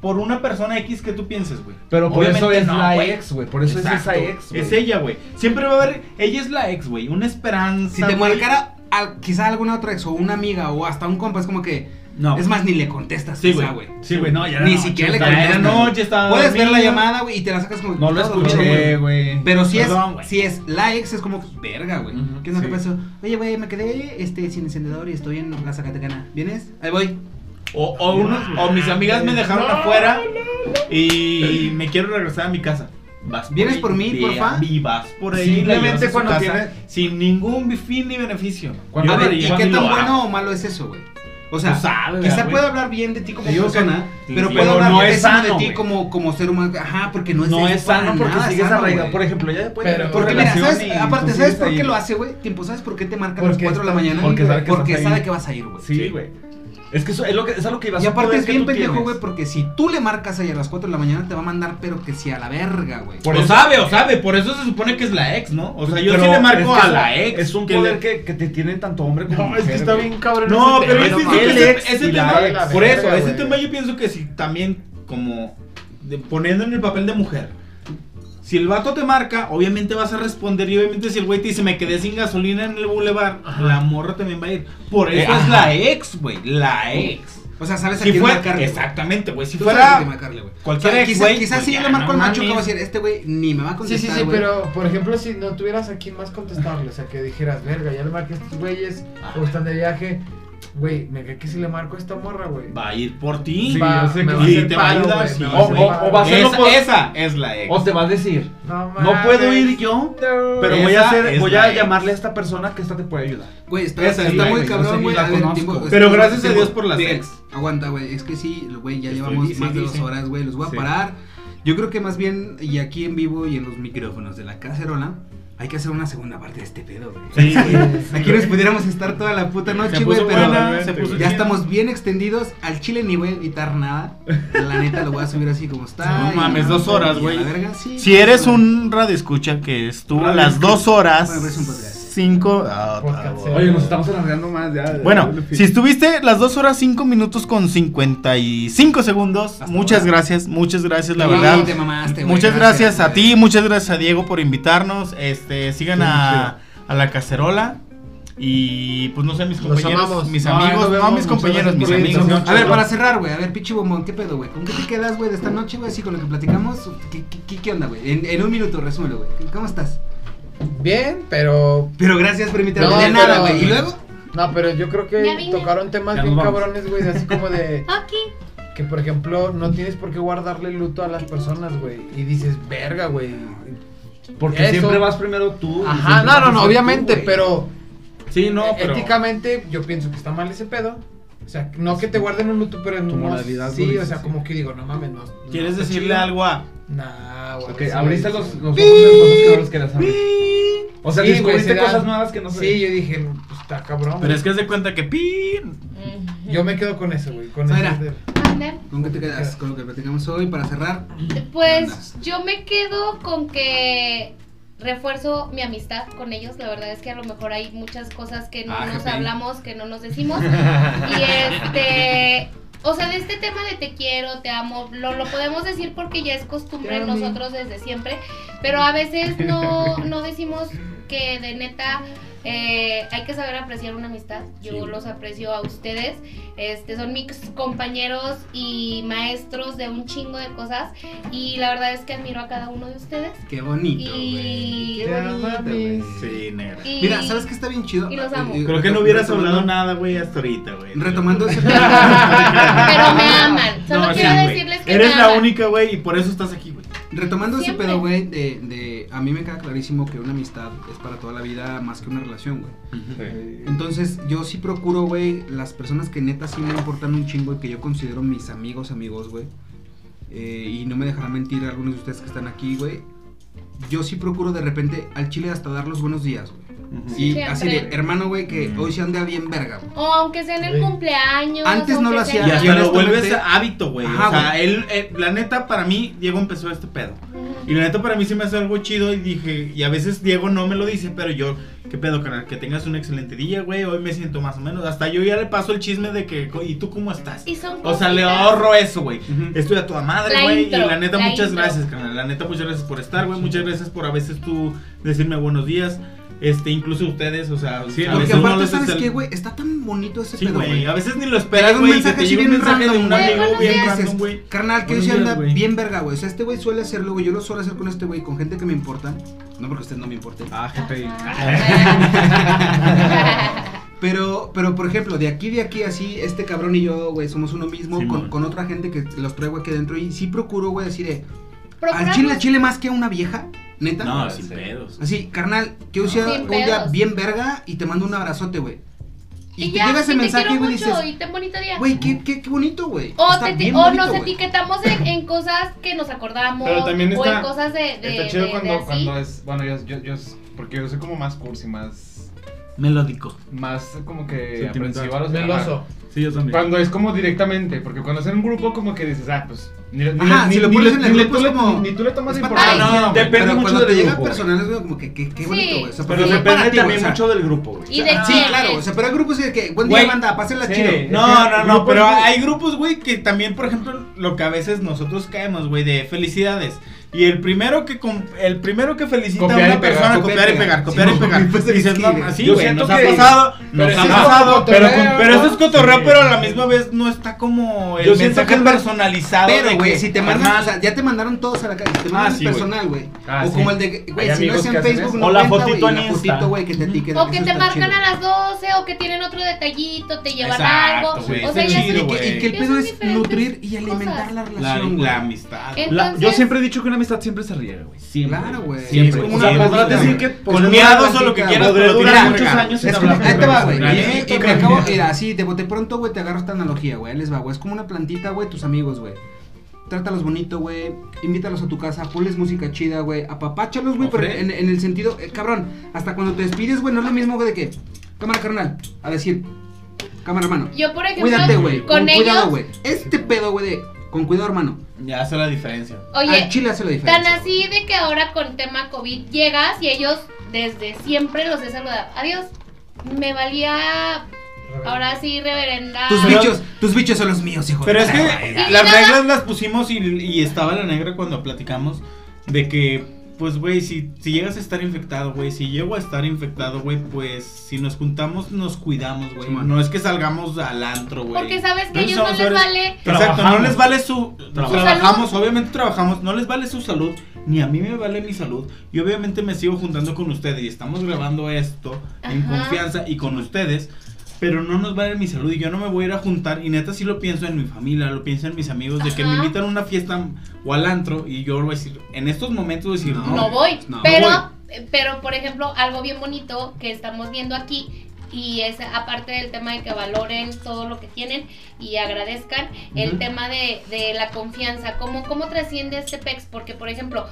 D: por una persona X que tú pienses, güey?
F: pero por eso
D: Obviamente
F: es
D: no,
F: la
D: güey.
F: ex, güey. Por eso
D: Exacto.
F: es esa ex, güey.
D: Es ella, güey. Siempre va a haber. Ella es la ex, güey. Una esperanza.
A: Si te
D: güey.
A: marcara al- quizá alguna otra ex o una amiga o hasta un compa, es como que.
F: No.
A: Es más, ni le contestas,
D: Sí,
A: quizá,
D: güey.
A: güey.
F: Sí, güey, no, ya era
A: Ni
F: noche,
A: siquiera le
D: Ya era
A: contestas.
D: noche, estaba
A: Puedes ver la
D: dormido.
A: llamada, güey, y te la sacas como.
F: No lo
A: todo
F: escuché,
A: dormido, güey.
F: güey.
A: Pero si
D: Perdón,
A: es,
D: güey.
A: si es la ex, es como, verga, güey.
F: Ujú,
A: ¿Qué es lo
F: sí.
A: que pasó? Oye, güey, me quedé este, sin encendedor y estoy en la Zacatecana. ¿Vienes? Ahí voy.
D: O, o, unos- o mis amigas me dejaron afuera y me quiero regresar a mi casa. Vas
A: ¿Vienes por mí,
D: ve
A: porfa?
D: a- Y vas por ahí.
K: Simplemente
D: la llevas a su
K: cuando
D: casa
K: tiene-
D: Sin ningún fin ni beneficio.
K: Cuando-
A: A
K: Yo
A: ver,
K: lo
A: ¿y
K: haría,
A: qué
K: ni lo
A: tan
K: hago.
A: bueno o malo es eso, güey? O sea,
D: Tú
A: quizá
D: sabes, Pues, ah, güey.
A: pueda hablar bien de ti como
D: Te digo
A: persona,
D: que-
A: pero
D: sí,
A: puedo
D: pero
A: hablar
D: no
A: no
D: es
A: de
D: sano,
A: ti
D: güey.
A: como, como ser humano. Ajá, porque no es,
F: No es
A: para
F: sano porque
A: nada
F: sigues
A: sano,
F: arraigado.
A: güey.
F: Por ejemplo, ya después
B: Pero-
F: tu
A: Porque mira,
F: relación
A: ¿sabes?
F: y
A: aparte,
F: tú
A: ¿sabes
F: sigues
A: por qué
F: ahí.
A: lo hace, güey? Tiempo, ¿sabes por qué te marca a las
B: Porque
A: 4 de la
B: está-
A: mañana?
F: porque sabe que
A: Porque
F: estás ahí.
A: sabe que vas a ir, güey.
F: Sí, güey. Es que eso es lo que es a lo que ibas
A: Y
F: a
A: aparte
F: poder
A: es
F: que
A: bien
F: tú
A: pendejo,
F: tienes.
A: güey, porque si tú le marcas ahí a las 4 de la mañana te va a mandar, pero que sí a la verga, güey.
D: O sabe, o sabe. Por eso se supone que es la ex, ¿no? O sea, yo
F: Pero
D: sí le marco
F: es que
D: a la
F: es-
D: ex.
F: Es un
D: que
F: poder
D: le-
F: que, que te tienen tanto hombre como
D: No, es que
F: mujer,
D: está
F: güey.
D: bien cabrón.
F: No,
D: ese
F: pero
D: tema.
F: yo
D: No,
F: pienso que
D: el
F: ese-
D: ex
F: ese
D: y la
F: tema-
D: ex.
F: la
D: Por
F: verga,
D: eso, ese
F: güey.
D: tema yo pienso que si también, como de- poniendo en el papel de mujer. Si el vato te marca, obviamente vas a responder. Y obviamente, si el güey te dice, me quedé sin gasolina en el boulevard, la morra también va a ir. Por eso
F: Eh,
D: es
F: ajá.
D: la ex, güey. La ex.
A: O sea, sabes a
D: Si
A: quién
D: fuera.
A: marcarle, güey.
D: exactamente, güey. Si
A: Tú sabes a quién
D: fuera.
A: marcarle, güey.
D: cualquier
A: O sea,
D: ex,
A: quizá-
D: güey,
A: Quizás
D: pues
A: si yo
D: ya,
A: le marco al
D: no
A: macho que va a
D: mames.
A: decir, este güey ni me va a
B: Sí,
A: contestar,
B: sí, sí,
A: güey.
B: pero por ejemplo, si no tuvieras a quién más contestarle, o sea, que dijeras, verga, ya le marqué a estos güeyes, o están de viaje, güey, me cae que si le marco a esta morra, güey.
D: Va a ir por ti.
F: Sí,
B: va-
F: yo sé
B: me
F: que
B: va a
F: sí,
B: hacer
D: te va a
B: paro,
D: ayudar,
B: güey,
D: sí.
B: me va a
F: O-
B: hacer
F: o-
B: paro.
F: o va a ser-
D: Esa,
F: Hacerlo por-
D: esa es la ex.
F: O te vas a decir,
B: No,
F: no puedo
B: mames.
F: ir yo, pero
D: Esa
F: voy a hacer
D: es
F: voy
D: la
F: a
D: ex.
F: llamarle a esta persona que esta te puede ayudar.
A: Güey, está,
F: Esa es
A: está
F: la
A: muy
F: ex, yo sé,
A: cabrón, güey.
F: la
A: A ver,
F: conozco.
A: tiempo-
D: Pero
A: tiempo-
D: gracias a
A: tiempo-
D: Dios por las
A: Miguel,
D: ex.
A: Aguanta, güey. Es que sí, güey, ya
D: Estoy
A: llevamos
D: dice,
A: más de dos
D: dice.
A: horas, güey. Los voy a
F: Sí.
A: parar. Yo creo que más bien, y aquí en vivo y en los micrófonos de la cacerola, hay que hacer una segunda parte de este pedo, güey. Aquí nos pudiéramos estar toda la puta noche,
D: Se
A: güey,
D: puso
A: pero
D: buena, se puso
A: ya
D: chida.
A: estamos bien extendidos. Al chile ni voy a editar nada. La neta lo voy a subir así como está.
D: No
A: y-
D: mames, dos horas,
A: y a
D: güey.
A: la verga, sí.
L: Si eres un radio escucha que estuvo a las dos horas,
A: Bueno, pero es un podcast.
L: cinco. ah,
B: Podcast,
L: ah,
B: sí.
F: Oye, nos estamos alargando más ya.
L: Bueno,
F: En fin.
L: si estuviste las dos horas cinco minutos con 55 segundos,
A: Hasta
L: muchas
A: ahora.
L: gracias, muchas gracias, la
A: Sí,
L: verdad.
A: te mamaste, güey,
L: Muchas gracias a
A: güey.
L: ti, muchas gracias a Diego por invitarnos. Este, sigan a, a la cacerola. Y pues no sé, mis
B: Los
L: compañeros,
B: amamos.
L: mis
B: No,
L: amigos,
B: nos
L: no,
B: vemos,
L: mis
B: muchas
L: compañeros,
B: gracias
L: mis
B: por la
L: amigos.
B: invitación.
A: A ver, para cerrar, güey, a ver, pinche bombón, ¿qué pedo, güey? ¿Con qué te quedas, güey, de esta noche, güey? Así con lo que platicamos, ¿qué, qué- qué, qué onda, güey? En, en un minuto, resúmelo, güey. ¿Cómo estás?
B: Bien, pero.
A: Pero gracias por invitarme.
B: No,
A: de nada,
B: pero-
A: güey. ¿Y luego?
B: No, pero yo creo
C: Ya
B: que
C: vine.
B: tocaron temas
F: Ya
B: bien
F: nos vamos.
B: cabrones, güey, de así como de.
C: Ok.
B: Que por ejemplo, no tienes por qué guardarle luto a las personas, güey. Y dices, verga, güey.
F: porque
B: eso-
F: siempre vas primero tú. y
B: Ajá,
F: siempre
B: no,
F: vas
B: no,
F: a
B: no,
F: ser
B: obviamente,
F: tú, güey.
B: pero
F: Sí, no, pero
B: éticamente yo pienso que está mal ese pedo. O sea, no que te guarden un luto, pero
F: Tu
B: no,
F: moralidad lo
B: Sí,
F: dice,
B: o sea,
F: sí.
B: como que digo, no mames, no. no
D: ¿Quieres
B: está
D: decirle
B: chido.
D: algo a.?
B: Nah, güey.
F: Ok,
B: sí,
F: abriste
B: güey,
F: los,
B: sí.
F: los ojos de cosas que no los querías abrir. O sea,
B: Sí, güey,
F: descubriste
B: se da-
F: cosas nuevas que no sabías.
B: Sí, yo dije, pues está cabrón.
D: Pero
B: güey.
D: es que haz de cuenta que pi.
B: Yo me quedo con eso, güey. Con
A: Sara.
B: eso de-
C: Mande.
A: ¿Con qué te quedas? Con lo que platicamos hoy para cerrar.
C: Pues yo me quedo con que refuerzo mi amistad con ellos. La verdad es que a lo mejor hay muchas cosas que no
G: Ah,
C: nos
G: jefe.
C: hablamos, que no nos decimos. y este. O sea, de este tema de te quiero, te amo, lo, lo podemos decir porque ya es costumbre en nosotros desde siempre, pero a veces no, no decimos que de neta eh, hay que saber apreciar una amistad. Yo los aprecio a ustedes. Este, son mis compañeros y maestros de un chingo de cosas. Y la verdad es que admiro a cada uno de ustedes.
A: Qué bonito,
C: Y-
A: güey. Qué
B: Ya
A: bonito,
B: mames.
A: güey.
D: Sí, negra.
C: Y-
A: Mira, ¿sabes qué está bien chido?
C: y los amo.
A: Eh, eh,
D: Creo que
A: retom-
D: no hubieras
A: retomando-
D: hablado nada, güey, hasta ahorita, güey.
A: Retomando ese
C: Pero me aman. Solo
D: No,
C: quiero
D: sí, güey.
C: decirles que
D: Eres
C: me
D: la
C: aman.
D: única, güey, y por eso estás aquí, güey.
A: Retomando
C: Siempre.
A: ese pedo, güey, de, de- a mí me queda clarísimo que una amistad es para toda la vida más que una relación, güey. Entonces, yo sí procuro, güey, las personas que neta sí me importan un chingo y que yo considero mis amigos, amigos, güey. eh, y no me dejarán mentir algunos de ustedes que están aquí, güey. Yo sí procuro de repente al chile hasta dar los buenos días, güey. Y
C: Siempre.
A: así de, hermano, güey, que hoy se anda bien verga, güey.
C: O aunque sea en el
B: Güey.
C: cumpleaños.
A: Antes no
C: aunque
A: lo
C: sea-
A: hacía.
D: Y hasta lo
A: honestamente-
D: vuelves hábito, güey.
A: Ajá,
D: O sea,
A: güey.
D: él, eh, la neta, para mí, Diego empezó este pedo. Y la neta, para mí se me hace algo chido. Y dije, y a veces Diego no me lo dice, pero yo, qué pedo, carnal, que tengas un excelente día, güey. Hoy me siento más o menos. Hasta yo ya le paso el chisme de que, co- ¿y tú cómo estás?
C: Y son
D: O sea, le
C: cositas.
D: ahorro eso, güey.
F: Ujú.
D: Estoy a toda madre,
C: La
D: güey. Y
C: intro,
D: la neta,
C: la
D: muchas
C: intro.
D: gracias, carnal. La neta, muchas gracias por estar, güey. Muchas gracias por a veces tú decirme buenos días. Este, incluso ustedes, o sea,
F: Sí,
D: a
F: porque
A: Porque
D: veces no
A: aparte,
D: los
A: ¿sabes
D: estel-
A: qué, güey? Está tan bonito ese
D: Sí,
A: pedo,
D: güey.
A: güey.
D: A veces ni lo
A: Pero
D: esperas, güey. que te llega un mensaje de un
C: güey,
D: amigo
C: buenos
D: bien
C: días.
D: random,
A: Dices,
D: güey.
A: Carnal, que hoy
D: Buenos
A: se
D: días,
A: anda
D: güey.
A: bien verga, güey. O sea, este güey suele hacerlo, güey. Yo lo suelo hacer con este güey, con gente que me importa. No porque ustedes no me importen.
F: Ah, GPI.
D: Ah.
C: Ajá.
A: Pero, pero por ejemplo, de aquí, de aquí, así, este cabrón y yo, güey, somos uno mismo
D: Sí,
A: con,
D: mon.
A: con otra gente que los traigo aquí adentro. Y sí procuro, güey, decir, eh, al
C: Procuramos-
A: chile, al chile más que a una vieja, neta.
D: No, sin pedos.
A: Así, carnal, que hoy sea
C: Sin
A: un día
C: pedos.
A: bien verga y te mando un abrazote, güey. Y, te
C: ya,
A: llega ese
C: y te
A: mensaje,
C: quiero
A: güey, y
C: mucho,
A: dices,
C: y ten bonito día.
A: güey, qué, qué, qué bonito, güey.
C: O,
A: Está
C: te-
A: bien
C: o
A: bonito,
C: nos
A: güey.
C: etiquetamos en, en cosas que nos acordamos.
G: Pero también
C: o en
G: está-
C: cosas de. de-
G: Está chido
C: de-
G: cuando,
C: de así.
G: cuando es. Bueno, yo, yo, yo. Porque yo soy como más cursi, más.
D: Melódico.
G: Más como que.
F: Sentimental.
G: aprensiva a los
B: Meloso.
F: Sí, yo también.
G: Cuando es como directamente, porque cuando es en un grupo como que dices, ah, pues ni, ni-
A: Ajá,
G: ni-
A: si lo
G: ni-
A: pones en
G: ni
A: el
G: le-
A: grupo
G: tú
A: es
G: le-
A: como-
G: ni tú le tomas
A: es patán.
G: importancia.
D: No, güey,
A: Pero
F: Depende mucho
A: cuando te
F: del
A: llega
F: grupo.
A: personales, güey, como que qué, qué bonito,
C: Sí.
A: güey. O sea,
F: Pero
A: porque es
F: depende
A: comparativo,
F: también
A: o sea,
F: mucho del grupo, güey.
C: Y de
A: Sí,
C: quién
A: claro,
C: es.
A: o sea, pero hay grupos de que, buen día,
D: Güey,
A: banda, pásenla
G: sí.
A: chido.
D: No, no, no,
G: Grupo
D: pero
G: es grupo.
D: hay grupos, güey, que también, por ejemplo, lo que a veces nosotros caemos, güey, de felicidades. Y el primero que com- el primero que felicita
G: Copiar
D: a
G: y
D: una
G: pegar,
D: persona,
A: copiar y
D: copiar y
A: pegar.
D: pegar,
A: Sí,
D: copiar y
A: no,
D: pegar.
A: pues,
D: Dices,
A: sí,
D: no,
A: güey.
D: así,
G: Yo
D: güey,
G: siento
D: nos ha
G: que-
D: pasado, nos
G: sí
D: ha
G: es
D: pasado.
G: como
D: Pero,
G: cotorreo,
D: con- pero eso es
G: ¿no?
D: cotorreo,
G: Sí.
D: pero a la misma vez no está como el
F: Yo siento
D: mensaje
F: que-
D: personalizado.
A: Pero,
D: de
A: güey,
D: que,
A: si te mandan,
D: carnal,
A: o sea, ya te mandaron todos a la calle, te mandan
D: Ah, sí,
A: el
D: güey.
A: personal, güey.
G: Ah,
A: o
G: sí.
A: como el de, que, güey,
G: Hay
A: si no
G: amigos
A: es en
G: que hacen
A: Facebook,
G: eso.
A: no
F: O la
A: cuenta,
F: fotito
A: güey,
F: en
A: la
F: Insta.
A: fotito, güey, que te etiquetan.
C: O que
A: eso
C: te
A: está
C: marcan
A: chido.
C: a las 12 o que tienen otro detallito, te llevan
D: Exacto,
C: algo.
D: güey,
C: O sea,
D: está
C: ya
D: chido,
A: Y
C: son-
A: que, y que el
C: Ya
A: pedo
C: son
A: es
C: diferentes
A: nutrir y alimentar
C: cosas.
A: la
D: la,
A: relación,
D: la
A: güey.
D: amistad. güey.
F: La- yo
C: Entonces-
F: siempre he dicho que una amistad siempre se riega, güey. Siempre.
A: Claro, güey.
D: Sí, es como una
F: O sea,
D: podrás
F: podrás
D: güey.
F: decir que
A: pues,
D: con miados o lo que quieras,
F: podré
D: pero
F: durar
D: tiene
F: muchos
D: regalo.
F: años sin
A: Es
F: hablar,
A: como- ahí te
F: pero
A: va,
F: se
A: güey.
F: riega.
A: Y, y me acabo, mira, así, de bote pronto, güey, te agarro esta analogía, güey. Ahí les va, güey. Es como una plantita, güey, tus amigos, güey. Trátalos bonito, güey. Invítalos a tu casa, ponles música chida, güey. Apapáchalos, güey, pero en, en el sentido, eh, cabrón, hasta cuando te despides, güey, no es lo mismo, güey, de que, cámara carnal, a decir, cámara hermano,
C: Yo, por ejemplo,
A: cuídate, güey,
C: con
A: con
C: ellos.
A: cuidado, güey. Este pedo, güey, de, con cuidado, hermano.
D: Ya hace la diferencia.
A: Al
C: Oye,
A: chile hace la diferencia.
C: tan así de que ahora con tema COVID llegas y ellos desde siempre los he saludado. Adiós. Me valía ahora sí, reverenda.
A: Tus
D: Pero-
A: bichos, tus bichos son los míos, hijo.
D: Pero
A: de
D: es
A: perra,
D: que
A: güey.
D: las reglas las pusimos y, y estaba la negra cuando platicamos de que, pues, güey, si, si llegas a estar infectado, güey, si llego a estar infectado, güey, pues, si nos juntamos, nos cuidamos, güey.
A: Simón.
D: no es que salgamos al antro, güey.
C: Porque sabes que
D: No
C: a ellos no
D: somos
C: les
D: hombres.
C: vale.
D: Exacto, no
F: Trabajamos.
D: les vale su...
F: Trabajamos.
D: Trabajamos, obviamente trabajamos, no les vale su salud, ni a mí me vale mi salud. Y obviamente me sigo juntando con ustedes y estamos grabando esto en
C: Ajá.
D: confianza y con ustedes, pero no nos vale mi salud y yo no me voy a ir a juntar. Y neta sí lo pienso en mi familia, lo pienso en mis amigos, de que me
C: Ajá.
D: invitan a una fiesta o al antro y yo voy a decir, en estos momentos voy a decir, no.
C: No voy.
A: No, no
C: pero,
A: voy.
C: pero, por ejemplo, algo bien bonito que estamos viendo aquí. Y es aparte del tema de que valoren todo lo que tienen y agradezcan, el tema de, de la confianza, cómo, cómo trasciende este PEX, porque por ejemplo,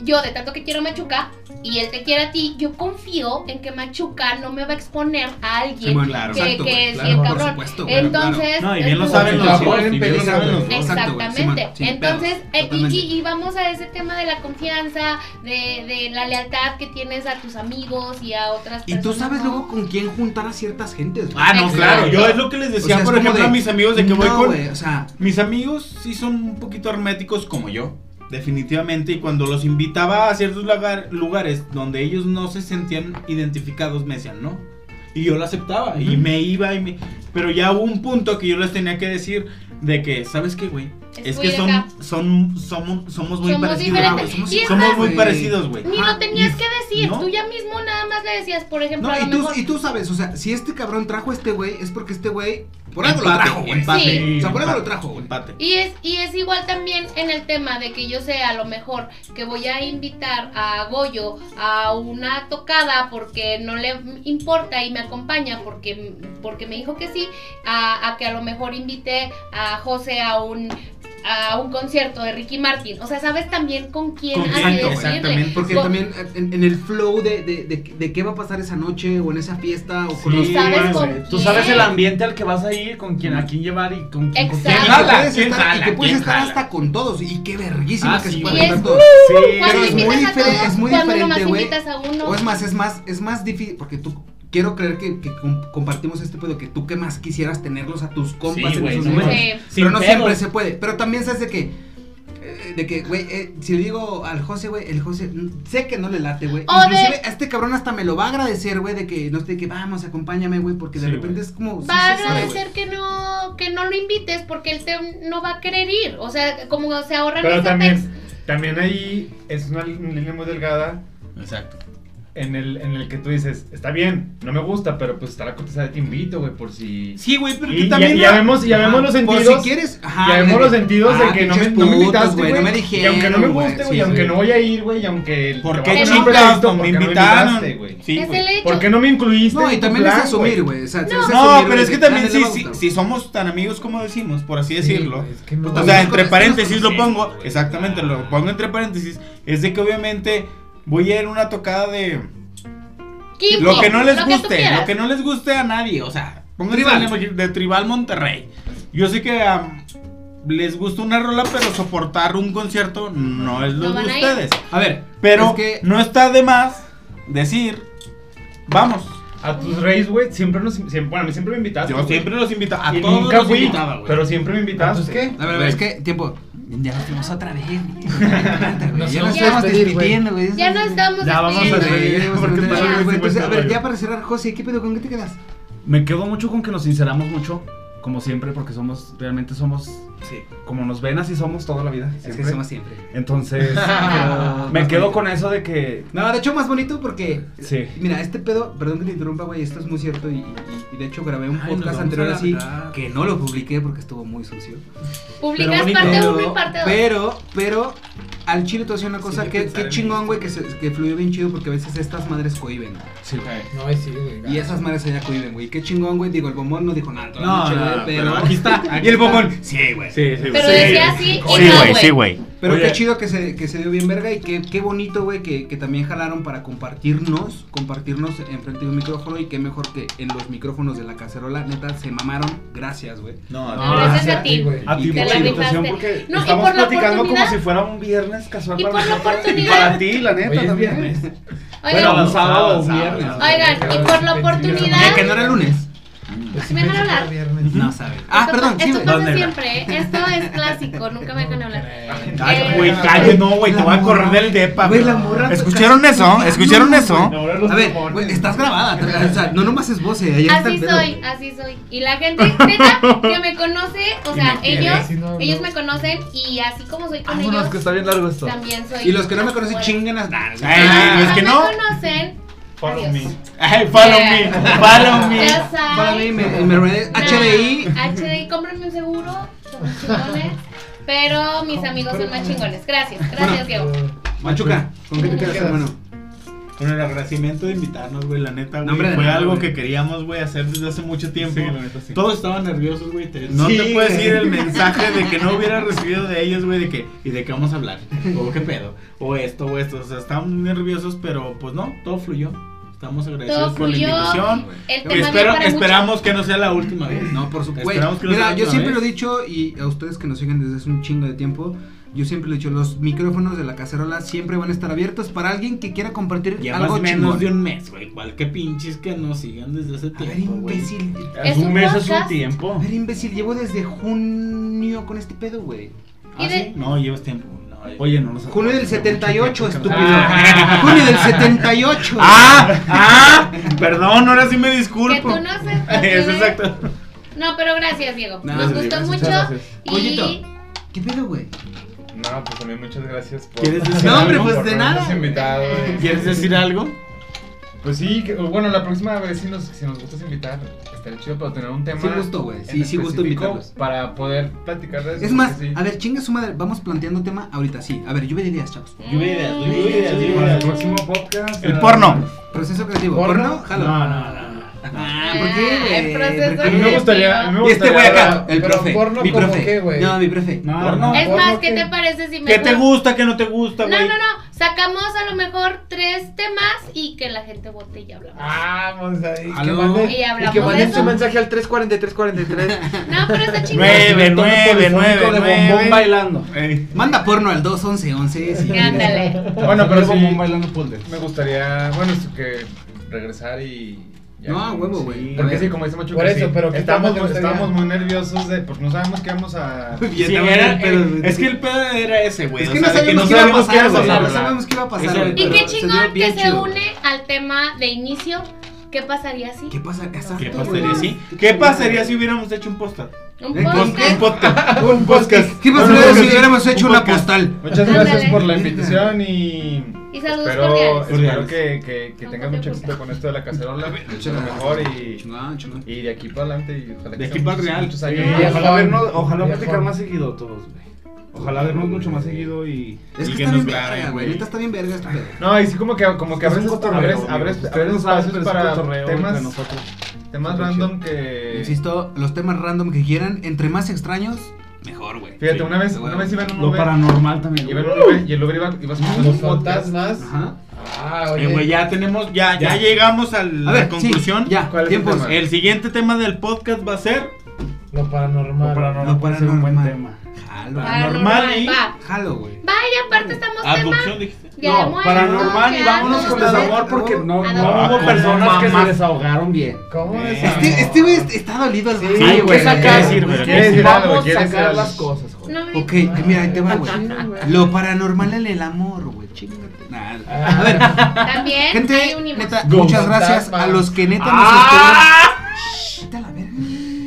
C: yo de tanto que quiero a Machuca y él te quiere a ti, yo confío en que Machuca no me va a exponer a alguien
A: Simón,
D: claro.
C: que,
A: exacto,
C: que
A: güey,
C: es
A: claro,
C: bien
A: por
C: cabrón.
A: supuesto, güey, claro.
C: Entonces,
D: No, y bien lo
C: es-
D: saben los
A: pues,
G: Ya
D: dos.
G: pueden
D: y bien lo
G: pedir,
D: saben los
A: güey.
D: dos.
A: Exacto, güey,
C: Exactamente.
A: Simón, sí,
C: Entonces,
A: pedos,
C: eh, y,
A: totalmente.
C: y- y vamos a ese tema de la confianza, de, de la lealtad que tienes a tus amigos y a otras
A: Y
C: personas.
A: tú sabes
C: ¿no?
A: luego con quién juntar a ciertas gentes. güey.
D: Ah, no, claro.
C: Exacto.
D: Yo es lo que les decía,
A: O sea, es
D: por
A: como
D: ejemplo,
A: de,
D: a mis amigos de que voy
A: no,
D: con...
A: güey, o sea,
D: Mis amigos sí son un poquito herméticos como yo. Definitivamente, y cuando los invitaba a ciertos lugar- lugares donde ellos no se sentían identificados, me decían no. Y yo lo aceptaba, y me iba, y me... pero ya hubo un punto que yo les tenía que decir de que, ¿sabes qué, güey?
C: Es
D: Es
C: muy
D: que son,
C: acá.
D: son, somos, somos muy
C: Somos
D: parecidos,
C: diferentes.
D: güey. Somos,
C: Y es
D: somos
C: más,
D: muy
A: güey,
D: parecidos, güey. Ah,
C: Ni
A: Ah,
C: lo tenías que decir,
D: ¿no?
C: tú ya mismo nada más le decías, por ejemplo, a
A: No,
C: lo
A: y tú,
C: mejor-
A: y tú sabes, o sea, si este cabrón trajo a este güey, es porque este güey. Por algo lo
D: Empate,
A: trajo, güey.
D: empate,
C: Sí.
A: O sea, por algo
D: empate,
A: lo trajo, güey.
D: Empate.
C: Y es, y es igual también en el tema de que yo sé a lo mejor que voy a invitar a Goyo a una tocada porque no le importa y me acompaña porque, porque me dijo que sí, a, a que a lo mejor invite a José a un a un concierto de Ricky Martin. O sea, sabes también con quién
D: Con
C: has
D: quién,
C: de decirle.
D: exactamente,
A: Porque
C: Con-
A: también en, en el flow de, de, de, de qué va a pasar esa noche o en esa fiesta o con
C: Tú
A: los.
C: sabes con
F: Tú
C: quién.
F: sabes el ambiente al que vas a ir, con quién, a quién llevar y con quién. con quién.
A: Y que
C: Exacto.
A: puedes
D: ¿Quién
A: estar, y
D: jala?
A: que puedes
D: ¿Quién
A: estar
D: jala?
A: hasta con todos. Y qué verguísima
F: Ah,
A: que se
F: sí,
A: pueden
C: güey.
A: estar
C: Y es-
A: todos.
C: Cuando
A: Pero es muy
C: invitas a
A: diferente,
C: todos,
A: es muy
C: cuando nomás
A: diferente, güey.
C: invitas a uno.
A: O es más, es más, es más difícil. Porque tú. Quiero creer que, que com- compartimos este pedo que tú que más quisieras tenerlos a tus compas en
D: güey,
A: esos
D: no
A: momentos.
C: Sí.
A: pero no
D: pedos.
A: siempre se puede. Pero también sabes de que. eh, De que, güey, eh, si le digo al José, güey, el José, mm, sé que no le late, güey.
C: O de-
A: Inclusive, a este cabrón hasta me lo va a agradecer, güey, de que no esté que vamos, acompáñame, güey, porque de
F: Sí,
A: repente
F: güey.
A: es como. Pues sí,
C: va a
A: se sabe, güey.
C: agradecer que no que no lo invites porque él te, no va a querer ir o sea como se ahorran
G: Pero
C: esa
G: también,
C: pers-
G: también ahí es una línea muy delgada
D: Exacto.
G: en el, en el que tú dices, está bien, no me gusta, pero pues está la cotiza de te invito, güey, por si...
D: Sí, güey, pero
G: Y-
D: que
G: y-
D: también...
G: y ya vemos- ya vemos los
A: Por si
G: sentidos.
A: quieres.
G: Ya
A: Ajá,
G: vemos
A: ándale.
G: los sentidos
A: Ah,
G: de que no me,
A: pinches
G: no me
A: putos,
G: invitaste,
A: güey,
G: güey.
A: No me
G: y aunque no me
A: dijeron, güey,
G: guste, güey,
A: sí,
G: y aunque
A: sí.
G: no voy a ir, güey, y aunque... te
D: ¿Por qué
G: voy a poner un
D: chicas
G: pretexto,
D: no me
G: ¿por qué
D: invitaron?
G: invitaste, güey?
D: Sí,
C: es
D: güey.
C: el hecho
G: ¿Por qué no me incluiste?
A: No,
G: en
A: y
G: tu
A: también
G: plan,
A: es asumir, güey. o sea, es asumir,
D: No, pero es que
A: güey,
D: también
A: ándale,
D: si,
A: vamos,
D: si,
A: cabrón.
D: si somos tan amigos como decimos, por así decirlo.
B: güey, es que no-
D: O sea,
A: Nos
D: entre
A: conocemos,
D: paréntesis lo
A: nos conocemos,
D: pongo, exactamente, lo pongo entre paréntesis, es de que obviamente voy a ir a una tocada de
C: Kimpo,
D: lo que no les
C: lo que tú
D: guste,
C: quieras.
D: lo que no les guste a nadie, o sea, pónganse
A: Tribal.
D: en la imagi- de Tribal Monterrey. Yo sé que am, les gusta una rola, pero soportar un concierto no es
C: No
D: lo de
C: van a ir.
D: ustedes.
A: A ver,
D: Pero
A: es que-
D: no está de más decir, vamos.
G: A tus reyes, güey, siempre nos... Siempre, bueno, a mí siempre me invitaste,
D: Yo
G: güey.
D: siempre los invitaba, a
G: Y
D: todos
G: nunca
D: los
G: fui,
D: invitaba, güey.
G: pero siempre me
B: ¿Entonces
G: invitaste.
B: qué?
A: A ver, a ver, es que tiempo. Ya nos fuimos otra vez. güey,
B: Nos
A: Ya nos
C: vamos a
A: estamos
B: despedir, güey.
A: despidiendo, güey.
C: ya no estamos
F: Ya vamos a
A: Sí,
C: despidiendo.
A: güey, ya llevamos
F: Porque
A: una
F: está
A: hora,
F: bien
A: güey. Entonces, a ver,
F: rollo.
A: ya para cerrar, José, ¿qué pedo? ¿Con qué te quedas?
F: Me quedo mucho con que nos sinceramos mucho, como siempre, porque somos, realmente somos, como nos ven así somos toda la vida.
A: Es
F: Siempre.
A: que somos siempre.
F: Entonces, me quedo con eso de que...
A: Ah, No, de hecho, más bonito porque.
F: Sí.
A: Mira, este pedo, perdón que te interrumpa, güey, esto es muy cierto. Y, y- y de hecho, grabé un
F: Ay, nos
A: podcast
F: vamos
A: anterior
F: a la
A: así
F: verdad.
A: que no lo publiqué porque estuvo muy sucio.
C: publicas
F: bonito.
C: parte
A: Pero,
C: 1 y parte 2
A: pero, pero, al chile te voy a decir una cosa,
D: que
A: que,
D: pensar
A: que
D: en
A: chingón, güey, que, se- que fluyó bien chido porque a veces estas madres cohiben.
F: Sí.
B: No, ahí sí, güey. ah.
A: Y esas madres allá cohiben, güey. Qué chingón, güey. Digo, el bombón no dijo nada. toda la noche, güey, pero,
D: está.
A: Y el bombón, sí, güey.
F: Sí, sí,
C: Pero
F: sí.
C: decía así y
D: Sí,
C: no,
D: güey, sí,
C: güey.
D: güey.
A: Pero
F: Oye.
A: qué chido que se, que se dio bien verga y qué, qué bonito, güey, que, que también jalaron para compartirnos, compartirnos enfrente de un micrófono y qué mejor que en los micrófonos de la cacerola, neta, se mamaron. Gracias, güey.
D: No,
C: No, gracias a ti.
B: güey.
F: A ti
A: Y
F: por
A: te
F: la
A: la
F: invitación
C: rifaste.
F: porque
C: No, y
F: estamos
C: por la
F: platicando como
C: oportunidad.
F: si fuera un viernes casual
C: Y
F: para
C: por la
F: nosotros y
C: oportunidad.
F: para ti, la neta
B: Hoy es
F: también.
B: viernes.
C: Oigan,
F: bueno, sábado o
D: sábado,
F: viernes.
D: sábado.
C: oigan, y por la oportunidad
A: Ya que no era lunes.
B: Pues,
C: ¿Me dejan hablar?
B: el viernes.
A: No sabes. Ah,
C: esto,
A: perdón,
C: pa-
A: sí,
C: esto
A: güey.
C: pasa
F: ¿Dónde?
C: siempre, ¿eh? esto es clásico, nunca me dejan hablar.
D: Ay,
C: Eh,
D: güey, calle, no, güey, te voy a correr del depa.
A: Güey, la
D: güey.
A: morra-
D: ¿Escucharon eso? ¿Escucharon eso?
A: A ver, güey, estás grabada. O sea, no nomás es voz, eh, ahí está el
C: Así
A: pedo.
C: soy, así soy. Y la gente neta que me conoce, o sea, ellos,
B: Sí, no, no.
C: ellos me conocen y así como soy con
F: Vámonos,
C: ellos,
F: Ah, que está bien largo esto.
C: también soy.
A: Y los que no me conocen, Eh,
C: afuera.
A: chinguen hasta.
D: Ay, güey, los
C: Ah,
D: que
C: me
D: no.
C: conocen, adiós.
D: Ay, follow me, follow me.
C: Ya sabes.
A: Para mí, me, me, redes-
C: Nah,
A: HDI.
C: HDI, cómprenme un seguro. Somos chingones. Pero mis amigos son más chingones. Gracias,
A: Bueno.
C: gracias, Diego.
A: Machuca, ¿con qué te quedas, hermano?
D: Con el agradecimiento de invitarnos, güey, la neta,
A: No, hombre,
D: güey.
A: de
D: Fue
A: nada,
D: algo
A: güey.
D: que queríamos, güey, hacer desde hace mucho tiempo.
G: Todo
D: Todos estaban nerviosos, güey. te- No
A: Sí,
D: te puedes
A: güey.
D: ir el mensaje de que no hubiera recibido de ellos, güey, de que, ¿y de qué vamos a hablar? O qué pedo, o esto, o esto. O sea, estaban nerviosos, pero pues no, todo fluyó. Estamos agradecidos
C: Todo
D: por la
C: fluyó.
D: invitación.
C: El tema
D: Espero,
C: dio para
D: esperamos que no sea la última vez.
A: No, por supuesto.
D: Esperamos que no sea
A: Mira,
D: la
A: yo
D: última
A: siempre
D: vez.
A: lo he dicho y a ustedes que nos siguen desde hace un chingo de tiempo, yo siempre lo he dicho, los micrófonos de la cacerola siempre van a estar abiertos para alguien que quiera compartir
D: Llevas
A: algo
D: menos
A: chingón.
D: de un mes, güey. Igual que pinches que nos sigan desde hace
A: A ver,
D: tiempo, güey.
A: imbécil.
C: mucho. Es un
F: mes es un
C: podcast.
A: A
F: tiempo.
A: ver, imbécil, llevo desde junio con este pedo, güey.
D: ¿Ah,
C: Y de-
D: sí? No, llevas tiempo. güey. No,
F: Oye, no nos
A: Junio del 78, estúpido.
D: Ah.
A: Junio del 78.
D: ¡Ah! ¡Ah! Perdón, ahora sí me
C: Que
D: disculpo.
C: tú no seas
D: Es
C: posible.
D: exacto.
C: No, pero gracias, Diego.
A: No,
C: Nos
A: gracias,
C: gustó
F: gracias,
C: mucho.
F: muchas gracias.
C: Y
A: Goyito, ¿Qué pedo, güey?
G: No, pues también muchas gracias por.
D: ¿Quieres decir
A: No, hombre,
D: algo?
A: pues,
G: por
A: de
G: habernos
A: nada.
G: invitado, eh.
D: ¿Quieres decir algo?
G: Pues sí, que- bueno, la próxima vez si nos, si nos gustas invitar, estaría chido para tener un tema.
A: Sí, gusto, güey.
G: en
A: Sí, sí, gusto
G: específico
A: invitarlos.
G: Para poder platicar de eso.
A: Es más,
G: porque sí.
A: a ver, chinga su madre. Vamos planteando tema ahorita, sí. A ver, yo diría, chavos.
D: Yo ideas, yo ideas, yo
G: Para el
D: ideas.
G: próximo podcast.
D: El
G: eh,
D: porno.
A: Proceso creativo. ¿Porno? Jalo.
D: no, no.
A: Ah, ¿por qué,
C: Ah, el
A: güey?
C: proceso
A: ¿Por
G: A mí
A: qué?
G: me gustaría. a mí me
A: Y este
G: gustaría
A: güey acá,
G: hablar-
A: el
B: Pero
A: profe.
B: porno
A: mi
B: como
A: profe.
B: qué, güey.
A: no, mi profe.
D: No,
G: Porno.
C: Es
B: Porno,
C: más,
B: ¿qué?
C: ¿qué te parece si me
D: ¿Qué te gusta? ¿Qué no te gusta,
C: No,
D: güey?
C: no, no. Sacamos a lo mejor tres temas y que la gente vote y hablamos.
B: Vamos ahí. Que
A: Aló.
B: manden,
C: Y hablamos
B: que
C: de
B: manden
C: eso.
B: su mensaje al 34343.
C: No, pero está chingón.
D: Nueve, nueve,
F: Telefónico
D: nueve,
F: de
D: nueve.
F: bombón bailando.
D: Ey.
A: Manda porno al 21111. sí.
C: Ándale.
G: Bueno, pero sí.
F: bombón bailando pole
D: pues.
F: dance.
G: Me gustaría, bueno, es que regresar y. ya.
A: No, a huevo, güey. A
G: Porque
A: ver.
G: sí, como dice Machuca,
B: Por eso,
G: sí,
B: pero ¿qué
G: estamos,
B: tema te gustaría?
G: estamos muy nerviosos de, porque no sabemos qué vamos a...
D: Sí,
F: Sí,
D: era-
F: era-
D: eh, es que el pedo era ese, güey.
A: Es
D: o
A: que no
D: sea, de
A: sabemos qué
D: no
A: iba a
D: sabíamos qué
A: pasar,
D: íbamos a
A: o sea, no
D: hablar.
A: sabemos qué iba a
F: Ese
A: pasar.
F: era
A: güey,
F: el
C: Y
F: Pero
C: qué
A: pero salió
C: chingón que
A: bien
C: se
A: chido.
C: une al tema de inicio. ¿Qué pasaría si?
A: ¿Qué pasa? Exacto,
D: ¿Qué
A: güey.
D: pasaría si? ¿Qué pasaría si hubiéramos hecho un póster?
C: Un
A: Eh,
D: Un
C: podcast.
D: podcast. Un podcast.
A: ¿Qué pasaría si hubiéramos hecho una postal?
G: Muchas gracias
C: Ándale.
G: por la invitación y...
C: Y saludos
G: espero,
C: cordiales.
G: espero
D: Cordiales.
G: que, que, que
C: No,
G: tengas
C: no te
G: mucho
C: gusta.
G: éxito con esto de la cacerola. Mucho lo mejor y,
A: Chingón, chingón.
G: y de aquí para adelante. Y ojalá que
D: De aquí
G: sean
D: para el
G: muchos-
D: real.
G: muchos
F: Y
G: años más.
F: ojalá
B: Viajón.
F: vernos, ojalá platicar
B: Viajón.
F: más seguido todos, güey. Ojalá vernos mucho más seguido y.
A: Es
D: Y
A: que, está
D: que nos
A: bien verga,
D: graben,
A: güey.
D: güey.
A: Neta está bien verga este pedo.
G: No, y sí como que, como que
F: Es un
G: abres,
F: cotorreo,
G: abres,
F: amigos.
G: abres,
F: Ustedes
G: abres
F: no saben,
G: espacios
F: pero es un
G: para
F: cotorreo entre
G: temas,
F: nosotros.
G: temas
F: Está
G: random
F: chido.
G: que...
A: Insisto, los temas random que quieran, entre más extraños, mejor, güey.
G: Fíjate,
A: Sí,
G: una vez,
A: güey.
G: una vez iba en un
F: Lo
G: Uber,
F: paranormal también.
G: iba en
F: güey.
G: un Uber y el Uber iba, iba escuchando
B: Los
G: un podcast.
B: fantasmas.
A: Ajá.
B: Ah,
D: Eh,
B: oye.
D: güey, ya tenemos, ya, ya,
A: Ya.
D: llegamos a la
A: A ver,
D: conclusión.
A: sí, ya,
G: ¿Cuál es el
A: tiempos.
G: tema?
D: El siguiente Este tema del podcast va a ser
B: Lo paranormal.
F: Lo paranormal
A: Lo
F: puede ser un buen
A: paranormal.
F: tema.
A: Jalo,
C: Paranormal,
D: normal y-
C: va.
A: jalo, güey.
C: Vaya, aparte estamos tema.
D: abducción, dijiste.
C: Ya de
F: no,
C: muertos,
F: paranormal y
C: ya,
F: vámonos
C: no
F: con
A: sé.
C: sé.
F: desamor porque no,
C: Ah,
F: no,
C: no.
F: hubo
D: Ah,
F: personas que
D: mamá.
F: se desahogan bien.
B: ¿Cómo
D: Eh.
B: es?
A: Este, este güey está dolido al
B: Sí,
A: Hay que
B: güey,
A: sacar-
B: ¿qué
D: decir, güey?
F: ¿Quieres
G: decir algo?
F: Vamos a
G: ¿Quieres decir
F: sacar
G: algo?
F: las cosas, joder.
C: No,
A: Ok, mira, ahí te va, güey. Lo paranormal en el amor, güey. Chingate. Nah, a ver,
C: También ahí
A: gente,
C: unimos.
A: neta,
F: Go.
A: muchas gracias a los que neta nos
D: Ah.
A: escucharon. Vete a la verga.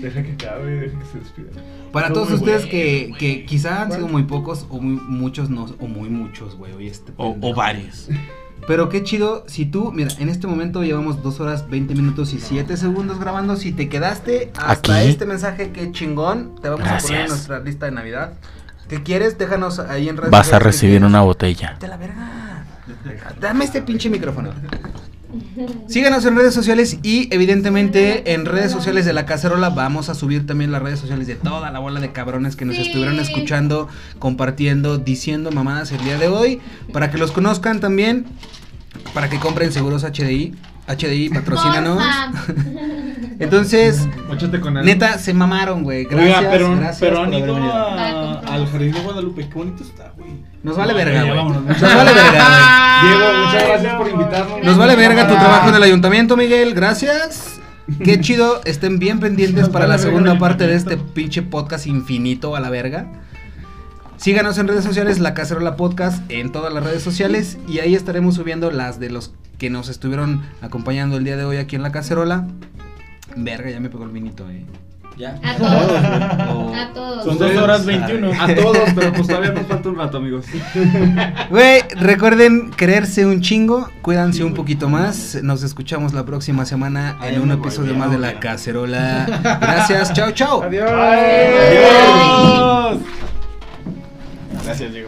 F: Deja que acabe, deja que se despida.
A: Para
D: Fue
A: todos
D: muy
A: ustedes
D: bueno,
A: que,
D: güey.
A: que quizá han sido muy pocos o muy muchos no, o muy muchos, güey, hoy este
D: O,
A: pendejo.
D: o varios.
A: Pero qué chido, si tú, mira, en este momento llevamos 2 horas 20 minutos y 7 segundos grabando, si te quedaste hasta
D: Aquí.
A: este mensaje, qué chingón, te vamos a poner en
D: Gracias.
A: nuestra lista de Navidad. ¿Qué quieres? Déjanos ahí en redes
D: Vas a
A: sociales qué
D: recibir
A: quieres.
D: una botella.
A: Vete a la verga. Dame este pinche micrófono. Síganos en redes sociales y evidentemente en redes sociales de la cacerola vamos a subir también las redes sociales de toda la bola de cabrones que nos
C: Sí.
A: estuvieron escuchando, compartiendo, diciendo mamadas el día de hoy, para que los conozcan también, para que compren seguros HDI, HDI patrocínanos.
C: Porfa.
A: Entonces,
G: Móchate con él.
A: neta se mamaron, güey. Gracias,
D: Oiga, pero,
A: gracias
D: pero
A: por
D: han
A: haber
D: ido
A: venido.
D: a-
C: Para comprar.
D: al jardín de Guadalupe. Qué bonito está, güey.
A: Nos vale
D: No,
A: verga,
D: ya
A: güey.
D: vámonos.
A: Nos vale verga, güey.
F: Diego, muchas gracias por invitarnos.
A: Nos vale verga tu trabajo en el ayuntamiento, Miguel. Gracias. Qué chido. Estén bien pendientes para la segunda parte de este pinche podcast infinito a la verga. Síganos en redes sociales, La Cacerola Podcast, en todas las redes sociales. Y ahí estaremos subiendo las de los que nos estuvieron acompañando el día de hoy aquí en La Cacerola. Verga, ya me pegó el vinito, eh. Oh.
C: A todos.
A: O-
C: A todos.
D: Son dos horas 21.
F: A todos, pero pues todavía nos falta un rato, amigos.
A: Güey, recuerden creerse un chingo, cuídense un poquito más. Nos escuchamos la próxima semana
D: Ay,
A: en
D: ya
A: un
D: me voy,
A: episodio
D: ya
A: más
D: me
A: de
D: voy.
A: La Cacerola. Gracias, chao, chao.
B: Adiós.
D: Adiós. Gracias, Diego.